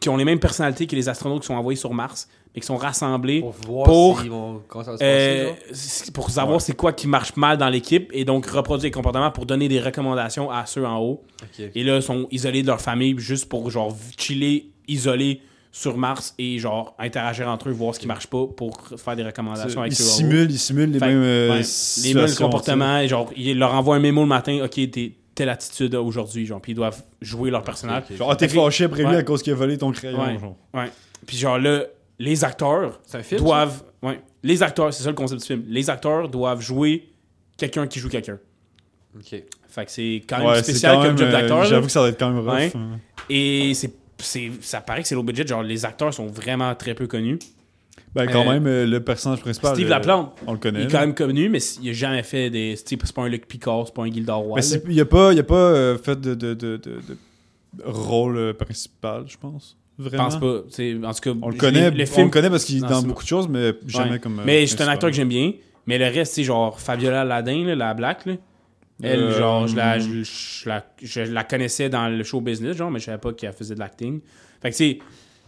[SPEAKER 2] qui ont les mêmes personnalités que les astronautes qui sont envoyés sur Mars, mais qui sont rassemblés
[SPEAKER 7] Pour voir
[SPEAKER 2] Pour-
[SPEAKER 7] s'ils vont- comment ça va se passer,
[SPEAKER 2] euh,
[SPEAKER 7] genre.
[SPEAKER 2] c'est pour savoir c'est quoi qui marche mal dans l'équipe et donc reproduire les comportements pour donner des recommandations à ceux en haut.
[SPEAKER 7] Ok.
[SPEAKER 2] Et là, ils sont isolés de leur famille juste pour genre chiller, isolés sur Mars et genre interagir entre eux, voir ce qui marche pas pour faire des recommandations avec
[SPEAKER 6] Ils
[SPEAKER 2] eux en haut.
[SPEAKER 6] simulent, ils simulent les
[SPEAKER 2] Fait-
[SPEAKER 6] mêmes euh,
[SPEAKER 2] Ouais. les mêmes
[SPEAKER 6] situations,
[SPEAKER 2] comportements, et genre, il leur envoie un mémo le matin, ok, t'es telle attitude aujourd'hui, genre, puis ils doivent jouer leur personnage.
[SPEAKER 6] tu sais. Genre, ah, t'es
[SPEAKER 2] Fait que-
[SPEAKER 6] fâché après lui
[SPEAKER 2] Ouais.
[SPEAKER 6] à cause qu'il a volé ton crayon.
[SPEAKER 2] Ouais.
[SPEAKER 6] genre.
[SPEAKER 2] Ouais. Puis genre là, les acteurs
[SPEAKER 7] C'est un film, ça?
[SPEAKER 2] doivent, ouais, les acteurs, c'est ça le concept du film, les acteurs doivent jouer quelqu'un qui joue quelqu'un.
[SPEAKER 7] Ok.
[SPEAKER 2] Fait que c'est quand même
[SPEAKER 6] Ouais, c'est
[SPEAKER 2] spécial
[SPEAKER 6] quand
[SPEAKER 2] comme
[SPEAKER 6] même,
[SPEAKER 2] job
[SPEAKER 6] euh,
[SPEAKER 2] d'acteur. là.
[SPEAKER 6] J'avoue que ça doit être quand même rough.
[SPEAKER 2] Ouais.
[SPEAKER 6] hein.
[SPEAKER 2] Et c'est, c'est, ça paraît que c'est low budget, genre les acteurs sont vraiment très peu connus.
[SPEAKER 6] Ben, quand
[SPEAKER 2] Euh,
[SPEAKER 6] même, euh, le personnage principal.
[SPEAKER 2] Steve
[SPEAKER 6] euh,
[SPEAKER 2] Laplante,
[SPEAKER 6] On le connaît.
[SPEAKER 2] il est
[SPEAKER 6] là.
[SPEAKER 2] quand même connu, mais il a jamais fait des, c'est c'est pas un Luc Picard, c'est pas un Gildor Roy. là.
[SPEAKER 6] Mais c'est- il n'y a pas, il a pas euh, fait de, de, de, de- de rôle euh, principal, je pense.
[SPEAKER 2] Je
[SPEAKER 6] Vraiment.
[SPEAKER 2] pense pas. C'est- en tout cas,
[SPEAKER 6] On le
[SPEAKER 2] je
[SPEAKER 6] connaît,
[SPEAKER 2] l'ai- le film
[SPEAKER 6] on le connaît parce qu'il est
[SPEAKER 2] Non,
[SPEAKER 6] dans
[SPEAKER 2] c'est
[SPEAKER 6] beaucoup de choses, mais jamais
[SPEAKER 2] Ouais.
[SPEAKER 6] comme. euh,
[SPEAKER 2] Mais c'est un
[SPEAKER 6] principal.
[SPEAKER 2] acteur que j'aime bien. Mais le reste, c'est genre Fabiola Ladin, là, la black. là. Elle,
[SPEAKER 6] Euh,
[SPEAKER 2] genre, je la, je, je la, je la connaissais dans le show business, genre, mais je savais pas qu'elle faisait de l'acting. Fait que, tu sais,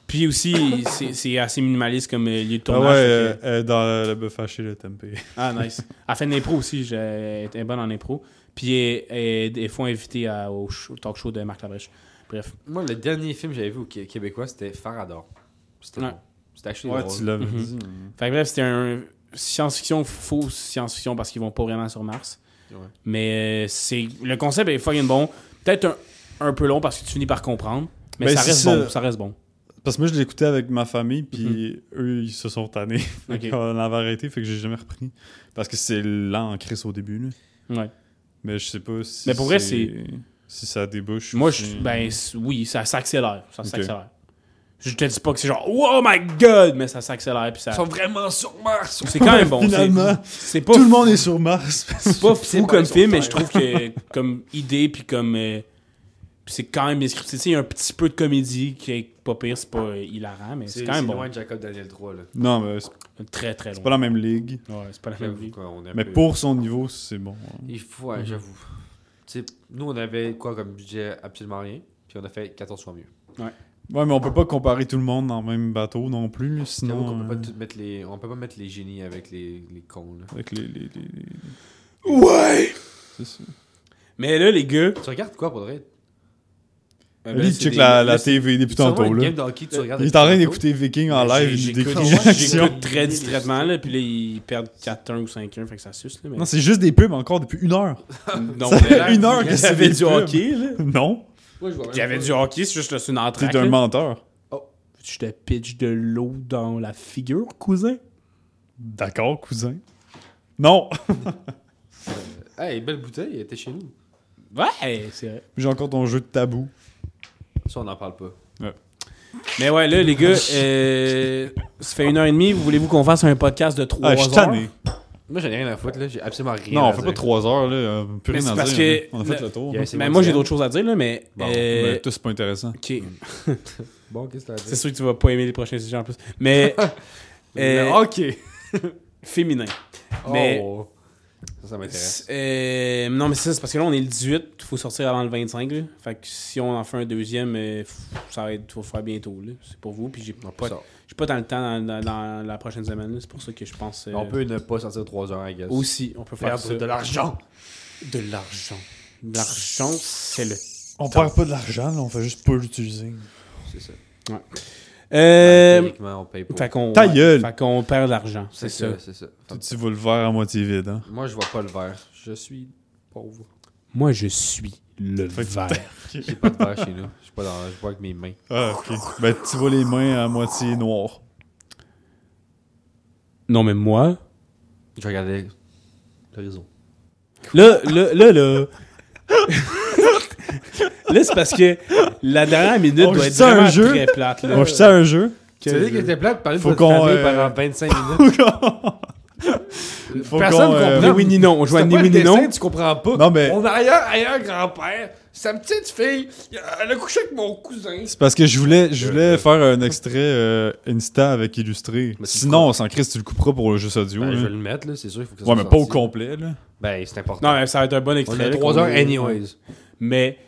[SPEAKER 2] puis
[SPEAKER 6] [LAUGHS]
[SPEAKER 2] aussi, c'est- c'est assez minimaliste comme euh, lieu de
[SPEAKER 6] Ah
[SPEAKER 2] tournage.
[SPEAKER 6] ouais,
[SPEAKER 2] fait
[SPEAKER 6] euh,
[SPEAKER 2] que-
[SPEAKER 6] euh, dans le, le bœuf haché, le tempeh.
[SPEAKER 2] Ah, nice. [LAUGHS] Elle fait de l'impro aussi, je- elle était bonne en impro. Puis elle, elle- elle fois invitée à- au, show- au talk show de Marc Labrèche. Bref.
[SPEAKER 7] Moi, le dernier film que j'avais vu au Qué- québécois, c'était Farador. C'était
[SPEAKER 2] Ouais.
[SPEAKER 7] bon. C'était actually
[SPEAKER 6] Ouais,
[SPEAKER 7] drôle.
[SPEAKER 6] [LAUGHS] tu l'avais
[SPEAKER 2] Mhm.
[SPEAKER 6] dit. hein.
[SPEAKER 2] Fait que bref, c'était un science-fiction, faux science-fiction parce qu'ils vont pas vraiment sur Mars.
[SPEAKER 7] Ouais.
[SPEAKER 2] Mais euh, c'est le concept est fucking bon. Peut-être un, un peu long parce que tu finis par comprendre. Mais
[SPEAKER 6] Ben,
[SPEAKER 2] ça
[SPEAKER 6] c'est
[SPEAKER 2] reste
[SPEAKER 6] ça.
[SPEAKER 2] bon. Ça reste bon.
[SPEAKER 6] Parce que moi, je l'écoutais avec ma famille, puis
[SPEAKER 2] Mhm.
[SPEAKER 6] eux, ils se sont tannés. [LAUGHS] Fait
[SPEAKER 2] Ok.
[SPEAKER 6] qu'on avait arrêté, fait que j'ai jamais repris. Parce que c'est lent en crise au début. là.
[SPEAKER 2] Ouais.
[SPEAKER 6] Mais je sais pas si.
[SPEAKER 2] Mais pour vrai,
[SPEAKER 6] Si ça débouche. ou
[SPEAKER 2] Moi,
[SPEAKER 6] si-
[SPEAKER 2] je, ben c- oui, ça s'accélère. Ça
[SPEAKER 6] Ok.
[SPEAKER 2] s'accélère. Je te dis pas que c'est genre, oh my god, mais ça s'accélère. Puis ça.
[SPEAKER 7] vraiment sur Mars!
[SPEAKER 2] C'est quand même bon. c'est-
[SPEAKER 6] Finalement,
[SPEAKER 2] c'est pas
[SPEAKER 6] Tout le monde est sur Mars.
[SPEAKER 2] C'est pas fou comme film, mais je trouve que comme idée, puis comme. euh, puis c'est quand même bien scripté. Tu sais, Il y a un petit peu de comédie qui est pas pire, c'est pas euh, hilarant, mais c'est quand même bon.
[SPEAKER 7] loin de Jacob Daniel 3, là.
[SPEAKER 6] [LAUGHS] non, mais c'est
[SPEAKER 2] Très très
[SPEAKER 6] pas
[SPEAKER 2] loin.
[SPEAKER 6] la même ligue.
[SPEAKER 2] Ouais, c'est pas la même
[SPEAKER 7] J'avoue,
[SPEAKER 2] vie.
[SPEAKER 7] quoi, on est un
[SPEAKER 6] Mais
[SPEAKER 7] peu-
[SPEAKER 6] pour son niveau, c'est bon. hein.
[SPEAKER 7] Il faut, ouais, j'avoue. Tu sais, nous, on avait quoi comme budget Absolument rien. Puis on a fait 14 fois mieux.
[SPEAKER 6] Ouais, mais on peut pas comparer tout le monde dans le même bateau non plus. là,
[SPEAKER 7] Ah, J'avoue
[SPEAKER 6] Sinon,
[SPEAKER 7] qu'on peut
[SPEAKER 6] euh,
[SPEAKER 7] pas tout mettre les... On peut pas mettre les génies avec les, les cons, là.
[SPEAKER 6] avec les. les-
[SPEAKER 7] Ah,
[SPEAKER 6] les- les-
[SPEAKER 2] Ouais!
[SPEAKER 6] c'est ça.
[SPEAKER 2] Mais là, les gars. euh, ben,
[SPEAKER 7] Tu regardes quoi, pour de vrai? ben,
[SPEAKER 6] Lui, il check la, la TV depuis
[SPEAKER 7] C'est vraiment
[SPEAKER 6] tantôt.
[SPEAKER 7] une
[SPEAKER 6] Là. Euh,
[SPEAKER 7] game de Ben, hockey, tu regardes
[SPEAKER 6] Il est
[SPEAKER 7] depuis
[SPEAKER 6] en train
[SPEAKER 7] tantôt.
[SPEAKER 6] d'écouter Viking en live. Il
[SPEAKER 2] j'ai-
[SPEAKER 6] nous
[SPEAKER 2] j'écoute-
[SPEAKER 6] décrit
[SPEAKER 2] j'écoute
[SPEAKER 6] l'action.
[SPEAKER 2] très distraitement, là, puis là, ils perdent 4-1 ou 5-1, fait que ça suce, là. Mais...
[SPEAKER 6] [LAUGHS] Non, c'est juste des pubs encore depuis une heure. [LAUGHS]
[SPEAKER 2] Non,
[SPEAKER 6] ça
[SPEAKER 2] mais
[SPEAKER 6] fait
[SPEAKER 2] là,
[SPEAKER 6] une heure
[SPEAKER 2] il
[SPEAKER 6] que
[SPEAKER 2] y
[SPEAKER 6] c'est
[SPEAKER 2] avait
[SPEAKER 6] des
[SPEAKER 2] du
[SPEAKER 6] pubs.
[SPEAKER 2] hockey, là.
[SPEAKER 6] Non.
[SPEAKER 7] Ouais, je vois
[SPEAKER 2] Il y avait
[SPEAKER 7] rien.
[SPEAKER 2] du hockey, c'est juste là, c'est une entrée.
[SPEAKER 6] T'es un menteur.
[SPEAKER 2] Je te pitch de l'eau dans la figure, cousin.
[SPEAKER 6] D'accord, cousin. Non.
[SPEAKER 7] Hey, belle bouteille, elle était chez nous.
[SPEAKER 2] Ouais, c'est vrai.
[SPEAKER 6] J'ai encore ton jeu de tabou.
[SPEAKER 7] Ça, on n'en parle pas.
[SPEAKER 2] Mais ouais, là, les gars,
[SPEAKER 7] Ah,
[SPEAKER 2] euh, ça fait une heure et demie. Voulez-vous qu'on fasse un podcast de trois
[SPEAKER 6] Ah, je suis
[SPEAKER 2] heures?
[SPEAKER 6] tanné.
[SPEAKER 7] Moi, j'en ai rien à foutre, là. J'ai absolument rien
[SPEAKER 6] Non,
[SPEAKER 7] à
[SPEAKER 6] on fait
[SPEAKER 7] dire.
[SPEAKER 6] pas trois heures, là. euh, Plus
[SPEAKER 2] Mais
[SPEAKER 6] rien
[SPEAKER 2] c'est
[SPEAKER 6] à
[SPEAKER 2] parce
[SPEAKER 6] dire,
[SPEAKER 2] que
[SPEAKER 6] là. On a fait
[SPEAKER 2] le-
[SPEAKER 6] le tour.
[SPEAKER 7] Il y a- c'est
[SPEAKER 2] Mais
[SPEAKER 7] bon,
[SPEAKER 2] moi,
[SPEAKER 7] c'est
[SPEAKER 2] j'ai
[SPEAKER 7] bon. Mm.
[SPEAKER 2] d'autres choses à dire, là, mais...
[SPEAKER 6] Bon,
[SPEAKER 2] euh,
[SPEAKER 6] ben, tout, c'est pas intéressant.
[SPEAKER 2] OK.
[SPEAKER 7] Bon, qu'est-ce que t'as
[SPEAKER 2] C'est
[SPEAKER 7] dit?
[SPEAKER 2] sûr que tu vas pas aimer les prochains sujets en plus.
[SPEAKER 7] [LAUGHS]
[SPEAKER 2] Mais... euh,
[SPEAKER 7] Ok.
[SPEAKER 2] Féminin. Mais...
[SPEAKER 7] Oh. Ça, ça m'intéresse.
[SPEAKER 2] c'est- euh, non, mais c'est ça, c'est parce que là, on est le 18. faut sortir avant le 25, là. Fait que si on en fait un deuxième, euh, f- ça va être... Faut le faire bientôt, là. C'est pour vous, puis j'ai
[SPEAKER 7] On
[SPEAKER 2] pas,
[SPEAKER 7] peut,
[SPEAKER 2] j'ai pas dans le temps dans, dans- dans la prochaine semaine, là. C'est pour ça que je pense... euh,
[SPEAKER 7] on peut ne pas sortir trois heures, I guess.
[SPEAKER 2] Aussi, on peut faire
[SPEAKER 7] Perdre
[SPEAKER 2] ça.
[SPEAKER 7] de l'argent.
[SPEAKER 2] De l'argent. L'argent, c'est le.
[SPEAKER 6] On perd pas de l'argent, là, on fait juste pas l'utiliser.
[SPEAKER 7] C'est ça. Ben,
[SPEAKER 2] Euh.
[SPEAKER 7] Théoriquement, on paye pas.
[SPEAKER 2] Fait qu'on.
[SPEAKER 6] Ta gueule!
[SPEAKER 2] Fait qu'on perd de l'argent. C'est ça.
[SPEAKER 7] C'est ça. Fait
[SPEAKER 6] Tu vois le verre à moitié vide, hein.
[SPEAKER 7] que Moi, je vois pas le verre. Je suis pauvre.
[SPEAKER 2] Moi, je suis le
[SPEAKER 6] Fait que tu
[SPEAKER 2] verre.
[SPEAKER 7] J'ai pas de verre chez nous. Je suis pas dans. Je bois avec mes mains.
[SPEAKER 6] Ah, ok. Ben, tu vois les mains à moitié noires.
[SPEAKER 2] Non, mais moi.
[SPEAKER 7] Je regardais l'horizon.
[SPEAKER 2] Là, là, là, là. là, c'est parce que la dernière minute
[SPEAKER 6] On
[SPEAKER 2] doit
[SPEAKER 6] joue
[SPEAKER 2] être
[SPEAKER 6] ça à un
[SPEAKER 2] vraiment
[SPEAKER 6] jeu?
[SPEAKER 2] très plate. Là.
[SPEAKER 6] On fait ça à un jeu.
[SPEAKER 7] Tu as dit qu'il était plat de parler de
[SPEAKER 6] Faut
[SPEAKER 7] votre
[SPEAKER 6] qu'on,
[SPEAKER 7] famille
[SPEAKER 6] euh,
[SPEAKER 7] pendant 25 minutes.
[SPEAKER 6] [LAUGHS] Faut qu'on. Faut
[SPEAKER 7] Personne
[SPEAKER 6] qu'on, euh,
[SPEAKER 2] Ni oui ni non. On joue à
[SPEAKER 7] C'est
[SPEAKER 2] ni
[SPEAKER 7] pas
[SPEAKER 2] oui
[SPEAKER 7] le
[SPEAKER 2] ni
[SPEAKER 7] dessin,
[SPEAKER 2] non.
[SPEAKER 7] tu comprends pas.
[SPEAKER 6] Non, mais
[SPEAKER 7] Mon arrière-arrière-grand-père, sa petite fille, elle a couché avec mon cousin.
[SPEAKER 6] c'est parce que je voulais, je voulais faire un extrait euh, Insta avec illustré.
[SPEAKER 7] Mais tu le
[SPEAKER 6] Sinon, on s'en crisse, tu le couperas pour le juste audio.
[SPEAKER 7] Ben, je
[SPEAKER 6] là.
[SPEAKER 7] vais le mettre, là, c'est sûr. Il faut que ça
[SPEAKER 6] Ouais,
[SPEAKER 7] soit
[SPEAKER 6] mais pas au
[SPEAKER 7] sorti.
[SPEAKER 6] complet, là.
[SPEAKER 7] Ben, c'est important.
[SPEAKER 2] Non, mais ça va être un bon
[SPEAKER 7] On
[SPEAKER 2] extrait.
[SPEAKER 7] a
[SPEAKER 2] là,
[SPEAKER 7] 3
[SPEAKER 2] qu'on-
[SPEAKER 7] heures anyways.
[SPEAKER 2] Mais.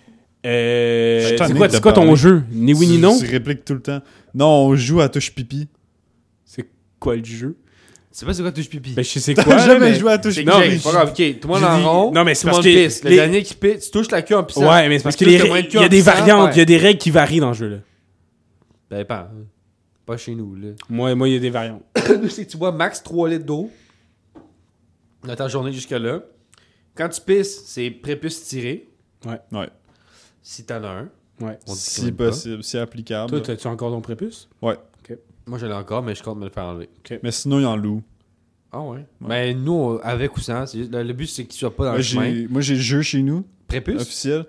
[SPEAKER 2] Euh,
[SPEAKER 6] Je suis
[SPEAKER 2] c'est
[SPEAKER 6] tanné
[SPEAKER 2] quoi,
[SPEAKER 6] de
[SPEAKER 2] c'est quoi ton
[SPEAKER 6] parler.
[SPEAKER 2] jeu? Ni oui
[SPEAKER 6] Tu-
[SPEAKER 2] ni non?
[SPEAKER 6] Tu répliques tout le temps. Non, on joue à touche pipi.
[SPEAKER 2] C'est quoi le jeu?
[SPEAKER 7] Tu sais pas c'est quoi touche pipi?
[SPEAKER 2] Ben, je sais
[SPEAKER 6] [LAUGHS] T'as
[SPEAKER 2] quoi. là,
[SPEAKER 6] jamais
[SPEAKER 2] mais-
[SPEAKER 6] joué à touche pipi.
[SPEAKER 2] non,
[SPEAKER 7] Jake,
[SPEAKER 2] mais
[SPEAKER 7] c'est pas grave, ok, tout le monde
[SPEAKER 2] je
[SPEAKER 7] en
[SPEAKER 2] dis-
[SPEAKER 7] rond.
[SPEAKER 2] non, mais c'est
[SPEAKER 7] tout le monde
[SPEAKER 2] parce que
[SPEAKER 7] pisse. Le
[SPEAKER 2] les-
[SPEAKER 7] dernier qui pisse, tu touches la queue en pissant.
[SPEAKER 2] Ouais, mais c'est parce
[SPEAKER 7] Fait
[SPEAKER 2] que
[SPEAKER 7] que
[SPEAKER 2] les-
[SPEAKER 7] t'as moins de
[SPEAKER 2] il y
[SPEAKER 7] cœur,
[SPEAKER 2] a des
[SPEAKER 7] ça,
[SPEAKER 2] variantes,
[SPEAKER 7] ouais.
[SPEAKER 2] il y a des règles qui varient dans ce jeu-là.
[SPEAKER 7] Ben, pas. Pas chez nous, [LAUGHS] là.
[SPEAKER 2] Moi, moi, il y a des variantes.
[SPEAKER 7] Nous, c'est que tu bois max 3 litres d'eau dans ta journée jusque-là. Quand tu pisses, c'est prépuce tiré,
[SPEAKER 6] Ouais.
[SPEAKER 7] si t'en as un.
[SPEAKER 2] Ouais.
[SPEAKER 7] On
[SPEAKER 6] Si
[SPEAKER 7] discrimine pas.
[SPEAKER 6] possible, si applicable.
[SPEAKER 2] Toi, t'as-tu encore ton prépuce?
[SPEAKER 7] Moi, je l'ai encore, mais je compte me le faire enlever.
[SPEAKER 6] Mais sinon, il en loue.
[SPEAKER 7] Ah ouais? Ben, nous, on- avec ou sans, c'est juste- le, le but, c'est que tu sois pas dans
[SPEAKER 6] Moi,
[SPEAKER 7] le Ah, chemin.
[SPEAKER 6] j'ai moi, j'ai le jeu chez nous,
[SPEAKER 7] Prépuce?
[SPEAKER 6] officiel.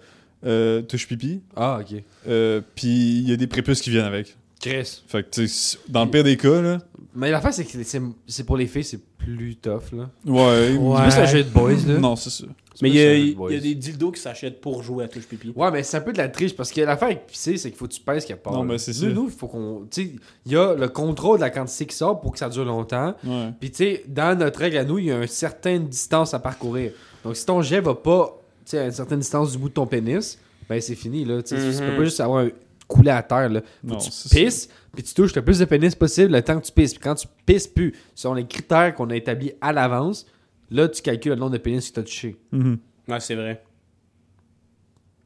[SPEAKER 6] Euh, touche pipi.
[SPEAKER 7] Ah, ok.
[SPEAKER 6] Euh, Puis il y a des prépuces qui viennent avec.
[SPEAKER 7] Chris.
[SPEAKER 6] Fait que, tu sais, dans le pire des cas, là.
[SPEAKER 7] Mais l'affaire, c'est que c'est- c'est pour les filles, c'est plus tough, là.
[SPEAKER 6] Ouais.
[SPEAKER 7] C'est plus un jeu de boys, là.
[SPEAKER 6] Non, c'est ça.
[SPEAKER 2] Mais il
[SPEAKER 7] plus
[SPEAKER 2] y, a-
[SPEAKER 7] un jeu de
[SPEAKER 2] il
[SPEAKER 7] boys.
[SPEAKER 2] y a des dildos qui s'achètent pour jouer à touche pipi.
[SPEAKER 7] Ouais, mais c'est un peu de la triche parce que l'affaire avec pisser, c'est qu'il faut que tu pèses qu'il part.
[SPEAKER 6] Non,
[SPEAKER 7] là.
[SPEAKER 6] mais c'est
[SPEAKER 7] Nous,
[SPEAKER 6] ça.
[SPEAKER 7] nous, il faut qu'on. Tu sais, il y a le contrôle de la quantité qui sort pour que ça dure longtemps.
[SPEAKER 6] Ouais.
[SPEAKER 7] Puis, tu sais, dans notre règle à nous, il y a une certaine distance à parcourir. Donc, si ton jet va pas, tu sais, à une certaine distance du bout de ton pénis, ben c'est fini, là. Tu sais, Tu peux pas juste avoir un couler à terre, là. Faut
[SPEAKER 6] Mhm. Non,
[SPEAKER 7] que tu
[SPEAKER 6] c'est ça.
[SPEAKER 7] pisses, puis tu touches le plus de pénis possible le temps que tu pisses. Puis quand tu pisses plus, ce sont les critères qu'on a établis à l'avance, là, tu calcules le nombre de pénis que tu as touché.
[SPEAKER 6] Mhm.
[SPEAKER 2] Ouais, c'est vrai.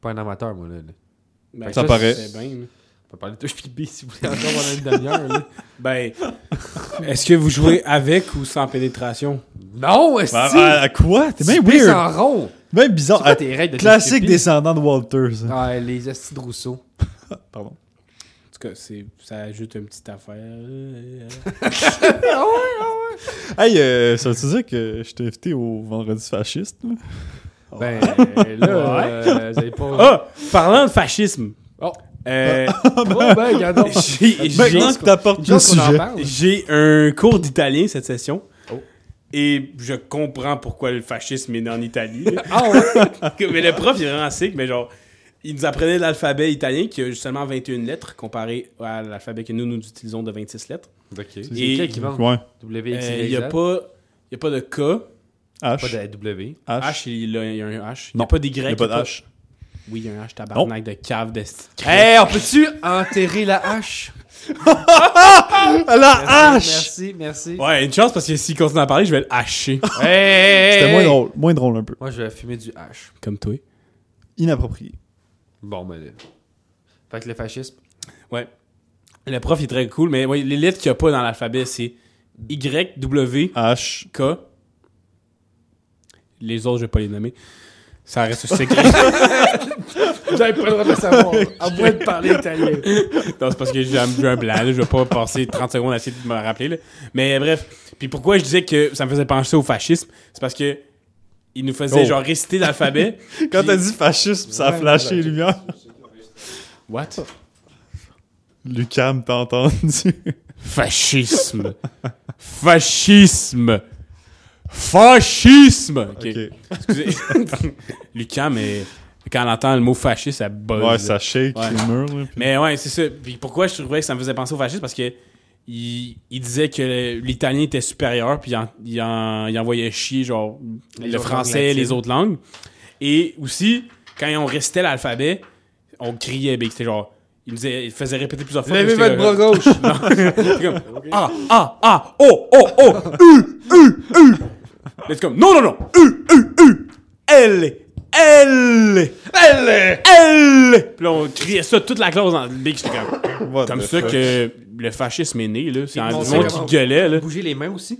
[SPEAKER 7] Pas un amateur, moi, là. là.
[SPEAKER 2] Ben,
[SPEAKER 6] Ça
[SPEAKER 2] c'est-
[SPEAKER 6] paraît.
[SPEAKER 2] c'est bien, là.
[SPEAKER 7] On peut parler de touche pipi si vous voulez encore pendant une demi-heure,
[SPEAKER 6] [LAUGHS]
[SPEAKER 7] là.
[SPEAKER 2] Ben, [LAUGHS] est-ce que vous jouez avec ou sans pénétration?
[SPEAKER 7] Non, est-ce
[SPEAKER 6] Bah,
[SPEAKER 7] que
[SPEAKER 6] à, à quoi? T'es bien
[SPEAKER 7] Ah, tu pisses
[SPEAKER 6] weird.
[SPEAKER 7] en rond?
[SPEAKER 6] Bien
[SPEAKER 7] C'est
[SPEAKER 6] bizarre.
[SPEAKER 7] quoi
[SPEAKER 6] Ah,
[SPEAKER 7] tes règles de touche
[SPEAKER 6] classique
[SPEAKER 7] pipi?
[SPEAKER 6] descendant de Walter, ça.
[SPEAKER 7] Ah, les astis de Rousseau.
[SPEAKER 6] Pardon.
[SPEAKER 2] tout cas, c'est- ça ajoute une petite affaire. euh,
[SPEAKER 6] Ah, Hey, euh, ça veut dire que je t'ai invité au vendredi fasciste? là?
[SPEAKER 7] Ben là, euh, vous avez pas.
[SPEAKER 2] Ah! Parlant de fascisme. [LAUGHS] euh,
[SPEAKER 7] Oh, ben, regardons.
[SPEAKER 2] [LAUGHS] j'ai- j'ai-
[SPEAKER 6] Maintenant que t'apportes le
[SPEAKER 7] Qu'est-ce qu'on en
[SPEAKER 6] sujet.
[SPEAKER 7] parle?
[SPEAKER 2] J'ai un cours d'italien cette session. Et je comprends pourquoi le fascisme est né en [LAUGHS] Italie.
[SPEAKER 7] Ah,
[SPEAKER 2] Que- mais le prof, il est vraiment sick, mais genre, il nous apprenait l'alphabet italien qui a seulement 21 lettres comparé à l'alphabet que nous, nous utilisons de 26 lettres.
[SPEAKER 7] [LAUGHS] Ok.
[SPEAKER 2] Et-
[SPEAKER 7] C'est qui qui vend
[SPEAKER 6] Ouais.
[SPEAKER 7] W, X,
[SPEAKER 2] Euh,
[SPEAKER 7] Y,
[SPEAKER 2] Il n'y a,
[SPEAKER 7] Z?
[SPEAKER 2] pas il y a pas de K.
[SPEAKER 7] Pas
[SPEAKER 6] H.
[SPEAKER 7] de W.
[SPEAKER 6] H.
[SPEAKER 2] H, il y a il y a un H. Il n'y
[SPEAKER 6] Non.
[SPEAKER 2] a pas des
[SPEAKER 6] Il
[SPEAKER 2] Grecs.
[SPEAKER 6] n'y a pas de H.
[SPEAKER 2] Oui, il y a un H tabarnak de cave de
[SPEAKER 7] Hey, on peut-tu enterrer la hache?
[SPEAKER 6] Ah, La
[SPEAKER 7] Merci, merci.
[SPEAKER 2] [LAUGHS] Ouais, une chance parce que s'il continue à parler, je vais le [LAUGHS] hacher.
[SPEAKER 6] C'était moins drôle. Moins drôle un peu.
[SPEAKER 7] Moi, je vais fumer du hache.
[SPEAKER 2] Comme toi.
[SPEAKER 6] Inapproprié.
[SPEAKER 7] Bon, ben. là. Fait que le [LAUGHS] fascisme.
[SPEAKER 2] Le prof, il est très cool, mais ouais, les lettres qu'il n'y a pas dans l'alphabet, c'est Y, W,
[SPEAKER 6] H.
[SPEAKER 2] K. Les autres, je vais pas les nommer. Ça reste secret.
[SPEAKER 8] J'avais pas le droit de le savoir. À moins de
[SPEAKER 7] [LAUGHS]
[SPEAKER 8] parler italien.
[SPEAKER 2] non, c'est parce que j'ai un j'ai un blanc. là. Je vais pas passer 30 secondes à essayer de me rappeler. là. Mais euh, bref. Puis pourquoi je disais que ça me faisait penser au fascisme, c'est parce que il nous faisait
[SPEAKER 6] Oh.
[SPEAKER 2] genre réciter
[SPEAKER 6] [LAUGHS]
[SPEAKER 2] l'alphabet.
[SPEAKER 6] Quand t'as dit fascisme, ça a flashé les lumières.
[SPEAKER 2] What?
[SPEAKER 6] [LAUGHS] Lucam, t'as entendu? [LAUGHS]
[SPEAKER 2] Fascisme. Fascisme. Fascisme. Ok.
[SPEAKER 6] Ok.
[SPEAKER 2] Excusez. [LAUGHS] Lucas, mais quand elle entend le mot fasciste, ça buzz.
[SPEAKER 6] Ouais, ça shake
[SPEAKER 2] Ouais.
[SPEAKER 6] les murs. là.
[SPEAKER 2] Mais ouais, c'est ça. Puis pourquoi je trouvais que ça me faisait penser au fascisme Parce que il, il disait que l'italien était supérieur, puis il, en- il en- il envoyait chier, genre, le
[SPEAKER 7] autres
[SPEAKER 2] français,
[SPEAKER 7] langues
[SPEAKER 2] les autres langues. Et aussi, quand on restait l'alphabet, on criait, ben, c'était genre. Il, me disait- il faisait répéter plusieurs fois.
[SPEAKER 8] Levez
[SPEAKER 2] que j'étais
[SPEAKER 8] votre bras gauche.
[SPEAKER 2] c'est comme ah ah ah oh oh oh u u u. Mais c'est comme non non non u u u elle elle elle elle. Puis là on criait ça toute la classe dans le big j'étais comme
[SPEAKER 6] What
[SPEAKER 2] comme
[SPEAKER 6] the
[SPEAKER 2] ça
[SPEAKER 6] fuck?
[SPEAKER 2] que le fascisme est né là, c'est un
[SPEAKER 7] montre
[SPEAKER 2] monde
[SPEAKER 7] comment-
[SPEAKER 2] qui gueulait là.
[SPEAKER 7] Bouger les mains aussi.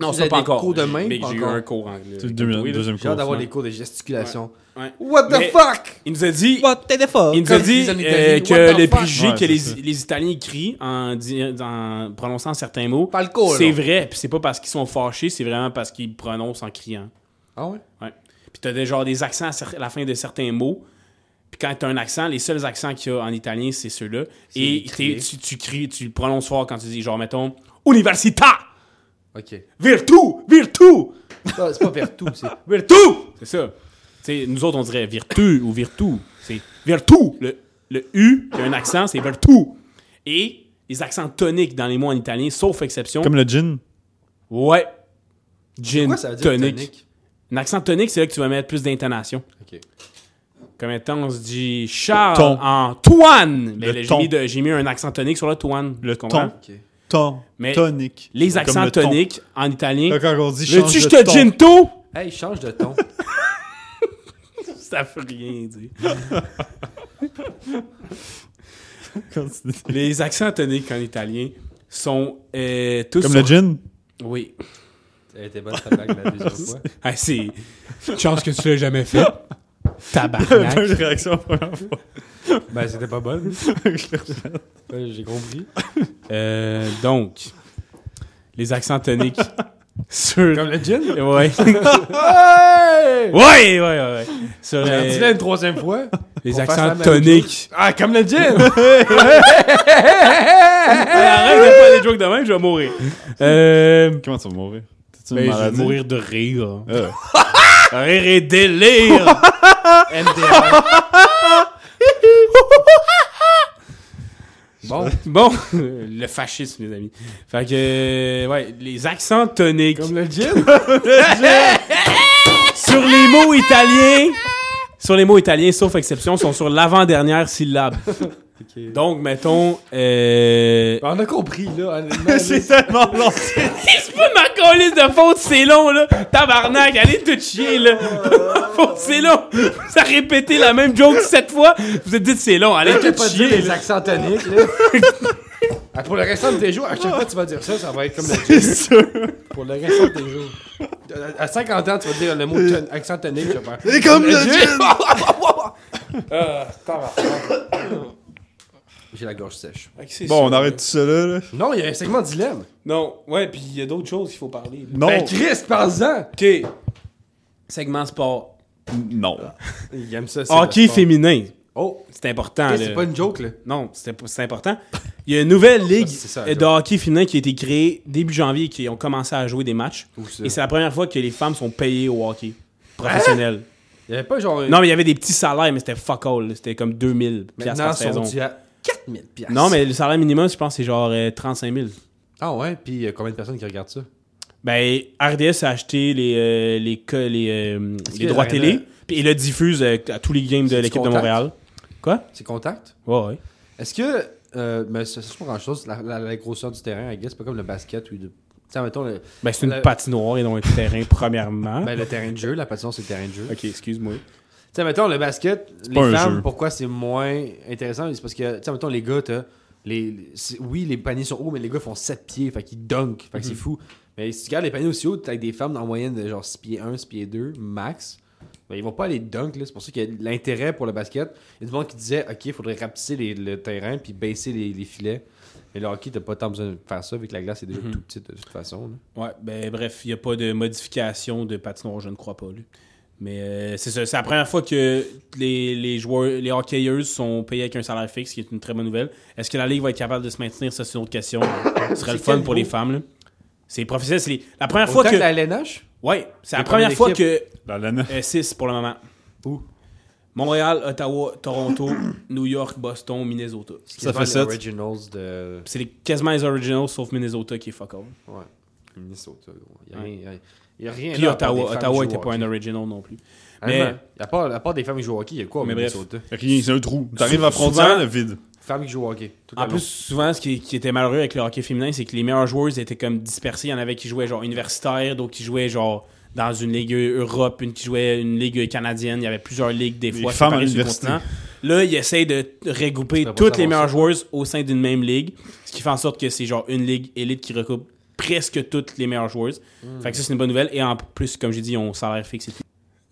[SPEAKER 2] Non,
[SPEAKER 7] vous
[SPEAKER 2] ça
[SPEAKER 7] avez
[SPEAKER 2] pas
[SPEAKER 7] des
[SPEAKER 2] encore.
[SPEAKER 7] cours de
[SPEAKER 2] J'ai-
[SPEAKER 7] main,
[SPEAKER 2] mais
[SPEAKER 7] pas
[SPEAKER 2] j'ai eu
[SPEAKER 7] encore?
[SPEAKER 2] un cours en anglais.
[SPEAKER 6] C'est le deuxième,
[SPEAKER 2] Oui, là.
[SPEAKER 6] deuxième
[SPEAKER 7] J'ai hâte d'avoir
[SPEAKER 6] cours.
[SPEAKER 7] des cours de gesticulation.
[SPEAKER 2] Ouais.
[SPEAKER 7] What the
[SPEAKER 2] Mais-
[SPEAKER 7] fuck?
[SPEAKER 2] Il nous a dit
[SPEAKER 1] téléphone.
[SPEAKER 2] il nous a
[SPEAKER 7] Comme
[SPEAKER 2] dit
[SPEAKER 7] disent en Italie,
[SPEAKER 2] euh,
[SPEAKER 7] what
[SPEAKER 2] que
[SPEAKER 7] the
[SPEAKER 2] les
[SPEAKER 7] fuck?
[SPEAKER 2] préjugés
[SPEAKER 6] Ouais,
[SPEAKER 2] que
[SPEAKER 6] c'est
[SPEAKER 2] les,
[SPEAKER 6] ça.
[SPEAKER 2] les Italiens crient en, di- en prononçant certains mots,
[SPEAKER 7] Pas le cours,
[SPEAKER 2] c'est
[SPEAKER 7] Oh, là.
[SPEAKER 2] vrai. Puis c'est pas parce qu'ils sont fâchés, c'est vraiment parce qu'ils prononcent en criant.
[SPEAKER 7] Ah ouais?
[SPEAKER 2] Puis t'as des, genre des accents à, cer- à la fin de certains mots. Puis quand t'as un accent, les seuls accents qu'il y a en italien, c'est ceux-là. Et t'es- tu, tu cries, tu le prononces fort quand tu dis genre, mettons, Università! Ah
[SPEAKER 7] Ok.
[SPEAKER 2] Virtu! Virtu!
[SPEAKER 7] Ah, C'est pas Vertu, c'est.
[SPEAKER 2] Virtu! C'est ça. Tu sais, nous autres, on dirait virtu ou virtu. C'est virtu. Le, le U qui a un accent, c'est virtu. Et les accents toniques dans les mots en italien, sauf exception.
[SPEAKER 6] Comme le gin.
[SPEAKER 2] Ouais. Gin,
[SPEAKER 7] Pourquoi ça veut dire
[SPEAKER 2] tonic.
[SPEAKER 7] tonic?
[SPEAKER 2] Un accent tonique, c'est là que tu vas mettre plus d'intonation.
[SPEAKER 7] Ok.
[SPEAKER 2] Comme étant, on se dit Charles
[SPEAKER 6] Ton.
[SPEAKER 2] en Toine. Mais
[SPEAKER 6] Le
[SPEAKER 2] là, j'ai
[SPEAKER 6] ton.
[SPEAKER 2] mis, de- j'ai mis un accent tonique sur le Toine.
[SPEAKER 6] Le
[SPEAKER 2] Tu comprends?
[SPEAKER 6] ton. Ton.
[SPEAKER 2] Mais
[SPEAKER 6] Tonique.
[SPEAKER 2] Les
[SPEAKER 6] Comme
[SPEAKER 2] accents
[SPEAKER 6] le ton.
[SPEAKER 2] toniques en italien.
[SPEAKER 6] Là, quand on dit change
[SPEAKER 2] Veux-tu
[SPEAKER 6] de
[SPEAKER 2] je te
[SPEAKER 6] ton. [LAUGHS]
[SPEAKER 2] gin tout?
[SPEAKER 7] Hey, change de ton.
[SPEAKER 2] Ça veut rien dire.
[SPEAKER 6] Continue.
[SPEAKER 2] Les accents toniques en italien sont euh, tous.
[SPEAKER 6] Comme
[SPEAKER 2] sur-
[SPEAKER 6] le gin. [LAUGHS]
[SPEAKER 2] Oui.
[SPEAKER 7] Elle était bonne ta blague
[SPEAKER 2] [LAUGHS]
[SPEAKER 7] la deuxième fois.
[SPEAKER 2] Ah, c'est. Chance que tu l'as jamais
[SPEAKER 6] [LAUGHS]
[SPEAKER 2] fait.
[SPEAKER 6] Même
[SPEAKER 2] Tabarnak.
[SPEAKER 6] réaction [LAUGHS] la première fois.
[SPEAKER 7] Ben, c'était
[SPEAKER 2] [LAUGHS]
[SPEAKER 7] pas bonne. J'ai compris.
[SPEAKER 2] Euh, donc, les accents toniques
[SPEAKER 6] [LAUGHS]
[SPEAKER 2] sur.
[SPEAKER 7] Comme le gin?
[SPEAKER 2] Ouais. [LAUGHS] ouais! Ouais, ouais, ouais. Sur les,
[SPEAKER 7] Dis-le une troisième fois.
[SPEAKER 2] les
[SPEAKER 7] qu'on fasse la
[SPEAKER 2] accents
[SPEAKER 7] même
[SPEAKER 2] toniques.
[SPEAKER 7] Ah, comme le gin!
[SPEAKER 2] Mais arrête de faire des jokes de même, je vais mourir. [LAUGHS] Euh.
[SPEAKER 6] Comment tu vas mourir? T'as-tu une
[SPEAKER 2] Ben, je Ah. vais
[SPEAKER 6] maladie?
[SPEAKER 2] mourir de rire.
[SPEAKER 6] Euh,
[SPEAKER 2] [LAUGHS] Rire et délire!
[SPEAKER 7] MDR. bon,
[SPEAKER 2] [LAUGHS] Bon, [LAUGHS] le fascisme, les amis. Fait que, euh, ouais, les accents toniques
[SPEAKER 7] comme le gin?
[SPEAKER 2] sur les mots italiens, sur les mots italiens, sauf exception, sont sur l'avant-dernière [LAUGHS] syllabe. Donc, mettons, euh...
[SPEAKER 7] Ben, On a compris, là. honnêtement,
[SPEAKER 6] [LAUGHS]
[SPEAKER 2] [LAUGHS]
[SPEAKER 6] C'est tellement long.
[SPEAKER 2] c'est pas ma colise de faute, c'est long, là! Tabarnak, allez tout chier, là! [LAUGHS] faute, c'est long! Vous avez répété la même joke sept fois, vous êtes dit c'est long, allez
[SPEAKER 7] T'as
[SPEAKER 2] tout
[SPEAKER 7] pas dit
[SPEAKER 2] chier,
[SPEAKER 7] les
[SPEAKER 2] là.
[SPEAKER 7] accents toniques,
[SPEAKER 2] [LAUGHS]
[SPEAKER 7] là. Ah, Pour le restant de tes jours, à chaque fois que tu vas dire ça, ça va être comme le gin.
[SPEAKER 6] C'est sûr.
[SPEAKER 7] Pour le restant de tes jours. À- À 50 ans, tu vas dire le mot ton- accent tonique, je vais faire.
[SPEAKER 6] C'est comme le gin.
[SPEAKER 7] Euh, tabarnak. [LAUGHS] J'ai la gorge sèche.
[SPEAKER 2] Fait que c'est
[SPEAKER 6] Bon, on
[SPEAKER 2] ça.
[SPEAKER 6] arrête tout ça là. là.
[SPEAKER 7] Non, il y a un segment dilemme.
[SPEAKER 2] Non, ouais, puis il y a d'autres choses qu'il faut parler. là.
[SPEAKER 6] Non.
[SPEAKER 7] Ben, Chris, parle-en!
[SPEAKER 2] OK. Segment sport.
[SPEAKER 6] Non.
[SPEAKER 7] Il aime ça. c'est
[SPEAKER 2] Hockey
[SPEAKER 7] le sport.
[SPEAKER 2] féminin.
[SPEAKER 7] Oh,
[SPEAKER 2] C'est important.
[SPEAKER 7] Chris,
[SPEAKER 2] là.
[SPEAKER 7] c'est pas une joke, là.
[SPEAKER 2] Non, c'est imp- c'est important. Il y a une
[SPEAKER 7] [LAUGHS]
[SPEAKER 2] nouvelle ligue
[SPEAKER 7] c'est ça,
[SPEAKER 2] de hockey féminin qui a été créée début janvier et qui ont commencé à jouer des matchs.
[SPEAKER 7] Où ça? Hein?
[SPEAKER 2] Et c'est la première fois que les femmes sont payées au hockey professionnel.
[SPEAKER 7] Il y avait pas genre.
[SPEAKER 2] Non, mais il y avait des petits salaires, mais c'était fuck all. là. C'était comme 2000 piastres
[SPEAKER 7] maintenant,
[SPEAKER 2] par
[SPEAKER 7] ils sont
[SPEAKER 2] saison.
[SPEAKER 7] dus à 4000 piastres.
[SPEAKER 2] Non, mais le salaire minimum, je pense, c'est genre euh, 35 000.
[SPEAKER 7] Ah ouais, puis il y a combien de personnes qui regardent ça?
[SPEAKER 2] Ben, RDS a acheté les, euh, les, co- les, euh, les droits
[SPEAKER 7] qu'il y a
[SPEAKER 2] télé,
[SPEAKER 7] rien
[SPEAKER 2] puis il le diffuse euh, à tous les games de
[SPEAKER 7] C'est du
[SPEAKER 2] l'équipe de
[SPEAKER 7] contact?
[SPEAKER 2] Montréal. Quoi?
[SPEAKER 7] C'est contact?
[SPEAKER 2] Ouais, ouais.
[SPEAKER 7] Est-ce que. Euh, mais ça change pas grand-chose. La, la- la grosseur du terrain, I guess, c'est pas comme le basket ou de. Tiens, mettons le,
[SPEAKER 2] Ben, c'est une
[SPEAKER 7] Le-
[SPEAKER 2] patinoire et non un terrain, [LAUGHS] premièrement.
[SPEAKER 7] ben, le terrain de jeu. La patinoire, c'est le terrain de jeu.
[SPEAKER 2] ok, excuse-moi.
[SPEAKER 7] Tiens, mettons le basket,
[SPEAKER 6] pas un
[SPEAKER 7] les femmes,
[SPEAKER 6] jeu.
[SPEAKER 7] pourquoi c'est moins intéressant? C'est parce que, tiens, mettons les gars, t'as. Les, les- c'est- oui, les paniers sont hauts, mais les gars font 7 pieds, fait qu'ils dunkent, fait que
[SPEAKER 6] Mhm.
[SPEAKER 7] c'est fou. Mais si tu regardes les paniers aussi hauts, t'as avec des femmes en moyenne de genre 6 pieds 1, 6 pieds 2, max. Ben, ils vont pas aller dunk, là. C'est pour ça que l'intérêt pour le basket, il y a du monde qui disait, OK, il faudrait rapetisser les- le terrain puis baisser les, les filets. Mais le hockey, t'as pas tant besoin de faire ça, vu que la glace est déjà
[SPEAKER 6] Mhm.
[SPEAKER 7] tout petite de toute façon. là.
[SPEAKER 2] Ouais, ben bref, il n'y a pas de modification de patinoire, je ne crois pas. là. Mais euh, c'est ça, c'est la première fois que les, les joueurs, les hockeyeuses sont payés avec un salaire fixe, qui est une très bonne nouvelle. Est-ce que la Ligue va être capable de se maintenir Ça, c'est une autre question. Ce serait le fun
[SPEAKER 7] quel
[SPEAKER 2] pour les femmes. là. C'est professionnel. C'est les- la première
[SPEAKER 7] Autant
[SPEAKER 2] fois que.
[SPEAKER 7] que... la LNH,
[SPEAKER 2] Ouais, c'est la
[SPEAKER 7] les premières
[SPEAKER 2] première fois que.
[SPEAKER 6] La laine.
[SPEAKER 2] 6 pour le moment.
[SPEAKER 7] Où?
[SPEAKER 2] Montréal, Ottawa, Toronto, [COUGHS] New York, Boston, Minnesota.
[SPEAKER 7] c'est
[SPEAKER 6] Ça
[SPEAKER 7] quasiment
[SPEAKER 6] fait
[SPEAKER 7] les
[SPEAKER 6] sept.
[SPEAKER 7] Originals de
[SPEAKER 2] C'est les- quasiment les originals, sauf Minnesota qui est fuck all.
[SPEAKER 7] Ouais. Minnesota, gros. Il n'y a, rien- il y a rien.
[SPEAKER 2] Puis
[SPEAKER 7] là à part des
[SPEAKER 2] Ottawa,
[SPEAKER 7] femmes
[SPEAKER 2] Ottawa
[SPEAKER 7] qui jouent
[SPEAKER 2] n'était pas
[SPEAKER 7] au
[SPEAKER 2] un
[SPEAKER 7] hockey.
[SPEAKER 2] original non plus.
[SPEAKER 7] Honnêtement,
[SPEAKER 2] mais-
[SPEAKER 7] à, part, à part des femmes qui jouent au hockey, il y a quoi au
[SPEAKER 2] Mais bref.
[SPEAKER 7] Minnesota
[SPEAKER 6] Rien, c'est un trou. T'arrives à
[SPEAKER 2] Souvent-
[SPEAKER 6] frontière, le vide.
[SPEAKER 7] Femmes qui jouent au hockey. Tout
[SPEAKER 2] En plus, souvent, ce qui, qui était malheureux avec le hockey féminin, c'est que les meilleurs joueurs étaient comme dispersés. Il y en avait qui jouaient genre universitaire, d'autres qui jouaient genre dans une ligue Europe, une qui jouait une ligue canadienne. Il y avait plusieurs ligues des
[SPEAKER 6] Les
[SPEAKER 2] fois
[SPEAKER 6] femmes
[SPEAKER 2] séparées
[SPEAKER 6] à
[SPEAKER 2] sur le
[SPEAKER 6] l'université.
[SPEAKER 2] continent. Là, ils essayent de regrouper
[SPEAKER 7] pas
[SPEAKER 2] toutes
[SPEAKER 7] savoir
[SPEAKER 2] les meilleures
[SPEAKER 7] ça.
[SPEAKER 2] joueuses au sein d'une même ligue, ce qui fait en sorte que c'est genre une ligue élite qui recoupe presque toutes les meilleures joueuses.
[SPEAKER 6] Hmm.
[SPEAKER 2] Fait que ça, c'est une bonne nouvelle. Et en plus, comme j'ai dit, ils ont salaire fixe et tout.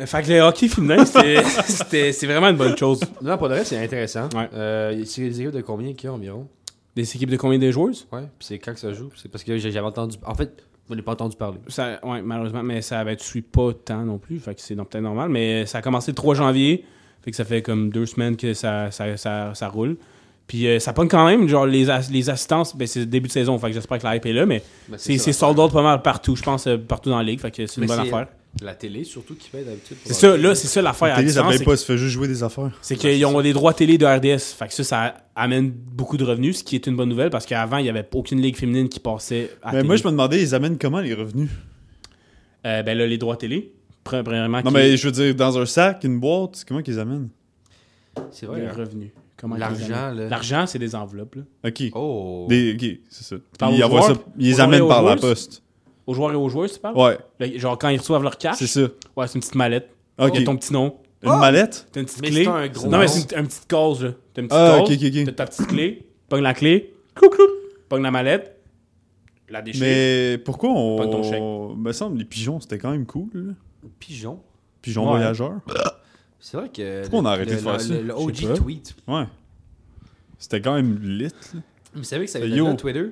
[SPEAKER 2] Fait que le hockey féminin, c'était- [LAUGHS] c'était- c'est vraiment une bonne chose.
[SPEAKER 7] Non, pour le reste, c'est intéressant.
[SPEAKER 2] Ouais.
[SPEAKER 7] Euh, c'est des équipes de combien qu'il y a environ
[SPEAKER 2] Des équipes de combien de joueuses?
[SPEAKER 7] Ouais. Puis c'est quand que ça joue C'est parce que j'ai- j'avais entendu. En fait, on n'ai pas entendu parler.
[SPEAKER 2] Ça, ouais, malheureusement, mais ça avait suit pas tant non plus. Fait que c'est donc peut-être normal. Mais ça a commencé le 3 janvier. Fait que ça fait comme deux semaines que ça, ça, ça, ça roule. Puis euh, ça pogne quand même. Genre, les, as- les assistances, ben, c'est le début de saison. Fait que j'espère que la hype est là. Mais c'est c'est sold out pas mal partout. Je pense euh, partout dans la ligue. Fait que c'est une
[SPEAKER 7] Mais
[SPEAKER 2] bonne
[SPEAKER 7] c'est-
[SPEAKER 2] affaire.
[SPEAKER 7] La télé, surtout, qui paye d'habitude. pour
[SPEAKER 2] C'est
[SPEAKER 7] leur-
[SPEAKER 2] ça, là, c'est ça l'affaire.
[SPEAKER 6] La
[SPEAKER 2] à
[SPEAKER 6] télé, ça
[SPEAKER 2] distance,
[SPEAKER 6] paye
[SPEAKER 2] c'est
[SPEAKER 6] pas, ça fait juste jouer des affaires.
[SPEAKER 2] c'est qu'ils ont des droits télé de RDS. Fait que ça, ça amène beaucoup de revenus, ce qui est une bonne nouvelle parce qu'avant, il n'y avait aucune ligue féminine qui passait à
[SPEAKER 6] Mais
[SPEAKER 2] télé.
[SPEAKER 6] moi, je me demandais, ils amènent comment les revenus
[SPEAKER 2] Euh, ben là, les droits télé, pre- premièrement,
[SPEAKER 6] Non,
[SPEAKER 2] qui-
[SPEAKER 6] mais je veux dire, dans un sac, une boîte, comment qu'ils amènent
[SPEAKER 7] C'est
[SPEAKER 2] les
[SPEAKER 7] vrai. hein.
[SPEAKER 2] revenus. Comment ils les amènent?
[SPEAKER 7] L'argent, là.
[SPEAKER 2] L'argent, c'est des enveloppes. Là.
[SPEAKER 6] Ok.
[SPEAKER 7] Oh.
[SPEAKER 6] Des, ok, c'est ça. Puis
[SPEAKER 2] Par
[SPEAKER 6] ils,
[SPEAKER 2] aux
[SPEAKER 6] envoient
[SPEAKER 2] joueurs,
[SPEAKER 6] ça- ils les
[SPEAKER 2] aux
[SPEAKER 6] amènent
[SPEAKER 2] joueurs et
[SPEAKER 6] par
[SPEAKER 2] aux
[SPEAKER 6] la
[SPEAKER 2] joueuses?
[SPEAKER 6] poste.
[SPEAKER 2] Aux joueurs et aux joueuses, tu parles?
[SPEAKER 6] Ouais,
[SPEAKER 2] Le- genre quand ils reçoivent leur cash,
[SPEAKER 6] c'est ça.
[SPEAKER 2] ouais, c'est une petite mallette.
[SPEAKER 6] Ok.
[SPEAKER 2] Il y a ton petit nom,
[SPEAKER 6] Une mallette
[SPEAKER 2] t'as une petite
[SPEAKER 7] Mais
[SPEAKER 2] clé.
[SPEAKER 7] c'est un gros
[SPEAKER 2] non, mais
[SPEAKER 7] nom.
[SPEAKER 2] c'est une, une petite cause. là. T'as une petite
[SPEAKER 6] Ah,
[SPEAKER 2] cause,
[SPEAKER 6] ok, ok, ok.
[SPEAKER 2] t'as ta petite clé, pogne la clé, clou clou, pogne la mallette, la déchire.
[SPEAKER 6] Mais pourquoi
[SPEAKER 2] Pas de ton chèque.
[SPEAKER 6] on. Me semble, les pigeons, c'était quand même cool. là.
[SPEAKER 7] Pigeon.
[SPEAKER 6] Pigeons
[SPEAKER 2] Ouais.
[SPEAKER 6] voyageurs.
[SPEAKER 7] C'est vrai que.
[SPEAKER 6] Pourquoi on a
[SPEAKER 7] le-
[SPEAKER 6] arrêté
[SPEAKER 7] le-
[SPEAKER 6] de faire
[SPEAKER 7] le-
[SPEAKER 6] ça?
[SPEAKER 7] le- Le
[SPEAKER 6] Je sais pas.
[SPEAKER 7] OG tweet.
[SPEAKER 6] Ouais. C'était quand même lit. là.
[SPEAKER 7] Vous savez que ça
[SPEAKER 6] Yo.
[SPEAKER 7] vient de Twitter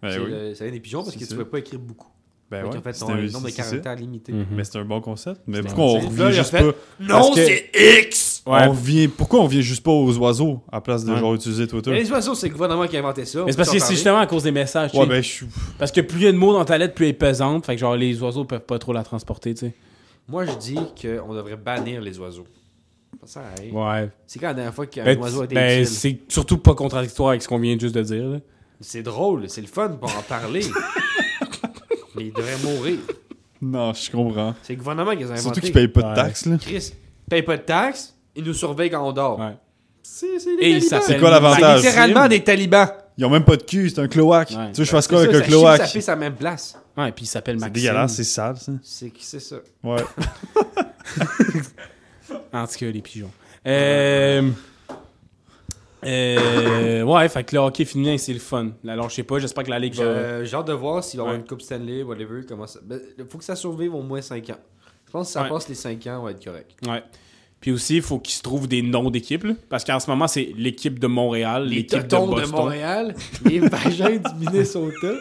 [SPEAKER 6] Ben
[SPEAKER 7] C'est
[SPEAKER 6] oui.
[SPEAKER 7] le- Ça vient des pigeons parce
[SPEAKER 6] C'est
[SPEAKER 7] que tu
[SPEAKER 6] ça.
[SPEAKER 7] pouvais pas écrire beaucoup.
[SPEAKER 6] Ben
[SPEAKER 7] Donc,
[SPEAKER 6] ouais,
[SPEAKER 7] en fait,
[SPEAKER 6] c'était-
[SPEAKER 7] on a un nombre de
[SPEAKER 6] c'est ça.
[SPEAKER 7] caractères limité.
[SPEAKER 6] Mais c'est un bon concept. Mais
[SPEAKER 7] C'était
[SPEAKER 6] pourquoi on
[SPEAKER 7] un- Là, il
[SPEAKER 6] revient
[SPEAKER 7] a
[SPEAKER 6] juste
[SPEAKER 7] fait,
[SPEAKER 6] pas.
[SPEAKER 7] Non,
[SPEAKER 6] c'est
[SPEAKER 7] X!
[SPEAKER 2] Ouais.
[SPEAKER 6] On revient... Pourquoi on revient juste pas aux oiseaux à place de genre utiliser Twitter
[SPEAKER 7] Les oiseaux, c'est le gouvernement qui a inventé ça. on
[SPEAKER 2] Mais c'est
[SPEAKER 7] peut
[SPEAKER 2] parce
[SPEAKER 7] s'en
[SPEAKER 2] que c'est
[SPEAKER 7] parler.
[SPEAKER 2] justement à cause des messages. tu
[SPEAKER 6] Ouais,
[SPEAKER 2] sais.
[SPEAKER 6] ben je suis.
[SPEAKER 2] Parce que plus il y a de mots dans ta lettre, plus elle est pesante. Fait que genre les oiseaux peuvent pas trop la transporter, tu sais.
[SPEAKER 7] Moi, je dis qu'on devrait bannir les oiseaux. Ça sert à rien.
[SPEAKER 2] Ouais.
[SPEAKER 7] C'est quand la dernière fois qu'un
[SPEAKER 2] Ben,
[SPEAKER 7] oiseau a été
[SPEAKER 2] ben,
[SPEAKER 7] utile?
[SPEAKER 2] c'est surtout pas contradictoire avec ce qu'on vient juste de dire. là.
[SPEAKER 7] C'est drôle, c'est le fun pour en
[SPEAKER 2] [LAUGHS]
[SPEAKER 7] parler. Mais ils devraient mourir.
[SPEAKER 6] Non, je comprends.
[SPEAKER 7] C'est le gouvernement qui les a inventés.
[SPEAKER 6] Surtout qu'ils payent pas de
[SPEAKER 2] Ouais.
[SPEAKER 6] taxes, là.
[SPEAKER 7] Chris, paye pas de taxes, ils nous surveillent quand on dort.
[SPEAKER 2] Ouais.
[SPEAKER 7] C'est c'est
[SPEAKER 2] Et ils
[SPEAKER 7] des talibans.
[SPEAKER 2] s'appellent-
[SPEAKER 6] C'est quoi
[SPEAKER 7] C'est
[SPEAKER 6] l'avantage?
[SPEAKER 7] littéralement des talibans.
[SPEAKER 6] Ils ont même pas de cul, c'est un cloaque.
[SPEAKER 2] Ouais.
[SPEAKER 6] Tu veux, que je fasse
[SPEAKER 7] C'est
[SPEAKER 6] quoi
[SPEAKER 7] ça,
[SPEAKER 6] avec un
[SPEAKER 7] ça chie,
[SPEAKER 6] cloaque?
[SPEAKER 7] Ça pisse à la même place.
[SPEAKER 2] Ouais, puis il s'appelle
[SPEAKER 6] C'est
[SPEAKER 2] Maxime.
[SPEAKER 6] dégueulasse, c'est sale, ça.
[SPEAKER 7] C'est c'est ça. [LAUGHS]
[SPEAKER 6] Ouais.
[SPEAKER 2] En tout cas, les pigeons. Euh... euh, ouais, fait que le hockey féminin, c'est le fun. Alors, je sais pas, j'espère que la Ligue
[SPEAKER 7] J'ai
[SPEAKER 2] va.
[SPEAKER 7] euh, j'ai hâte de voir s'il va y avoir
[SPEAKER 2] Ouais.
[SPEAKER 7] une Coupe Stanley, whatever. Comment ça... ben, faut que ça survive au moins 5 ans. Je pense que ça
[SPEAKER 2] Ouais.
[SPEAKER 7] passe les 5 ans, on va être correct.
[SPEAKER 2] Ouais. Puis aussi, il faut qu'il se trouve des noms d'équipes. là. Parce qu'en ce moment, c'est l'équipe de Montréal, l'équipe de
[SPEAKER 7] totons
[SPEAKER 2] Boston.
[SPEAKER 7] Montréal, les vagins du Minnesota,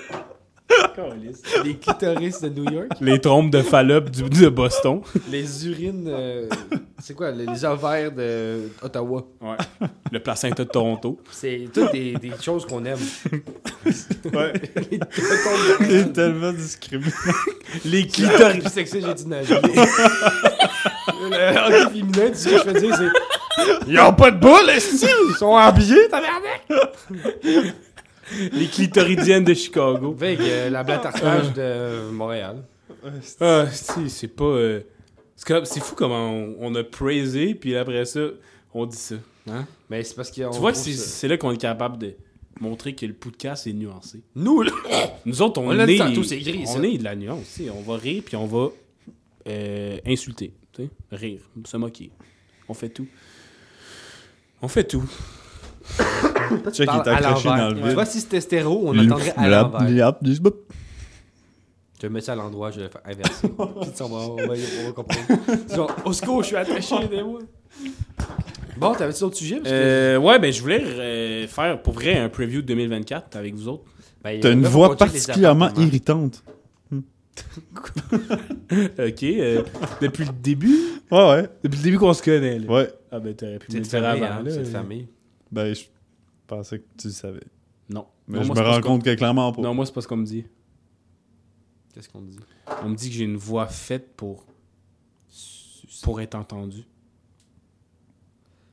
[SPEAKER 7] les clitoris de New York,
[SPEAKER 2] les trompes de Fallop du- de Boston.
[SPEAKER 7] les urines, euh, c'est quoi, les, les ovaires de Ottawa.
[SPEAKER 2] Ouais. Le placenta de Toronto.
[SPEAKER 7] C'est toutes des, des choses qu'on aime.
[SPEAKER 6] Ouais.
[SPEAKER 7] [LAUGHS] les totons de Montréal.
[SPEAKER 6] tellement discriminant.
[SPEAKER 2] Les
[SPEAKER 7] clitoris plus sexy, j'ai dit nager. [LAUGHS] le hockey féminin, tu sais ce que je veux dire, c'est.
[SPEAKER 6] Ils ont pas de boule, est
[SPEAKER 7] Ils sont habillés, t'as
[SPEAKER 2] Les clitoridiennes de Chicago.
[SPEAKER 7] Avec euh, la blatartage de Montréal.
[SPEAKER 2] Ah, si, c'est pas. euh, C'est comme- c'est fou comment on, on a praisé, puis après ça, on dit ça.
[SPEAKER 7] Mais c'est parce qu'on.
[SPEAKER 2] tu vois que
[SPEAKER 7] trouve
[SPEAKER 2] c'est
[SPEAKER 7] ça-
[SPEAKER 2] c'est là qu'on est capable de montrer que le podcast est nuancé.
[SPEAKER 7] Nous, là.
[SPEAKER 2] Nous autres, on,
[SPEAKER 7] On l'a dit
[SPEAKER 2] est.
[SPEAKER 7] tantôt, c'est gris,
[SPEAKER 2] on
[SPEAKER 7] ça.
[SPEAKER 2] est de la nuance. tu sais. On va rire, puis on va euh, insulter. tu sais. Rire, se moquer. On fait tout. On fait tout.
[SPEAKER 6] Check, il est
[SPEAKER 7] parles à
[SPEAKER 6] accroché
[SPEAKER 7] l'envers.
[SPEAKER 6] dans le
[SPEAKER 7] Tu vois,
[SPEAKER 6] vide.
[SPEAKER 7] si c'était stéro, on entendrait à l'envers.
[SPEAKER 6] l'envers.
[SPEAKER 7] Je vais mettre ça à l'endroit, je vais le faire
[SPEAKER 6] [LAUGHS]
[SPEAKER 7] inverser. Puis on va, on va, on va comprendre. Genre, au secours, je suis attaché des mots. Bon, t'avais-tu d'autres sujets? Parce que-
[SPEAKER 2] Euh, ouais, ben je voulais euh, faire pour vrai un preview de 2024 avec vous autres.
[SPEAKER 7] Ben,
[SPEAKER 6] T'as
[SPEAKER 7] on
[SPEAKER 6] une
[SPEAKER 7] va
[SPEAKER 6] voix
[SPEAKER 7] continuer les
[SPEAKER 6] particulièrement
[SPEAKER 7] appartements.
[SPEAKER 6] irritante.
[SPEAKER 2] [LAUGHS] Ok, euh, [LAUGHS] depuis le début.
[SPEAKER 6] Ouais, ouais.
[SPEAKER 2] Depuis le début qu'on se connaît. là.
[SPEAKER 6] Ouais.
[SPEAKER 2] Ah ben t'aurais pu
[SPEAKER 7] C'est
[SPEAKER 2] me
[SPEAKER 7] de
[SPEAKER 2] le faire
[SPEAKER 7] famille,
[SPEAKER 2] avant.
[SPEAKER 7] hein,
[SPEAKER 2] là.
[SPEAKER 7] c'est de
[SPEAKER 6] euh.
[SPEAKER 7] famille.
[SPEAKER 6] Ben, je pensais que tu le savais.
[SPEAKER 2] Non.
[SPEAKER 6] Mais
[SPEAKER 2] Non,
[SPEAKER 6] je
[SPEAKER 2] moi, c'est
[SPEAKER 6] me
[SPEAKER 2] pas
[SPEAKER 6] rends
[SPEAKER 2] ce qu'on-
[SPEAKER 6] compte que clairement pas.
[SPEAKER 2] Non, moi, c'est pas ce qu'on me dit.
[SPEAKER 7] Qu'est-ce qu'on dit?
[SPEAKER 2] On me dit que j'ai une voix faite pour. pour être entendu.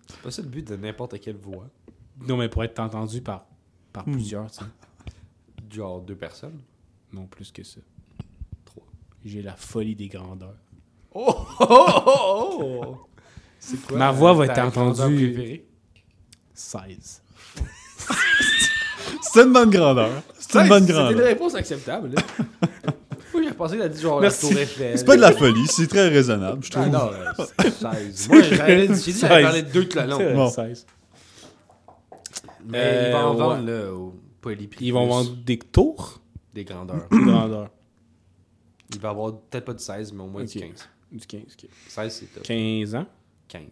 [SPEAKER 7] C'est pas ça le but de n'importe quelle voix.
[SPEAKER 2] Non, mais pour être entendu par, par plusieurs, tu sais.
[SPEAKER 7] Genre deux
[SPEAKER 6] [LAUGHS]
[SPEAKER 7] personnes.
[SPEAKER 2] Non, plus que ça. Trois. J'ai la folie des grandeurs.
[SPEAKER 7] Oh! oh, oh, oh. C'est quoi?
[SPEAKER 2] Ma voix va
[SPEAKER 7] ta
[SPEAKER 2] être entendue.
[SPEAKER 7] grandeur préférée?
[SPEAKER 2] 16.
[SPEAKER 6] C'est une bonne grandeur. C'est une bonne
[SPEAKER 7] C'était une
[SPEAKER 6] grandeur.
[SPEAKER 7] réponse acceptable. là. [LAUGHS] Moi, j'ai pensé qu'elle a dit genre
[SPEAKER 2] Merci.
[SPEAKER 7] la tour Eiffel.
[SPEAKER 6] C'est pas de la folie, c'est très raisonnable, je
[SPEAKER 7] Ah
[SPEAKER 6] trouve.
[SPEAKER 7] non,
[SPEAKER 2] [LAUGHS]
[SPEAKER 7] euh, c'est 16. Moi, j'avais dit- j'ai dit j'allais
[SPEAKER 2] Seize.
[SPEAKER 7] parler de deux tout le long.
[SPEAKER 2] C'est
[SPEAKER 6] Bon.
[SPEAKER 2] 16.
[SPEAKER 7] Mais
[SPEAKER 2] Euh,
[SPEAKER 7] ils vont en
[SPEAKER 2] ouais.
[SPEAKER 7] vendre, là, au Polyprix.
[SPEAKER 2] Ils vont
[SPEAKER 7] Plus,
[SPEAKER 2] vendre des tours [CLEARS THROAT]
[SPEAKER 7] Des grandeurs.
[SPEAKER 2] des grandeurs.
[SPEAKER 7] Il va y avoir peut-être pas du 16, mais au moins
[SPEAKER 2] Ok.
[SPEAKER 7] du 15.
[SPEAKER 2] Du 15, ok.
[SPEAKER 7] 16, c'est top.
[SPEAKER 2] 15 ans.
[SPEAKER 7] 15.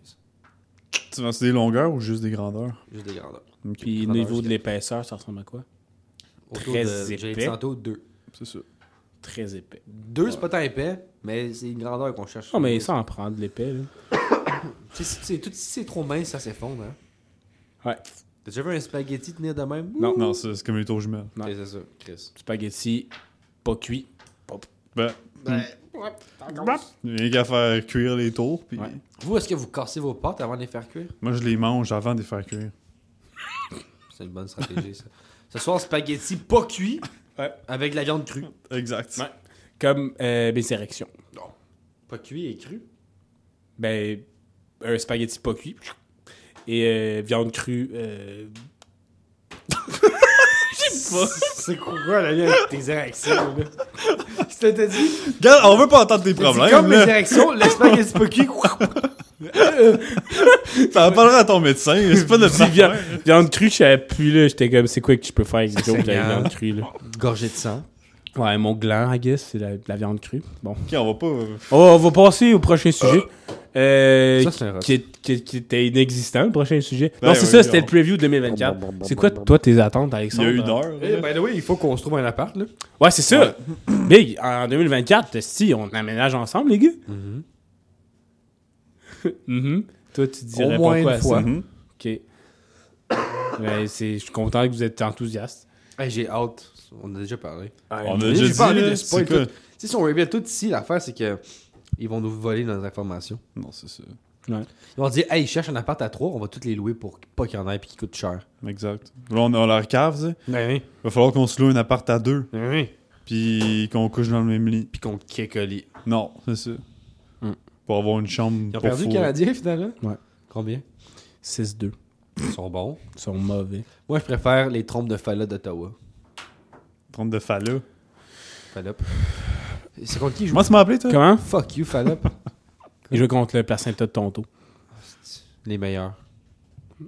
[SPEAKER 6] Tu vends des longueurs ou juste des grandeurs?
[SPEAKER 7] Juste des grandeurs.
[SPEAKER 2] Puis
[SPEAKER 7] grandeur
[SPEAKER 2] niveau de
[SPEAKER 7] jusqu'à-
[SPEAKER 2] l'épaisseur, ça ressemble à quoi
[SPEAKER 7] Autour
[SPEAKER 2] Très
[SPEAKER 7] de, j'ai dit
[SPEAKER 2] épais.
[SPEAKER 7] tantôt 2.
[SPEAKER 6] C'est ça.
[SPEAKER 2] Très épais.
[SPEAKER 7] 2, c'est pas tant épais, mais c'est une grandeur qu'on cherche.
[SPEAKER 2] Non, mais ça en prend de l'épais, là.
[SPEAKER 7] Tu sais, si c'est- tout- si c'est trop mince, ça s'effondre. Hein?
[SPEAKER 2] Ouais.
[SPEAKER 7] T'as déjà vu un spaghetti tenir de même?
[SPEAKER 2] Non.
[SPEAKER 6] Non, c'est c'est comme les tours jumelles.
[SPEAKER 2] non.
[SPEAKER 7] Ouais, c'est ça, Chris.
[SPEAKER 2] Spaghetti, pas cuit.
[SPEAKER 6] Ben, rien qu'à faire cuire les tours, puis
[SPEAKER 2] Ouais.
[SPEAKER 7] Vous, est-ce que vous cassez vos pâtes avant de les faire cuire?
[SPEAKER 6] moi, je les mange avant de les faire cuire.
[SPEAKER 7] C'est une bonne stratégie, ça. Ce soir, spaghetti pas cuit
[SPEAKER 2] Ouais.
[SPEAKER 7] avec de la viande crue.
[SPEAKER 6] Exact.
[SPEAKER 2] Ouais. Comme euh, mes érections.
[SPEAKER 7] Pas cuit et cru?
[SPEAKER 2] Ben, un spaghetti pas cuit. Et euh, viande crue. [LAUGHS] euh,
[SPEAKER 7] C'est quoi la lien avec tes érections, là? Je t'ai dit,
[SPEAKER 6] Regarde, on veut pas entendre tes
[SPEAKER 7] c'est
[SPEAKER 6] problèmes,
[SPEAKER 7] comme les
[SPEAKER 6] là.
[SPEAKER 7] érections, le spaghetti pas cuit.
[SPEAKER 6] [LAUGHS] T'en parleras à ton médecin,
[SPEAKER 7] [LAUGHS]
[SPEAKER 6] c'est pas de
[SPEAKER 2] C'est viande, viande crue, je savais plus, là. J'étais comme, c'est quoi que je peux faire avec des jokes de la viande crue, là.
[SPEAKER 7] Gorgé de sang.
[SPEAKER 2] Ouais, mon gland, I guess, c'est la, la viande crue. Bon.
[SPEAKER 6] Ok, on va pas... euh,
[SPEAKER 2] Oh, on va passer au prochain sujet. Euh,
[SPEAKER 7] Ça, c'est un
[SPEAKER 2] qui, est- qui est- qui était inexistant, le prochain sujet.
[SPEAKER 6] Ben
[SPEAKER 2] non, c'est
[SPEAKER 6] oui,
[SPEAKER 2] ça, c'était
[SPEAKER 6] on-
[SPEAKER 2] le preview 2024. C'est quoi, toi, tes attentes,
[SPEAKER 6] Il y
[SPEAKER 2] Alexandre?
[SPEAKER 6] a une heure. là.
[SPEAKER 7] Eh, by the way, il faut qu'on se trouve un appart, là.
[SPEAKER 2] Ouais, c'est ça. [LAUGHS] Big, en 2024, si on aménage ensemble, les gars. Mhm. Mm-hmm. Toi, tu dirais
[SPEAKER 7] Au moins
[SPEAKER 2] pas quoi
[SPEAKER 7] une
[SPEAKER 2] à
[SPEAKER 7] fois.
[SPEAKER 2] ça. OK. Ben, c'est- je suis content que vous êtes enthousiaste.
[SPEAKER 7] Eh, j'ai hâte. On a déjà parlé.
[SPEAKER 6] On a
[SPEAKER 7] J'ai
[SPEAKER 6] déjà dit,
[SPEAKER 7] pas envie de
[SPEAKER 6] là,
[SPEAKER 7] spoil
[SPEAKER 6] c'est quoi?
[SPEAKER 7] tout. Tu sais, si on révèle tout ici, l'affaire, c'est que ils vont nous voler nos informations.
[SPEAKER 6] Non, c'est ça.
[SPEAKER 7] Ils vont dire, hey, ils cherchent un appart à trois, on va tous les louer pour pas qu'il y en ait et qu'ils coûtent cher.
[SPEAKER 6] Exact. Là, on a leur cave, tu sais.
[SPEAKER 7] Ben oui.
[SPEAKER 6] Va falloir qu'on se loue un appart à deux,
[SPEAKER 7] Ben oui.
[SPEAKER 6] puis qu'on couche dans le même lit.
[SPEAKER 7] Puis qu'on kick au lit.
[SPEAKER 6] Non, c'est ça. Pour avoir une chambre
[SPEAKER 7] Hmm. Ils ont
[SPEAKER 6] pour
[SPEAKER 7] perdu le
[SPEAKER 6] fourrer.
[SPEAKER 7] Canadien, finalement.
[SPEAKER 2] Ouais.
[SPEAKER 7] Combien
[SPEAKER 2] 6-2.
[SPEAKER 7] Ils sont bons.
[SPEAKER 2] Ils sont mauvais.
[SPEAKER 7] Moi, je préfère les trompes de Fala d'Ottawa.
[SPEAKER 6] Trente de Fala.
[SPEAKER 7] Fallop. C'est contre qui je joue
[SPEAKER 6] Comment tu m'as appelé, toi?
[SPEAKER 2] Comment?
[SPEAKER 7] Fuck you, Fallop.
[SPEAKER 2] Ils jouaient contre le placenta de Tonto.
[SPEAKER 7] [LAUGHS] les meilleurs.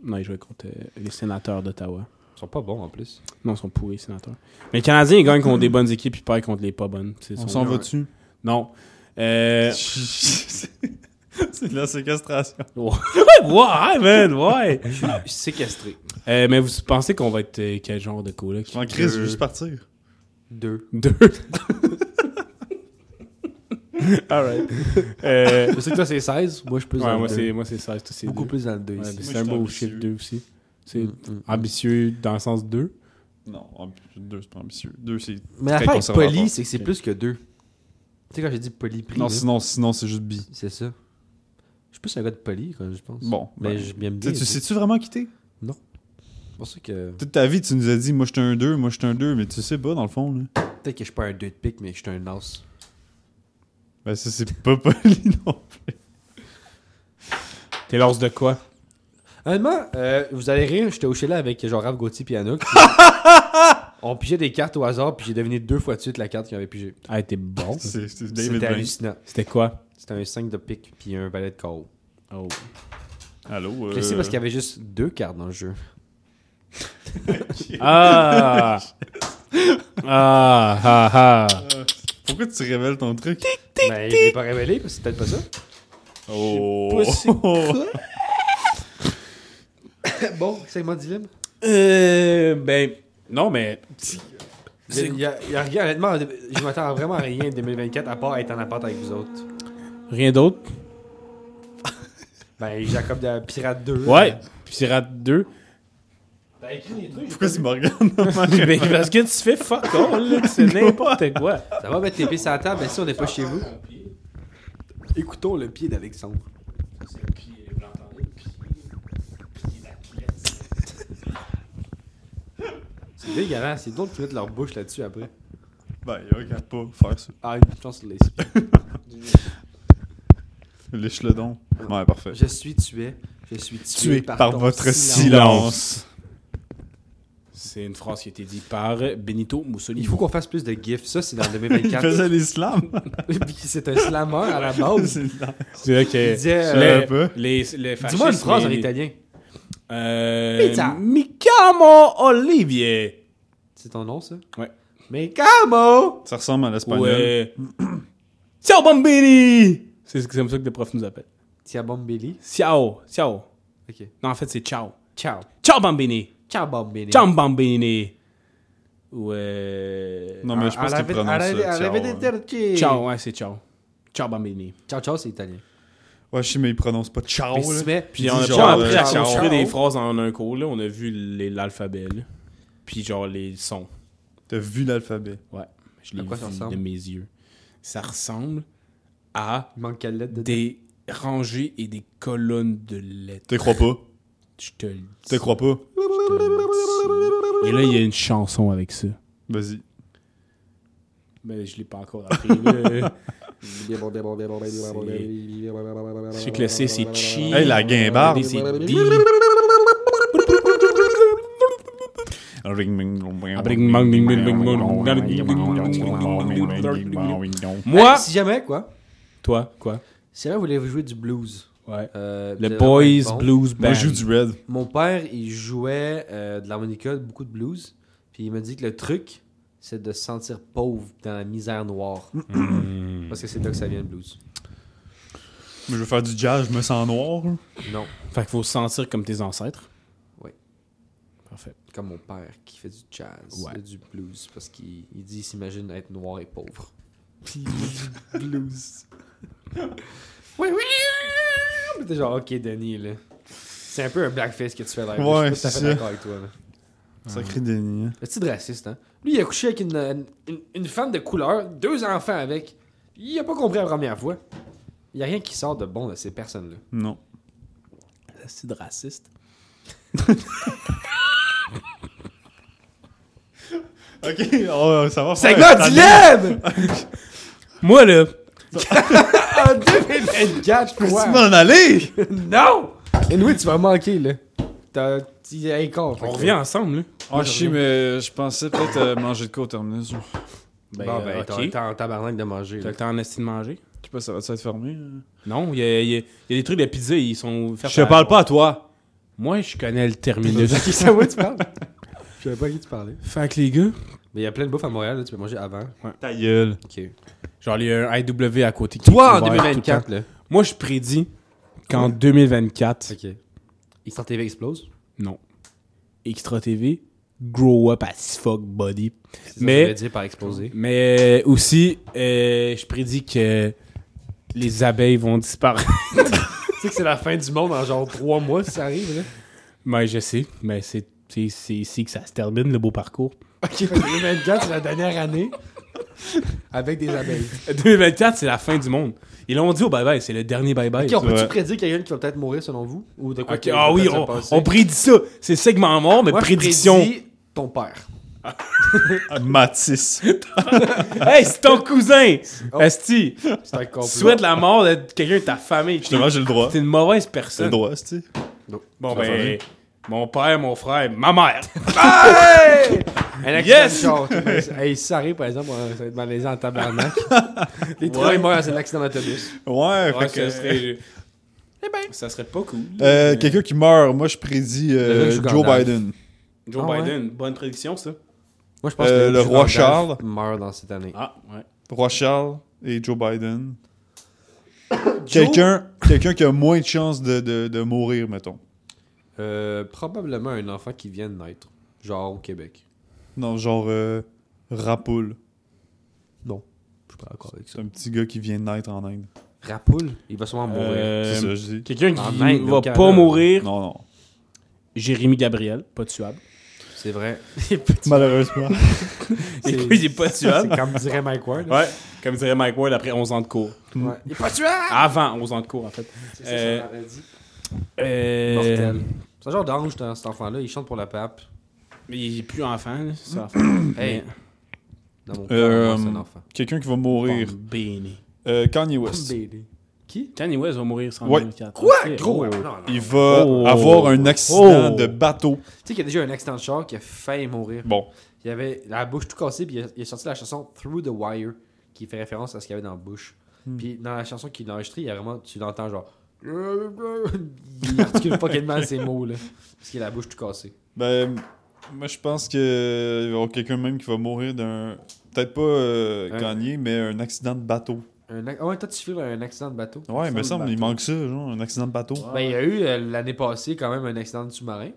[SPEAKER 2] Non, ils jouaient contre euh, les sénateurs d'Ottawa.
[SPEAKER 7] Ils sont pas bons en plus.
[SPEAKER 2] Non, ils sont pourris, les sénateurs. Mais les Canadiens, ils gagnent contre des bonnes équipes, ils
[SPEAKER 7] [LAUGHS]
[SPEAKER 2] perdent contre les pas bonnes. C'est
[SPEAKER 6] On
[SPEAKER 2] son-
[SPEAKER 6] [LAUGHS] s'en va dessus.
[SPEAKER 2] Non. Euh,
[SPEAKER 6] C'est [LAUGHS] C'est de la séquestration.
[SPEAKER 2] Ouais, man, ouais.
[SPEAKER 7] Je suis séquestré.
[SPEAKER 2] [LAUGHS] Euh, mais vous pensez qu'on va être euh, quel genre de coloc?
[SPEAKER 6] Je m'en crise, je veux juste partir.
[SPEAKER 7] Deux.
[SPEAKER 2] Deux. Alright.
[SPEAKER 7] [LAUGHS] Je sais que toi, c'est 16. Moi, je peux
[SPEAKER 2] ouais, Euh, moi, c'est, moi, c'est 16. Toi, c'est
[SPEAKER 7] Beaucoup
[SPEAKER 2] deux.
[SPEAKER 7] plus Mm. dans le 2
[SPEAKER 2] Ouais,
[SPEAKER 7] ici.
[SPEAKER 2] mais
[SPEAKER 6] Moi,
[SPEAKER 2] c'est un
[SPEAKER 6] je suis
[SPEAKER 2] beau
[SPEAKER 6] ambitieux.
[SPEAKER 2] chiffre 2 aussi. C'est ambitieux dans le sens 2.
[SPEAKER 6] Non, amb- deux, c'est pas ambitieux. Deux, c'est.
[SPEAKER 7] Mais
[SPEAKER 6] très
[SPEAKER 7] l'affaire avec
[SPEAKER 6] conservateur.
[SPEAKER 7] poli, c'est que c'est plus que 2. Tu sais, quand j'ai dit poli prix,
[SPEAKER 6] Non,
[SPEAKER 7] là,
[SPEAKER 6] sinon, sinon c'est juste bi.
[SPEAKER 7] c'est ça. Je suis plus un gars de poli, quand je pense.
[SPEAKER 6] Bon.
[SPEAKER 7] Mais
[SPEAKER 6] ben,
[SPEAKER 7] je m'aime bien.
[SPEAKER 6] tu
[SPEAKER 7] C'est
[SPEAKER 6] sais-tu vraiment quitté?
[SPEAKER 7] pour ça que.
[SPEAKER 6] Toute ta vie, tu nous as dit, moi, j'étais un 2, moi, j'étais un 2, mais tu sais pas, dans le fond, là.
[SPEAKER 7] Peut-être que je suis pas un 2 de pique, mais je suis un as.
[SPEAKER 6] Ben, ça, c'est pas [LAUGHS] poli, non.
[SPEAKER 2] T'es l'os de quoi?
[SPEAKER 7] Honnêtement, euh, vous allez rire, j'étais au là avec genre Raph Gauthier puis
[SPEAKER 6] [LAUGHS]
[SPEAKER 7] Anouk. On pigeait des cartes au hasard, puis j'ai deviné deux fois de suite la carte qu'on avait pigée.
[SPEAKER 2] Ah, t'es
[SPEAKER 7] [LAUGHS]
[SPEAKER 2] bon.
[SPEAKER 6] C'est c'est David
[SPEAKER 7] C'était
[SPEAKER 6] Bain.
[SPEAKER 7] hallucinant.
[SPEAKER 2] C'était quoi?
[SPEAKER 7] C'était un 5 de pique, puis un valet de carreau.
[SPEAKER 2] Oh.
[SPEAKER 6] Allô? euh,
[SPEAKER 7] Je le sais parce qu'il y avait juste deux cartes dans le jeu.
[SPEAKER 2] Ah! ah, ah, ah.
[SPEAKER 6] Pourquoi tu révèles ton truc?
[SPEAKER 7] Mais je l'ai Ben, pas révélé, parce que c'est peut-être pas ça.
[SPEAKER 6] Oh!
[SPEAKER 7] [COUGHS] bon, segment dilemme.
[SPEAKER 2] Euh, ben, non, mais. C'est-
[SPEAKER 7] Il y a, il y a rien, honnêtement, je m'attends vraiment à rien de 2024 à part être en appart avec vous autres.
[SPEAKER 2] Rien d'autre.
[SPEAKER 7] Ben, Jacob de Pirate euh, 2.
[SPEAKER 2] Ouais. Puis c'est rat [LAUGHS] 2.
[SPEAKER 7] T'as écrit des trucs.
[SPEAKER 6] Pourquoi tu me regardes?
[SPEAKER 2] ben, parce que tu fais fuck all, là. C'est n'importe quoi.
[SPEAKER 7] Ça va mettre les pieds sur la table, mais si on n'est pas chez vous. Écoutons le pied d'Alexandre. [LAUGHS] C'est dégueulasse, c'est d'autres qui mettent leur bouche là-dessus après.
[SPEAKER 6] Ben, il regarde pas faire ça.
[SPEAKER 7] Ah, une chance de l'esprit.
[SPEAKER 6] L'échelon. Ouais, parfait.
[SPEAKER 7] Je suis tué. Je suis tué,
[SPEAKER 6] Tué par, votre silence.
[SPEAKER 2] C'est une phrase qui a été dite par Benito Mussolini.
[SPEAKER 7] Il faut qu'on fasse plus de gifs. Ça,
[SPEAKER 6] [LAUGHS]
[SPEAKER 7] c'est dans
[SPEAKER 6] Il
[SPEAKER 7] 2024.
[SPEAKER 6] faisait l'islam.
[SPEAKER 7] [LAUGHS] Puis c'est un slammer à
[SPEAKER 6] [LAUGHS]
[SPEAKER 7] la base.
[SPEAKER 2] C'est vrai que.
[SPEAKER 7] Il disait,
[SPEAKER 2] les-
[SPEAKER 6] euh, pas.
[SPEAKER 2] les, les fascistes,
[SPEAKER 7] Dis-moi une phrase en
[SPEAKER 2] les-
[SPEAKER 7] italien.
[SPEAKER 2] Euh,
[SPEAKER 7] Pizza.
[SPEAKER 2] Mi chiamo Olivier.
[SPEAKER 7] C'est ton nom, ça?
[SPEAKER 2] Ouais.
[SPEAKER 7] Mais camo!
[SPEAKER 6] Ça ressemble à l'espagnol.
[SPEAKER 2] Ou euh, [CLEARS THROAT] Ciao Bambini. C'est c'est comme ça que les profs nous appellent.
[SPEAKER 7] Tia Bombelli.
[SPEAKER 2] Ciao. Ciao.
[SPEAKER 7] Ok.
[SPEAKER 2] Non, en fait, c'est ciao.
[SPEAKER 7] Ciao.
[SPEAKER 2] Ciao Bambini.
[SPEAKER 7] Ciao Bombelli.
[SPEAKER 2] Ciao Bambini. Ou euh...
[SPEAKER 6] Non, mais je pense qu'il prononce ça. Ciao, hein. ouais.
[SPEAKER 2] Ciao, ouais, c'est ciao. Ciao Bambini.
[SPEAKER 7] Ciao, ciao, c'est italien.
[SPEAKER 6] Ouais, je sais, mais il prononce pas ciao.
[SPEAKER 7] Mais si tu
[SPEAKER 6] là.
[SPEAKER 7] mets-
[SPEAKER 2] Puis
[SPEAKER 6] Il
[SPEAKER 2] on a
[SPEAKER 6] dit
[SPEAKER 2] pas
[SPEAKER 6] genre,
[SPEAKER 2] appris
[SPEAKER 6] euh,
[SPEAKER 2] à
[SPEAKER 7] ciao,
[SPEAKER 2] construire
[SPEAKER 7] ciao.
[SPEAKER 2] des phrases en un cours, là. On a vu les- l'alphabet, là. Puis genre les sons.
[SPEAKER 6] T'as vu l'alphabet.
[SPEAKER 2] Ouais. Je
[SPEAKER 7] À
[SPEAKER 2] l'ai
[SPEAKER 7] quoi ça
[SPEAKER 2] vu
[SPEAKER 7] ressemble?
[SPEAKER 2] de mes yeux. Ça ressemble à
[SPEAKER 7] Il manque quelle lettre de
[SPEAKER 2] des rangées et des colonnes de lettres.
[SPEAKER 6] T'es crois pas.
[SPEAKER 2] Je te le dis.
[SPEAKER 6] T'es crois pas.
[SPEAKER 2] je te le dis. Et là, il y a une chanson avec ça.
[SPEAKER 6] Vas-y.
[SPEAKER 2] Mais je l'ai pas encore appris. là. [LAUGHS] Je sais que le C, c'est chi.
[SPEAKER 6] Hey, la guimbarde.
[SPEAKER 2] Le D, c'est di. Moi,
[SPEAKER 7] Si jamais, quoi.
[SPEAKER 2] toi, quoi?
[SPEAKER 7] Si jamais vous voulez jouer du blues.
[SPEAKER 2] Ouais.
[SPEAKER 7] euh, vous
[SPEAKER 2] Le
[SPEAKER 7] allez vraiment être
[SPEAKER 2] Boys
[SPEAKER 7] bon.
[SPEAKER 2] Blues Band.
[SPEAKER 6] Moi, je joue du red.
[SPEAKER 7] Mon père, il jouait euh, de l'harmonica, beaucoup de blues. Puis il m'a dit que le truc, c'est de se sentir pauvre dans la misère noire.
[SPEAKER 2] Hmm.
[SPEAKER 7] Parce que c'est là que ça vient le blues.
[SPEAKER 6] Moi, je veux faire du jazz, je me sens noir.
[SPEAKER 7] Non,
[SPEAKER 2] Fait qu'il faut se sentir comme tes ancêtres.
[SPEAKER 7] Oui.
[SPEAKER 2] Parfait.
[SPEAKER 7] comme mon père qui fait du jazz,
[SPEAKER 2] Ouais.
[SPEAKER 7] et du blues. Parce qu'il il dit, il s'imagine être noir et pauvre.
[SPEAKER 6] [LAUGHS]
[SPEAKER 7] [LAUGHS]
[SPEAKER 6] Blues.
[SPEAKER 7] Oui, oui! Mais t'es genre, ok, Denis, là. C'est un peu un blackface que tu fais là.
[SPEAKER 6] Ouais,
[SPEAKER 7] je suis pas tout à fait
[SPEAKER 6] c'est ça.
[SPEAKER 7] d'accord avec toi, là.
[SPEAKER 6] Sacré déni. hein.
[SPEAKER 7] Petit de raciste, hein. Lui, il a couché avec une, une, une femme de couleur, deux enfants avec. Il a pas compris la première fois. Il y a rien qui sort de bon de ces personnes-là.
[SPEAKER 6] Non.
[SPEAKER 2] C'est de raciste.
[SPEAKER 6] Ok, on va savoir.
[SPEAKER 7] C'est quoi, dilemme!
[SPEAKER 2] Moi, là,
[SPEAKER 7] En
[SPEAKER 6] [LAUGHS]
[SPEAKER 7] 2024,
[SPEAKER 6] Tu
[SPEAKER 7] quoi?
[SPEAKER 6] m'en aller!
[SPEAKER 7] Non! Et oui, tu vas manquer, là. T'as un petit écart.
[SPEAKER 2] on revient ensemble, là.
[SPEAKER 6] Ah, je sais, mais je pensais peut-être euh, manger de quoi au terminus. là.
[SPEAKER 2] Ben,
[SPEAKER 7] Bon, ben,
[SPEAKER 2] euh,
[SPEAKER 7] t'as-
[SPEAKER 2] ok.
[SPEAKER 7] t'as un tabarnak de manger,
[SPEAKER 2] T'as
[SPEAKER 7] là.
[SPEAKER 2] le temps en esti de manger?
[SPEAKER 6] Je sais pas, ça va être fermé? euh?
[SPEAKER 2] Non, il y a, il y a- il y a des trucs de pizza, ils sont faits
[SPEAKER 6] Je te
[SPEAKER 2] à-
[SPEAKER 6] parle pas à toi.
[SPEAKER 2] Moi, je connais le
[SPEAKER 7] [LAUGHS]
[SPEAKER 2] terminus.
[SPEAKER 6] [LAUGHS]
[SPEAKER 7] Qui ça, ouais, tu parles? Je savais pas à qui tu parlais.
[SPEAKER 2] fait que les gars,
[SPEAKER 7] Mais il y a plein de bouffe à Montréal, là, tu peux manger avant.
[SPEAKER 6] Ta gueule.
[SPEAKER 7] Ok.
[SPEAKER 2] genre, il y a un IW à côté. qui est
[SPEAKER 7] Toi, en
[SPEAKER 2] ouvert tout le temps.
[SPEAKER 7] 2024, là.
[SPEAKER 2] Moi, je prédis qu'en 2024,
[SPEAKER 7] Ok. Instant TV explose.
[SPEAKER 2] non. Extra TV, grow up as fuck body.
[SPEAKER 7] C'est ça que je
[SPEAKER 2] Mais,
[SPEAKER 7] voulais dire par exploser.
[SPEAKER 2] mais aussi, euh, je prédis que les abeilles vont disparaître. [LAUGHS]
[SPEAKER 7] tu sais que c'est la fin du monde en genre 3 mois si ça arrive, là.
[SPEAKER 2] mais je sais, mais c'est c'est- c'est ici que ça se termine, le beau parcours. [LAUGHS]
[SPEAKER 7] Ok, 2024, c'est la dernière année avec des abeilles.
[SPEAKER 2] 2024, c'est la fin du monde. Ils l'ont dit au bye-bye, c'est le dernier bye-bye.
[SPEAKER 7] Ok, on peut-tu
[SPEAKER 6] Ouais.
[SPEAKER 7] prédire qu'il y a quelqu'un qui va peut-être mourir selon vous Ou de quoi
[SPEAKER 2] Ok,
[SPEAKER 7] qui va
[SPEAKER 2] ah oui,
[SPEAKER 7] peut-être
[SPEAKER 2] on,
[SPEAKER 7] se passer?
[SPEAKER 2] on prédit ça. C'est segment mort, mais
[SPEAKER 7] Moi, je
[SPEAKER 2] prédiction.
[SPEAKER 7] prédis ton père.
[SPEAKER 6] Ah. Matisse.
[SPEAKER 2] [LAUGHS] Hey, c'est ton
[SPEAKER 7] [LAUGHS]
[SPEAKER 2] cousin!
[SPEAKER 7] Oh.
[SPEAKER 2] Esti,
[SPEAKER 7] C'est un complot.
[SPEAKER 2] tu souhaites la mort de quelqu'un de ta famille.
[SPEAKER 6] Justement,
[SPEAKER 2] T'es
[SPEAKER 6] j'ai le droit.
[SPEAKER 2] t'es une mauvaise
[SPEAKER 6] J'ai le
[SPEAKER 2] personne.
[SPEAKER 6] droit, c'est
[SPEAKER 2] Bon,
[SPEAKER 6] Tu l'as
[SPEAKER 2] ben, mon père, mon frère, ma mère.
[SPEAKER 7] Un accident
[SPEAKER 2] Yes!
[SPEAKER 7] de char, tout le monde. hey, si ça arrive, par exemple, on- ça va être malaisant en tabarnak. Les trois meurent, c'est un accident d'autobus.
[SPEAKER 6] Ouais,
[SPEAKER 2] [LAUGHS] Ouais,
[SPEAKER 6] fait
[SPEAKER 2] ça
[SPEAKER 6] que-
[SPEAKER 2] serait. Ça serait pas cool.
[SPEAKER 6] Euh, Quelqu'un qui meurt, moi je prédis euh,
[SPEAKER 7] Le mec joue
[SPEAKER 6] Joe
[SPEAKER 7] Gandalf.
[SPEAKER 6] Biden.
[SPEAKER 2] Joe
[SPEAKER 7] Ah ouais?
[SPEAKER 2] Biden, bonne prédiction, ça.
[SPEAKER 7] Moi, je pense
[SPEAKER 6] Euh,
[SPEAKER 7] que
[SPEAKER 6] le roi Charles.
[SPEAKER 7] meurt dans cette année.
[SPEAKER 2] Ah, ouais.
[SPEAKER 6] Roi Charles et Joe [COUGHS] Biden. Quelqu'un quelqu'un qui a moins de chances de, de- de mourir, mettons.
[SPEAKER 7] Euh, probablement un enfant qui vient de naître, genre au Québec.
[SPEAKER 6] Non, genre euh, Rapoul.
[SPEAKER 7] Je suis pas d'accord avec ça.
[SPEAKER 6] C'est un petit gars qui vient de naître en Inde.
[SPEAKER 7] Rapoul, il va sûrement mourir.
[SPEAKER 6] C'est
[SPEAKER 2] Euh,
[SPEAKER 6] ça, je dis.
[SPEAKER 2] Quelqu'un
[SPEAKER 7] En
[SPEAKER 2] qui
[SPEAKER 7] Inde, au
[SPEAKER 2] va
[SPEAKER 7] Canada.
[SPEAKER 2] pas mourir,
[SPEAKER 6] Non, non.
[SPEAKER 2] Jérémy Gabriel, pas [LAUGHS] tuable.
[SPEAKER 7] C'est vrai.
[SPEAKER 6] Malheureusement.
[SPEAKER 2] Et puis, il est pas
[SPEAKER 7] C'est
[SPEAKER 2] tuable.
[SPEAKER 7] comme dirait
[SPEAKER 2] [LAUGHS]
[SPEAKER 7] Mike Ward.
[SPEAKER 2] Ouais, comme dirait Mike Ward après 11 ans de cours.
[SPEAKER 7] Ouais. Il est pas tuable!
[SPEAKER 2] Avant 11 ans de cours, en fait.
[SPEAKER 7] C'est
[SPEAKER 2] Euh,
[SPEAKER 7] sa maladie.
[SPEAKER 2] Euh,
[SPEAKER 7] Mortel. C'est un genre d'ange, t'as- cet enfant-là. Il chante pour la pape.
[SPEAKER 2] Mais il est plus enfant, là, [CLEARS THROAT] ça.
[SPEAKER 7] Hey.
[SPEAKER 2] Mais-
[SPEAKER 7] Dans mon
[SPEAKER 6] Euh,
[SPEAKER 7] cœur, moi, c'est un enfant.
[SPEAKER 6] [LAUGHS] Quelqu'un qui va mourir.
[SPEAKER 2] Béni.
[SPEAKER 6] Euh, Kanye West.
[SPEAKER 2] Kanye West va mourir sans
[SPEAKER 6] Ouais.
[SPEAKER 2] 2024.
[SPEAKER 7] Quoi,
[SPEAKER 2] Ok.
[SPEAKER 7] gros? Non, non.
[SPEAKER 6] Il va
[SPEAKER 2] Oh.
[SPEAKER 6] avoir un accident
[SPEAKER 2] Oh.
[SPEAKER 6] de bateau.
[SPEAKER 7] Tu sais qu'il y a déjà eu un accident de char qui a failli mourir.
[SPEAKER 6] Bon,
[SPEAKER 7] Il avait la bouche tout cassée, puis il a, il a sorti la chanson Through the Wire, qui fait référence à ce qu'il y avait dans la bouche. Puis dans la chanson qu'il a enregistrée, il y a vraiment, tu l'entends genre. [LAUGHS] il articule fucking mal ses mots, là. Parce qu'il a la bouche tout cassée.
[SPEAKER 6] ben, moi je pense qu'il va y avoir quelqu'un même qui va mourir d'un. Peut-être pas euh,
[SPEAKER 7] Un-
[SPEAKER 6] Kanye, mais un accident de bateau.
[SPEAKER 7] Un, ac- ah ouais, toi, tu filmes un accident de bateau.
[SPEAKER 6] Ouais, mais
[SPEAKER 7] Accident
[SPEAKER 6] ça,
[SPEAKER 7] de
[SPEAKER 6] il
[SPEAKER 7] bateau.
[SPEAKER 6] manque ça, genre, un accident de bateau.
[SPEAKER 7] Ben, il y a eu euh, l'année passée quand même un accident de sous-marin.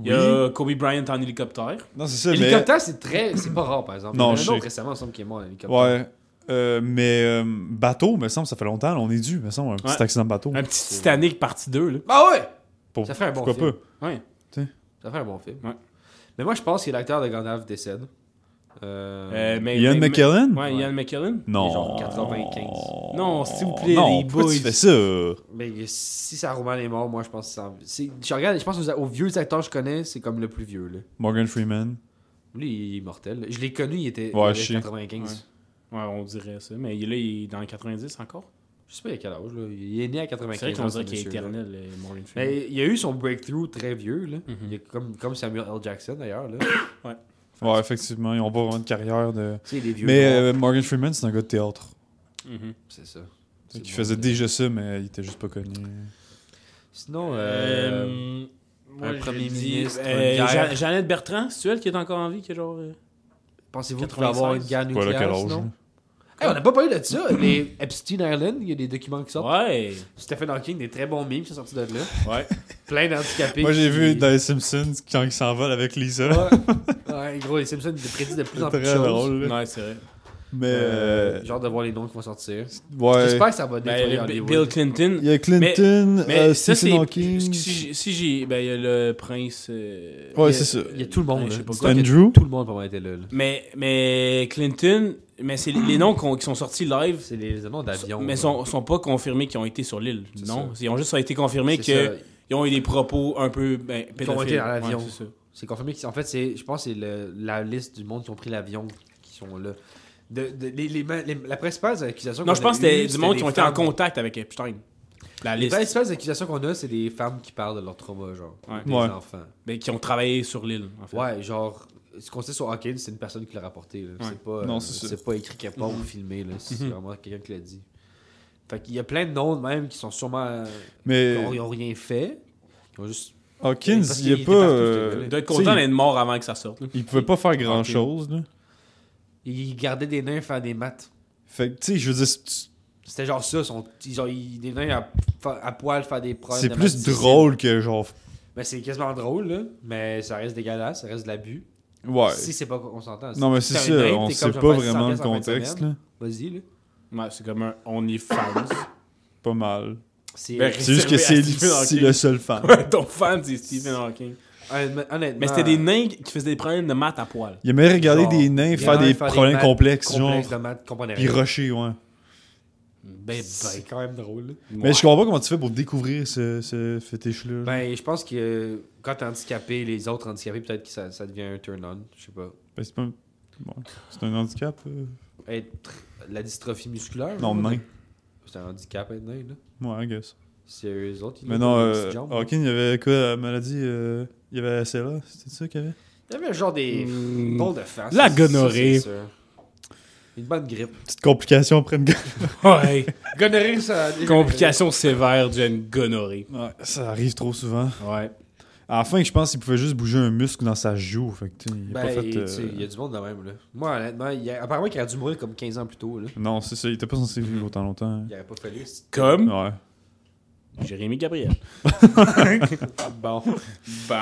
[SPEAKER 2] Il y a Kobe Bryant en hélicoptère.
[SPEAKER 6] Non, c'est ça, mais.
[SPEAKER 7] L'hélicoptère, c'est très. C'est pas rare, par exemple.
[SPEAKER 6] Non,
[SPEAKER 7] il y en
[SPEAKER 6] je
[SPEAKER 7] a un
[SPEAKER 6] sais.
[SPEAKER 7] autre récemment, ensemble, qui est mort en hélicoptère.
[SPEAKER 6] Ouais. Euh, mais euh, bateau, me semble, ça fait longtemps, là, on est dû, me semble, un petit
[SPEAKER 2] Ouais.
[SPEAKER 6] accident de bateau.
[SPEAKER 2] Un petit Titanic partie 2, là.
[SPEAKER 7] Ah ouais!
[SPEAKER 6] Pour-
[SPEAKER 7] Ça fait un bon
[SPEAKER 6] Pourquoi
[SPEAKER 7] film.
[SPEAKER 6] pas?
[SPEAKER 7] Ça fait un bon film.
[SPEAKER 2] Ouais.
[SPEAKER 7] Mais moi, je pense que l'acteur de Gandalf décède. Euh,
[SPEAKER 2] Euh, mais-
[SPEAKER 6] Ian
[SPEAKER 2] mais-
[SPEAKER 6] McKellen?
[SPEAKER 2] Ouais, Ian McKellen.
[SPEAKER 6] Non.
[SPEAKER 7] genre 95.
[SPEAKER 2] Oh, Non, s'il vous plaît,
[SPEAKER 6] non,
[SPEAKER 2] les
[SPEAKER 6] pourquoi
[SPEAKER 2] boys.
[SPEAKER 6] tu fais ça? euh,
[SPEAKER 7] Mais si Saruman est mort, moi, je pense que ça... c'est- Je regarde, je pense aux, aux vieux acteurs que je connais, c'est comme le plus vieux, là.
[SPEAKER 6] Morgan Freeman.
[SPEAKER 7] Lui, il est mortel. Je l'ai connu, il était
[SPEAKER 6] Ouais,
[SPEAKER 7] il avait
[SPEAKER 6] je sais.
[SPEAKER 7] 95.
[SPEAKER 2] Ouais, on dirait ça. Mais il est là, il est dans les 90 encore.
[SPEAKER 7] Je sais pas il a quel âge, là. Il est né à 95.
[SPEAKER 2] C'est vrai qu'on
[SPEAKER 7] ce
[SPEAKER 2] dirait qu'il est
[SPEAKER 7] monsieur-là.
[SPEAKER 2] éternel, euh, Morgan Freeman.
[SPEAKER 7] Mais il a eu son breakthrough très vieux, là.
[SPEAKER 2] Mhm.
[SPEAKER 7] Il est comme, comme Samuel L. Jackson, d'ailleurs,
[SPEAKER 6] [COUGHS]
[SPEAKER 7] là.
[SPEAKER 6] Ouais, effectivement, ils ont pas vraiment de carrière de.
[SPEAKER 7] tu sais, les vieux.
[SPEAKER 6] Mais
[SPEAKER 7] morts,
[SPEAKER 6] euh, Morgan Freeman, c'est un gars de théâtre.
[SPEAKER 2] Mhm.
[SPEAKER 7] C'est ça. C'est
[SPEAKER 6] Qui
[SPEAKER 7] bon.
[SPEAKER 6] faisait déjà ça, mais il était juste pas connu.
[SPEAKER 7] Sinon, euh...
[SPEAKER 2] Euh, moi,
[SPEAKER 7] un
[SPEAKER 2] je
[SPEAKER 7] premier
[SPEAKER 2] dis,
[SPEAKER 7] ministre,
[SPEAKER 2] euh,
[SPEAKER 7] une guerre.
[SPEAKER 2] Ja- Jeannette Bertrand, c'est elle qui est encore en vie, qui est genre. euh,
[SPEAKER 7] Pensez-vous qu'il va y avoir une guerre
[SPEAKER 6] Voilà
[SPEAKER 7] nucléaire,
[SPEAKER 6] quel âge.
[SPEAKER 7] sinon?
[SPEAKER 6] là.
[SPEAKER 7] Hey, on n'a pas parlé
[SPEAKER 2] [CLEARS THROAT]
[SPEAKER 7] de ça. Les Epstein Island, il y a des documents qui sortent.
[SPEAKER 2] Ouais.
[SPEAKER 7] Stephen Hawking, des très bons mimes qui sont sortis de là.
[SPEAKER 2] Ouais.
[SPEAKER 7] [LAUGHS] Plein d'handicapés.
[SPEAKER 6] Moi, j'ai
[SPEAKER 7] qui-
[SPEAKER 6] vu dans les Simpsons quand ils s'envolent avec Lisa.
[SPEAKER 7] Ouais. ouais, gros, les Simpsons ils prédisent de plus en
[SPEAKER 6] Très
[SPEAKER 7] plus de choses.
[SPEAKER 6] drôle. là.
[SPEAKER 2] Ouais, c'est vrai.
[SPEAKER 6] Mais.
[SPEAKER 7] Euh,
[SPEAKER 6] euh,
[SPEAKER 7] Genre de voir les noms qui vont sortir.
[SPEAKER 6] ouais.
[SPEAKER 7] J'espère que ça va
[SPEAKER 2] Ben,
[SPEAKER 7] détruire
[SPEAKER 2] le-
[SPEAKER 7] Hollywood.
[SPEAKER 2] Bill Clinton.
[SPEAKER 6] Il y a Clinton,
[SPEAKER 2] Mais
[SPEAKER 6] euh,
[SPEAKER 2] ça, c'est.
[SPEAKER 6] Stephen Hawking.
[SPEAKER 2] Si j'ai- si j'ai. Ben, il y a le prince. euh,
[SPEAKER 6] Ouais,
[SPEAKER 2] il y a-
[SPEAKER 6] c'est ça.
[SPEAKER 7] Il y a tout le monde.
[SPEAKER 2] Ouais, je
[SPEAKER 7] là.
[SPEAKER 2] sais pas
[SPEAKER 7] Dis-toi
[SPEAKER 2] quoi.
[SPEAKER 7] que
[SPEAKER 6] Andrew.
[SPEAKER 7] Tout le monde pour était là. là.
[SPEAKER 2] Mais, mais Clinton, mais c'est les- les noms qu'on- qui sont sortis live,
[SPEAKER 7] C'est les noms d'avions.
[SPEAKER 2] mais
[SPEAKER 7] là.
[SPEAKER 2] sont, sont pas confirmés qu'ils ont été sur l'île.
[SPEAKER 7] C'est
[SPEAKER 2] Non, ils ont juste été confirmés
[SPEAKER 7] C'est ça.
[SPEAKER 2] qu'ils ont eu des propos un peu ben, pédophiles.
[SPEAKER 7] ont été dans l'avion.
[SPEAKER 2] Ouais, c'est ça.
[SPEAKER 7] C'est confirmé qu'en fait, c'est, je pense que c'est le- la liste du monde qui ont pris l'avion qui sont là. De, de- les- les ma- les- la principale accusation
[SPEAKER 2] non, je pense que c'était du monde qui ont été en
[SPEAKER 7] compte
[SPEAKER 2] contact avec Epstein. La
[SPEAKER 7] Les
[SPEAKER 2] liste.
[SPEAKER 7] principales accusations qu'on a, c'est des femmes qui parlent de leur trauma, genre.
[SPEAKER 2] Ouais.
[SPEAKER 7] Des
[SPEAKER 6] Ouais.
[SPEAKER 7] enfants.
[SPEAKER 2] Ben, qui ont travaillé sur l'île, en fait.
[SPEAKER 7] Ouais, genre, ce qu'on sait sur Hawkins, c'est une personne qui l'a rapporté. là.
[SPEAKER 2] Ouais.
[SPEAKER 7] C'est pas,
[SPEAKER 6] Non,
[SPEAKER 7] euh,
[SPEAKER 6] c'est ça.
[SPEAKER 7] c'est pas écrit quelque part ou filmé. là. C'est
[SPEAKER 2] Mhm.
[SPEAKER 7] vraiment quelqu'un qui l'a dit. Fait qu'il y a plein de noms de même qui sont sûrement. euh, qui
[SPEAKER 6] Mais
[SPEAKER 7] ont- Ils ont rien fait. Ils ont juste.
[SPEAKER 6] Hawkins,
[SPEAKER 7] Parce
[SPEAKER 6] il
[SPEAKER 7] qu'il
[SPEAKER 6] est
[SPEAKER 7] était
[SPEAKER 6] pas.
[SPEAKER 7] partout,
[SPEAKER 6] euh,
[SPEAKER 7] ce gars-là.
[SPEAKER 2] Il doit être
[SPEAKER 6] tu sais,
[SPEAKER 2] content d'être mort avant que ça sorte. là.
[SPEAKER 6] Il pouvait pas faire grand chose, là.
[SPEAKER 7] Ils gardaient des nains faire des maths.
[SPEAKER 6] Fait que, tu sais, je veux dire, si tu-
[SPEAKER 7] C'était genre ça, son, ils ont, ils, des nains à, fa- à poil faire des problèmes.
[SPEAKER 6] C'est plus drôle que genre.
[SPEAKER 7] Mais c'est quasiment drôle, là. Mais ça reste dégueulasse, ça reste de l'abus.
[SPEAKER 6] Ouais.
[SPEAKER 7] Si c'est pas qu'on s'entend. Si
[SPEAKER 6] Non, mais
[SPEAKER 7] t'es
[SPEAKER 6] c'est
[SPEAKER 7] un
[SPEAKER 6] ça,
[SPEAKER 7] nain,
[SPEAKER 6] on
[SPEAKER 7] t'es
[SPEAKER 6] sait
[SPEAKER 7] comme, je
[SPEAKER 6] pas
[SPEAKER 7] vais faire 100
[SPEAKER 6] vraiment le
[SPEAKER 7] pièces en fin de
[SPEAKER 6] contexte,
[SPEAKER 7] semaine.
[SPEAKER 6] là.
[SPEAKER 7] Vas-y, là.
[SPEAKER 2] Ouais, c'est comme un OnlyFans.
[SPEAKER 6] Pas mal.
[SPEAKER 7] C'est
[SPEAKER 2] Ben,
[SPEAKER 7] [LAUGHS]
[SPEAKER 6] C'est juste que
[SPEAKER 2] Réservé
[SPEAKER 6] c'est
[SPEAKER 2] à Stephen
[SPEAKER 6] c'est
[SPEAKER 2] Hawking.
[SPEAKER 6] le seul fan.
[SPEAKER 2] [LAUGHS] Ouais, Ton fan, c'est Stephen Hawking.
[SPEAKER 7] honnêtement.
[SPEAKER 2] Mais c'était des nains qui faisaient des problèmes de maths à poil.
[SPEAKER 6] Il aimait regarder
[SPEAKER 7] Genre,
[SPEAKER 6] des nains
[SPEAKER 7] les
[SPEAKER 6] faire
[SPEAKER 7] nains
[SPEAKER 6] des
[SPEAKER 7] faire des
[SPEAKER 6] problèmes
[SPEAKER 7] maths
[SPEAKER 6] complexes,
[SPEAKER 7] complexes de
[SPEAKER 6] genre.
[SPEAKER 7] maths, comprenez
[SPEAKER 6] Puis
[SPEAKER 7] rien.
[SPEAKER 6] rusher, ouais.
[SPEAKER 7] Ben, ben, quand même drôle. là.
[SPEAKER 6] Mais je comprends pas comment tu fais pour découvrir ce, ce fétiche-là. Ben,
[SPEAKER 7] Ben, je pense que euh, quand t'es handicapé, les autres handicapés, peut-être que ça, ça devient un turn-on. Je sais pas.
[SPEAKER 6] Ben, c'est pas un... bon, c'est un handicap. euh.
[SPEAKER 7] Être la dystrophie musculaire.
[SPEAKER 6] Non,
[SPEAKER 7] là,
[SPEAKER 6] nain.
[SPEAKER 7] C'est un handicap être nain, là.
[SPEAKER 6] Ouais, I guess.
[SPEAKER 7] C'est eux autres, ils
[SPEAKER 6] Mais
[SPEAKER 7] l'ont
[SPEAKER 6] non,
[SPEAKER 7] pas, les
[SPEAKER 6] euh,
[SPEAKER 7] petites jambes.
[SPEAKER 6] Hawking, il y avait quoi, la maladie euh, Il y avait SLA, c'était ça qu'il y avait
[SPEAKER 7] Il y avait genre des
[SPEAKER 2] Mm.
[SPEAKER 7] balles de face.
[SPEAKER 2] La
[SPEAKER 7] ça,
[SPEAKER 2] gonorrhée.
[SPEAKER 7] ça, c'est sûr. Une bonne grippe.
[SPEAKER 6] Petite complication après une gueule.
[SPEAKER 2] [LAUGHS] Ouais.
[SPEAKER 7] Gonorrhée, ça.
[SPEAKER 2] Complications sévères d'une gonorrhée.
[SPEAKER 6] Ouais, ça arrive trop souvent.
[SPEAKER 2] Ouais.
[SPEAKER 6] Enfin, je pense qu'il pouvait juste bouger un muscle dans sa joue. Fait que, tu sais, il a
[SPEAKER 7] Ben,
[SPEAKER 6] pas fait.
[SPEAKER 7] tu
[SPEAKER 6] euh,
[SPEAKER 7] sais, il y a du monde de même, là. Moi, honnêtement, il y a- apparemment qu'il aurait dû mourir comme 15 ans plus tôt, là.
[SPEAKER 6] Non, c'est ça, il était pas censé vivre
[SPEAKER 7] Mm-hmm.
[SPEAKER 6] autant longtemps.
[SPEAKER 7] Il aurait pas fallu. c'est-
[SPEAKER 2] Comme
[SPEAKER 6] Ouais.
[SPEAKER 2] Jérémy Gabriel. Ah, bon. Bon.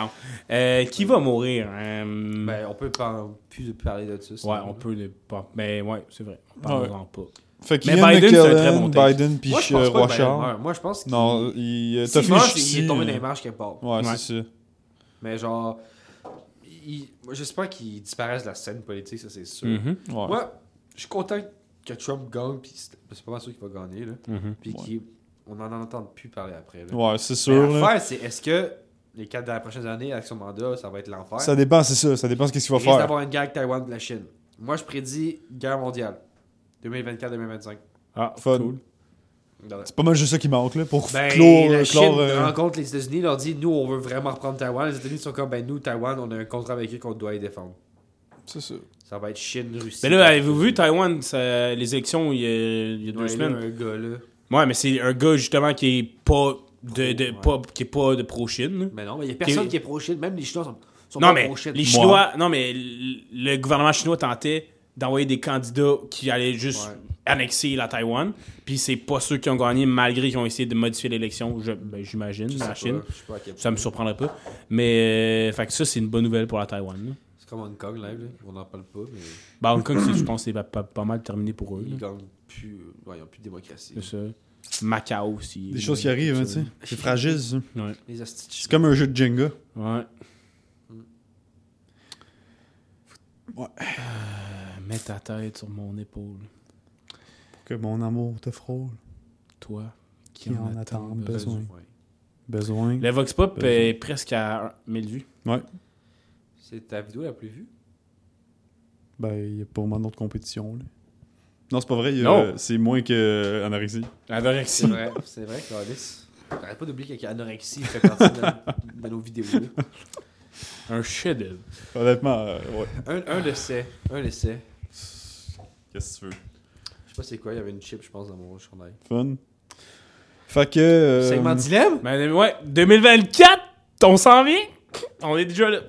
[SPEAKER 2] Euh, qui va mourir
[SPEAKER 6] Mm.
[SPEAKER 2] Euh,
[SPEAKER 7] Ben, on peut pas plus parler de ça.
[SPEAKER 2] Ouais,
[SPEAKER 7] sinon,
[SPEAKER 2] on
[SPEAKER 7] là.
[SPEAKER 2] peut les pas. Mais Ah ouais, c'est vrai. On parlera pas.
[SPEAKER 6] Fait que
[SPEAKER 2] Mais
[SPEAKER 6] Ian
[SPEAKER 2] Biden, c'est un très
[SPEAKER 6] McKellen,
[SPEAKER 2] bon texte.
[SPEAKER 6] Biden, puis
[SPEAKER 7] Moi, je pense
[SPEAKER 6] euh,
[SPEAKER 7] pas
[SPEAKER 6] Roi
[SPEAKER 7] que Biden
[SPEAKER 6] Charles.
[SPEAKER 7] meurt. Moi, je pense qu'il.
[SPEAKER 6] Non, il. euh,
[SPEAKER 7] S'il
[SPEAKER 6] t'as fait
[SPEAKER 7] meurt,
[SPEAKER 6] ici,
[SPEAKER 7] il est tombé dans
[SPEAKER 6] euh,
[SPEAKER 7] les marches quelque part.
[SPEAKER 6] Ouais,
[SPEAKER 2] Ouais.
[SPEAKER 6] c'est ça.
[SPEAKER 7] Mais genre, il- moi, j'espère qu'il disparaisse de la scène politique, ça c'est sûr.
[SPEAKER 2] Mhm.
[SPEAKER 6] Ouais.
[SPEAKER 7] Moi, je suis content que Trump gagne, puis c'est ben, c'est pas mal sûr qu'il va gagner, là.
[SPEAKER 2] Mhm.
[SPEAKER 7] Puis qu'il- on n'en entend plus parler après. Là.
[SPEAKER 6] Ouais, c'est
[SPEAKER 7] Mais
[SPEAKER 6] sûr. là.
[SPEAKER 7] l'affaire, c'est est-ce que les quatre dernières prochaines années, avec son mandat, ça va être l'enfer?
[SPEAKER 6] Ça dépend, c'est ça. Ça dépend de ce qu'il
[SPEAKER 7] Il
[SPEAKER 6] va
[SPEAKER 7] risque
[SPEAKER 6] faire.
[SPEAKER 7] d'avoir une guerre avec Taïwan et la Chine. Moi, je prédis guerre mondiale. 2024-2025.
[SPEAKER 2] Ah,
[SPEAKER 6] Fun.
[SPEAKER 2] cool.
[SPEAKER 6] C'est pas mal juste ça qui manque, là, pour
[SPEAKER 7] Ben,
[SPEAKER 6] clore.
[SPEAKER 7] la
[SPEAKER 6] euh,
[SPEAKER 7] Chine
[SPEAKER 6] clore, euh,
[SPEAKER 7] rencontre les États-Unis, leur dit nous on veut vraiment reprendre Taïwan. Les États-Unis sont comme ben nous Taïwan, on a un contrat avec eux qu'on doit y défendre.
[SPEAKER 6] C'est ça.
[SPEAKER 7] Ça va être Chine, Russie.
[SPEAKER 2] Mais là, avez-vous vu Taïwan, ça- les élections il y a, il y a deux
[SPEAKER 7] Ouais, là,
[SPEAKER 2] semaines?
[SPEAKER 7] un gars là.
[SPEAKER 2] Ouais, mais c'est un gars justement qui est pas de, de- pas, qui est pas de pro-Chine.
[SPEAKER 7] Mais non, mais il y a personne
[SPEAKER 2] Qui-
[SPEAKER 7] qui est pro Chine, même les Chinois sont, sont
[SPEAKER 2] Non
[SPEAKER 7] pas
[SPEAKER 2] mais,
[SPEAKER 7] pro Chine.
[SPEAKER 2] les Chinois, non, mais l- le gouvernement chinois tentait d'envoyer des candidats qui allaient juste
[SPEAKER 7] Ouais.
[SPEAKER 2] annexer la Taïwan. Puis c'est pas ceux qui ont gagné malgré qu'ils ont essayé de modifier l'élection, je- ben, j'imagine,
[SPEAKER 7] Je sais
[SPEAKER 2] la
[SPEAKER 7] pas,
[SPEAKER 2] Chine.
[SPEAKER 7] je sais pas à quel
[SPEAKER 2] Ça me
[SPEAKER 7] point.
[SPEAKER 2] surprendrait pas. Mais euh, fait que ça, c'est une bonne nouvelle pour la Taïwan. là.
[SPEAKER 7] C'est comme Hong Kong live, là. on n'en parle pas, mais
[SPEAKER 2] Bah, Hong Kong, c'est- je pense que c'est pas, pas- pas mal terminé pour eux.
[SPEAKER 7] ils
[SPEAKER 6] Mm.
[SPEAKER 2] là.
[SPEAKER 7] gagnent plus, euh, ouais, ils ont plus de démocratie.
[SPEAKER 2] C'est Mhm. ça. Macao aussi.
[SPEAKER 6] Des choses qui arrivent, hein, tu
[SPEAKER 2] Ça.
[SPEAKER 6] sais. C'est fragile, ça.
[SPEAKER 7] Les hosties de
[SPEAKER 6] C'est
[SPEAKER 7] Chine.
[SPEAKER 6] comme un jeu de Jenga.
[SPEAKER 2] Ouais.
[SPEAKER 6] Mm. Ouais.
[SPEAKER 2] Euh, mets ta tête sur mon épaule.
[SPEAKER 6] Pour que mon amour te frôle.
[SPEAKER 2] Toi
[SPEAKER 6] Qui en attend besoin. Besoin.
[SPEAKER 2] Le Vox Pop
[SPEAKER 6] Besoin.
[SPEAKER 2] est presque à 1000 vues.
[SPEAKER 7] C'est ta vidéo la plus vue.
[SPEAKER 6] Ben, il y a pas vraiment d'autres compétitions, là. Non, c'est pas vrai. il y a-
[SPEAKER 2] Non.
[SPEAKER 6] C'est moins que euh, anorexie.
[SPEAKER 7] C'est vrai, [LAUGHS] c'est vrai, Carlis. J'arrête pas d'oublier qu'anorexie fait partie de, de nos vidéos. là.
[SPEAKER 2] Un chef-d'œuvre.
[SPEAKER 6] Honnêtement, euh, ouais.
[SPEAKER 7] Un, un le sait, un le sait.
[SPEAKER 6] Qu'est-ce que tu veux?
[SPEAKER 7] Je sais pas c'est quoi, il y avait une chip, je pense, dans mon chandail.
[SPEAKER 6] Fun. Fait que. euh,
[SPEAKER 7] Segment dilemme?
[SPEAKER 2] Mais Ben, ouais, 2024, on s'en vient. On est déjà là.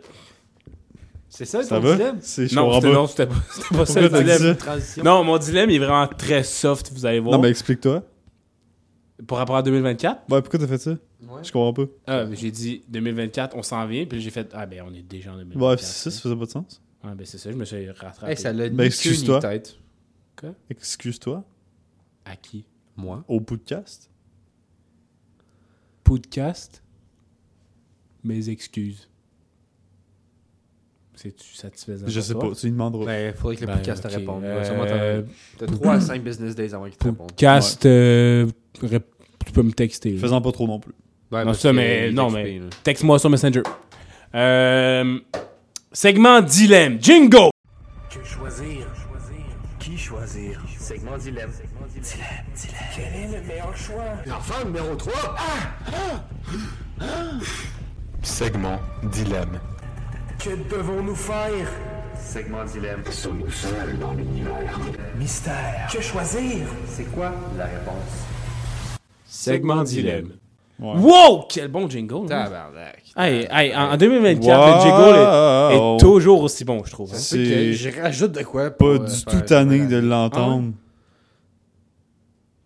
[SPEAKER 7] C'est ça,
[SPEAKER 6] ça
[SPEAKER 7] ton
[SPEAKER 6] va?
[SPEAKER 7] dilemme?
[SPEAKER 6] C'est chaud
[SPEAKER 2] Non,
[SPEAKER 6] en
[SPEAKER 2] c'était,
[SPEAKER 6] bas.
[SPEAKER 2] non, c'était pas, c'était pas ça le
[SPEAKER 6] Pourquoi t'as dit
[SPEAKER 2] dilemme.
[SPEAKER 6] ça?
[SPEAKER 7] Transition.
[SPEAKER 2] Non, mon dilemme il est vraiment très soft, vous allez voir.
[SPEAKER 6] Non, mais explique-toi.
[SPEAKER 2] Par rapport à 2024,
[SPEAKER 6] Ouais, pourquoi t'as fait ça?
[SPEAKER 7] Ouais.
[SPEAKER 6] Je comprends pas.
[SPEAKER 2] ah, mais j'ai dit 2024, on s'en vient, puis j'ai fait Ah, ben on est déjà en 2024.
[SPEAKER 6] Ouais, c'est ça, ça faisait pas de sens.
[SPEAKER 2] Ouais, ben c'est ça, je me suis rattrapé.
[SPEAKER 7] Hey, ça l'a
[SPEAKER 6] Ben,
[SPEAKER 7] ni queue ni
[SPEAKER 6] excuse-toi.
[SPEAKER 7] tête.
[SPEAKER 6] Excuse-toi.
[SPEAKER 2] À qui
[SPEAKER 7] Moi.
[SPEAKER 6] Au podcast.
[SPEAKER 2] Podcast, mes excuses. C'est-tu satisfaisant
[SPEAKER 6] Je
[SPEAKER 2] pour
[SPEAKER 6] sais
[SPEAKER 2] toi?
[SPEAKER 6] pas, tu lui demanderas.
[SPEAKER 7] Ben, faudrait que le
[SPEAKER 2] Ben,
[SPEAKER 7] podcast te
[SPEAKER 2] ok,
[SPEAKER 7] réponde.
[SPEAKER 2] euh,
[SPEAKER 7] T'as 3 à 5 business days avant qu'il te réponde.
[SPEAKER 2] Podcast, euh, rép- tu peux me texter. là.
[SPEAKER 6] Faisant pas trop non plus.
[SPEAKER 7] Ben,
[SPEAKER 2] Non, ça,
[SPEAKER 6] euh,
[SPEAKER 2] mais. Non, mais. Texte-moi sur Messenger. Euh, segment Dilemme. Jingo!
[SPEAKER 10] Que choisir Qui choisir Segment dilemme. Dilemme, dilemme. Quel est le meilleur choix Ah! L'enfant numéro 3
[SPEAKER 11] Segment dilemme.
[SPEAKER 10] Que devons-nous faire Segment dilemme. Sommes-nous seuls dans l'univers Mystère. Que choisir C'est quoi la réponse
[SPEAKER 2] Segment Dilemme.
[SPEAKER 6] Ouais.
[SPEAKER 2] Wow! Quel bon jingle! hein.
[SPEAKER 7] Tabarnak.
[SPEAKER 2] Hey, hey, en, en 2024, le jingle est, est
[SPEAKER 6] Wow.
[SPEAKER 2] toujours aussi bon, je trouve. hein.
[SPEAKER 7] C'est que
[SPEAKER 6] C'est
[SPEAKER 7] je rajoute de quoi
[SPEAKER 6] pas
[SPEAKER 7] pour, euh,
[SPEAKER 6] du
[SPEAKER 7] faire-
[SPEAKER 6] tout tanné de l'entendre.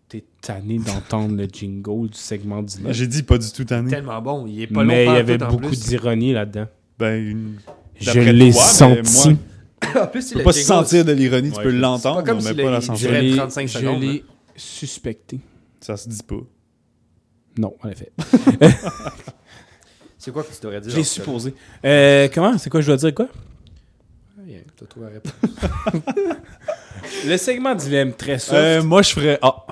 [SPEAKER 2] T'es tanné d'entendre le jingle du segment d'Ilan.
[SPEAKER 6] Ben, J'ai dit pas du tout tanné.
[SPEAKER 7] Tellement bon, il est pas
[SPEAKER 2] Mais il
[SPEAKER 7] long
[SPEAKER 2] y
[SPEAKER 7] pas
[SPEAKER 2] avait
[SPEAKER 7] tout, en
[SPEAKER 2] beaucoup
[SPEAKER 7] plus.
[SPEAKER 2] d'ironie là-dedans.
[SPEAKER 6] Ben, une...
[SPEAKER 2] Je
[SPEAKER 6] D'après
[SPEAKER 2] l'ai
[SPEAKER 6] toi, mais
[SPEAKER 2] senti.
[SPEAKER 7] [LAUGHS]
[SPEAKER 6] moi,
[SPEAKER 7] En plus,
[SPEAKER 6] Tu peux pas sentir de l'ironie, tu
[SPEAKER 2] Ouais,
[SPEAKER 6] peux
[SPEAKER 2] c'est
[SPEAKER 6] l'entendre,
[SPEAKER 7] comme
[SPEAKER 6] mais
[SPEAKER 7] si
[SPEAKER 6] pas
[SPEAKER 7] le-
[SPEAKER 6] la
[SPEAKER 2] Je
[SPEAKER 6] sentir.
[SPEAKER 7] J'aurais
[SPEAKER 2] l'ai-
[SPEAKER 7] 35
[SPEAKER 2] je
[SPEAKER 7] secondes,
[SPEAKER 2] l'ai suspecté.
[SPEAKER 6] Ça se dit pas.
[SPEAKER 2] Non, en effet.
[SPEAKER 7] C'est quoi que tu devrais dire
[SPEAKER 2] Je l'ai supposé. Euh, comment C'est quoi je dois dire quoi
[SPEAKER 7] T'as trouvé la réponse.
[SPEAKER 2] Le segment dilemme très soft.
[SPEAKER 6] Euh, moi, je ferais Ah.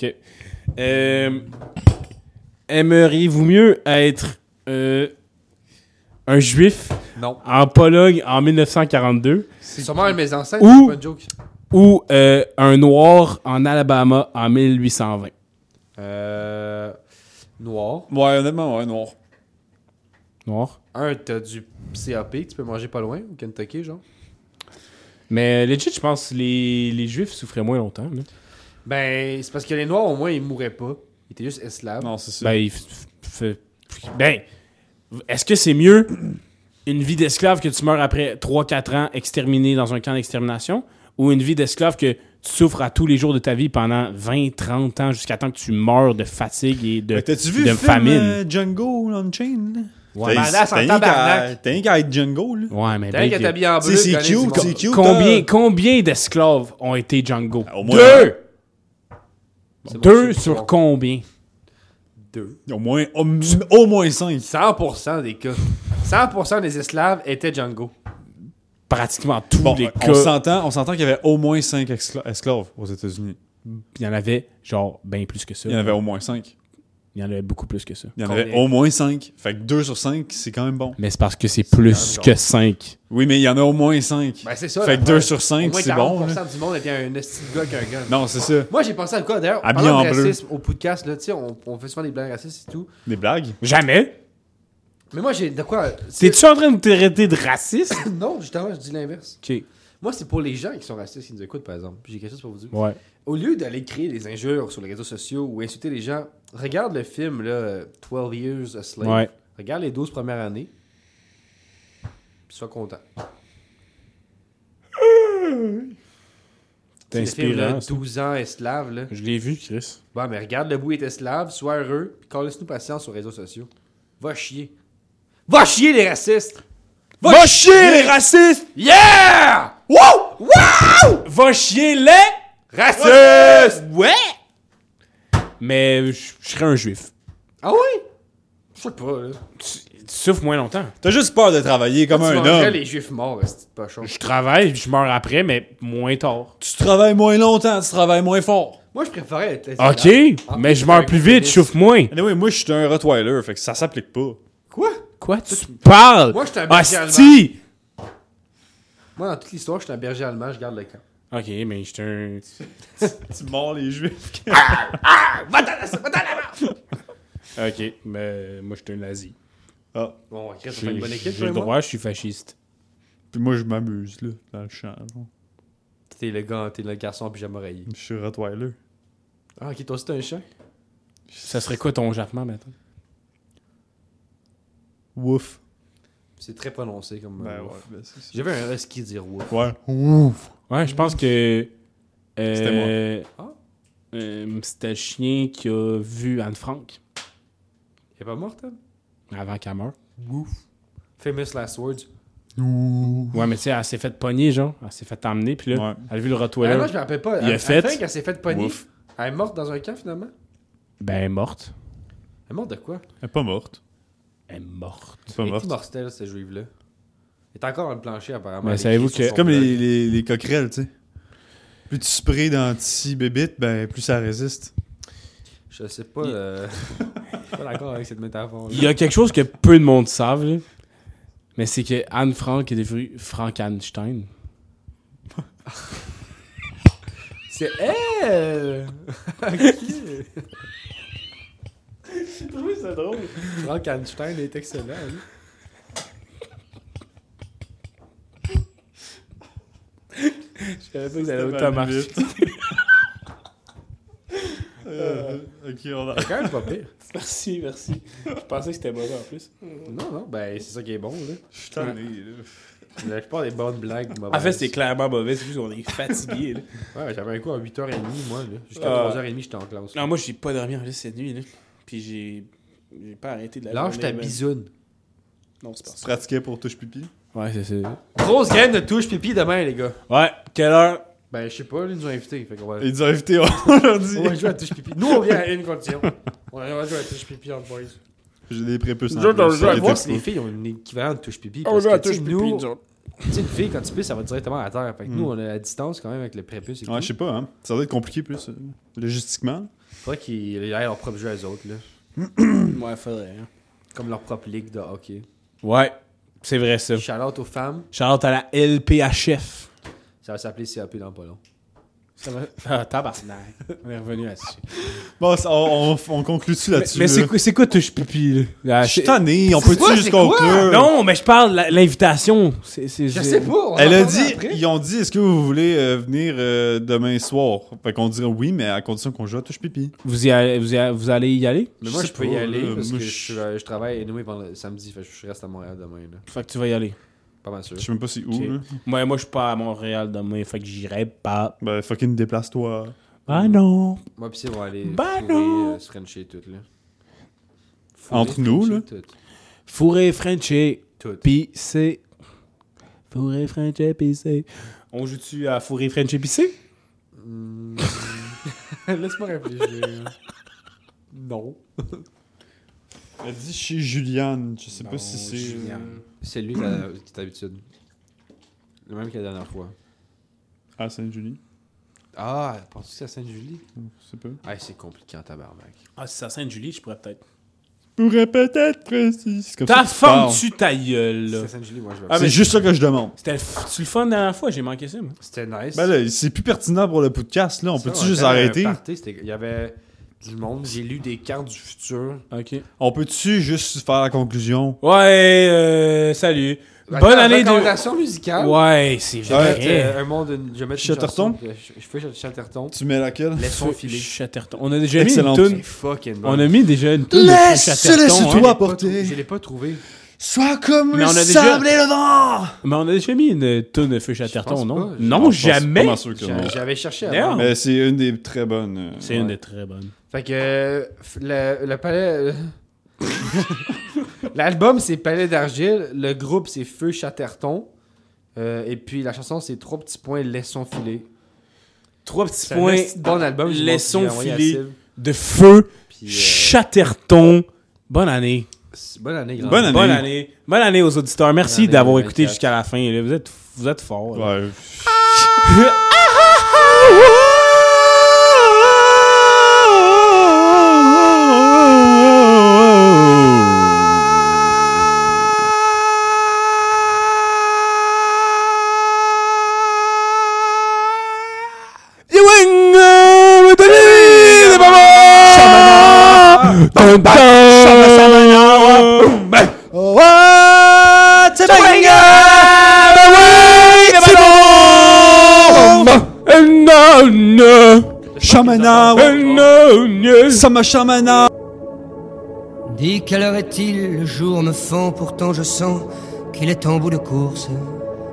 [SPEAKER 2] Ok. Euh, Aimeriez-vous mieux être euh, un juif
[SPEAKER 7] Non.
[SPEAKER 2] en Pologne en 1942
[SPEAKER 7] C'est sûrement un de mes ancêtres,
[SPEAKER 2] Ou-
[SPEAKER 7] c'est pas une joke.
[SPEAKER 2] ou euh, un noir en Alabama en 1820
[SPEAKER 7] Euh. Noir.
[SPEAKER 6] Ouais, honnêtement, ouais, noir.
[SPEAKER 2] Noir.
[SPEAKER 7] Un, t'as du CAP que tu peux manger pas loin, au Kentucky, genre.
[SPEAKER 2] Mais euh, legit, je pense que les, les juifs souffraient moins longtemps. là.
[SPEAKER 7] Ben, c'est parce que les Noirs, au moins, ils mouraient pas. Ils étaient juste esclaves.
[SPEAKER 6] Non, c'est ça.
[SPEAKER 2] Ben, ils f- f- f- ben, est-ce que c'est mieux une vie d'esclave que tu meurs après 3-4 ans exterminé dans un camp d'extermination ou une vie d'esclave que tu souffres à tous les jours de ta vie pendant 20-30 ans jusqu'à temps que tu meurs de fatigue et de,
[SPEAKER 6] Mais Ben, T'as-tu vu
[SPEAKER 2] de
[SPEAKER 6] le film
[SPEAKER 2] famine?
[SPEAKER 6] euh, Django Unchained? là?
[SPEAKER 7] Ouais,
[SPEAKER 6] T'as-
[SPEAKER 7] badass Ben, en
[SPEAKER 6] t'as rien qu'à-
[SPEAKER 7] tabarnak. Ah,
[SPEAKER 6] T'as rien qu'à être Django, là.
[SPEAKER 2] Ouais, mais
[SPEAKER 7] T'as
[SPEAKER 2] ben,
[SPEAKER 7] qu'à
[SPEAKER 2] que-
[SPEAKER 7] t'habiller en
[SPEAKER 6] Tu sais,
[SPEAKER 7] bleu.
[SPEAKER 6] c'est
[SPEAKER 7] connais,
[SPEAKER 6] cute,
[SPEAKER 7] bon.
[SPEAKER 6] c'est cute.
[SPEAKER 2] combien, combien d'esclaves ont été Django?
[SPEAKER 6] Au moins-
[SPEAKER 2] Deux!
[SPEAKER 7] C'est bon,
[SPEAKER 2] Deux
[SPEAKER 7] c'est
[SPEAKER 2] sur
[SPEAKER 7] bon.
[SPEAKER 2] combien?
[SPEAKER 7] Deux.
[SPEAKER 6] Au moins, au, au moins 5.
[SPEAKER 7] 100% des cas. 100% des esclaves étaient Django.
[SPEAKER 2] Pratiquement tous
[SPEAKER 6] Bon,
[SPEAKER 2] les
[SPEAKER 6] on
[SPEAKER 2] cas.
[SPEAKER 6] s'entend, on s'entend qu'il y avait au moins 5 esclaves aux États-Unis.
[SPEAKER 2] Il y en avait genre bien plus que ça.
[SPEAKER 6] Il y en avait au moins 5.
[SPEAKER 2] Il y en avait beaucoup plus que ça.
[SPEAKER 6] Il y en
[SPEAKER 7] Combien?
[SPEAKER 6] avait au moins 5. Fait que 2 sur 5, c'est quand même bon.
[SPEAKER 2] Mais c'est parce que c'est plus
[SPEAKER 7] quand même
[SPEAKER 2] que 5.
[SPEAKER 6] Oui, mais il y en a au moins 5.
[SPEAKER 7] Ben, c'est ça.
[SPEAKER 6] fait que
[SPEAKER 7] l'affaire.
[SPEAKER 6] 2 sur
[SPEAKER 7] Au
[SPEAKER 6] 5,
[SPEAKER 7] moins
[SPEAKER 6] c'est bon.
[SPEAKER 7] 40%
[SPEAKER 6] là.
[SPEAKER 7] du monde était un esti de gars qu'un gars.
[SPEAKER 6] Non, c'est ça.
[SPEAKER 7] Moi, j'ai pensé à quoi d'ailleurs
[SPEAKER 6] Habillé
[SPEAKER 7] parlant de
[SPEAKER 6] en bleu.
[SPEAKER 7] racisme au podcast, là, tu sais, on, on fait souvent des blagues racistes et tout.
[SPEAKER 6] Des blagues.
[SPEAKER 2] Jamais!
[SPEAKER 7] Mais moi, j'ai de quoi. c'est-
[SPEAKER 2] T'es-tu en train de te traiter de raciste?
[SPEAKER 7] Non, justement, je dis l'inverse.
[SPEAKER 2] ok.
[SPEAKER 7] Moi, c'est pour les gens qui sont racistes qui nous écoutent, par exemple. J'ai quelque chose pour vous dire.
[SPEAKER 2] Ouais.
[SPEAKER 7] Au lieu d'aller créer des injures sur les réseaux sociaux ou insulter les gens, regarde le film, là, euh, 12 Years a Slave.
[SPEAKER 2] Ouais.
[SPEAKER 7] Regarde les 12 premières années. Puis sois content.
[SPEAKER 2] T'es
[SPEAKER 7] C'est le film, là,
[SPEAKER 2] inspirant. ça.
[SPEAKER 7] 12 ans esclave, là.
[SPEAKER 2] Je l'ai vu, Chris.
[SPEAKER 7] Bon, mais regarde le bout est esclave, sois heureux, puis laisse-nous patience sur les réseaux sociaux. Va chier. Va chier les racistes!
[SPEAKER 2] Va, chier les racistes!
[SPEAKER 7] Yeah!
[SPEAKER 2] Wow! Wow! Va chier les
[SPEAKER 7] Racistes!
[SPEAKER 2] Ouais! Mais je je serais un juif.
[SPEAKER 7] Ah oui? Je sais pas, là.
[SPEAKER 2] Tu, tu souffres moins longtemps.
[SPEAKER 6] T'as juste peur de travailler comme
[SPEAKER 7] tu
[SPEAKER 6] un
[SPEAKER 7] mangerais
[SPEAKER 6] homme.
[SPEAKER 7] les juifs morts, euh, c'est pas chaud.
[SPEAKER 2] Je travaille, puis je meurs après, mais moins tard.
[SPEAKER 6] Tu travailles moins longtemps, tu travailles moins fort.
[SPEAKER 7] Moi, je préférais être esclave.
[SPEAKER 2] Ok, mais
[SPEAKER 7] Ah,
[SPEAKER 2] je meurs plus vite, je souffre moins.
[SPEAKER 6] Anyway, moi, je suis un Rottweiler, fait que ça s'applique pas.
[SPEAKER 7] Quoi?
[SPEAKER 2] Quoi, tu parles? Ah,
[SPEAKER 7] Moi, j'étais un berger
[SPEAKER 2] Hostie!
[SPEAKER 7] Moi, dans toute l'histoire, je suis un berger allemand, je garde le camp.
[SPEAKER 2] Ok, mais j'étais un.
[SPEAKER 6] Tu mords les juifs.
[SPEAKER 2] Ok, mais moi, j'étais un nazi.
[SPEAKER 6] Ah.
[SPEAKER 7] Bon, ok, ça fait
[SPEAKER 2] J'ai
[SPEAKER 7] une bonne équipe,
[SPEAKER 2] j'ai le droit, je suis fasciste.
[SPEAKER 6] Puis moi, je m'amuse, là, dans le champ. genre.
[SPEAKER 7] T'es le gars, t'es le garçon en pyjama rayé.
[SPEAKER 6] Je suis Rottweiler.
[SPEAKER 7] Ah, ok, toi, c'est un chien?
[SPEAKER 2] Ça serait quoi ton jappement maintenant?
[SPEAKER 6] Wouf.
[SPEAKER 7] C'est très prononcé comme.
[SPEAKER 6] Ben,
[SPEAKER 7] euh,
[SPEAKER 6] ouf, ben, c'est ça.
[SPEAKER 7] J'avais un husky dire woof.
[SPEAKER 6] Ouais. Ouf.
[SPEAKER 2] Ouais, je pense que.
[SPEAKER 6] C'était
[SPEAKER 2] euh, euh, C'était le chien qui a vu Anne Frank
[SPEAKER 7] Il est pas mort, Tom?
[SPEAKER 2] avant qu'elle meure.
[SPEAKER 7] Famous last words.
[SPEAKER 2] Ouais, mais tu sais, elle s'est faite pogner, genre. Elle s'est faite emmener, puis là,
[SPEAKER 6] Ouais.
[SPEAKER 2] elle a vu le
[SPEAKER 7] Ah, moi,
[SPEAKER 2] Rottweiler.
[SPEAKER 7] je me rappelle pas.
[SPEAKER 2] Il a
[SPEAKER 7] Elle-
[SPEAKER 2] fait.
[SPEAKER 7] Enfin, qu'elle s'est faite pogner.
[SPEAKER 6] Ouf.
[SPEAKER 7] Elle est morte dans un camp, finalement.
[SPEAKER 2] Ben, elle est morte.
[SPEAKER 7] Elle est morte de quoi?
[SPEAKER 6] Elle est pas morte.
[SPEAKER 2] Elle est morte.
[SPEAKER 6] Elle est pas
[SPEAKER 7] Elle
[SPEAKER 6] morte.
[SPEAKER 7] est mortelle, cette juive-là. Elle est encore dans le plancher, apparemment.
[SPEAKER 2] Mais
[SPEAKER 7] Elle
[SPEAKER 2] savez-vous
[SPEAKER 7] écrit
[SPEAKER 2] que-
[SPEAKER 7] sur
[SPEAKER 6] C'est
[SPEAKER 7] son
[SPEAKER 6] comme
[SPEAKER 7] blog.
[SPEAKER 6] les, les, les coquerelles, tu sais. Plus tu sprays d'anti-bébite, ben plus ça résiste.
[SPEAKER 7] Je sais pas. euh, Je suis pas d'accord avec cette métaphore-là.
[SPEAKER 2] Il y a quelque chose que peu de monde savent, là. Mais c'est que Anne Frank est devenue Frankenstein.
[SPEAKER 7] C'est elle! [LAUGHS] ok.
[SPEAKER 5] c'est drôle.
[SPEAKER 7] Frankenstein est excellent, lui.
[SPEAKER 2] Je savais pas que ça allait autant marcher. [LAUGHS]
[SPEAKER 6] [LAUGHS] Euh, ok, on a.
[SPEAKER 7] C'est quand même pas pire.
[SPEAKER 2] Merci, merci. Je pensais que c'était mauvais en plus.
[SPEAKER 7] Non, non, ben c'est ça qui est bon, là.
[SPEAKER 6] Je suis tanné, là.
[SPEAKER 7] La plupart des bonnes blagues, ben, mauvaises.
[SPEAKER 2] En fait, c'était clairement mauvais, c'est juste qu'on est fatigué. là.
[SPEAKER 7] Ouais, j'avais un coup à 8h30, moi. là. Jusqu'à
[SPEAKER 2] Ah.
[SPEAKER 7] 3h30, j'étais en classe.
[SPEAKER 2] Non, moi, j'ai pas dormi en plus cette nuit. Là. Puis j'ai. J'ai pas arrêté de la
[SPEAKER 7] Lâche
[SPEAKER 2] journée,
[SPEAKER 7] ta
[SPEAKER 2] mais-
[SPEAKER 7] bisoune.
[SPEAKER 2] Non, c'est pas ça.
[SPEAKER 6] Pratiquais pour touche pipi.
[SPEAKER 2] Ouais, c'est ça.
[SPEAKER 7] Grosse graine de touche pipi demain, les gars.
[SPEAKER 2] Ouais, quelle heure
[SPEAKER 7] Ben, je sais pas, ils nous ont invités. Fait qu'on va...
[SPEAKER 6] Et ils ont invité aujourd'hui.
[SPEAKER 7] On va jouer à touche pipi. Nous, on vient à une [LAUGHS] condition. On va jouer à touche pipi en boys.
[SPEAKER 6] [LAUGHS] J'ai des prépuces. en
[SPEAKER 7] Nous autres, on
[SPEAKER 6] plus,
[SPEAKER 7] joue
[SPEAKER 6] ça
[SPEAKER 7] à
[SPEAKER 6] était
[SPEAKER 7] voir si les filles ont une équivalent de touche pipi. Parce que, tu sais, nous, tu sais, une fille, quand tu pisses, ça va directement à terre. Fait que nous, on est à distance quand même avec le prépuce et
[SPEAKER 6] Ouais, je
[SPEAKER 7] tout.
[SPEAKER 6] sais pas, hein. Ça doit être compliqué plus, euh, logistiquement.
[SPEAKER 7] Faudrait qu'ils aient leur propre jeu à eux autres, là.
[SPEAKER 2] Ouais, faudrait. hein.
[SPEAKER 7] Comme leur propre ligue de hockey.
[SPEAKER 2] Ouais, c'est vrai ça.
[SPEAKER 7] Shout-out aux femmes.
[SPEAKER 2] Charlotte à la LPHF.
[SPEAKER 7] Ça va s'appeler CAP dans pas long.
[SPEAKER 2] Ça va. Ah, tabarnak. On est revenu là-dessus.
[SPEAKER 6] Bon, ça- on, on- on conclut dessus
[SPEAKER 2] Mais,
[SPEAKER 6] là-dessus.
[SPEAKER 2] mais c'est
[SPEAKER 6] là.
[SPEAKER 2] quoi, c'est quoi touche pipi là? Ah,
[SPEAKER 6] Je suis
[SPEAKER 2] c'est-
[SPEAKER 6] tanné, on peut-tu juste conclure?
[SPEAKER 2] [LAUGHS] Non, mais je parle la- l'invitation. C'est, c'est,
[SPEAKER 7] Je sais pas. on
[SPEAKER 6] Elle
[SPEAKER 7] en
[SPEAKER 6] a
[SPEAKER 7] parle
[SPEAKER 6] dit,
[SPEAKER 7] après.
[SPEAKER 6] ils ont dit, est-ce que vous voulez euh, venir euh, demain soir? Fait qu'on dirait oui, mais à condition qu'on joue à touche pipi.
[SPEAKER 2] Vous, y allez, vous, y allez, vous allez y aller?
[SPEAKER 7] Mais moi,
[SPEAKER 6] Je
[SPEAKER 7] je,
[SPEAKER 6] sais
[SPEAKER 7] peux y
[SPEAKER 6] pas,
[SPEAKER 7] aller
[SPEAKER 6] là,
[SPEAKER 7] parce
[SPEAKER 6] moi,
[SPEAKER 7] que
[SPEAKER 6] je-
[SPEAKER 7] je, euh, je travaille et nous, pendant samedi. Fait que je reste à Montréal demain, là.
[SPEAKER 2] Fait que tu vas y aller.
[SPEAKER 7] Pas mal sûr.
[SPEAKER 6] Je sais même pas si où.
[SPEAKER 2] Ok.
[SPEAKER 6] là.
[SPEAKER 2] Ouais, moi, je suis pas à Montréal demain, fait que j'irai pas.
[SPEAKER 6] Ben, fucking déplace-toi.
[SPEAKER 2] Ah non!
[SPEAKER 7] Moi, pis c'est vont aller.
[SPEAKER 2] Ben
[SPEAKER 7] fourrer,
[SPEAKER 2] non.
[SPEAKER 7] euh, se frencher et tout, là.
[SPEAKER 6] Entre nous, là.
[SPEAKER 7] Tout.
[SPEAKER 2] Fourré Frenché,
[SPEAKER 7] Tout.
[SPEAKER 2] pis c'est... Fourré Frenché, pis c'est... On joue-tu à Fourré Frenché, pis c'est?
[SPEAKER 7] [LAUGHS] Laisse-moi réfléchir. non.
[SPEAKER 6] Elle a dit chez Juliane. Je sais pas si c'est.
[SPEAKER 7] euh,
[SPEAKER 6] euh,
[SPEAKER 7] C'est lui qui a qui a l'habitude. Le même que la dernière fois.
[SPEAKER 6] Ah, Saint-Julie.
[SPEAKER 7] Ah, penses-tu que c'est à Sainte-Julie?
[SPEAKER 6] Je sais pas.
[SPEAKER 7] Ah, c'est compliqué en tabarnak.
[SPEAKER 2] Ah, si c'est à Sainte-Julie, je pourrais peut-être.
[SPEAKER 6] Pourrait peut-être si. C'est comme ça
[SPEAKER 2] Ta
[SPEAKER 6] que tu
[SPEAKER 2] femme,
[SPEAKER 6] parles.
[SPEAKER 2] tu ta gueule,
[SPEAKER 7] C'est
[SPEAKER 2] là.
[SPEAKER 7] à Sainte-Julie, moi, je vais.
[SPEAKER 2] Ah,
[SPEAKER 6] C'est
[SPEAKER 2] mais-
[SPEAKER 6] juste ça que je demande.
[SPEAKER 2] C'était le, f- tu le fun la dernière fois, j'ai manqué ça, moi.
[SPEAKER 7] C'était nice.
[SPEAKER 6] Ben là, c'est plus pertinent pour le podcast, là. On
[SPEAKER 7] Ça,
[SPEAKER 6] peut-tu
[SPEAKER 7] on
[SPEAKER 6] juste
[SPEAKER 7] était à un
[SPEAKER 6] arrêter?
[SPEAKER 7] party, c'était- Il y avait du monde. J'ai lu des cartes du futur.
[SPEAKER 2] OK.
[SPEAKER 6] On peut-tu juste faire la conclusion?
[SPEAKER 2] Ouais, euh, salut. Bonne
[SPEAKER 7] Attends,
[SPEAKER 2] année de...
[SPEAKER 7] Recommandation musicale.
[SPEAKER 2] Ouais, c'est
[SPEAKER 7] Je vais mettre,
[SPEAKER 2] vrai.
[SPEAKER 7] euh, un monde, une- je vais mettre une
[SPEAKER 6] Chatterton?
[SPEAKER 7] chanson. Je, je fais Ch- Chatterton.
[SPEAKER 6] Tu mets laquelle?
[SPEAKER 7] Laissons filer.
[SPEAKER 2] Chatterton. On a déjà
[SPEAKER 6] Excellente.
[SPEAKER 2] mis une
[SPEAKER 7] C'est
[SPEAKER 2] toune.
[SPEAKER 7] fucking bon.
[SPEAKER 2] On a mis déjà une toune de Chatterton. hein.
[SPEAKER 6] Laisse-toi
[SPEAKER 7] Je
[SPEAKER 6] apporter.
[SPEAKER 7] l'ai pas trouvé.
[SPEAKER 6] Sois comme
[SPEAKER 2] Mais
[SPEAKER 6] le
[SPEAKER 2] on a déjà-
[SPEAKER 6] sable et le vent!
[SPEAKER 2] Mais on a déjà mis une toune de Feu Chatterton,
[SPEAKER 7] pense
[SPEAKER 2] non?
[SPEAKER 7] pas. Je
[SPEAKER 2] Non,
[SPEAKER 6] pense- je pense
[SPEAKER 2] jamais.
[SPEAKER 6] pas mal sûr que non.
[SPEAKER 7] J'a- J'avais cherché
[SPEAKER 2] D'ailleurs,
[SPEAKER 7] avant.
[SPEAKER 6] Mais c'est une des très bonnes. euh,
[SPEAKER 2] C'est une des très bonnes.
[SPEAKER 7] Fait que euh, f- le, le palais. euh, [LAUGHS] L'album c'est Palais d'argile, le groupe c'est Feu Chatterton, euh, et puis la chanson c'est Trois petits points laissons filer.
[SPEAKER 2] Trois petits
[SPEAKER 7] C'est
[SPEAKER 2] points
[SPEAKER 7] un esti de bon album. je l'ai
[SPEAKER 2] Laissons
[SPEAKER 7] envoyé à
[SPEAKER 2] filer.
[SPEAKER 7] Sylve.
[SPEAKER 2] de Feu
[SPEAKER 7] Puis, euh,
[SPEAKER 2] Chatterton. Bonne année.
[SPEAKER 7] c'est- bonne année. grand.
[SPEAKER 6] Bonne année.
[SPEAKER 2] Bonne année. Bonne année aux auditeurs. Merci
[SPEAKER 7] année,
[SPEAKER 2] d'avoir écouté
[SPEAKER 7] 24.
[SPEAKER 2] jusqu'à la fin. là. Vous êtes, vous êtes forts. là.
[SPEAKER 6] Ouais.
[SPEAKER 2] [LAUGHS] No, no,
[SPEAKER 6] Chamana,
[SPEAKER 2] no, no.
[SPEAKER 6] Sama Chamana.
[SPEAKER 12] Dis quelle heure est-il Le jour me fend, pourtant je sens qu'il est en bout de course.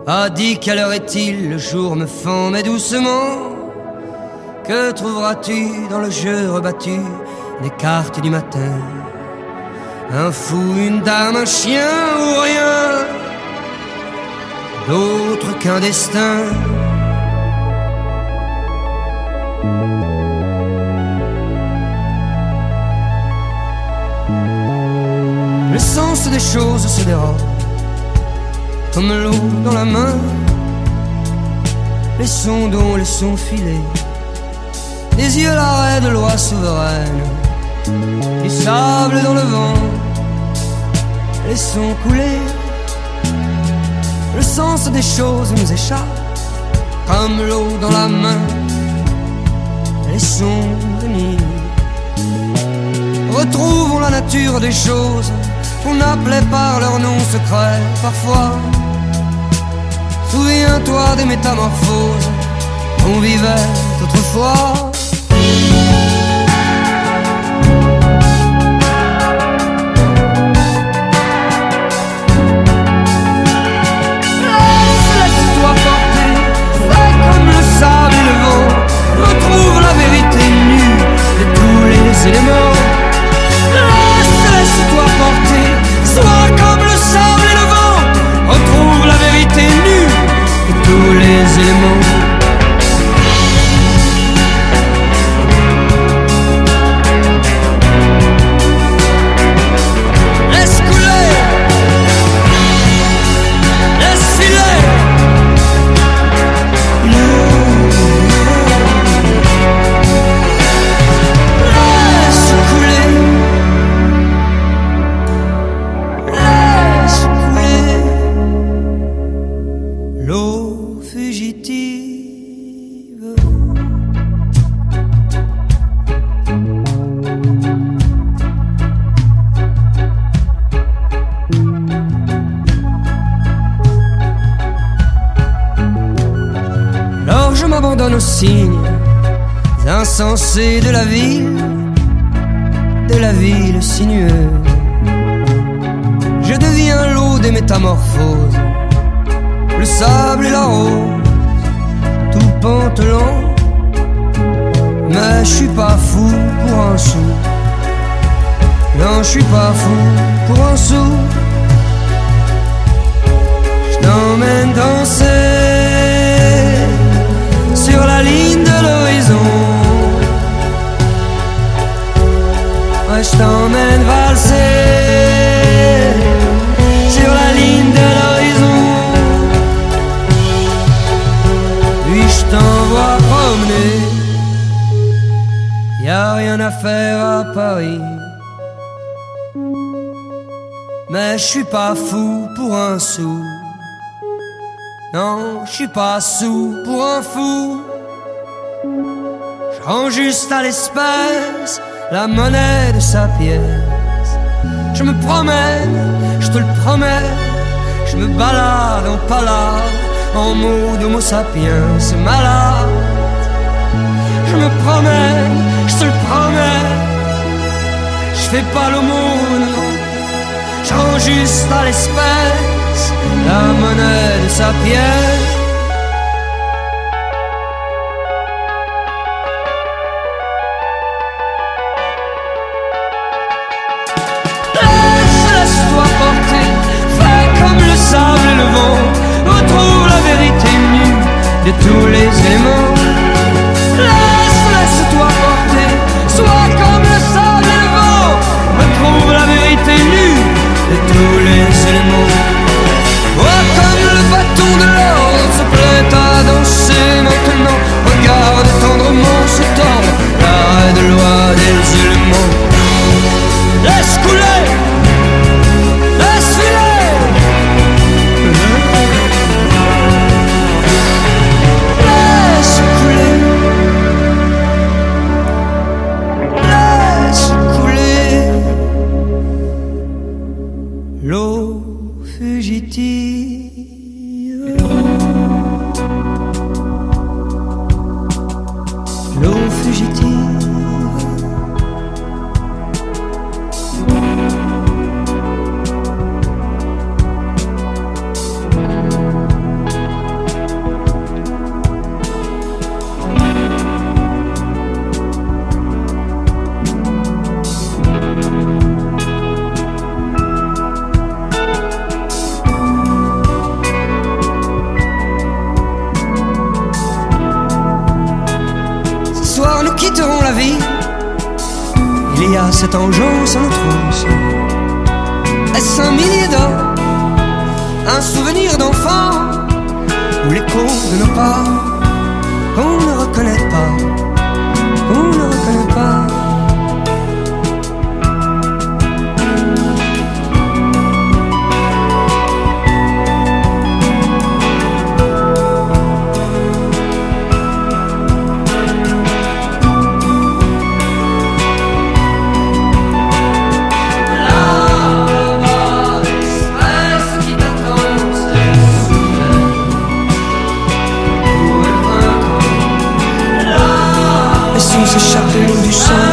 [SPEAKER 12] Ah, dis quelle heure est-il Le jour me fend, mais doucement. Que trouveras-tu dans le jeu rebattu des cartes du matin Un fou, une dame, un chien ou rien D'autre qu'un destin. Le sens des choses se dérobe comme l'eau dans la main. Laissons donc, laissons filer des yeux l'arrêt de loi souveraine, du sable dans le vent. Laissons couler le sens des choses nous échappe comme l'eau dans la main. Laissons venir. Retrouvons la nature des choses qu'on appelait par leur nom secret parfois. Souviens-toi des métamorphoses qu'on vivait autrefois. dans nos signes insensés de la ville, de la ville sinueuse. Je deviens l'eau des métamorphoses, le sable et la rose, tout pantelant. Mais je suis pas fou pour un sou. Non, je suis pas fou pour un sou. Je t'emmène danser sur la ligne de l'horizon. Ouais, je t'emmène valser sur la ligne de l'horizon. Puis je t'envoie promener. Y a rien à faire à Paris. Mais je suis pas fou pour un sou. Non, je suis pas sous pour un fou. Je rends juste à l'espèce la monnaie de sa pièce. Je me promène, je te le promets. Je me balade en palade, en mots d'homo sapiens malade. Je me promène, je te le promets. Je fais pas l'aumône, non. Je rends juste à l'espèce la monnaie de sa pièce. Laisse, laisse-toi porter, fais comme le sable et le vent, retrouve la vérité nue de tous les éléments. Laisse, laisse-toi porter, sois comme le sable et le vent, retrouve la vérité nue de tous les éléments. Oh, comme le bâton de l'ordre se plaît à danser maintenant, regarde tendrement se tordre la de loi des éléments. Laisse couler, laisse filer. Laisse couler, laisse couler l'eau fugitive. L'eau fugitive. Ce soir nous quitterons la vie. Il y a cet engeance en outrance. Est-ce un millier d'or Un souvenir d'enfant Ou l'écho de nos pas Qu'on ne reconnaît pas Qu'on ne reconnaît pas Là-bas, l'espace qui t'attend, c'est le soleil pour le printemps. Là-bas,
[SPEAKER 13] Et sous ce chapeau du sang